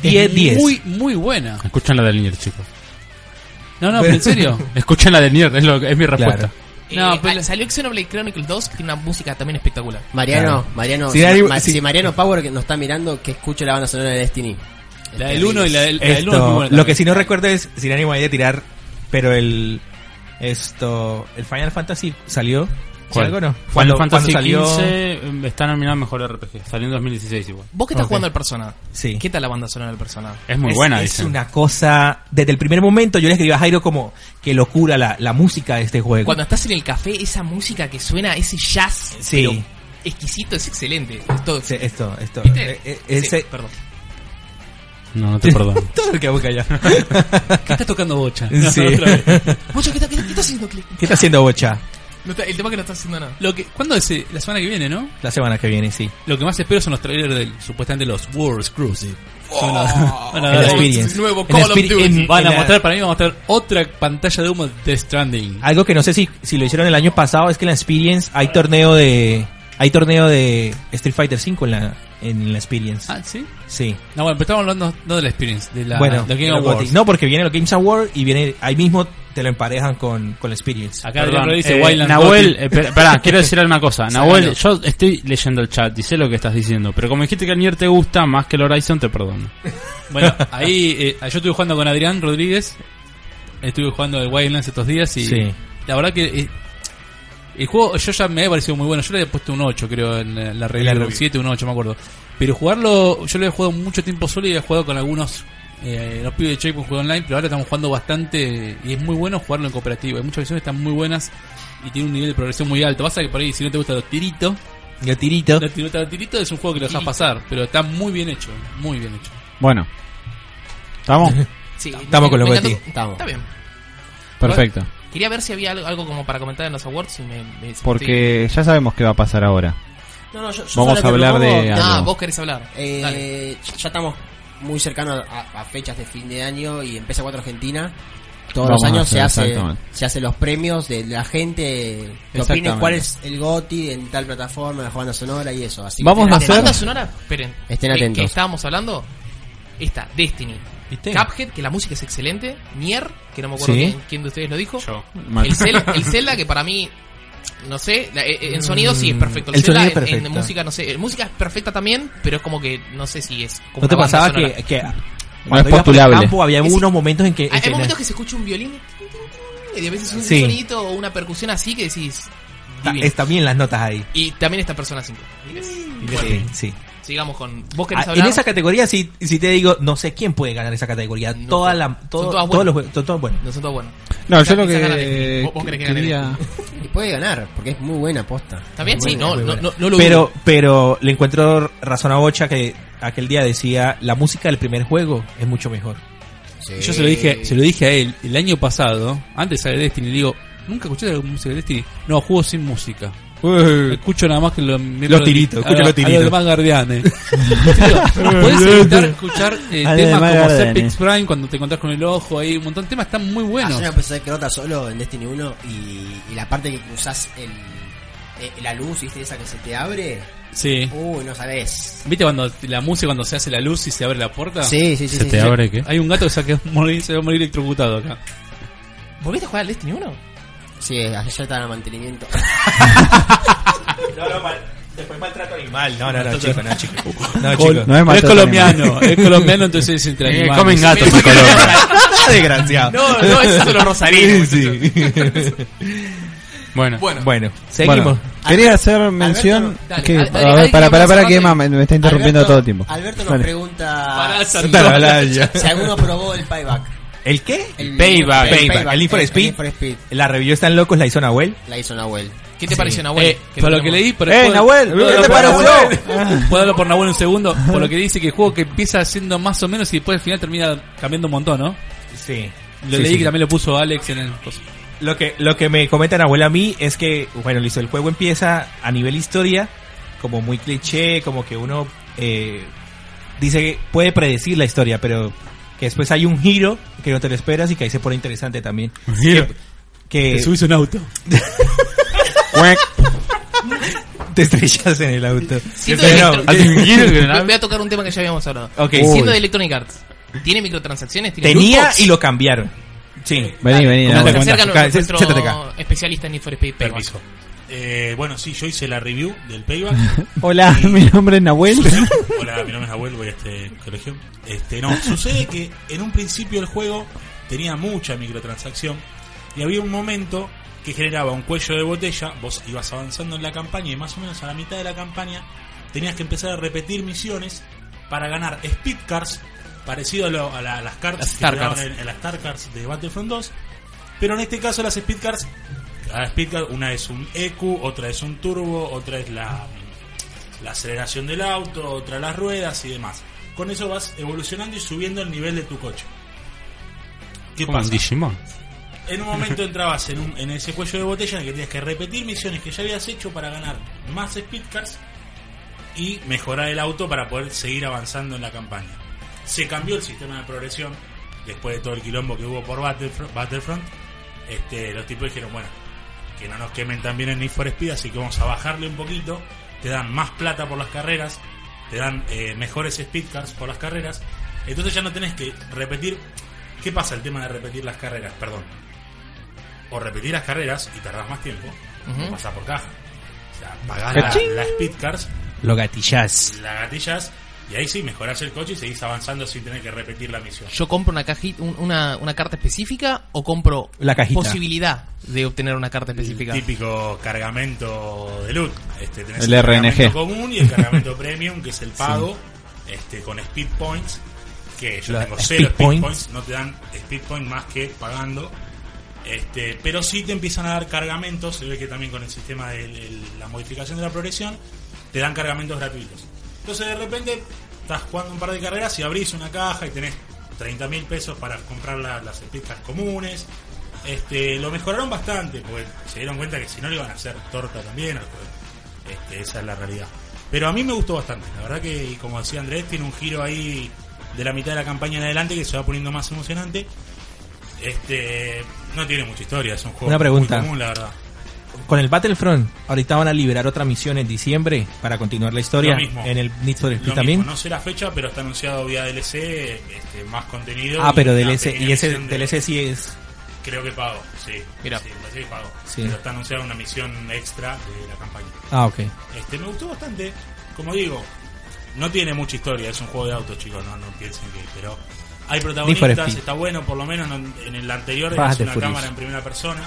S3: es
S4: 10-10.
S3: muy, muy buena.
S6: Escuchen la del Nier, chicos.
S3: No, no, pero en serio.
S6: Escuchen la del Nier, es, lo, es mi respuesta.
S3: No,
S2: Eh,
S3: pero-
S2: ah, Salió Xenoblade Chronicles 2 que tiene una música también espectacular.
S5: Mariano, Mariano,
S4: Si
S5: si,
S4: nadie-
S5: Ma-
S4: si-
S5: si Mariano Power que nos está mirando, que escuche la banda sonora de Destiny.
S3: La del 1 y la del, la del
S4: Esto,
S3: uno es muy buena
S4: lo que
S3: también.
S4: sí no recuerdo es, sin ánimo de tirar, pero el esto el Final Fantasy salió. ¿Sí
S6: ¿Cuál?
S4: algo no?
S6: Final
S4: Cuando,
S6: Fantasy
S4: cuando salió.
S6: 15 está nominado a mejor RPG. Salió en 2016 igual.
S2: Vos que estás
S4: Ok.
S2: jugando al persona.
S4: Sí.
S2: ¿Qué tal la banda sonora del persona?
S6: Es muy
S4: es,
S6: buena,
S4: es
S6: dice.
S4: una cosa. Desde el primer momento yo le escribí a Jairo como que locura la, la música de este juego.
S2: Cuando estás en el café, esa música que suena, ese jazz
S4: Sí.
S2: pero exquisito es excelente. Esto,
S4: Sí, esto, esto.
S2: ¿Viste?
S4: eh, eh,
S2: Sí,
S4: ese-
S2: perdón.
S6: No, no te perdono.
S4: Todo el que busca ya.
S3: ¿Qué estás tocando bocha?
S4: Sí.
S3: Otra vez.
S2: Bocha, ¿qué, está- qué- qué estás haciendo, Click?
S4: ¿Qué está haciendo Bocha?
S2: No está- el tema es que no estás haciendo nada.
S3: Lo que, ¿Cuándo es? eh, La semana que viene, ¿no?
S4: La semana que viene, sí.
S3: Lo que más espero son los trailers del, supuestamente los World Cruise. Van a,
S4: El
S3: dar-
S4: Experience.
S2: nuevo
S4: El
S2: Call of
S4: Experi-
S2: Duty.
S4: en-
S3: van a
S4: en la-
S3: mostrar, para mí van a mostrar otra pantalla de humo de Death Stranding.
S4: Algo que no sé si, si lo hicieron el año pasado es que en la Experience hay torneo de. Hay torneo de Street Fighter V en la, en la Experience.
S3: Ah, ¿sí?
S4: Sí.
S3: No, bueno, pero estamos hablando no de la Experience, de la
S4: bueno,
S3: de Game
S4: de los
S3: Awards.
S4: Gotis. no, porque viene los Games Awards y viene ahí mismo te lo emparejan con, con la Experience.
S3: Acá
S6: Perdón,
S3: Adrián Rodríguez dice
S6: eh,
S3: Wildland
S6: Nahuel,
S3: Gotti.
S6: eh, per- pará, quiero decir una cosa. Nahuel, yo estoy leyendo el chat y sé lo que estás diciendo, pero como dijiste que el Nier te gusta más que el Horizon, te perdono.
S3: Bueno, ahí eh, yo estuve jugando con Adrián Rodríguez. Estuve jugando el Wildlands estos días y
S4: Sí.
S3: la verdad que eh, el juego yo ya me había parecido muy bueno. Yo le había puesto un 8, creo, en la- en la regla
S4: En la
S3: un
S4: review.
S3: 7, un 8, me acuerdo. Pero jugarlo, yo lo había jugado mucho tiempo solo y había jugado con algunos eh, los pibes de Checkpoint juego online, pero ahora estamos jugando bastante y es muy bueno jugarlo en cooperativo. Hay muchas versiones que están muy buenas y tiene un nivel de progresión muy alto. Pasa que por ahí si no te gusta los tiritos,
S4: Y el tirito.
S3: los tiritos, los tiritos es un juego que lo dejas pasar, pero está muy bien hecho, muy bien hecho.
S1: Bueno. ¿Estamos?
S2: Sí,
S4: Estamos con los
S2: encantó-
S4: Gotti.
S5: Estamos.
S2: Está bien.
S1: Perfecto.
S2: Quería ver si había algo, algo como para comentar en los awards. Y me, me-
S1: Porque ya sabemos qué va a pasar ahora.
S5: No, no, yo- yo
S1: Vamos
S5: solo
S1: a
S5: te
S1: hablar de
S5: propongo-
S2: Sí. Ah,
S1: algo.
S2: vos querés hablar.
S5: Eh,
S2: Dale.
S5: ya estamos muy cercanos a, a fechas de fin de año y empieza 4 Argentina. Todos
S1: Vamos
S5: los años
S1: a
S5: se
S1: hacer,
S5: hace
S1: exactamente.
S5: se hacen los premios de la gente que opine
S1: Exactamente.
S5: cuál es el GOTI en tal plataforma, la banda sonora y eso. Así que
S1: Vamos
S5: estén
S1: a
S2: La
S1: hacer-
S2: banda
S5: atentos.
S2: sonora, esperen.
S5: Estén
S2: ¿Qué-
S5: atentos.
S2: qué estábamos hablando? Esta, Destiny.
S4: ¿Viste?
S2: Cuphead, que la música es excelente. Nier, que no me acuerdo
S4: Sí.
S2: quién, quién de ustedes lo dijo.
S6: Yo.
S1: Max.
S2: El, Zel- el Zelda, que para mí, no sé, la- eh, eh, en sonido sí es perfecto.
S4: Mm, El
S2: Zelda,
S4: sonido es
S2: en- en,
S4: perfecto.
S2: música, no sé. En música es perfecta también, pero es como que no sé si es. Como
S4: ¿No te
S2: una banda
S4: pasaba que,
S2: sonora.
S4: que
S1: No es
S4: cuando iba por el
S1: postulable.
S4: campo había
S2: Es-
S4: unos momentos en que. en
S2: Hay, hay
S4: que-
S2: momentos que se escucha un violín tin, tin, tin, y a veces un
S4: Sí.
S2: sonidito o una percusión así que decís.
S4: está-
S2: divino.
S4: están bien las notas ahí.
S2: Y también esta persona 5.
S4: Sí, sí.
S2: Sigamos con. ¿Vos querés
S4: Ah,
S2: hablar?
S4: En esa categoría, si, si te digo, no sé quién puede ganar esa categoría.
S2: No
S4: Toda
S2: sé.
S4: la, todo-
S2: Son todas
S4: todos los
S2: buenas.
S4: juegos son todos buenos.
S2: No son todos buenos.
S1: No, yo
S2: Quizá-
S1: lo
S2: quizá gana
S1: que.
S2: Destiny. ¿Vos, vos querés que gane
S1: quería...
S2: Destiny?
S5: Y puede ganar, porque es muy buena aposta.
S2: Está bien, sí, no,
S4: Muy
S2: no,
S4: buena.
S2: no, no lo
S4: pero, pero le encuentro razón a Bocha que aquel día decía, la música del primer juego es mucho mejor.
S5: Sí.
S3: Yo se lo dije, se lo dije a él el año pasado, antes de Destiny, le digo, ¿nunca escuchaste la música de Destiny? No, juego sin música. Escucho nada más que los miembros de-
S4: tiritos, escucho
S3: a-
S4: los
S3: a
S4: tiritos.
S3: demás guardianes. Puedes evitar escuchar eh,
S1: A los demás
S3: temas como
S1: guardianes.
S3: Sepix Prime cuando te encontrás con el ojo ahí, un montón de temas están muy buenos.
S5: Ayer me
S6: Ah,
S5: empecé a hacer nota solo en Destiny 1 y, y la parte que cruzas el, eh, la luz, ¿viste? Esa que se te abre.
S3: Sí.
S5: Uy, no sabes.
S3: ¿Viste cuando la música cuando se hace la luz y se abre la puerta?
S5: Sí, sí, sí.
S6: ¿Se
S5: sí,
S6: te
S5: sí.
S6: abre qué?
S3: Hay un gato que se va a morir, se va a morir electrocutado acá.
S2: dudo. ¿Volviste a jugar al Destiny 1?
S5: Sí, ayer estaba en mantenimiento.
S4: No, no, después maltrato animal. No, no, no, chico, no, chico. No, chico.
S1: No es
S3: Pero es
S1: maltrato
S3: colombiano, es colombiano, entonces es entre
S6: Eh,
S3: animales.
S6: comen gatos
S2: Me-
S6: en Colombia.
S4: Desgraciado.
S2: No, no, esos son los rosarinos.
S4: Sí, sí.
S6: Bueno,
S2: Bueno,
S4: Bueno, seguimos.
S1: Bueno, quería hacer mención.
S2: dale,
S1: que-
S2: dale,
S1: a
S2: dale,
S1: ver,
S2: dale,
S1: para, para,
S2: que vamos
S1: para,
S2: a
S1: que
S2: hablar de-
S1: mamá me está interrumpiendo
S5: Alberto-
S1: todo el tiempo.
S5: Alberto nos
S1: Dale.
S5: pregunta
S3: Pará,
S5: si-
S3: Santiago.
S4: Dale, dale, ya.
S5: si alguno probó el payback.
S4: ¿El qué?
S5: El
S6: Payback.
S4: Payback, el Need for Speed.
S5: Need for Speed.
S4: La review está en locos, la hizo Nahuel.
S5: La hizo Nahuel.
S2: ¿qué te pareció, Nahuel?
S3: Eh,
S2: Que
S3: por
S2: no
S3: lo que
S2: tenemos-
S3: leí, pero
S1: ¡Eh,
S3: puedo-
S1: Nahuel!
S3: puedo
S1: ¿Qué
S3: hablar
S1: te
S3: por
S1: pareció?
S3: Nahuel. Puedo hablar por Nahuel un segundo. Por lo que dice que juego que empieza haciendo más o menos y después al final termina cambiando un montón, ¿no?
S4: Sí.
S3: Lo leí que también lo puso Alex en el. coso.
S4: Lo que, lo que me comentan abuela a mí es que, bueno, listo, el juego empieza a nivel historia, como muy cliché, como que uno eh, dice que puede predecir la historia, pero que después hay un giro que no te lo esperas y que ahí se pone interesante también.
S3: giro.
S4: Que,
S3: Te
S4: que
S3: subís a un auto.
S4: te estrellas en el auto.
S2: Siento
S4: Pero
S2: que-
S4: no,
S2: Electro- Voy voy a tocar un tema que ya habíamos hablado.
S4: Ok.
S2: Siendo
S4: Uy.
S2: de Electronic Arts, ¿tiene microtransacciones? ¿Tiene loot
S4: tenía
S2: box?
S4: y lo cambiaron. Sí.
S1: Vení, vení.
S2: Como
S4: Dale,
S2: se
S1: Nahuel.
S2: acerca
S4: cuenta.
S2: nuestro
S4: Siéntate acá.
S2: especialista en Need for Speed Payback.
S7: Permiso. Eh, bueno, sí, yo hice la review del Payback.
S1: Hola, mi nombre es Nahuel.
S7: Hola, mi nombre es Abuel, voy a este colegio. Este, no, sucede que en un principio el juego tenía mucha microtransacción y había un momento que generaba un cuello de botella, vos ibas avanzando en la campaña y más o menos a la mitad de la campaña tenías que empezar a repetir misiones para ganar speed cars, parecido a, lo- a la- a las cartas
S2: Las
S7: que
S2: Star
S7: te daban
S2: Cars.
S7: en- en las Star Cars de Battlefront 2, pero en este caso las speed cars, cada speed car, una es un EQ, otra es un turbo, otra es la la aceleración del auto, otra las ruedas y demás. Con eso vas evolucionando y subiendo el nivel de tu coche. ¿Qué
S6: Como
S7: pasa?
S6: un Digimon.
S7: En un momento entrabas en, un- en ese cuello de botella en el que tenías que repetir misiones que ya habías hecho para ganar más speedcars y mejorar el auto para poder seguir avanzando en la campaña. Se cambió el sistema de progresión después de todo el quilombo que hubo por Battlefront. Battlefront este, los tipos dijeron, bueno, que no nos quemen también en Need for Speed, así que vamos a bajarle un poquito. Te dan más plata por las carreras, te dan eh, mejores speedcars por las carreras. Entonces ya no tenés que repetir. ¿Qué pasa el tema de repetir las carreras? Perdón. O repetir las carreras y tardás más tiempo,
S2: Ujú.
S7: o pasás por caja. O sea, pagás la, las speedcars,
S4: Lo gatillas.
S7: las gatillas, y ahí sí mejorás el coche y seguís avanzando sin tener que repetir la misión.
S2: ¿Yo compro una, cajita, una, una carta específica o compro
S4: La cajita.
S2: posibilidad de obtener una carta específica?
S7: El típico cargamento de loot. Este, tenés
S1: El RNG.
S7: cargamento común y el cargamento premium, que es el pago, este, con speed points. Que yo
S4: La-
S7: tengo
S4: speed
S7: cero speed
S4: points.
S7: points. no te dan speed point más que pagando. Este, pero sí te empiezan a dar cargamentos, se ve que también con el sistema de el- la modificación de la progresión, te dan cargamentos gratuitos. Entonces de repente estás jugando un par de carreras y abrís una caja y tenés 30 mil pesos para comprar la- las pistas comunes. Este, lo mejoraron bastante, porque se dieron cuenta que si no le iban a hacer torta también al juego. Este, esa es la realidad. Pero a mí me gustó bastante. La verdad que, y como decía Andrés, tiene un giro ahí de la mitad de la campaña en adelante que se va poniendo más emocionante. Este, no tiene mucha historia, es un juego
S4: Una pregunta.
S7: muy común, la verdad.
S4: Con el Battlefront, ahorita van a liberar otra misión en diciembre para continuar la historia.
S7: Lo mismo.
S4: En el Need for
S7: Lo
S4: Speed
S7: mismo,
S4: también.
S7: no sé la fecha, pero está anunciado vía DLC, este, más contenido.
S4: Ah,
S7: y
S4: pero
S7: una
S4: DLC,
S7: pequeña
S4: y ese
S7: misión de-
S4: DLC sí es.
S7: Creo que pago, sí.
S2: Mira.
S7: Sí, parece que pago.
S4: Sí.
S7: Pero está anunciada una misión extra de la campaña.
S4: Ah, ok.
S7: Este, me gustó bastante. Como digo, no tiene mucha historia, es un juego de autos, chicos, no, no piensen que. Pero hay
S4: Need for
S7: protagonistas,
S4: Speed.
S7: está bueno, por lo menos no- en el anterior
S4: Fast
S7: es una
S4: and Furious.
S7: cámara en primera persona.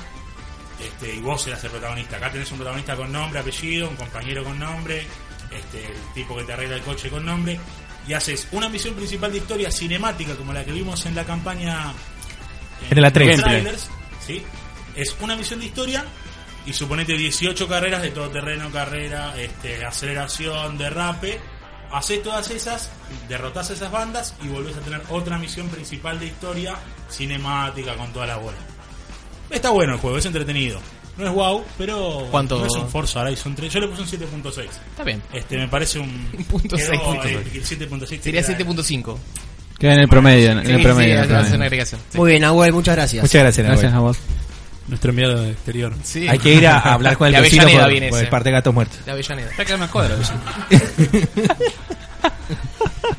S7: Este, y vos eras el protagonista. Acá tenés un protagonista con nombre, apellido, un compañero con nombre, este, el tipo que te arregla el coche con nombre. Y haces una misión principal de historia cinemática como la que vimos en la campaña
S4: En el A3.
S7: los trailers, ¿sí? Es una misión de historia y suponete 18 carreras de todoterreno, carrera, este, aceleración, derrape. Hacés todas esas, derrotás a esas bandas y volvés a tener otra misión principal de historia cinemática con toda la bola. Está bueno el juego, es entretenido. No es wow, pero
S2: ¿Cuánto?
S7: no es un Forza Horizon 3. Yo le puse un 7.6.
S2: Está bien.
S7: Este, me parece un...
S2: Punto
S7: quedó,
S2: seis.
S7: eh, el 7.6.
S2: Sería
S7: queda-
S2: 7.5.
S1: Queda en el promedio. En
S2: Sí,
S1: el
S2: sí,
S1: promedio. en el
S2: hace- hace una
S1: promedio.
S2: agregación. Sí.
S5: Muy bien, Nahuel, muchas gracias.
S4: Muchas gracias,
S1: Gracias,
S4: Nahuel.
S1: Nahuel.
S3: Nuestro enviado exterior.
S2: Sí.
S4: Hay que ir a, a hablar con el
S2: De
S4: vecino
S2: Avellaneda
S4: por,
S2: viene
S4: por
S2: ese.
S4: el par de gatos muertos.
S2: La Avellaneda.
S6: Está acá en una cuadra.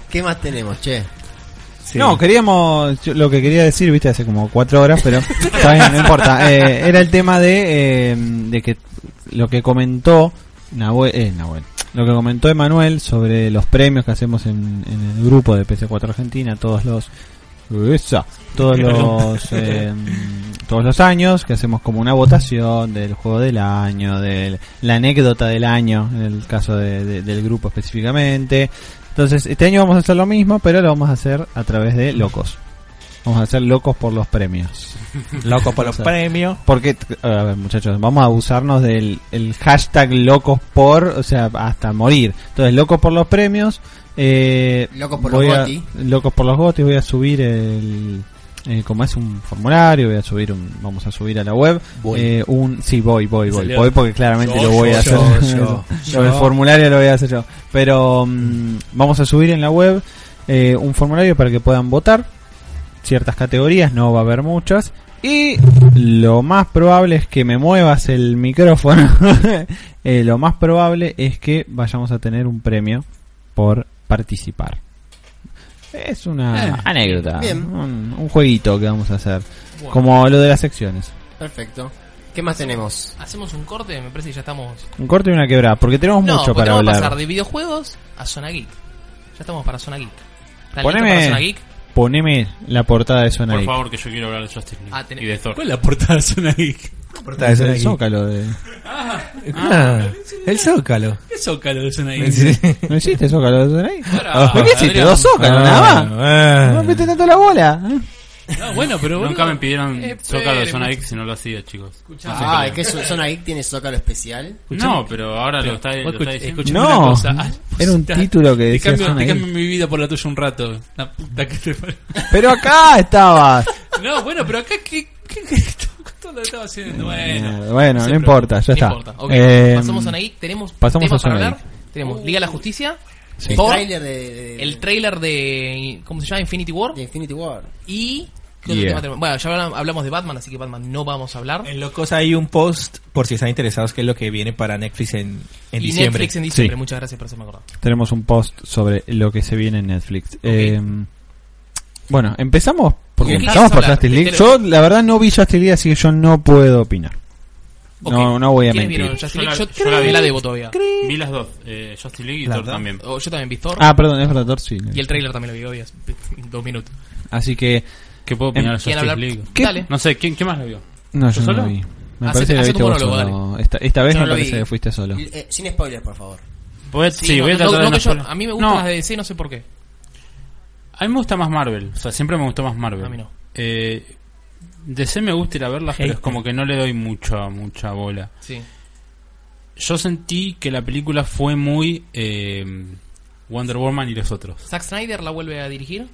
S5: ¿Qué más tenemos, che?
S1: No, queríamos, yo lo que quería decir, viste, hace como cuatro horas, pero está bien, no importa. Eh, era el tema de, eh, de que lo que comentó Nahuel, eh, Nahuel, lo que comentó Emanuel sobre los premios que hacemos en, en el grupo de PC4 Argentina, todos los, esa, todos los, eh, todos los años, que hacemos como una votación del juego del año, de la anécdota del año, en el caso de- de- del grupo específicamente, entonces, este año vamos a hacer lo mismo, pero lo vamos a hacer a través de locos. Vamos a hacer locos por los premios.
S4: Loco por los premios.
S1: Porque, t- a ver muchachos, vamos a abusarnos del el hashtag locos por, o sea, hasta morir. Entonces, locos por los premios. Eh,
S5: Locos por
S1: voy
S5: los
S1: a-
S5: GOTY.
S1: Locos por los gotis. Voy a subir el, eh, como es un formulario, voy a subir un, vamos a subir a la web
S4: Voy.
S1: eh, un sí voy, voy, voy,
S3: Salió.
S1: voy porque claramente
S3: Yo,
S1: lo voy
S4: yo,
S1: a hacer.
S4: yo, yo,
S1: Lo del formulario lo voy a hacer yo. Pero mm, vamos a subir en la web eh, un formulario para que puedan votar ciertas categorías, no va a haber muchas. Y lo más probable es que me muevas el micrófono. Eh, lo más probable es que vayamos a tener un premio por participar. Es una
S3: Eh,
S1: anécdota,
S5: bien.
S1: Un, un jueguito que vamos a hacer.
S2: Bueno.
S1: Como lo de las secciones.
S5: Perfecto. ¿Qué más tenemos?
S2: Hacemos un corte, me parece que ya estamos.
S1: Un corte y una quebrada, porque tenemos
S2: no,
S1: mucho
S2: porque
S1: para
S2: vamos
S1: hablar.
S2: a pasar de videojuegos a Zona Geek. Ya estamos para Zona Geek. ¿Están listos
S1: Poneme-
S2: para Zona Geek?
S1: Poneme la portada de Zona
S6: Por
S1: Geek.
S6: favor, que yo quiero hablar de Justice League
S2: Ah, tenés-
S6: y de Thor.
S3: ¿Cuál es la portada de Zona Geek?
S4: Portada de Zona
S1: El
S4: Geek.
S1: Zócalo de-
S4: Ah, el Zócalo.
S3: ¿Qué zócalo de Zona Geek?
S4: ¿Qué
S1: ¿No hiciste Zócalo de Zona Geek?
S6: Ahora,
S1: ¿Por qué hiciste
S6: Adrián.
S1: dos Zócalos
S4: Ah,
S1: nada más? No mete tanto la bola.
S3: No, Ah, bueno, pero
S6: Nunca me pidieron
S2: Esperen,
S6: Zócalo de Zona Geek si no lo hacía, chicos.
S5: Ah, es que su- Zona Geek tiene zócalo especial.
S6: No, pero ahora lo está, lo
S3: Escuch-
S6: está diciendo.
S3: escuchame
S1: No,
S3: una cosa. Ah,
S1: era un
S3: puta,
S1: título que
S3: te
S1: decía
S3: cambio-
S1: Zona
S3: Te cambio
S1: Geek.
S3: mi vida por la tuya un rato. La puta que te pare-
S1: Pero acá estabas.
S3: No, bueno, pero acá, ¿qué, qué, qué- todo lo que estaba haciendo? Bueno,
S1: Mierda, Eh, bueno, no
S3: se
S1: importa, ya
S2: No
S1: está.
S2: importa. Ok,
S1: Eh,
S2: pasamos a Zona Geek. Tenemos
S1: pasamos
S2: temas
S1: a Zona
S2: para hablar.
S3: Uh.
S2: Tenemos Liga de la Justicia. Thor,
S5: El tráiler de, de-
S2: el trailer de. ¿Cómo se llama? Infinity War.
S5: de Infinity War.
S2: Y. ¿qué otro
S1: Yeah.
S2: tema tenemos? Bueno, ya hablam- hablamos de Batman, así que Batman no vamos a hablar.
S4: En Locos hay un post por si están interesados que es lo que viene para Netflix en, en
S2: y
S4: diciembre.
S2: Netflix en diciembre.
S1: Sí.
S2: Muchas gracias por hacerme acordar.
S1: Tenemos un post sobre lo que se viene en Netflix. Eh, bueno, empezamos porque
S2: ¿Y de qué
S1: empezamos
S2: querés
S1: por
S2: hablar?
S1: Justice League.
S2: ¿De
S1: Yo la verdad no vi Justice League, así que yo no puedo opinar. No,
S2: Ok.
S1: no voy a
S2: ¿Quiénes
S1: mentir.
S2: vieron Justice
S6: Yo la-
S2: League? Yo,
S6: yo la
S2: creo que
S6: vi.
S2: la debo todavía.
S6: Vi las dos, eh, Justice League y
S4: Las
S6: Thor
S4: dos.
S6: también.
S2: O yo también vi Thor.
S1: Ah, perdón, es verdad, Thor, sí.
S2: Y el trailer también lo vi, obvio. hace Dos minutos.
S1: Así que
S6: ¿Qué puedo opinar de
S2: ¿Quieren
S6: Justice
S2: hablar?
S6: League?
S1: ¿Qué?
S2: Dale.
S6: No sé, ¿quién, quién más la vio?
S1: no, yo
S6: ¿Yo
S1: no
S6: solo?
S1: lo vi. Me
S2: Hacete-
S1: parece que lo
S2: hacete
S1: viste
S2: un
S1: vos
S2: monólogo,
S1: solo. Esta, esta vez me
S5: Yo no lo
S1: parece
S5: vi.
S1: que fuiste solo.
S5: Eh, sin spoiler, por favor.
S6: Voy a-
S2: Sí,
S6: sí, voy a
S2: no- no-
S6: tratar de
S2: no
S6: no
S2: que yo-
S6: spoiler.
S2: a mí me gustan
S6: No,
S2: las de DC, no sé por qué.
S6: A mí me gusta más Marvel. O sea, siempre me gustó más Marvel.
S2: A mí no. Este.
S6: Eh, DC me gusta ir a verlas, pero es
S4: Hater.
S6: como que no le doy mucha, mucha bola.
S2: Sí.
S6: Yo sentí que la película fue muy eh, Wonder Woman y los otros.
S2: Zack Snyder la vuelve a dirigir.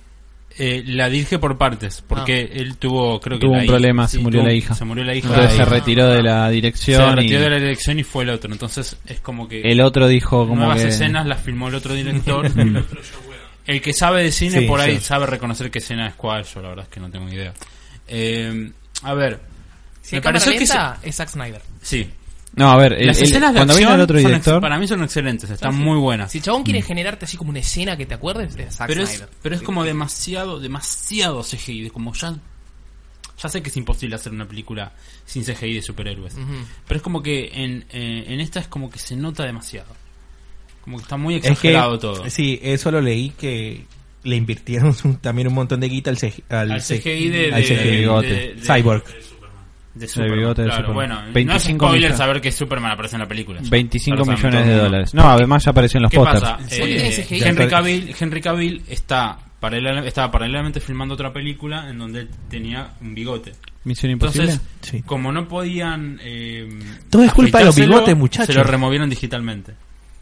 S6: Eh, la dirige por partes, porque
S2: Ah.
S6: él tuvo, creo que
S1: Tuvo
S6: la
S1: un
S6: hija-
S1: problema, se murió
S6: tuvo-
S1: la hija.
S6: Se murió la hija.
S1: Entonces
S6: y
S1: se retiró de la
S6: se
S1: dirección y
S6: retiró de la dirección y fue el otro. Entonces es como que
S1: el otro dijo como
S6: nuevas
S1: que
S6: escenas las filmó el otro director. el, otro Joe Whedon. El que sabe de cine
S4: Sí,
S6: por ahí
S4: sí.
S6: sabe reconocer qué escena es cuál. Yo la verdad es que no tengo idea. Eh, a ver,
S2: Si
S6: Me
S2: me parece
S6: pareció
S2: que
S6: que
S2: es Zack Snyder.
S6: sí.
S1: No, a ver, el-
S6: las
S1: el-
S6: escenas de
S1: cuando vino
S6: acción
S1: el otro
S6: son ex-
S1: director,
S6: para mí son excelentes, están muy buenas.
S2: Si el chabón quiere generarte así como una escena que te acuerdes, es Zack
S6: Ah. Mm. pero es,
S2: Snyder.
S6: pero es como demasiado, demasiado CGI. de Como ya, ya sé que es imposible hacer una película sin CGI de superhéroes.
S2: Ujú.
S6: Pero es como que en, eh, en esta es como que se nota demasiado. Como que está muy
S4: Es que,
S6: exagerado todo.
S4: sí, eso lo leí que le invirtieron un- también un montón de guita al, CG al,
S6: Al
S4: C-
S6: CGI de,
S4: al
S6: de-
S4: CGI
S6: de-
S1: bigote.
S6: de- de-
S4: Cyborg.
S6: de Superman,
S1: bigote de
S6: claro.
S1: Superman.
S6: Bueno, no es
S1: 25
S6: spoiler
S1: millones.
S6: saber que Superman aparece en la película. ya.
S1: 25
S6: Ya lo saben todo
S1: millones
S6: el
S1: de
S6: mundo.
S1: dólares. No, además ya apareció en los
S6: ¿Qué
S1: pósters.
S6: pasa?
S2: serio?
S6: Eh,
S2: ¿Tiene CGI?
S6: Henry Cavill, Henry Cavill está paralela- estaba paralelamente filmando otra película en donde él tenía un bigote.
S1: Misión imposible.
S6: Entonces,
S4: Sí.
S6: como no podían... eh,
S4: Todo es culpa de los
S6: afeitárselo,
S4: bigotes, muchachos.
S6: Se lo removieron digitalmente.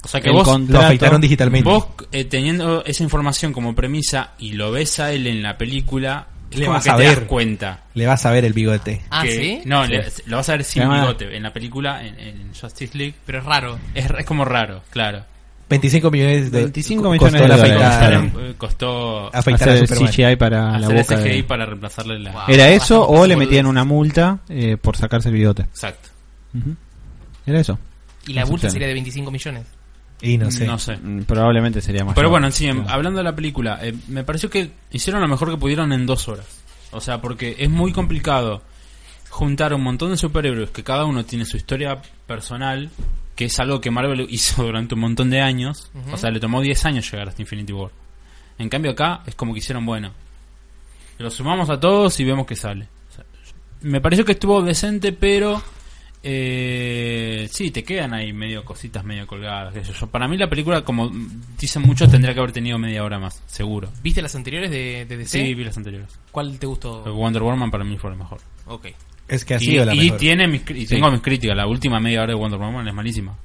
S6: O sea que
S1: El
S6: vos,
S1: con-
S4: Lo afeitaron digitalmente.
S6: vos eh, teniendo esa información como premisa y lo ves a él en la película, es
S4: Le
S6: como
S4: vas
S6: que
S4: a
S6: te
S4: ver.
S6: das cuenta.
S4: Le vas a ver el bigote.
S2: Ah,
S6: que-
S2: ¿sí?
S6: No, le- lo vas a ver sin
S1: Además-
S6: bigote. En la película, en, en Justice League,
S2: Pero es raro.
S6: es, es como raro, claro.
S4: 25 millones de
S1: 25
S4: co-
S1: millones
S4: costó
S1: de
S4: la
S1: dólares.
S4: afeitada.
S1: Claro.
S6: Eh, Costó
S4: afeitar
S1: Hacer
S4: a
S1: el
S4: Superman.
S1: CGI para la
S6: hacer el
S1: boca.
S6: CGI
S1: de-
S6: para reemplazarle la...
S2: Wow.
S1: Era eso o le
S2: Bastante
S1: metían
S2: boludo.
S1: una multa eh, por sacarse el bigote.
S6: Exacto.
S1: Ujú. Era eso.
S2: Y la
S1: No sé
S2: bolsa
S1: si-
S2: sería de 25 millones.
S4: Y no sé.
S6: No sé.
S1: Mm, Probablemente sería más.
S6: Pero bueno, sí, em, hablando de la película, eh, me pareció que hicieron lo mejor que pudieron en dos horas. O sea, porque es muy complicado juntar un montón de superhéroes que cada uno tiene su historia personal, que es algo que Marvel hizo durante un montón de años. O sea, le tomó 10 años llegar hasta Infinity War. En cambio acá es como que hicieron, bueno, lo sumamos a todos y vemos que sale. O sea, me pareció que estuvo decente, pero... Eh, sí, te quedan ahí medio cositas medio colgadas. qué sé yo. Para mí la película, como mm, dicen muchos, tendría que haber tenido media hora más, seguro.
S2: ¿Viste las anteriores de, de DC?
S6: Sí, vi las anteriores.
S2: ¿Cuál te gustó?
S6: Wonder Woman para mí fue lo mejor.
S2: Ok.
S4: Es que ha
S6: Y,
S4: sido la
S6: y
S4: mejor.
S6: tiene mis cri- y tengo mis críticas. La última media hora de Wonder Woman es malísima.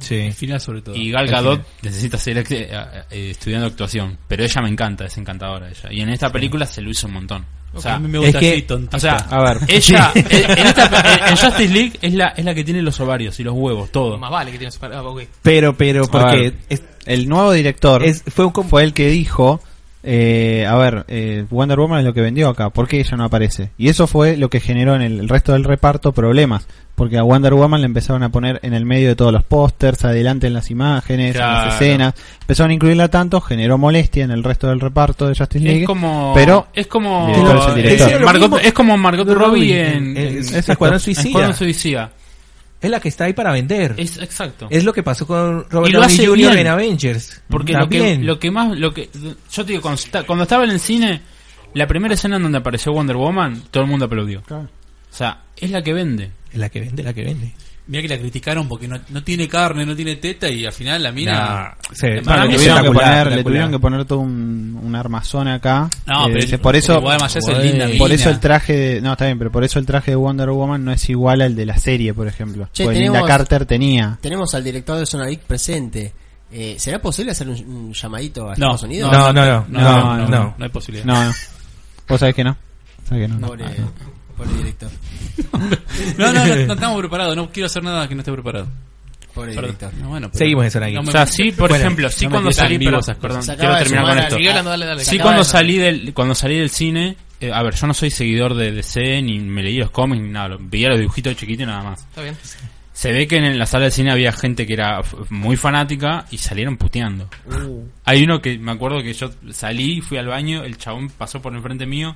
S4: Sí.
S3: El final sobre todo.
S6: Y Gal Gadot necesita seguir ex- eh, eh, estudiando actuación, pero ella me encanta, es encantadora ella. Y en esta película se lo hizo un montón. O sea,
S3: a mí me gusta
S4: es que-
S3: así, tontita.
S6: o sea,
S1: A ver.
S6: ella, en, en esta- en- en Justice League es la, es la que tiene los ovarios y los huevos, todo.
S2: Más vale que tiene super- ah, ok.
S4: Pero, pero,
S1: A
S4: porque
S1: ver, el nuevo director
S4: es- fue un... com-
S1: fue el que dijo, eh, a ver, eh, Wonder Woman es lo que vendió acá, ¿por qué ella no aparece? Y eso fue lo que generó en el, el resto del reparto problemas, porque a Wonder Woman le empezaron a poner en el medio de todos los pósters, adelante en las imágenes, en
S6: Claro.
S1: las escenas, empezaron a incluirla tanto, generó molestia en el resto del reparto de Justice League.
S6: Es como.
S1: pero
S6: Es como.
S1: Director es el
S6: eh,
S1: director.
S6: Margot- es como Margot
S4: de Robbie
S6: Robbie
S4: en-
S6: en.
S4: en-
S6: en-
S4: es-
S6: exacto.
S4: Escuadrón Suicida.
S6: En Escuadrón Suicida.
S4: Es la que está ahí para vender. Es,
S6: Es, exacto.
S4: lo que pasó con Robert
S6: Y lo
S4: Downey
S6: hace
S4: Jr.
S6: bien.
S4: en Avengers.
S6: Porque lo que,
S4: También.
S6: lo que más. lo que Yo te digo, cuando, esta- cuando estaba en el cine, la primera escena en donde apareció Wonder Woman, todo el mundo aplaudió. O sea, es la que vende.
S4: Es la que vende, la que vende.
S3: Mira que la criticaron porque no, no tiene carne, no tiene teta y al final la mina.
S4: Nah, se-
S3: para
S1: le
S3: mí
S1: tuvieron, que poner,
S4: espectacular,
S1: le
S4: espectacular.
S1: tuvieron que poner todo un, un armazón acá.
S3: No,
S1: eh,
S3: pero
S1: dice, por eso,
S3: igual Mayas es
S6: Joder.
S3: linda mina.
S1: por eso el traje de, no está bien, pero por eso el traje de Wonder Woman no es igual al de la serie, por ejemplo.
S5: Che,
S1: porque
S5: tenemos-
S1: Linda Carter tenía.
S5: Tenemos al director de Zona Geek presente. Eh, ¿Será posible hacer un, un llamadito a
S3: No,
S5: Estados Unidos?
S3: no,
S4: No, no, no,
S1: no, no,
S4: no.
S3: hay posibilidad.
S1: No, no. Vos sabés que no. Sabés que no, no.
S5: Pobre,
S1: Ah, no.
S5: pobre director.
S3: No, no, no, no estamos preparados. No quiero hacer nada que no esté preparado.
S5: Pobre
S3: Perdón.
S5: director.
S3: No, bueno, pero-
S4: Seguimos en Zona Geek.
S3: No
S6: O
S3: me-
S6: sea, sí, por
S4: Bueno,
S6: ejemplo, sí
S3: no me
S6: cuando
S3: metas en
S6: salí,
S3: vivo
S6: pero-
S3: esas cosas.
S6: perdón,
S5: Se acaba
S6: quiero
S5: de
S6: terminar con
S5: sumar
S6: esto.
S2: Sigue hablando, dale, dale.
S6: Sí,
S2: Acaba
S6: cuando
S2: de-
S6: salí del cuando salí del cine, eh, a ver, yo no soy seguidor de DC ni me leí los cómics ni nada, lo- veía los dibujitos chiquitos y nada más.
S2: Está bien.
S6: Se ve que en la sala de cine había gente que era f- muy fanática y salieron puteando. Hay uno que me acuerdo que yo salí, fui al baño, el chabón pasó por enfrente mío,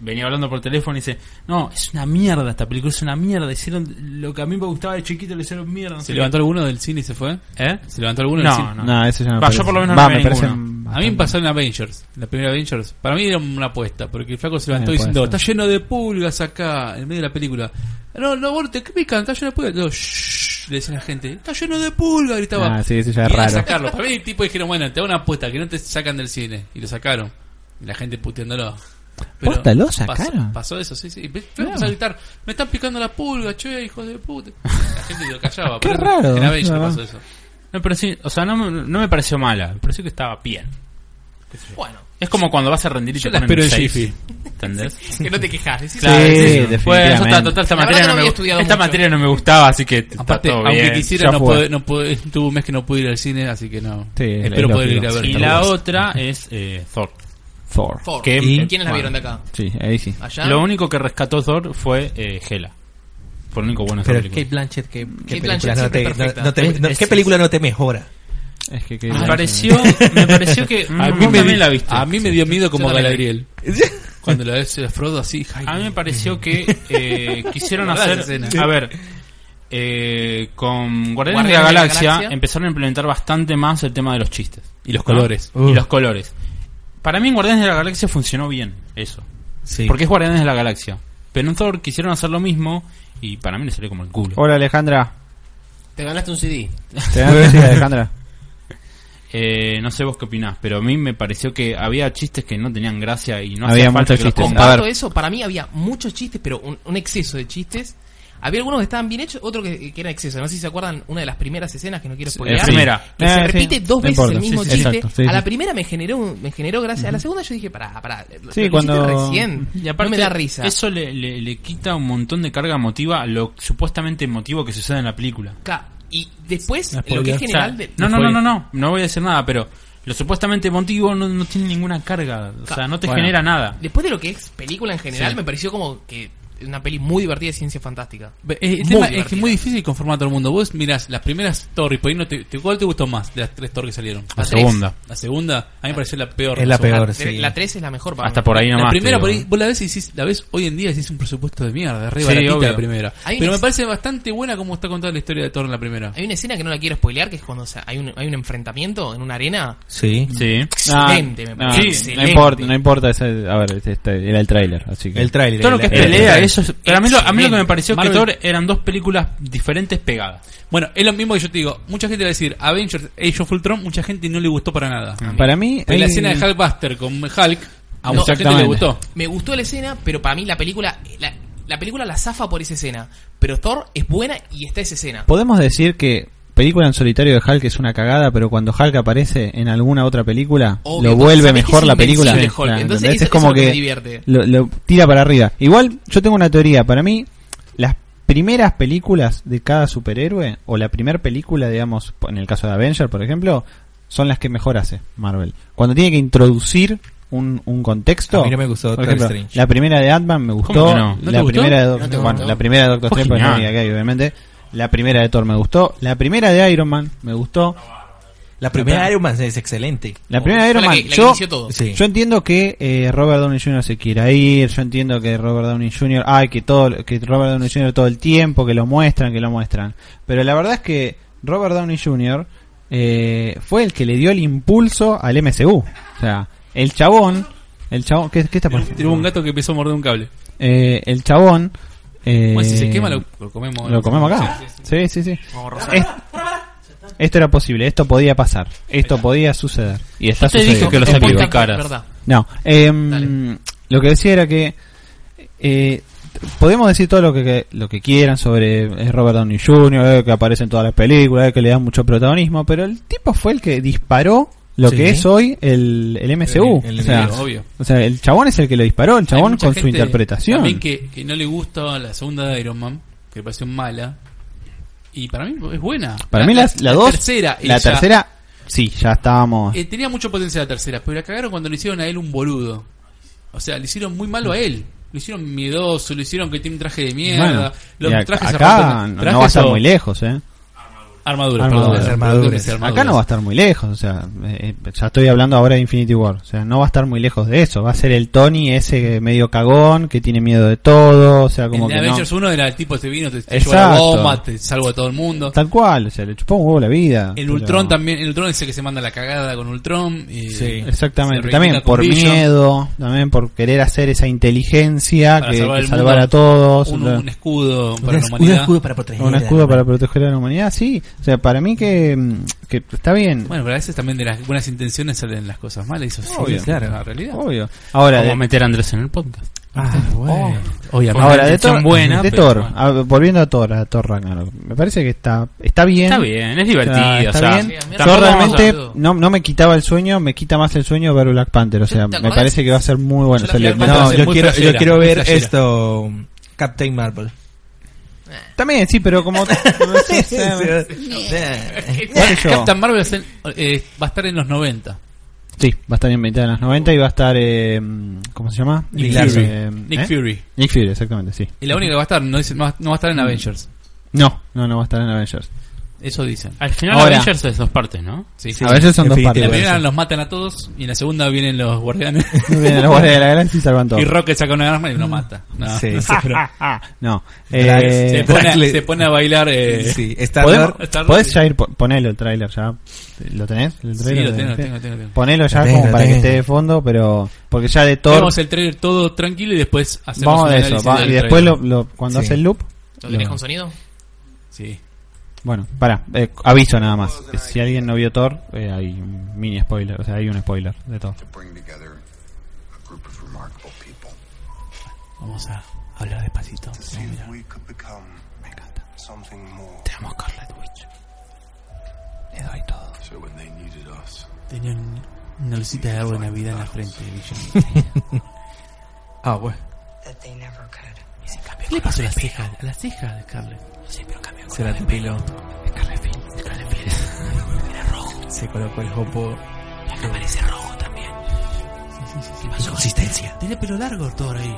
S6: venía hablando por teléfono y dice, "No, es una mierda esta película, es una mierda, hicieron lo que a mí me gustaba de chiquito, le hicieron mierda." no
S3: ¿Se
S6: sé
S3: levantó alguno del cine y se fue?
S6: qué. ¿Eh?
S3: ¿Se levantó alguno del
S6: No,
S3: cine?
S6: no.
S1: No, ese ya no
S6: Va,
S1: parece.
S6: yo por lo menos
S1: Va,
S6: no
S1: me
S6: veía
S1: parecen
S6: ninguno.
S3: A mí me
S1: bastante- Ah,
S3: pasó en Avengers, la primera Avengers. Para mí era una apuesta, porque el flaco se levantó
S1: Eh, puede
S3: diciendo,
S1: ser.
S3: está lleno de pulgas acá, en medio de la película. No, no, vos te pican, está lleno de pulgas. No, "Shh", le decía la gente, está lleno de pulgas, gritaba.
S1: Ah, sí, eso ya
S3: Y
S1: es
S3: iban a
S1: raro.
S3: sacarlo. Para mí, tipo dijeron, bueno, te hago una apuesta, que no te sacan del cine. Y lo sacaron. Y la gente puteándolo.
S1: ¿Posta, lo
S3: pasó-
S1: sacaron?
S3: Pasó, eso, sí, sí. Flaco empezó a gritar, me están picando la pulga, che, hijos de puta. La gente lo callaba.
S1: Qué
S3: por eso.
S1: raro,
S3: En Avengers
S1: la verdad.
S3: pasó eso.
S6: No, pero sí, o sea, no, me- no me pareció mala, me pareció que estaba bien.
S2: Bueno,
S6: Es como cuando vas a rendir y
S3: Yo
S6: te
S3: la
S6: ponen
S3: espero en
S6: seis,
S3: Jiffy.
S6: ¿Entendés?
S2: que no te quejas. decís,
S1: Claro.
S2: "Ah,
S1: Sí,
S6: Bueno,
S1: definitivamente.
S6: ya está, total, esta
S2: La verdad
S6: materia
S2: no
S6: no
S2: había
S6: me,
S2: estudiado
S6: gu- esta
S2: mucho.
S6: materia no me gustaba, así que está
S3: Aparte,
S6: todo
S3: aunque
S6: bien.
S3: quisiera,
S1: ya
S3: no
S1: fue.
S3: pude, no pude- tuve un mes que no pude ir al cine, así que no.
S1: Sí, es
S3: Espero poder ir
S1: lógico.
S3: a ver.
S6: Y
S3: Star
S6: la
S3: Wars.
S6: otra es eh, Thor.
S1: Thor.
S2: Thor.
S6: Que-
S2: ¿Y ¿Quiénes la vieron de acá?
S1: Sí, ahí sí.
S2: Allá.
S6: Lo único que rescató Thor fue eh, Hela. Por lo único bueno de esa
S4: Pero Kate
S6: película.
S4: Blanchett, ¿qué, qué
S2: Kate
S4: película,
S2: Blanchett
S4: no te,
S2: siempre
S4: no-
S2: perfecta.
S4: no te- no-
S6: Es-
S4: ¿qué
S6: es-
S4: película no te mejora?
S1: Es que,
S3: Ah,
S6: Me pareció, me pareció que
S3: A
S6: mm,
S3: mí,
S6: vos
S3: me,
S6: también
S3: di-
S6: la viste.
S3: a mí me dio miedo como
S6: Yo también la vi.
S3: Galadriel. Cuando la ves a Frodo así, ay,
S6: A mí me pareció que eh, quisieron
S3: Guardá
S6: hacer.
S3: esa escena.
S6: A ver, eh, con Guardianes,
S2: Guardianes
S6: de la
S2: de la
S6: Galaxia,
S2: Galaxia.
S6: empezaron a implementar bastante más el tema de los chistes.
S3: Y los colores.
S6: Y los colores. Para mí en Guardianes de la Galaxia funcionó bien eso.
S4: Sí.
S6: Porque es Guardianes de la Galaxia. Pero en Thor quisieron hacer lo mismo y para mí le salió como el culo.
S1: Hola Alejandra.
S5: Te ganaste un CD.
S1: ¿Te dan que sí, Alejandra?
S6: Eh, no sé vos qué opinás, pero a mí me pareció que había chistes que no tenían gracia y no
S1: Había
S6: hacía falta
S1: muchos
S6: que los
S1: chistes.
S6: pongas.
S1: A ver.
S2: Todo eso, para mí había muchos chistes, pero un, un exceso de chistes. Había algunos que estaban bien hechos, otros que, que eran excesos. No sé si se acuerdan una de las primeras escenas que no quiero spoilear.
S6: La primera.
S2: Que
S1: Eh,
S2: se
S1: sí.
S2: repite dos
S1: No
S2: veces
S1: importa.
S2: el mismo
S1: Sí, sí,
S2: chiste.
S1: exacto. Sí,
S2: a la
S1: sí.
S2: primera me generó un- me generó gracia. A la segunda yo dije, pará, pará. lo- lo
S1: Sí,
S2: que
S1: cuando-
S2: hiciste recién.
S6: Y aparte,
S2: no me da risa.
S6: Eso le, le- le quita un montón de carga emotiva a lo supuestamente emotivo que sucede en la película.
S2: Claro. Y después,
S3: No
S2: lo que
S3: spoilear.
S2: es
S6: O sea,
S2: general de-
S6: no, no, no, no, no, no voy a decir nada, pero lo supuestamente emotivo no, no tiene ninguna carga, o sea, no te
S1: Bueno.
S6: genera nada.
S2: Después de lo que es película en general, me pareció como que una peli muy divertida de ciencia fantástica.
S3: Ve, eh, El
S2: Muy
S3: tema es que
S2: divertido.
S3: es muy difícil conformar a todo el mundo. Vos mirás las primeras Thor y por ahí no te, te- ¿Cuál te gustó más de las tres Thor que salieron?
S6: La
S2: La tres.
S6: segunda,
S3: La segunda, a mí me pareció la peor.
S4: Es la
S3: segunda.
S4: peor,
S2: La-
S4: sí.
S2: La 3 es la mejor para
S6: hasta
S2: mí.
S6: por ahí nomás.
S3: La primera,
S6: te
S3: por
S6: digo.
S3: ahí, vos la ves, y decís- la ves hoy en día y es un presupuesto de mierda, es re
S6: Sí,
S3: baratita
S6: obvio.
S3: la primera.
S2: Hay
S3: Pero
S2: una-
S3: me parece bastante buena como está contada la historia de Thor en la primera.
S2: Hay una escena que no la quiero spoilear, que es cuando o sea, hay, un, hay un enfrentamiento en una arena.
S4: Sí.
S6: Sí.
S2: Excelente, me
S1: No,
S2: parece.
S6: sí,
S1: no
S2: excelente.
S1: importa, no importa. ese- a ver, este, este, era el tráiler, así que...
S4: El tráiler.
S6: Todo lo
S4: el-
S6: que es
S4: el-
S3: Este,
S6: pelea,
S4: el-
S6: eso es- Pero a mí, lo, a mí lo que me pareció
S3: Marvel-
S6: que Thor eran dos películas diferentes pegadas.
S3: Bueno, es lo mismo que yo te digo. Mucha gente va a decir Avengers Age of Ultron, mucha gente no le gustó para nada.
S6: Ah,
S1: Para mí...
S3: Pero la
S1: hay-
S3: escena
S6: Eh.
S3: de Hulkbuster con Hulk, a
S1: No,
S3: mucha gente le
S1: exactamente.
S3: gustó.
S2: Me gustó la escena, pero para mí la película la, la película la zafa por esa escena. Pero Thor es buena y está esa escena.
S1: Podemos decir que película en solitario de Hulk es una cagada, pero cuando Hulk aparece en alguna otra película,
S2: Obvio,
S1: lo
S2: cuando
S1: vuelve
S2: sabes que
S1: mejor
S2: es
S1: la película.
S2: invencible
S1: Claro,
S2: Hulk. Entonces,
S1: ¿entendés?
S2: eso-
S1: es como
S2: eso es lo que
S1: que,
S2: me divierte.
S1: Lo, lo tira para arriba. Igual yo tengo una teoría, para mí las primeras películas de cada superhéroe o la primera película, digamos, en el caso de Avenger, por ejemplo, son las que mejor hace Marvel. Cuando tiene que introducir un, un contexto.
S4: A mí no me gustó
S1: por
S4: Doctor
S1: ejemplo,
S4: Strange.
S1: La primera de Ant-Man me gustó.
S6: que no? ¿No te
S1: la,
S6: gustó?
S1: primera de Doc-
S5: ¿No te
S1: bueno,
S5: gustó?
S1: la primera de Doctor
S6: Fue
S1: Strange, pues, no diga
S6: genial.
S1: que hay, obviamente. La primera de Thor me gustó. La primera de Iron Man me gustó.
S4: La primera Iron Man es excelente.
S1: La primera de
S2: Fue
S1: Iron
S2: la
S1: Man.
S2: que- la que
S1: yo,
S2: inició todo.
S4: Sí.
S1: yo entiendo que eh, Robert Downey Jr. se quiera ir. Yo entiendo que Robert Downey Jr. Ay, que todo, que Robert Downey Jr. todo el tiempo, que lo muestran, que lo muestran. Pero la verdad es que Robert Downey Jr. eh, fue el que le dio el impulso al MCU. O sea, el chabón, el chabón, ¿qué, qué está pasando?
S3: Tuvo un gato que empezó a morder un cable.
S1: Eh, el chabón. eh,
S3: Bueno, si se quema, lo, lo comemos.
S1: lo comemos acá.
S3: Sí, sí, sí.
S1: Sí, sí, sí. Es- esto era posible, esto podía pasar, esto podía suceder. Y está
S6: te dije
S1: sucediendo.
S6: que lo
S2: Es
S1: Es
S6: saqué.
S1: posible.
S2: posta,
S6: caras.
S2: verdad.
S1: No, em,
S2: Dale.
S1: lo que decía era que eh, podemos decir todo lo que- que lo que quieran sobre eh, Robert Downey Jr., eh, que aparece en todas las películas, eh, que le dan mucho protagonismo, pero el tipo fue el que disparó lo
S4: Sí.
S1: que es hoy el, el MCU.
S4: El- el
S1: o, sea,
S3: enemigo, obvio.
S1: o sea, el chabón es el que lo disparó, el
S3: Hay
S1: chabón
S3: mucha
S1: con su
S3: gente
S1: interpretación.
S3: También que, que no le gusta la segunda de Iron Man, que le pareció mala. Y para mí es buena.
S1: Para mí las, las dos,
S3: tercera,
S1: la
S3: ella,
S1: tercera, sí, ya estábamos.
S3: eh, tenía mucho potencial la tercera, pero la cagaron cuando le hicieron a él un boludo. O sea, le hicieron muy malo a él. Lo hicieron miedoso, lo hicieron que tiene un traje de mierda. los
S1: y ac-
S3: trajes se
S1: acá
S3: rompen.
S1: no,
S3: Trajes
S1: va a estar
S3: o-
S1: muy lejos, ¿eh?
S3: Armaduras,
S1: Armaduras,
S3: perdón,
S4: armaduras.
S3: perdón, dice armaduras.
S1: Acá no va a estar muy lejos, o sea, eh, eh, ya estoy hablando ahora de Infinity War, o sea, no va a estar muy lejos de eso, va a ser el Tony ese medio cagón que tiene miedo de todo, o sea, como
S3: en
S1: que no,
S3: Avengers 1 era el tipo este vino, te, te llevó la
S1: Exacto.
S3: bomba, te salvo a todo el mundo.
S1: tal cual, o sea, le chupó un huevo la vida.
S3: El
S1: pero-
S3: Ultron también, el Ultron es el que se manda la cagada con Ultron. eh,
S4: Sí.
S1: Exactamente,
S3: Se
S1: también
S3: reivindica con
S1: por
S3: Vision.
S1: miedo, también por querer hacer esa inteligencia
S3: Para
S1: que
S3: salvar
S1: que
S3: el
S1: salvar
S3: mundo.
S1: a todos.
S3: un,
S1: o sea.
S3: un escudo para
S4: Un
S3: la
S4: es- un
S3: humanidad. Eh,
S4: escudo para proteger.
S1: Un
S4: a la
S1: escudo para
S4: humanidad.
S1: proteger a la humanidad, sí. O sea, para mí que, mm, que está bien.
S3: Bueno, pero a veces también de las buenas intenciones salen las cosas malas. Eso sí,
S1: Obvio.
S3: es claro. la realidad.
S1: obvio. Ahora,
S6: Vamos a
S1: de,
S6: meter a Andrés en el podcast.
S4: Ah, bueno.
S3: Obviamente.
S1: ahora de Thor,
S6: intención buena,
S1: de
S6: pero
S1: Thor
S6: bueno.
S1: ah, volviendo a Thor, a Thor Ragnarok, me parece que está, está bien.
S6: Está bien, es
S1: O sea,
S6: divertido.
S1: está
S6: o sea,
S1: bien.
S2: Sí, a mí
S1: Yo
S6: tampoco vamos a-
S1: realmente
S2: boludo.
S1: no, no me quitaba el sueño, me quita más el sueño ver Black Panther. O sea,
S2: ¿Te
S1: me
S2: acordás?
S1: parece que va a ser muy bueno. Se
S2: Yo la fui
S1: le-
S2: a ver
S1: no,
S4: No,
S3: ser
S4: yo
S3: muy
S4: quiero, yo
S3: flashera,
S4: quiero
S3: muy
S4: ver
S3: flashera.
S4: esto. Captain Marvel.
S1: también, sí, pero como.
S4: O sea,
S1: Igual yo-
S3: eh, Captain Marvel es en- eh, va a estar en los 90.
S1: Sí, va a estar en mitad de los 90 y va a estar. eh, ¿Cómo se llama?
S4: Nick
S1: Eh,
S4: Fury.
S1: eh,
S3: Nick
S1: ¿eh?
S3: Fury.
S1: Nick Fury, exactamente, sí.
S3: Y la única que va a estar, no, dice- no va no va a estar en Avengers.
S1: No, no, no va a estar en Avengers.
S3: Eso dicen.
S6: Al final
S1: Ahora.
S6: Avengers es dos partes, ¿no?
S3: Sí.
S1: a veces son dos
S4: Infinity
S3: En
S1: partes.
S3: la primera los matan a todos y en la segunda vienen los guardianes.
S1: Vienen los Guardianes de la Galaxia y salvan todo.
S3: y Rocket saca una arma y lo mata. No.
S4: Sí, sí, pero-
S1: No.
S4: Drax,
S1: Eh,
S3: Se,
S4: Eh,
S3: pone,
S4: Drax-
S3: se pone a bailar. Eh,
S4: sí,
S1: ¿podemos-
S4: Star-Lord.
S3: Star-Lord,
S1: ¿Podés
S3: sí.
S1: ya ir? po- Ponelo el tráiler ya. ¿Lo tenés? ¿El
S3: Sí,
S1: tráiler
S3: lo
S1: de-
S3: tengo, lo tengo, lo tengo, lo tengo.
S1: Ponelo ya
S4: Lo
S1: como
S4: tengo,
S1: para
S4: lo
S1: que
S4: tengo.
S1: esté de fondo, pero... Porque ya de Thor...
S3: Vemos el trailer todo tranquilo y después hacemos
S1: Vamos
S3: un
S1: de eso.
S3: análisis
S1: va-
S3: del
S1: y después lo,
S3: trailer.
S1: lo- cuando
S4: Sí.
S1: hace el loop...
S2: ¿Lo tenés
S1: lo-
S2: con sonido?
S3: Sí.
S1: bueno, para aviso nada más. Si alguien no vio Thor, eh, hay un mini spoiler. O sea, hay un spoiler de Thor.
S8: Bring together a group of remarkable people.
S3: Vamos a hablar despacito.
S8: See if we could become something more.
S3: Vamos, Scarlet Witch. Le doy todo.
S8: So when they needed us,
S3: Tenía un- una lucita de árbol de Navidad en la frente. Vision.
S4: Ah, bueno.
S3: ¿Qué le pasó a las cejas? A las cejas de Scarlet. Sí, pero cambió.
S4: Se la tupiló. Se colocó el hopo.
S3: Tiene pelo largo Thor ahí.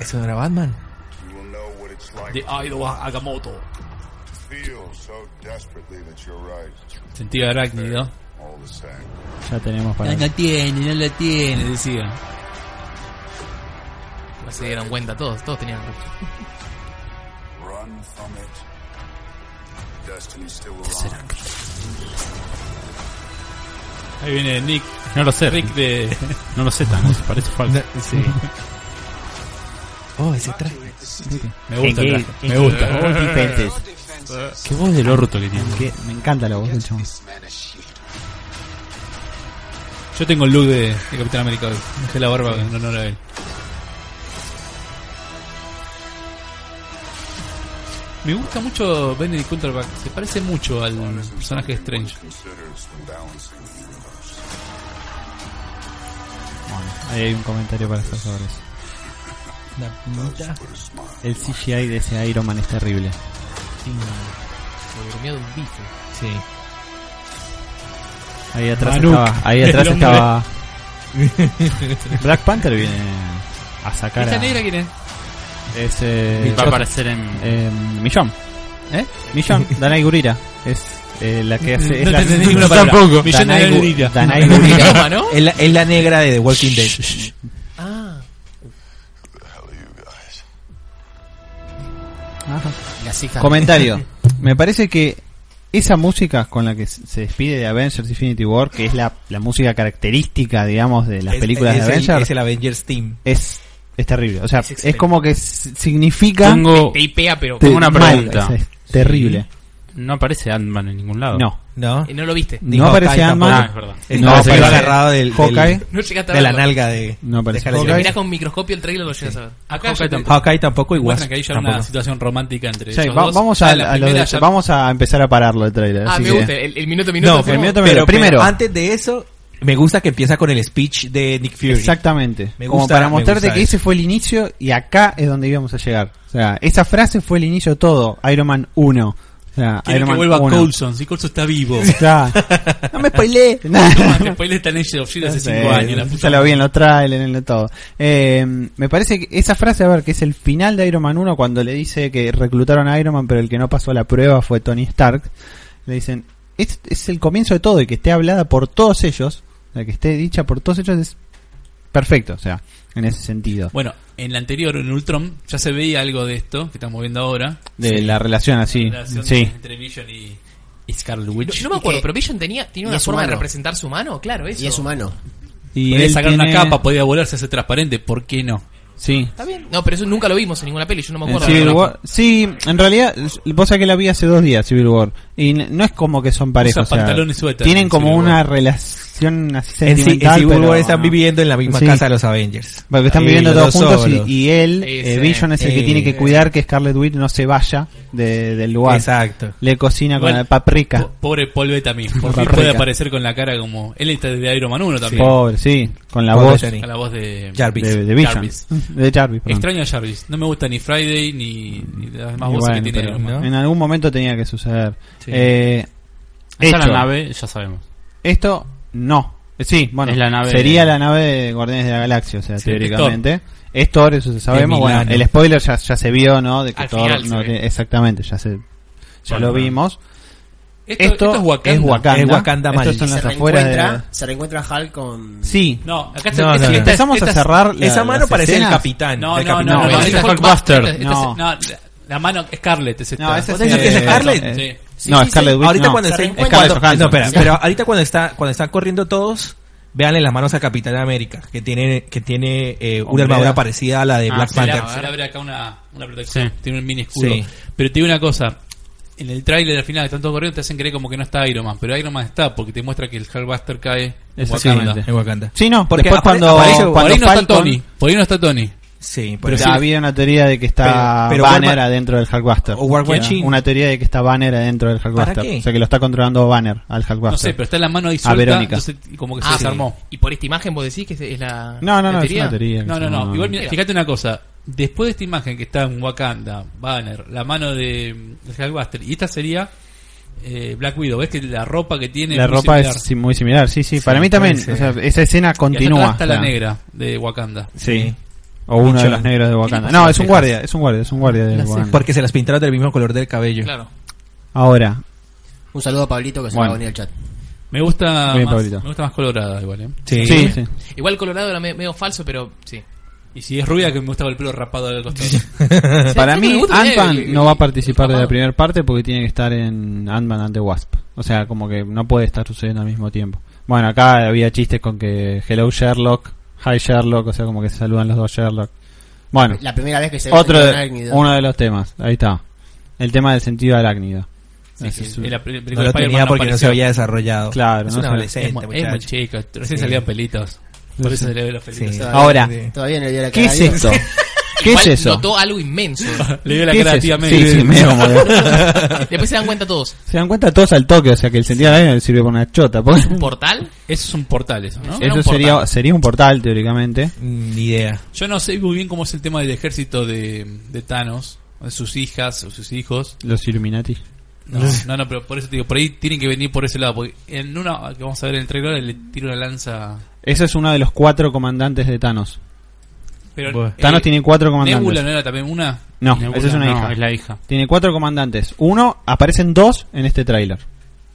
S4: ¿Eso no era Batman?
S8: you will know what it's like
S3: De Aidoa Agamotto.
S8: to feel so desperately that you're right.
S3: Sentido arácnido.
S1: Eh,
S8: All the same.
S1: Ya tenemos para...
S3: no tiene, no lo tiene, decía.
S2: No se dieron cuenta todos, todos tenían razón.
S8: Run from it. Destiny still arrives.
S3: Ahí viene Nick.
S6: No lo sé.
S3: Rick de...
S6: No lo sé, Thanos. Parece falso.
S4: Sí. Oh, ese traje.
S3: Me gusta el traje. Oh, Me gusta.
S6: Qué voz del orto que tiene.
S1: Que- me encanta la voz del chabón.
S3: Yo tengo el look de, de Capitán América hoy. Dejé la barba en honor a él. Me gusta mucho Benedict Cumberbatch. Se parece mucho al personaje de Strange.
S8: Considers balancing the universe.
S1: Ahí hay un comentario para hacer sobre eso.
S8: Put a smile.
S1: El CGI de ese Iron Man es terrible.
S2: Lo durmió de un bife.
S4: Sí.
S1: Ahí atrás
S3: Manuk,
S1: estaba. Ahí atrás
S3: el hombre.
S1: estaba. Black Panther viene a sacar.
S3: ¿Esta
S1: A,
S3: negra quién es?
S1: es. Eh,
S6: Va a aparecer en.
S1: eh, Millón.
S3: ¿Eh?
S1: Millón. Danai Gurira. Es eh, la que hace. es
S3: no
S1: la-
S3: te entendí ninguna
S1: Yo
S3: palabra.
S1: tampoco.
S3: Millón
S1: Danai
S3: Danai
S1: Gu-
S3: Gurira.
S1: Danai
S2: Un
S1: Gurira.
S2: idioma, ¿no?
S4: Es la, es la negra de The Walking Dead.
S2: Ah,
S8: What the hell are you guys?
S1: Ajá.
S5: Las hijas.
S1: Comentario. Me parece que esa música con la que se se despide de Avengers Infinity War, que es la, la música característica, digamos, de las
S4: Es-
S1: películas
S4: es
S1: de
S4: el-
S1: Avengers,
S4: es el Avengers Team.
S1: es, es terrible. O sea,
S4: Es
S1: es,
S4: excelente.
S1: como que s- significa...
S6: Tengo,
S2: te hipea, pero
S1: te-
S6: tengo una
S1: mal,
S6: pregunta.
S1: es- es terrible.
S6: No aparece Ant-Man en ningún lado.
S1: No.
S4: ¿No?
S2: Eh, no lo viste.
S1: No
S4: Hawkeye
S1: aparece Ant-Man.
S6: Ah, es verdad.
S1: No
S4: Estaba
S1: aparece
S4: agarrado del, del-
S1: Hawkeye.
S2: No llegaste a
S4: de la
S2: verlo.
S4: nalga de.
S1: No aparece
S4: de Harry
S1: Hawkeye.
S4: Styles.
S2: Mirás con microscopio el trailer lo llegas a ver.
S3: Acá ya
S6: Hawkeye
S3: te-
S6: tampoco.
S4: Hawkeye tampoco y
S3: muestran
S4: Wasp
S3: que ahí ya hay
S4: tampoco.
S3: una situación romántica entre
S1: Sí,
S3: ellos
S1: va-
S3: dos.
S1: vamos
S3: Ya
S1: a,
S6: Ah,
S3: en Ah, la
S1: a lo
S3: primera
S1: de-
S3: ya-
S1: vamos a empezar a pararlo el trailer.
S2: Ah,
S1: así
S2: me
S1: que-
S2: gusta. El, el minuto a minuto.
S1: No,
S2: hacemos-
S1: minuto a Pero primero-
S4: antes de eso, me gusta que empieza con el speech de Nick Fury.
S1: Exactamente.
S4: Me
S1: Como
S4: gusta-
S1: para
S4: me
S1: mostrarte
S4: gusta
S1: que
S4: eso.
S1: ese fue el inicio y acá es donde íbamos a llegar. O sea, esa frase fue el inicio de todo. Iron Man 1. O sea,
S3: Quieren
S1: Iron
S3: que
S1: Man
S3: vuelva
S1: 1.
S3: Coulson. Si Coulson está vivo.
S1: Está. no me spoilé.
S3: Después le están ellos Shield hace
S1: Sí,
S3: 5 años. La puta
S1: ya lo vi en los trailers, en lo todo. Eh, me parece que esa frase, a ver, que es el final de Iron Man 1 cuando le dice que reclutaron a Iron Man pero el que no pasó la prueba fue Tony Stark. Le dicen, es, es el comienzo de todo y que esté hablada por todos ellos, o sea, que esté dicha por todos ellos es perfecto, o sea, en ese sentido.
S3: Bueno, en la anterior, en Ultron, ya se veía algo de esto que estamos viendo ahora.
S1: De la relación así,
S3: La relación
S1: sí.
S3: entre Vision y, y Scarlet Witch.
S2: No me
S5: Y
S2: acuerdo,
S5: que-
S2: pero Vision tenía, tenía
S5: y
S2: una
S5: es
S2: forma de
S5: humano.
S2: representar su mano, claro, eso.
S5: Y es humano.
S1: Y
S3: podía
S1: él
S3: sacar una
S1: tiene-
S3: capa, pues. podía volar, se hace transparente. ¿Por qué no?
S1: Sí.
S2: Está bien. No, pero eso nunca lo vimos en ninguna peli, yo no me
S1: En
S2: acuerdo.
S1: Civil War- Eh, Sí, en realidad, vos sabés que la vi hace dos días, Civil War. Y n- no es como que son parejos.
S3: Usa
S1: o sea,
S3: pantalón y suéter
S1: tienen
S3: en
S1: como
S3: Civil
S1: una
S3: War.
S1: relación así
S4: En, sí- en
S1: sentimental.
S4: Civil
S1: pero
S4: War están
S1: no.
S4: viviendo en la misma
S1: Sí.
S4: casa de los Avengers.
S1: Porque están
S4: Eh,
S1: viviendo
S4: los
S1: todos
S4: dos
S1: juntos y,
S4: solos.
S1: y él,
S2: Sí,
S1: eh,
S2: sí.
S1: Vision, es el que
S4: Sí.
S1: tiene que cuidar que Scarlet Witch no se vaya de- del lugar.
S4: Exacto.
S1: Le cocina con
S3: Igual,
S1: la paprika.
S3: po- pobre Paul Bettany. Por fin
S1: Paprika.
S3: puede aparecer con la cara como... Él está de Iron Man 1 también.
S1: Pobre, sí, con la
S4: Pobre
S1: voz
S4: Johnny.
S1: de,
S3: Con la voz de...
S4: Jarvis.
S1: de Vision.
S3: Jarvis.
S1: De Jarvis, perdón.
S3: Extraño a Jarvis. No me gusta ni Friday ni, ni las demás
S1: Y
S3: voces
S1: bueno,
S3: que tiene
S1: pero
S3: Iron Man.
S1: En algún momento tenía que suceder.
S4: Sí.
S1: Eh,
S6: Está la
S1: hecho.
S6: nave, ya sabemos.
S1: Esto no. Eh, Sí, bueno,
S6: Es la nave
S1: sería
S6: de-
S1: la nave de Guardianes de la Galaxia, o sea,
S3: Sí,
S1: teóricamente. Es Thor, eso se sabemos.
S4: De
S1: Bueno,
S4: Milano.
S1: el spoiler ya, ya se vio, ¿no? De que
S2: Al
S1: Thor
S2: final se
S1: no
S2: ve.
S1: tiene- exactamente, ya se ya
S6: Bueno,
S1: lo vimos.
S3: Esto,
S1: Esto,
S3: esto es Wakanda.
S4: Es Wakanda
S1: Estos
S4: Magic.
S1: son
S5: Y
S1: las
S5: se
S1: afueras de
S5: reencuentra,
S1: la-
S5: se reencuentra Hulk con.
S1: Sí.
S3: No, acá
S4: No,
S3: está...
S4: no, no.
S1: Empezamos a cerrar la-
S4: Esa mano
S1: las
S4: parece el
S1: escenas.
S4: capitán.
S3: No,
S4: el
S3: no,
S4: Ah, capitán.
S3: no, no,
S6: No,
S3: no,
S6: ese
S3: ese
S6: es
S3: es
S6: Hulkbuster.
S2: Hulkbuster.
S1: No.
S3: No, la, la mano Scarlett es esta.
S1: No, ese
S3: ¿Vos
S1: es,
S4: decís que es
S1: eh,
S4: Scarlett?
S1: eh,
S3: Sí.
S1: No,
S5: Sí, sí,
S1: Scarlet Witch.
S4: ahorita
S1: no.
S4: cuando está,
S5: Se
S4: cuando-
S5: reencuentra.
S4: no, espera,
S1: Sí.
S4: pero ahorita cuando está cuando están corriendo todos véanle las manos a Capitán América que tiene que tiene eh, una
S1: Hombrera.
S4: armadura parecida a la de
S6: Ah,
S4: Black
S6: sí,
S3: Se le,
S4: Panther
S3: abre- se le abre acá una, una protección.
S6: Sí.
S3: Tiene un mini escudo.
S4: Sí.
S3: Pero te digo una cosa. En el tráiler al final, tanto corriendo, te hacen creer como que no está Iron Man. Pero Iron Man está porque te muestra que el Hulkbuster cae en
S1: Exactamente.
S3: Wakanda.
S4: en Wakanda
S1: Sí, no,
S4: Porque
S1: después
S4: apare-
S1: cuando,
S4: aparece-
S1: cuando
S3: Por ahí no está
S1: Falcon-
S3: Tony. Por ahí no está Tony.
S4: sí por
S1: Pero
S4: eso.
S1: había una teoría de que está
S4: Pero- pero
S1: Banner
S4: Warman-
S1: adentro del Hulkbuster.
S4: O War
S1: Era
S4: Machine.
S1: Una teoría de que está Banner adentro del Hulkbuster.
S4: ¿Para qué?
S1: O sea, que lo está controlando Banner al Hulkbuster.
S3: No sé, pero está en la mano ahí suelta.
S1: Verónica.
S3: Entonces, como que se
S2: Ah,
S3: desarmó.
S2: Y por esta imagen vos decís que es la.
S1: No, no,
S2: la
S1: no, es una teoría. que
S3: No, no,
S1: se
S3: no.
S1: llama-
S3: Igual, mira,
S2: Mira.
S3: fíjate una cosa. Después de esta imagen que está en Wakanda, Banner, la mano de mm, de Hulkbuster, y esta sería eh, Black Widow. ¿Ves que la ropa que tiene
S1: La
S3: es muy
S1: ropa
S3: similar?
S1: es sí, muy similar, sí, sí. Para mí también,
S4: puede
S1: o sea, esa escena
S3: Y allá atrás
S1: continúa.
S3: está
S1: o
S3: la
S1: sea,
S3: negra de Wakanda.
S1: Sí. O uno de
S4: Mucho.
S1: los negros de Wakanda.
S4: pasó a
S1: No,
S4: las
S1: es un
S4: cejas?
S1: guardia, es un guardia, es un guardia de Wakanda.
S4: porque se las pintaron del mismo color del cabello
S2: Claro.
S1: Ahora,
S5: Un saludo a Pablito que se
S1: Bueno.
S5: va a unir al chat.
S3: Me gusta,
S1: Bien,
S3: más,
S1: Pablito.
S3: me gusta más colorada igual, ¿eh?
S1: sí,
S4: sí,
S1: sí.
S2: Igual Colorado era me- medio falso, pero sí.
S3: Y si es rubia, que me gusta el pelo rapado del costado.
S1: Eh, Para
S2: Sí, me
S1: mí,
S2: gusta tener
S1: Ant-Man
S2: el-
S1: no va a
S2: el-
S1: participar
S2: el
S1: de la
S2: papado.
S1: primera parte porque tiene que estar en Ant-Man and the Wasp. O sea, como que no puede estar sucediendo al mismo tiempo. Bueno, acá había chistes con que Hello Sherlock, Hi Sherlock, o sea, como que se saludan los dos Sherlock. Bueno,
S5: La primera vez que se
S1: otro
S5: ve
S1: de-
S5: un arácnido.
S1: uno de los temas, ahí está. El tema del sentido arácnido.
S3: Sí,
S1: Ese es
S3: sí.
S1: un-
S3: En la peli- película
S4: no lo
S3: Spider-Man
S4: tenía porque no se
S3: apareció.
S4: había desarrollado
S1: Claro,
S4: es
S1: no
S4: un
S1: se-
S3: Es,
S4: adolescente
S3: mu- es muy
S4: muchacho
S3: chico, recién salían pelitos. Por eso se le ven los pelitos.
S4: Sí.
S5: Todavía-
S1: Ahora,
S5: Todavía no le dio la
S1: ¿qué
S5: cara
S1: es
S5: a Dios.
S1: esto? ¿Qué
S2: Igual
S1: es eso?
S2: Notó algo inmenso.
S3: Le dio la
S1: ¿Qué
S3: cara a
S1: es
S3: tía
S1: eso?
S3: May.
S1: Sí, sí, medio como de-
S2: Después se dan cuenta todos.
S1: Se dan cuenta todos al toque, o sea que el sentido de la vaina sirve para una chota. porque-
S2: ¿Un portal?
S3: Eso es un portal, eso, ¿no?
S2: Era
S1: Eso
S2: un
S1: sería,
S2: portal.
S1: sería un portal, teóricamente.
S4: Ni idea.
S3: Yo no sé muy bien cómo es el tema del ejército de, de Thanos, de sus hijas o sus hijos.
S1: Los Illuminati.
S3: No, no, no, pero por eso te digo, por ahí tienen que venir por ese lado. Porque en una que vamos a ver en el trailer, le tira una lanza.
S1: Ese es uno de los cuatro comandantes de Thanos.
S3: Pero,
S4: Bueno.
S1: Thanos tiene cuatro comandantes.
S3: Eh, Nebula no era también una.
S1: No,
S6: Nebula,
S1: esa es una
S6: no,
S1: hija.
S6: es la hija.
S1: Tiene cuatro comandantes. Uno, aparecen dos en este tráiler.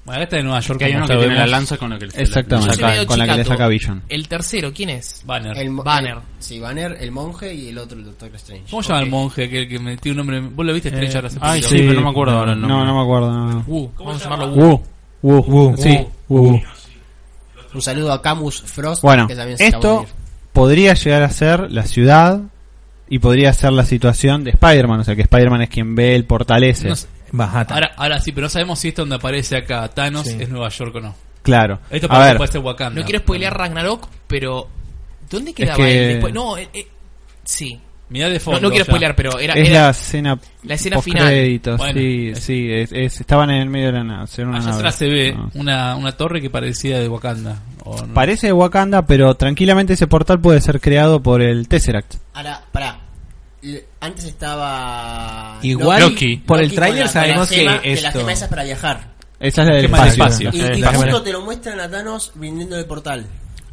S3: Bueno, acá está de Nueva York.
S6: Porque hay
S3: como
S6: uno que
S3: está,
S6: tiene la
S3: vemos.
S6: lanza con la que le-
S1: Exactamente.
S6: le
S2: Yo soy
S6: saca-
S2: medio
S1: con la que le
S2: chicato.
S1: saca Vision.
S2: El tercero, ¿quién es?
S3: Banner.
S5: El mo-
S2: Banner.
S5: el- sí, Banner, el monje y el otro, el Doctor Strange.
S3: ¿Cómo se llama el monje que, que metió un nombre? ¿Vos lo viste, Strange?
S2: Eh,
S3: ahora hace Uh,
S6: Ay,
S3: poquito?
S6: sí, pero no me acuerdo ahora el
S1: No,
S6: nombre.
S1: no me acuerdo. no.
S3: Wu, vamos a llamarlo Wu.
S1: Wu. Wu. Sí. Wu.
S5: Un saludo a Camus Frost.
S1: Bueno,
S5: que también se acaba de
S1: esto
S5: unir.
S1: podría llegar a ser la ciudad y podría ser la situación de Spider-Man. O sea, que Spider-Man es quien ve el portal ese.
S3: No sé.
S4: Manhattan.
S3: Ahora, ahora sí, pero no sabemos si esto donde aparece acá Thanos es Nueva York o no.
S1: Claro.
S3: Esto
S1: a
S3: parece
S1: ver,
S3: puede ser Wakanda.
S2: No quiero spoilear Ragnarok, pero. ¿Dónde quedaba
S1: que-
S2: él después? No, eh, eh, sí.
S3: Mirá de
S2: No,
S3: fondo.
S2: no quiero
S3: ya.
S2: spoilear, pero era.
S1: es
S2: era-
S1: la escena,
S2: la escena
S1: postcréditos,
S3: final.
S1: Sí,
S3: Bueno.
S1: sí. es- es- estaban en el medio de la nave. era una
S3: Allá
S1: nave.
S3: atrás se ve
S1: No.
S3: una, una torre que parecía de Wakanda. o no.
S1: Parece de Wakanda, pero tranquilamente ese portal puede ser creado por el Tesseract.
S5: Ahora, pará. L- Antes estaba.
S4: Igual,
S6: Loki.
S4: por el
S5: Loki con la- con
S4: tráiler
S5: la
S4: sabemos que,
S5: gema- la
S4: esto...
S5: gema esa es para viajar.
S1: Esa es la del
S3: Qué mal
S1: espacio.
S3: espacio.
S5: Y,
S6: Sí,
S5: y
S6: la
S5: justo
S6: gema.
S5: te lo muestran a Thanos viniendo del portal.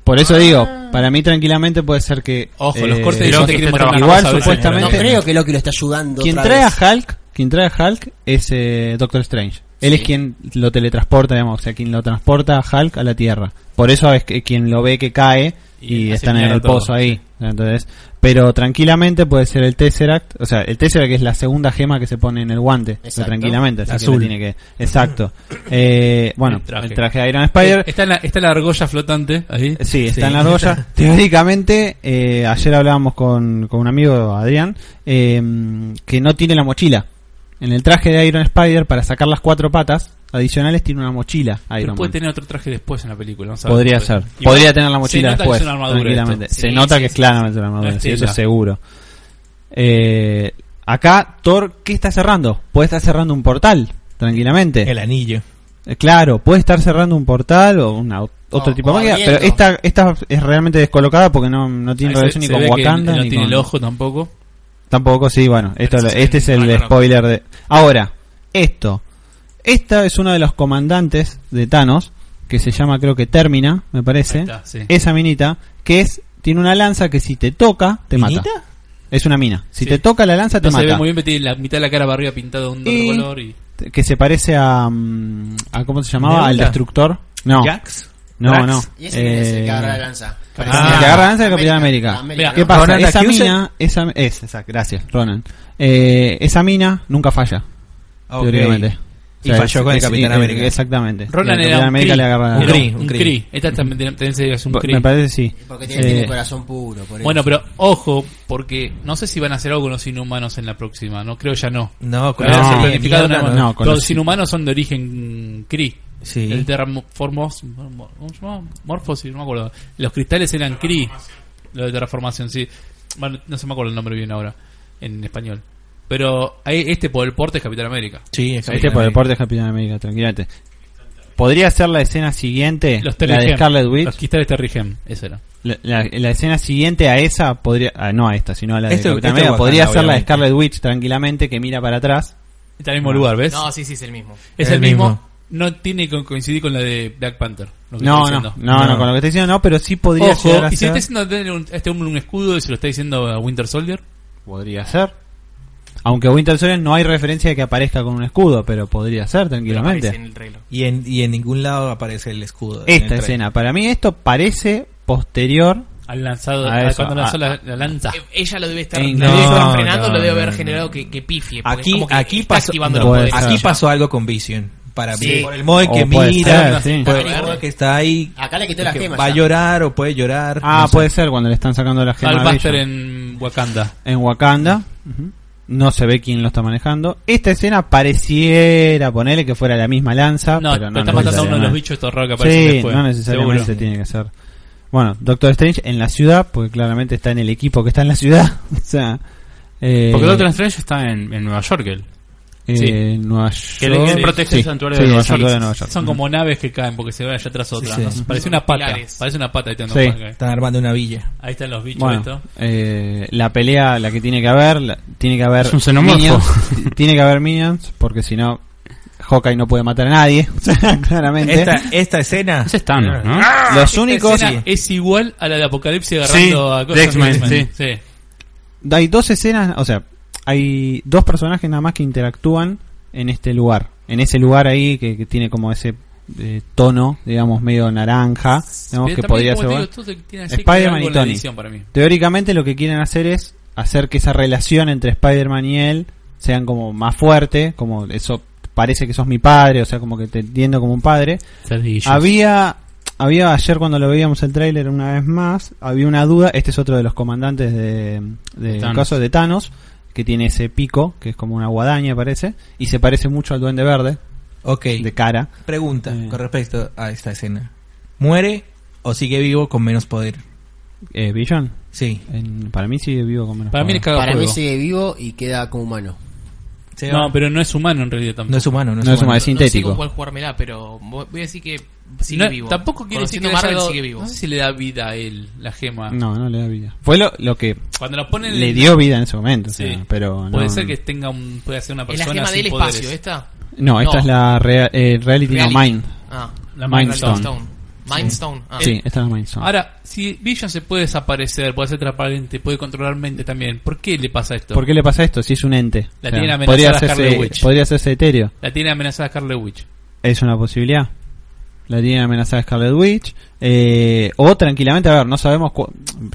S1: Por eso digo, para mí tranquilamente puede ser que...
S3: Ojo,
S1: eh,
S3: los cortes de
S6: Loki
S3: yo te quieren
S6: está
S3: mostrar una
S1: igual,
S3: cosa a veces,
S5: No
S1: supuestamente- Realmente.
S3: pero
S5: creo que Loki lo está ayudando.
S1: Quien
S5: otra
S1: trae a
S5: vez.
S1: Hulk, quien trae a Hulk es eh, Doctor Strange. Él es quien lo teletransporta, digamos, o sea, quien lo transporta a Hulk a la Tierra. Por eso es que, quien lo ve que cae y,
S3: Y hace
S1: están en
S3: mierda
S1: el
S3: todo,
S1: pozo ahí. Entonces, pero tranquilamente puede ser el Tesseract, o sea, el Tesseract es la segunda gema que se pone en el guante, o sea,
S5: Exacto.
S1: tranquilamente, así que
S4: Azul.
S1: la tiene que, exacto. Eh, bueno, el
S3: El
S1: traje.
S3: traje.
S1: de Iron
S3: no.
S1: Spider.
S3: Eh, Está en la, está en la argolla flotante ahí.
S1: Sí, está
S4: Sí.
S1: en la argolla. Teóricamente, eh, ayer hablábamos con, con un amigo, Adrián, eh, que no tiene la mochila. En el traje de Iron Spider, para sacar las cuatro patas adicionales, tiene una mochila
S3: Pero
S1: Iron
S3: puede
S1: Man.
S3: tener otro traje después en la película. no sabemos.
S1: Podría ser.
S3: Igual,
S1: Podría tener la mochila
S3: se nota
S1: después.
S3: Que es una armadura
S1: tranquilamente.
S3: esto.
S1: se
S2: Sí,
S1: nota
S2: sí,
S1: que es
S2: sí,
S1: claramente una armadura,
S3: No es
S1: sí, eso
S3: tela.
S1: es seguro. Eh, acá, Thor, ¿qué está cerrando? Puede estar cerrando un portal, tranquilamente.
S4: El anillo.
S1: Eh, Claro, puede estar cerrando un portal o una, otro
S5: O-
S1: tipo
S5: o
S1: de magia, pero
S5: abriendo.
S1: esta, esta es realmente descolocada porque no, no tiene
S3: Ahí se-
S1: relación ni
S3: se
S1: con
S3: ve que
S1: Wakanda
S3: No
S1: ni
S3: tiene
S1: con-
S3: el ojo tampoco.
S1: Tampoco, sí, bueno, esto,
S3: Pero
S1: lo-
S3: sí,
S1: este es el
S3: no, no, no.
S1: spoiler de... Ahora, esto. Esta es uno de los comandantes de Thanos, que se llama creo que Termina, me parece.
S3: Ahí está, sí.
S1: Esa minita, que es tiene una lanza que si te toca, te mata.
S4: ¿Minita?
S1: Es una mina. Si
S3: Sí.
S1: te toca la lanza, te
S3: No se ve
S1: mata.
S3: muy bien, pero tiene la mitad de la cara para arriba pintada de un
S1: Y-
S3: otro color. Y...
S1: Que se parece a... mm, a ¿Cómo se llamaba? Al
S4: ¿Nebula?
S1: destructor. No,
S4: ¿Jax?
S1: no,
S4: Drax.
S1: no.
S5: Y ese es el
S1: Eh,
S5: que agarra la lanza.
S1: El que agarra la lanza es el Capitán América.
S3: Vea,
S5: ¿no?
S1: ¿Qué pasa?
S4: Ronan
S1: esa
S4: Accuse.
S1: mina, esa, es, esa, gracias, Ronan. Eh, esa mina nunca falla,
S4: Ok.
S1: teóricamente.
S4: Y falló con el Capitán
S1: eh,
S4: América.
S1: Exactamente.
S3: Ronan
S1: el
S3: era
S1: Capitán
S3: un
S1: América
S3: Kree.
S1: le agarra
S4: Un
S1: la-
S3: Era
S4: Kree,
S3: un
S4: Kree.
S3: Kree. Esta también tendencia es un Kree.
S1: Me parece sí.
S5: Porque tiene, tiene
S1: Eh,
S5: corazón puro. Por eso.
S3: Bueno, pero ojo, porque no sé si van a hacer algo con los inhumanos en la próxima. No creo ya no.
S4: No,
S1: Ah.
S4: con
S3: Pero
S4: la
S3: se
S4: serie de
S3: planificado
S4: mierda,
S3: una-
S1: no. No, con
S3: los,
S1: los-
S3: inhumanos son de origen Kree.
S4: Sí.
S3: El Terraformos. Morfos, Morphosis, no me acuerdo. Los cristales eran Kree. Lo de terraformación, sí. Bueno, no se me acuerdo el nombre bien ahora. En español. Pero hay- este por el porte es Capitán América.
S4: Sí, es
S1: Este por el porte es Capitán América, tranquilamente. ¿Podría ser la escena siguiente?
S3: Los
S1: la de
S3: Terrigen.
S1: Scarlet Witch.
S3: Los cristales Terrigen. Eso era.
S1: La, la- la escena siguiente a esa podría... ah, no a esta, sino a la de
S4: Esto-
S1: Capitán
S4: esto es
S1: América.
S4: Wakanda,
S1: podría ser la de
S4: obviamente.
S1: Scarlet Witch, tranquilamente, que mira para atrás.
S3: Está en el mismo lugar, ¿ves?
S2: No, sí, sí, es el mismo.
S3: es
S4: el
S3: el mismo.
S4: mismo.
S3: No tiene que coincidir con la de Black Panther. lo que
S1: No,
S3: estoy
S1: no, no,
S3: diciendo.
S1: no,
S4: No.
S1: con lo que está diciendo no, pero sí podría llegar
S3: Ojo,
S1: a
S3: y si
S1: ser...
S3: está diciendo tener un, este hombre un escudo y se lo está diciendo a Winter Soldier,
S1: Podría ser. Aunque Winter Soldier no hay referencia de que aparezca con un escudo, pero podría ser
S2: Pero aparece en
S1: tranquilamente.
S2: el trailer.
S4: Y en, y en ningún lado aparece el escudo. en el
S1: Esta
S4: tráiler.
S1: escena, para mí esto parece posterior.
S3: al lanzado,
S1: A
S3: a-
S1: eso,
S3: cuando
S1: a-
S3: lanzó la, la lanza.
S2: Eh, Ella lo debe estar,
S1: Eh,
S2: la debe
S4: no,
S2: estar frenando,
S4: no,
S2: lo debe haber
S4: no, no.
S2: generado que, que pifie. porque es
S4: Aquí,
S2: como que
S4: aquí,
S2: está
S4: pasó,
S2: activando
S1: no,
S2: los
S1: puede
S2: poderes.
S1: ser.
S4: aquí pasó algo con Vision. Para
S2: Sí.
S4: mí, por el modo en que
S1: O puede
S4: mira,
S1: ser, sí.
S4: por el modo que está ahí,
S5: Acá le quitó las
S4: que
S5: gemas.
S4: va a
S5: ya.
S4: llorar o puede llorar.
S1: Ah,
S4: no sé.
S1: puede ser cuando le están sacando la gema
S3: Al
S1: a
S3: Buster
S1: Vision.
S3: en Wakanda.
S1: en Wakanda. Ujú. No se ve quién lo está manejando. Esta escena pareciera, ponerle que fuera la misma lanza,
S3: No,
S1: Ah, pero no
S3: está matando a uno de los
S1: necesariamente.
S3: bichos estos raros que aparecen
S1: Sí,
S3: después.
S1: no necesariamente
S3: seguro.
S1: tiene que ser. Bueno, Doctor Strange en la ciudad, porque claramente está en el equipo que está en la ciudad. o sea, Eh,
S6: Porque Doctor Strange está en, en Nueva York, él.
S1: eh,
S6: sí.
S1: en Nueva
S6: Que
S1: York.
S6: le- que le protege el santuario de
S1: sí,
S6: Nueva
S1: el santuario de Nueva York.
S3: Son como naves que caen porque se van allá atrás otras.
S1: Sí, sí.
S3: ¿no? Parece una pata.
S2: Pilares.
S3: Parece una pata. Ahí están, los
S1: Sí.
S3: pancas.
S4: Están armando una villa.
S3: Ahí están los bichos.
S1: Bueno,
S3: estos.
S1: eh, la pelea, la que tiene que haber, la- tiene que haber
S6: Es un xenomorfo.
S1: minions, t- tiene que haber minions, porque si no, Hawkeye no puede matar a nadie, o sea, claramente.
S4: Esta, esta escena.
S6: Ese es Thanos, ¿no?
S2: Ah,
S1: Los
S3: Esta
S1: únicos,
S3: escena es igual a la de Apocalipsis
S6: Sí,
S3: agarrando a
S6: de X-Men, sí.
S1: hay dos escenas, o sea, hay dos personajes nada más que interactúan en este lugar, en ese lugar ahí que, que tiene como ese eh, tono, digamos, medio naranja, digamos que podría ser. bueno. Spider-Man
S3: Spider-Man
S1: y Tony.
S3: Para mí.
S1: Teóricamente lo que quieren hacer es hacer que esa relación entre Spider-Man y él sean como más fuerte, como eso parece que sos mi padre, o sea, como que te entiendo como un padre. Había había ayer cuando lo veíamos el tráiler una vez más, había una duda, este es otro de los comandantes de, de-
S6: Thanos.
S1: el caso de Thanos, que tiene ese pico, que es como una guadaña parece, y se parece mucho al duende verde,
S4: Ok.
S1: de cara.
S4: Pregunta
S1: Eh.
S4: con respecto a esta escena. ¿Muere o sigue vivo con menos poder?
S1: Eh, Billon,
S4: Sí.
S1: en- para mí sigue vivo como menos
S3: Para mí
S1: poder.
S3: le caga
S5: Para mí
S3: fuego.
S5: sigue vivo y queda como humano.
S4: Se va.
S3: No, pero no es humano en realidad tampoco.
S4: No es humano, no es
S1: No es
S4: humano.
S1: humano, es
S2: No sé con
S1: sintético.
S2: cuál jugármela, pero voy voy a decir que sigue
S3: No,
S2: vivo.
S3: Tampoco quiere decir
S2: Conociendo
S3: que le haya
S2: Marvel
S3: dado-
S2: sigue vivo.
S3: No sé si le da vida a él, la gema.
S1: No, no le da vida. Fue lo, lo que
S3: Cuando la ponen.
S1: Mm. le dio vida en ese momento, o
S3: Sí.
S1: sea, pero no.
S3: Puede ser que tenga un. Puede ser una
S2: Es la
S3: persona.
S2: gema
S3: sin
S2: del
S3: poderes.
S2: espacio, ¿esta?
S1: No, esta
S2: No.
S1: es la rea- eh, reality, no,
S2: Reality.
S1: Mind.
S2: Ah,
S3: La
S1: Mind
S3: Mind
S1: Stone.
S2: Stone. Mind Stone. Ah.
S1: Sí, esta es la Mind Stone.
S3: Ahora, si Vision se puede desaparecer, puede ser transparente, puede controlar mente también, ¿por qué le pasa esto?
S1: ¿Por qué le pasa esto si es un ente?
S3: La tienen amenazada
S1: podría,
S3: a Scarlet
S1: hacerse,
S3: Witch.
S1: podría hacerse etéreo.
S3: La tiene amenazada Scarlet Witch.
S1: Es una posibilidad. La tiene amenazada Scarlet Witch. Eh, o tranquilamente, a ver, no sabemos. cu-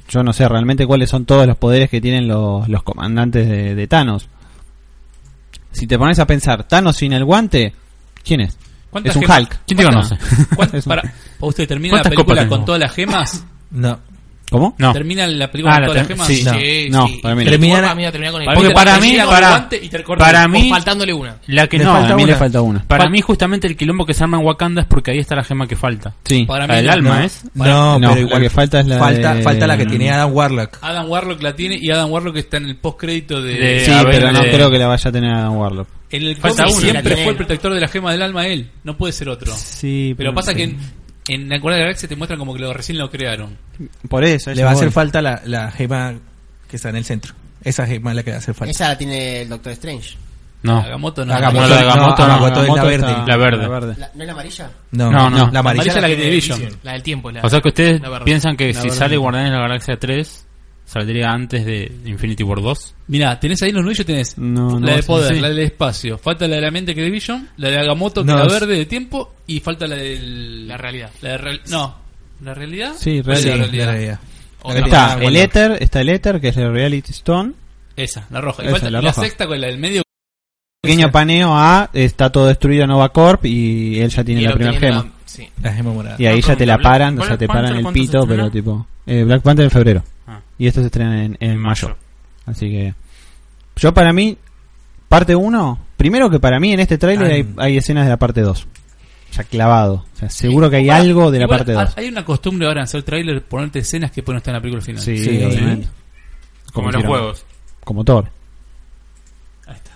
S1: Yo no sé realmente cuáles son todos los poderes que tienen los, los comandantes de, de Thanos. Si te pones a pensar, Thanos sin el guante, ¿quién es?
S3: ¿Cuántas
S1: Es un
S3: gemas-
S1: Hulk.
S6: ¿Quién te
S3: ¿Cuántas-
S6: conoce?
S3: cuán-
S1: Es un-
S3: para, ¿Usted termina la
S6: ¿Cuántas copas
S3: película
S6: tenemos?
S3: con todas las gemas?
S4: No.
S1: ¿Cómo?
S6: No.
S3: ¿Termina la película
S6: Ah,
S3: con
S6: la
S3: todas las
S6: ter-
S3: gemas?
S6: sí,
S1: No, no, para mí no.
S4: Termina-
S2: Termina, termina con el
S6: Porque
S3: te-
S6: para
S3: te
S6: mí,
S3: llena un
S6: para-
S3: guante y te corta
S6: para
S3: el-
S6: mí-
S2: faltándole una.
S6: La que
S4: Le
S6: no,
S4: falta
S6: a mí le
S4: una.
S6: falta-
S1: falta una.
S6: Para mí, justamente el quilombo que se arma en Wakanda es porque ahí está la gema que falta.
S1: Sí.
S3: Para mí
S6: La del
S3: no.
S6: Ah, alma,
S4: no.
S6: ¿es?
S1: No,
S4: No, pero
S1: la
S4: igual
S1: que falta es la
S4: falta,
S1: de-
S4: falta la que tiene Adam
S2: Ah,
S4: Warlock.
S3: Adam Warlock la tiene y Adam Warlock está en el postcrédito de...
S6: De- Eh,
S1: sí,
S6: a ver,
S1: pero no
S6: eh,
S1: creo que la vaya a tener Adam Warlock.
S3: En el
S6: Falta
S3: cómic
S6: una.
S3: siempre
S5: Sí, la tiene
S3: fue el
S5: él.
S3: protector de la gema del alma él, no puede ser otro.
S1: Sí,
S3: Pero pasa que en, en la Guardia de la Galaxia te muestran como que lo, recién lo crearon.
S1: Por eso,
S4: Le va a hacer falta la, la gema que está en el centro. Esa gema es la que va a hacer falta.
S5: Esa la tiene el Doctor Strange.
S6: No.
S3: Agamotto no.
S4: Agamotto.
S6: Como la de
S4: No,
S6: Agamotto, no.
S4: Agamotto es la verde.
S6: La verde.
S5: La- ¿No es la amarilla?
S6: No, no.
S4: No, La amarilla,
S3: Amarilla es la que tiene Vision.
S2: La del tiempo. La,
S6: O sea que ustedes
S2: la verde.
S6: piensan que si
S4: verdad.
S6: sale Guardianes de la Galaxia 3, saldría antes de Infinity War 2.
S3: Mirá, tenés ahí los nuevos, tenés
S1: No, no,
S3: la de
S1: sí,
S3: poder,
S1: sí.
S3: la del espacio, falta la de la mente que es de Vision, la de Agamotto que
S4: No,
S3: es
S4: es-
S3: la verde de tiempo y falta la de
S2: La realidad.
S3: La de real- no, la realidad.
S1: Sí,
S3: ¿Cuál es
S1: realidad.
S3: la
S4: Sí, la realidad.
S3: Otra.
S4: La que
S1: Está
S4: tiene
S1: el
S4: Adam
S1: Ether, está el Ether, que es el Reality Stone.
S3: Esa, la roja. Y
S1: Esa,
S3: falta
S1: la
S3: la,
S1: roja.
S3: sexta con la del medio.
S1: Pequeño paneo a está todo destruido Nova Corp y él ya tiene
S2: Y
S1: la
S2: lo
S1: primera
S2: tenía la-
S1: gema.
S2: sí.
S4: Warlock. La gema morada.
S1: Y ahí
S6: Una
S1: ya te la
S6: pregunta,
S1: paran, o
S6: ¿Black
S1: sea, te
S6: Panther
S1: paran el
S6: cuándo se
S1: pito,
S6: estrena?
S1: pero tipo. eh, Black Panther en febrero.
S6: Ah.
S1: Y esto se estrena en, en
S6: En mayo.
S1: mayo. Así que. Yo para mí, parte 1. Primero que para mí en este tráiler
S4: Ah.
S1: hay, hay escenas de la parte 2. Ya clavado. O sea, seguro que hay algo de la
S3: Igual,
S1: parte
S3: ha-
S1: 2.
S3: Hay una costumbre ahora en hacer trailer ponerte escenas que después no están en la película final.
S1: Sí,
S4: Sí.
S1: obviamente.
S6: Como en los
S1: hicieron-
S6: juegos.
S1: Como Thor.
S3: Ahí está.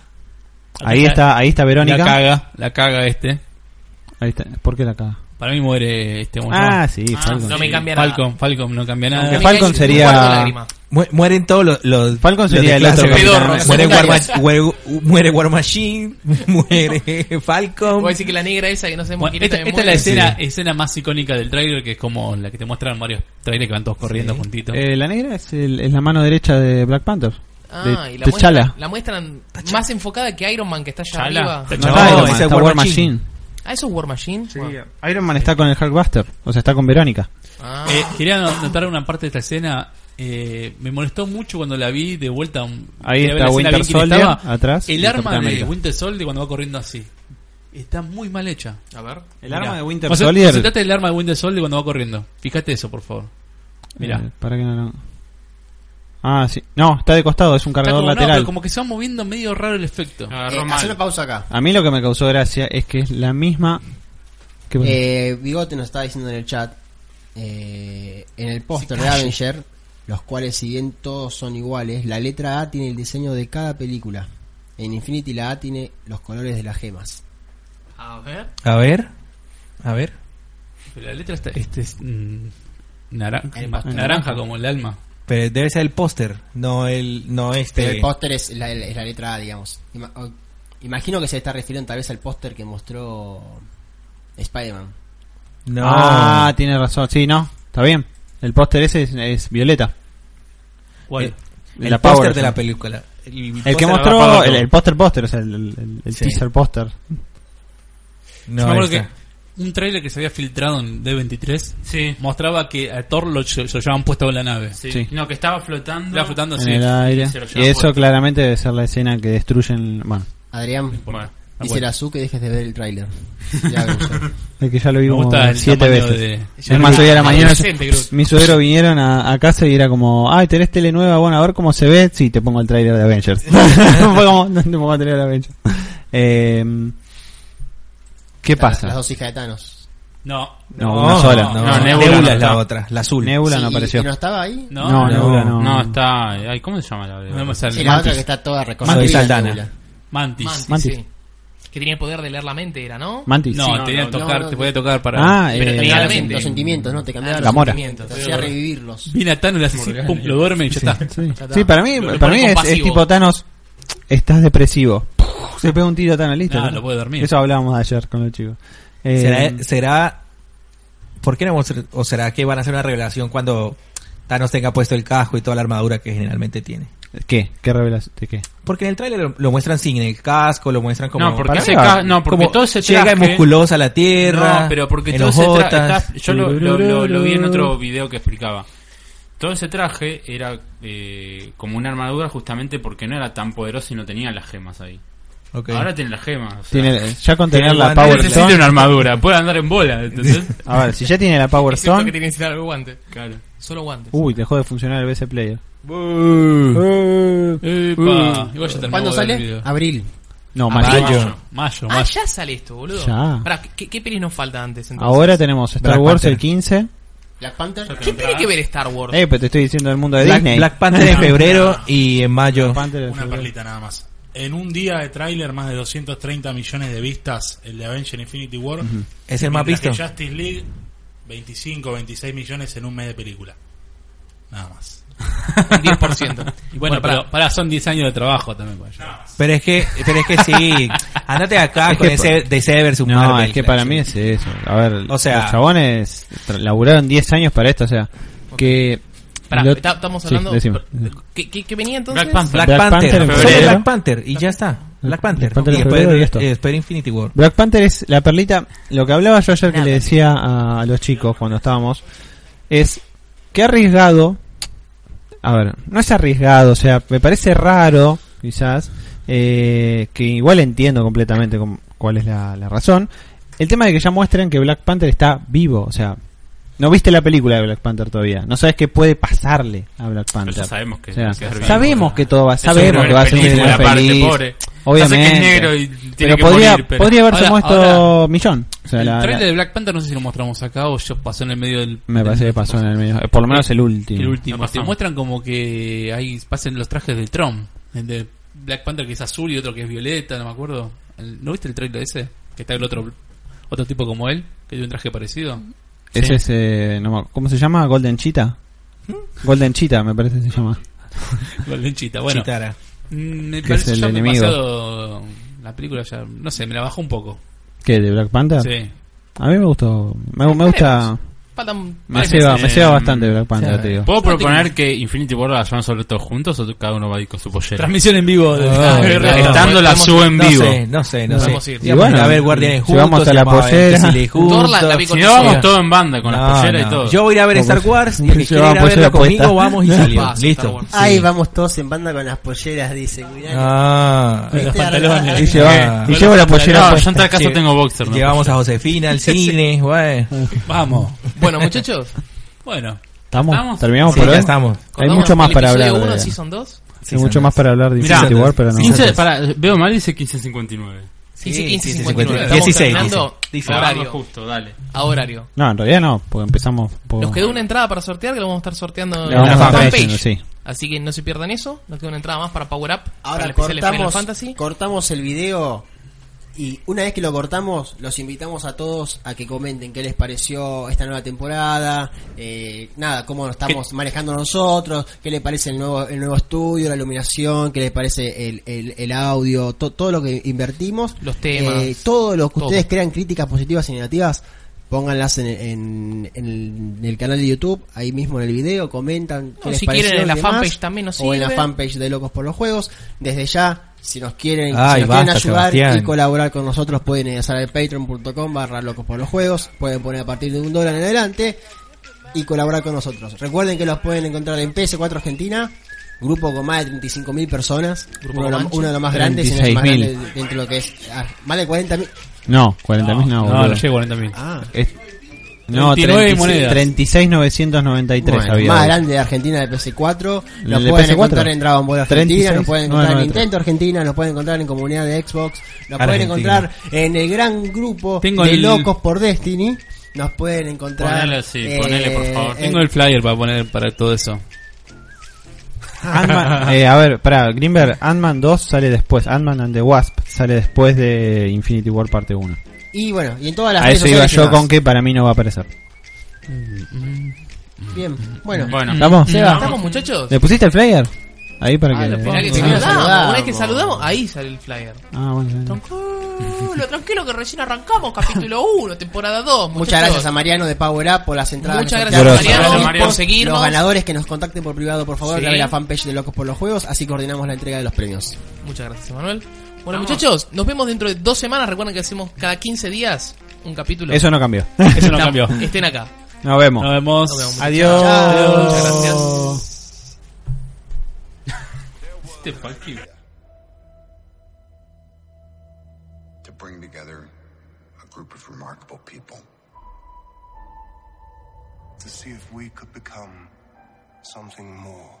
S1: Ahí está, ahí está
S3: La
S1: Verónica.
S3: caga, la caga este.
S1: Ahí está. ¿Por qué la caga?
S3: Para mí muere este ¿cómo se
S1: Ah,
S3: llama?
S1: sí,
S2: Ah,
S1: Falcon.
S2: no me cambia nada.
S3: Falcon, Falcon no cambia nada.
S1: Aunque
S2: Me
S1: Falcon
S2: cae un
S1: sería-
S2: cuarto de lágrima.
S4: Mu- Mueren todos los, los-
S1: Falcon
S4: los
S1: sería
S4: de
S1: el
S4: clase,
S1: otro
S4: Capitán
S2: pedorro,
S4: América.
S2: los
S4: Muere War,
S2: secundarios.
S4: Mach- muere- muere War Machine, muere Falcon.
S2: Voy a decir que la negra esa que no sabemos
S3: Bueno,
S2: quién
S3: esta,
S2: es.
S3: esta es la escena, escena más icónica del tráiler que es como la que te muestran varios trailers que van todos corriendo juntitos.
S1: Eh, la negra es, el- es la mano derecha de Black Panther.
S2: Ah,
S1: de
S2: y la
S1: T'Challa.
S2: muestran, la muestran más enfocada que Iron Man que está allá
S6: Chala.
S2: arriba.
S1: No,
S4: T'Challa.
S1: está Iron
S4: No,
S1: Man,
S4: esa
S1: está
S4: es
S1: War,
S4: War
S1: Machine.
S4: Machine.
S2: Ah, eso es War Machine. Bueno.
S1: Iron Man está con el Hulkbuster. O sea, está con Verónica.
S2: Ah.
S3: Eh, quería no- notar una parte de esta escena. eh, me molestó mucho cuando la vi de vuelta.
S1: Ahí
S3: quería ver
S1: está
S3: la escena
S1: Winter
S3: bien que
S1: Soldier,
S3: estaba.
S1: atrás, y
S3: El
S1: el
S3: arma
S1: Capitán
S3: de
S1: América.
S3: Winter Soldier cuando va corriendo así. Está muy mal hecha.
S2: a ver.
S1: El
S3: Mirá.
S1: arma de Winter
S3: Conce-
S1: Soldier.
S3: Concentrate el arma de Winter Soldier cuando va corriendo. Fíjate eso, por favor. Mirá.
S1: Eh, para que no, lo- Ah, sí. No, está de costado, es un
S3: Está
S1: cargador
S3: como, no,
S1: lateral.
S3: pero como que se va moviendo medio raro el efecto.
S5: Eh,
S6: Agarró
S5: haz una
S6: mal.
S5: pausa acá.
S1: A mí lo que me causó gracia es que es la misma. ¿Qué pasa?
S5: Eh, Bigote nos estaba diciendo en el chat. eh, en el póster de Avenger los cuales si bien todos son iguales, la letra A tiene el diseño de cada película. En Infinity la A tiene los colores de las gemas.
S2: A ver.
S4: A ver. A ver.
S3: Pero la letra está. Este es. mm, naranja,
S5: El pastel.
S3: naranja como el alma.
S4: Pero debe ser el póster, no el no
S5: Pero
S4: este.
S5: el póster es la, es la letra A, digamos. Ima- o- imagino que se está refiriendo tal vez al póster que mostró Spider-Man.
S4: no. Eh,
S1: Ah, tiene razón. Sí, no. Está bien. El póster ese es, es violeta.
S4: ¿Cuál?
S1: Eh,
S4: el
S1: la
S4: póster
S1: Power
S4: de la
S1: Zone.
S4: película. El,
S1: El que
S4: póster
S1: mostró,
S4: agarrado.
S1: el, el póster póster, o sea, el, el- el
S4: Sí.
S1: teaser póster.
S4: No,
S3: Yo me acuerdo
S4: ahí está.
S3: que un trailer que se había filtrado en D23
S6: Sí,
S3: mostraba que a Thor lo, se lo llevaban puesto en la nave.
S6: sí.
S1: Sí.
S6: No, que estaba flotando.
S3: Estaba flotando
S1: en
S3: así.
S1: el aire.
S6: se lo
S1: Y
S6: lleva
S1: eso
S6: puesto.
S1: claramente debe ser la escena que destruyen. Bueno,
S5: Adrián,
S6: Bueno.
S5: dice la Azu que dejes de ver el tráiler. Ya veo yo.
S1: es que ya lo vi
S3: Me
S1: como
S3: gusta el
S1: siete
S3: tamaño
S1: veces.
S3: de-
S1: Es más, hoy a la mañana
S3: Adolescente, creo.
S1: mi suegro vinieron a, a casa y era como, ay, tenés tele nueva, bueno, a ver cómo se ve. Sí, te pongo el trailer de Avengers. Fue como, no te pongo el trailer de Avengers. Eh, ¿Qué pasa?
S5: Las dos hijas de Thanos.
S3: No,
S1: No, una sola.
S4: No,
S6: Oh. No,
S4: Nebula,
S6: Nebula no
S4: es la
S6: está.
S4: otra, la azul.
S1: Nebula
S5: Sí,
S1: no
S5: y-
S1: apareció.
S5: y no estaba ahí?
S3: no,
S1: No,
S4: no.
S1: Nebula no.
S6: No, está. ay, ¿Cómo se llama la
S3: no me
S5: Sí,
S3: sale.
S5: la otra
S3: Mantis.
S5: que está toda
S4: Soy
S5: reconstruida.
S4: Saldana.
S5: Nebula.
S3: Mantis.
S2: Mantis,
S1: Mantis.
S2: sí. Que tenía el poder de leer la mente, era, ¿no?
S1: Mantis.
S3: No,
S6: Sí, no,
S3: tenía
S6: no,
S3: que tocar,
S5: no,
S3: te
S5: no.
S3: podía tocar para.
S1: Ah,
S5: Pero te
S1: eh,
S5: cambiaban los,
S2: claramente.
S5: los sentimientos, ¿no? Te cambiaban
S1: La
S5: los
S1: mora.
S5: sentimientos. Te hacía revivirlos.
S3: Vine a Thanos, le hace así, pum, lo duerme y ya está.
S1: sí. Sí, para mí,
S2: Lo- lo
S1: para
S2: pone
S1: mí es, es
S2: compasivo.
S1: tipo Thanos, estás depresivo. Se pega un tiro Thanos, listo.
S3: No,
S1: ya
S3: lo
S1: está.
S3: puede dormir.
S1: Eso hablábamos ayer con los chicos. Eh,
S4: ¿Será, será por qué no vamos a hacer- o será que van a hacer una revelación cuando Thanos tenga puesto el casco y toda la armadura que generalmente tiene?
S1: ¿Qué? ¿Qué revelas? ¿De qué?
S4: Porque en el tráiler lo, lo muestran sin el casco, lo muestran como
S6: No, porque
S1: para
S6: ese
S1: mí va.
S6: ca- no, porque
S4: como
S6: todo ese
S4: llega
S6: traje-
S4: musculosa a la tierra.
S6: No, pero porque
S4: en
S6: todo ese
S4: ojotas.
S6: traje. está- Yo lo, lo- lo- lo vi en otro video que explicaba. Todo ese traje era eh, como una armadura justamente porque no era tan poderoso y no tenía las gemas ahí.
S4: Ok.
S6: Ahora tiene las gemas. o sea,
S3: Ah.
S1: Tiene, ya con tener
S4: tiene
S1: la
S4: guante,
S6: no
S1: Power
S4: ese sí
S6: necesita
S1: Stone.
S6: una armadura, puede andar en bola. ¿entendés?
S1: A ver, si ya tiene la Power
S2: Excepto que
S1: Stone.
S2: tiene que necesitar algo guante.
S6: claro.
S2: Solo guantes.
S1: Uy, dejó de funcionar el BC Player.
S6: Uh.
S1: Uh.
S3: Epa, igual ya terminó
S5: ¿Cuándo
S3: de ver el
S5: sale?
S3: video.
S5: Abril.
S1: No,
S3: Mayo.
S1: mayo.
S3: Mayo, mayo.
S2: Ah, ya sale esto, boludo.
S1: Ya.
S2: Pará, ¿qué, qué pelis nos falta antes entonces?
S1: Ahora tenemos Star
S4: Black
S1: Wars
S4: Panther.
S1: el 15.
S5: Black Panther.
S2: ¿Qué tiene que ver Star Wars?
S1: Eh, pero te estoy diciendo el mundo de
S4: Black,
S1: Disney.
S4: Black Panther en febrero y en mayo.
S1: Black Panther de
S7: Una
S1: febrero.
S7: perlita nada más. En un día de tráiler, más de 230 millones de vistas, el de Avenger Infinity War.
S4: Es el más
S7: Mientras
S4: visto.
S7: que Justice League, 25, 26 millones en un mes de película. Nada más.
S2: Un 10%.
S3: Y bueno, pero pará, son 10 años de trabajo también. pues, para allá.
S4: Pero es que, pero es que sí. Andate acá
S1: Es
S4: con
S1: que
S4: ese DC versus
S1: No,
S4: Marvel.
S1: es que
S4: claro,
S1: para
S4: sí.
S1: mí es eso. A ver,
S4: O sea-
S1: los chabones tra- laburaron 10 años para esto, o sea, que...
S2: Pará,
S1: lo-
S2: está- estamos hablando.
S1: Sí, decime.
S2: ¿Qué, qué, qué venía entonces?
S6: Black Panther.
S4: Black,
S1: Black
S4: Panther,
S1: Panther en
S4: solo
S1: febrero.
S4: Black Panther y ya está. Black Panther.
S1: Panther
S4: y
S1: en
S4: después,
S1: febrero y ya está.
S4: eh, después Infinity War.
S1: Black Panther es la perlita, lo que hablaba yo ayer que le decía a los chicos cuando estábamos, es que arriesgado, a ver, no es arriesgado, o sea, me parece raro, quizás, eh, que igual entiendo completamente com- cuál es la, la razón, el tema de que ya muestren que Black Panther está vivo, o sea, no viste la película de Black Panther todavía, no sabes qué puede pasarle a Black
S6: Pero
S1: Panther.
S6: ya sabemos que
S1: O sea,
S6: que es bien.
S1: sabemos que todo va,
S6: Es una
S1: sabemos que va a ser
S6: película
S1: una
S6: aparte,
S1: feliz.
S6: pobre.
S1: Obviamente.
S6: Ya sé que es negro y tiene
S1: pero
S6: que
S1: podría,
S6: morir, pero-
S1: podría haberse
S3: Ahora-
S1: muerto
S3: ahora-
S1: millón. O sea,
S3: el
S1: la- la-
S3: trailer de Black Panther no sé si lo mostramos acá o yo pasó en el medio del.
S1: me parece que pasó en el medio. eh, Por lo menos el último.
S3: El último.
S6: No pasó.
S3: Te muestran como que ahí pasen los trajes de Trump. El de Black Panther que es azul y otro que es violeta, no me acuerdo. El- ¿No viste el trailer ese? Que está el otro otro tipo como él, que tiene un traje parecido.
S1: Ese es, eh, no me acuerdo- ¿Cómo se llama? Golden Cheetah. Golden Cheetah, me parece que se llama.
S3: Lenchita, bueno.
S4: Chitara.
S3: mm, Me
S1: Que
S3: parece
S1: es el
S3: ya
S1: enemigo.
S3: demasiado. La película ya. No sé, me la bajó un poco.
S1: ¿Qué? ¿De Black
S6: Ah.
S1: Panther?
S3: Sí.
S1: A mí me gustó. Me, me gusta.
S2: Faltan
S1: Me
S2: tres
S1: ceba,
S2: meses.
S1: me
S6: eh,
S1: ceba bastante Black Panther,
S4: sí.
S1: te digo.
S6: ¿Puedo
S2: Yo no
S6: proponer que Infinity War la llevan sobre todos juntos o cada uno va a ir con su pollera?
S3: Transmisión en vivo. de-
S4: Ah,
S3: de-
S4: no.
S6: Estando la
S2: Podemos-
S6: subo en
S4: No
S6: vivo.
S4: sé, no sé, no
S2: Vamos a
S4: sé.
S2: ir.
S1: Y
S4: Íbamos
S1: bueno,
S4: a ver Guardianes
S1: si vamos
S4: juntos,
S1: a la
S4: íbamos ver
S1: pollera.
S4: Justice League
S2: Thor la- la
S4: juntos.
S2: vi con
S6: Si
S2: tu
S6: no, vamos
S2: tía.
S6: todos en banda con la
S4: No,
S6: pollera
S4: no.
S6: y todo.
S4: Yo voy a ir a ver
S1: Vamos.
S4: Star Wars y el que
S1: Se va
S4: quiera ir a
S1: a poner
S4: verlo
S1: apuesta.
S4: conmigo vamos y salimos.
S2: Paso, Star
S4: Listo.
S2: Wars.
S5: Ahí vamos todos en banda con las polleras, dice. Mirá
S4: Ah,
S5: que-
S3: los
S5: ¿viste?
S3: pantalones.
S1: Y llevo,
S4: Ah.
S1: y llevo la pollera.
S6: No,
S1: puesta.
S6: yo en tal caso
S4: Sí.
S6: tengo boxer. ¿no?
S4: Llevamos a Josefina al cine, bueno.
S3: Vamos.
S2: Bueno, muchachos,
S3: Bueno.
S1: ¿Estamos?
S6: ¿Estamos?
S1: ¿Terminamos
S4: Sí,
S1: por
S4: ya
S1: hoy?
S4: estamos.
S1: Hay
S2: cortamos
S1: mucho
S2: con
S1: más
S2: el
S1: para
S2: episodio
S1: hablar.
S2: uno,
S1: todavía.
S2: Season 2.
S1: Hay mucho más para hablar de
S6: Mirá,
S1: Infinity War, pero no.
S6: 15, pará, veo mal, dice 15.59.
S2: Sí, sí, 15,
S4: 15, 59.
S2: 16.
S4: 16, Dice,
S2: Ahora- Horario.
S6: Horario. justo, dale.
S2: A horario.
S1: No, en realidad no, porque empezamos. por-
S2: Nos quedó una entrada para sortear que lo vamos a estar sorteando
S1: La vamos a estar haciendo, sí.
S2: Así que no se pierdan eso. Nos queda una entrada más para Power Up. para el
S5: Ahora
S2: especial de Final
S5: cortamos,
S2: Fantasy.
S5: cortamos el video y una vez que lo cortamos, los invitamos a todos a que comenten qué les pareció esta nueva temporada, eh, nada, cómo nos estamos manejando nosotros, qué les parece el nuevo, el nuevo estudio, la iluminación, qué les parece el, el, el audio, to- todo lo que invertimos. Eh,
S2: Los temas.
S5: todo lo que
S2: Todo.
S5: ustedes crean críticas positivas y negativas. Pónganlas en, en- en el, en el canal de YouTube, ahí mismo en el video, comentan
S2: No,
S5: qué les
S2: si quieren,
S5: pareció
S2: en la
S5: y demás,
S2: fanpage también nos
S5: O en la
S2: sirve.
S5: fanpage de Locos por los Juegos. Desde ya, si nos quieren,
S4: Ay,
S5: si nos
S4: basta,
S5: quieren ayudar
S4: Sebastián.
S5: y colaborar con nosotros, pueden ingresar al patreon.com barra Locos por los Juegos. Pueden poner a partir de un dólar en adelante y colaborar con nosotros. Recuerden que los pueden encontrar en PS4 Argentina. Grupo con más de 35.000 personas,
S2: Grupo
S5: uno, de los-
S2: Comanche.
S5: uno de los más grandes, si no es el más
S1: 36.000.
S5: grande dentro de lo que es. ah, más de 40.000.
S1: No, 40.000 no,
S3: No,
S1: boludo.
S3: no, no llego a 40.000.
S5: Ah,
S1: Es- No,
S3: 29
S1: 36
S3: monedas.
S1: 36,993
S5: Bueno,
S1: había.
S5: más grande de Argentina de PS4.
S1: ¿El
S5: Lo
S1: de
S5: pueden
S1: PS4?
S5: encontrar en Dragon Ball Argentina, lo pueden encontrar en
S1: 36,993.
S5: Nintendo Argentina, lo pueden encontrar en comunidad de Xbox, lo pueden
S4: Argentina.
S5: encontrar en el gran grupo
S3: Tengo
S5: de
S3: el-
S5: locos por Destiny. Nos pueden encontrar. eh,
S6: Ponele, sí, ponele, por favor.
S5: en-
S3: Tengo el flyer para poner para todo eso.
S1: Ant-Man- eh, a ver, pará, Greenberg, Ant-Man 2 sale después, Ant-Man and the Wasp sale después de Infinity War parte 1.
S5: Y bueno, y en todas las
S1: A
S5: redes
S1: eso iba
S5: sociales y
S1: yo
S5: demás.
S1: con que para mí no va a aparecer.
S5: Bien, bueno.
S6: Bueno,
S1: ¿Estamos?
S2: Seba, ¿Estamos, muchachos?
S1: ¿Le pusiste el flyer? Ahí para
S5: Mm, Ah,
S1: que...
S5: lo
S2: Mirá que
S5: Vamos.
S2: saludamos.
S5: Saludamos.
S2: Una vez que saludamos, ahí sale el flyer.
S1: Ah, bueno, bueno.
S2: Tranquilo, lo tranquilo que recién arrancamos capítulo 1, temporada 2.
S5: Muchas gracias a Mariano de Power Up por las entradas.
S2: Muchas
S5: que nos
S2: gracias,
S5: sortearon.
S2: Mariano,
S6: Gracias, Mariano.
S2: por seguirnos.
S5: Los ganadores que nos contacten por privado, por favor,
S2: Sí.
S5: a través de la fanpage de Locos por los Juegos, así coordinamos la entrega de los premios.
S2: Muchas gracias, Manuel. Bueno, muchachos, nos vemos dentro de dos semanas. Recuerden que hacemos cada 15 días un capítulo.
S1: Eso no cambió.
S3: Eso
S2: Está-
S3: no cambió.
S2: Estén acá.
S1: Nos vemos.
S3: Nos vemos.
S2: Nos vemos.
S1: Adiós.
S2: Muchas gracias.
S8: to bring together a group of remarkable people. To see if we could become something more.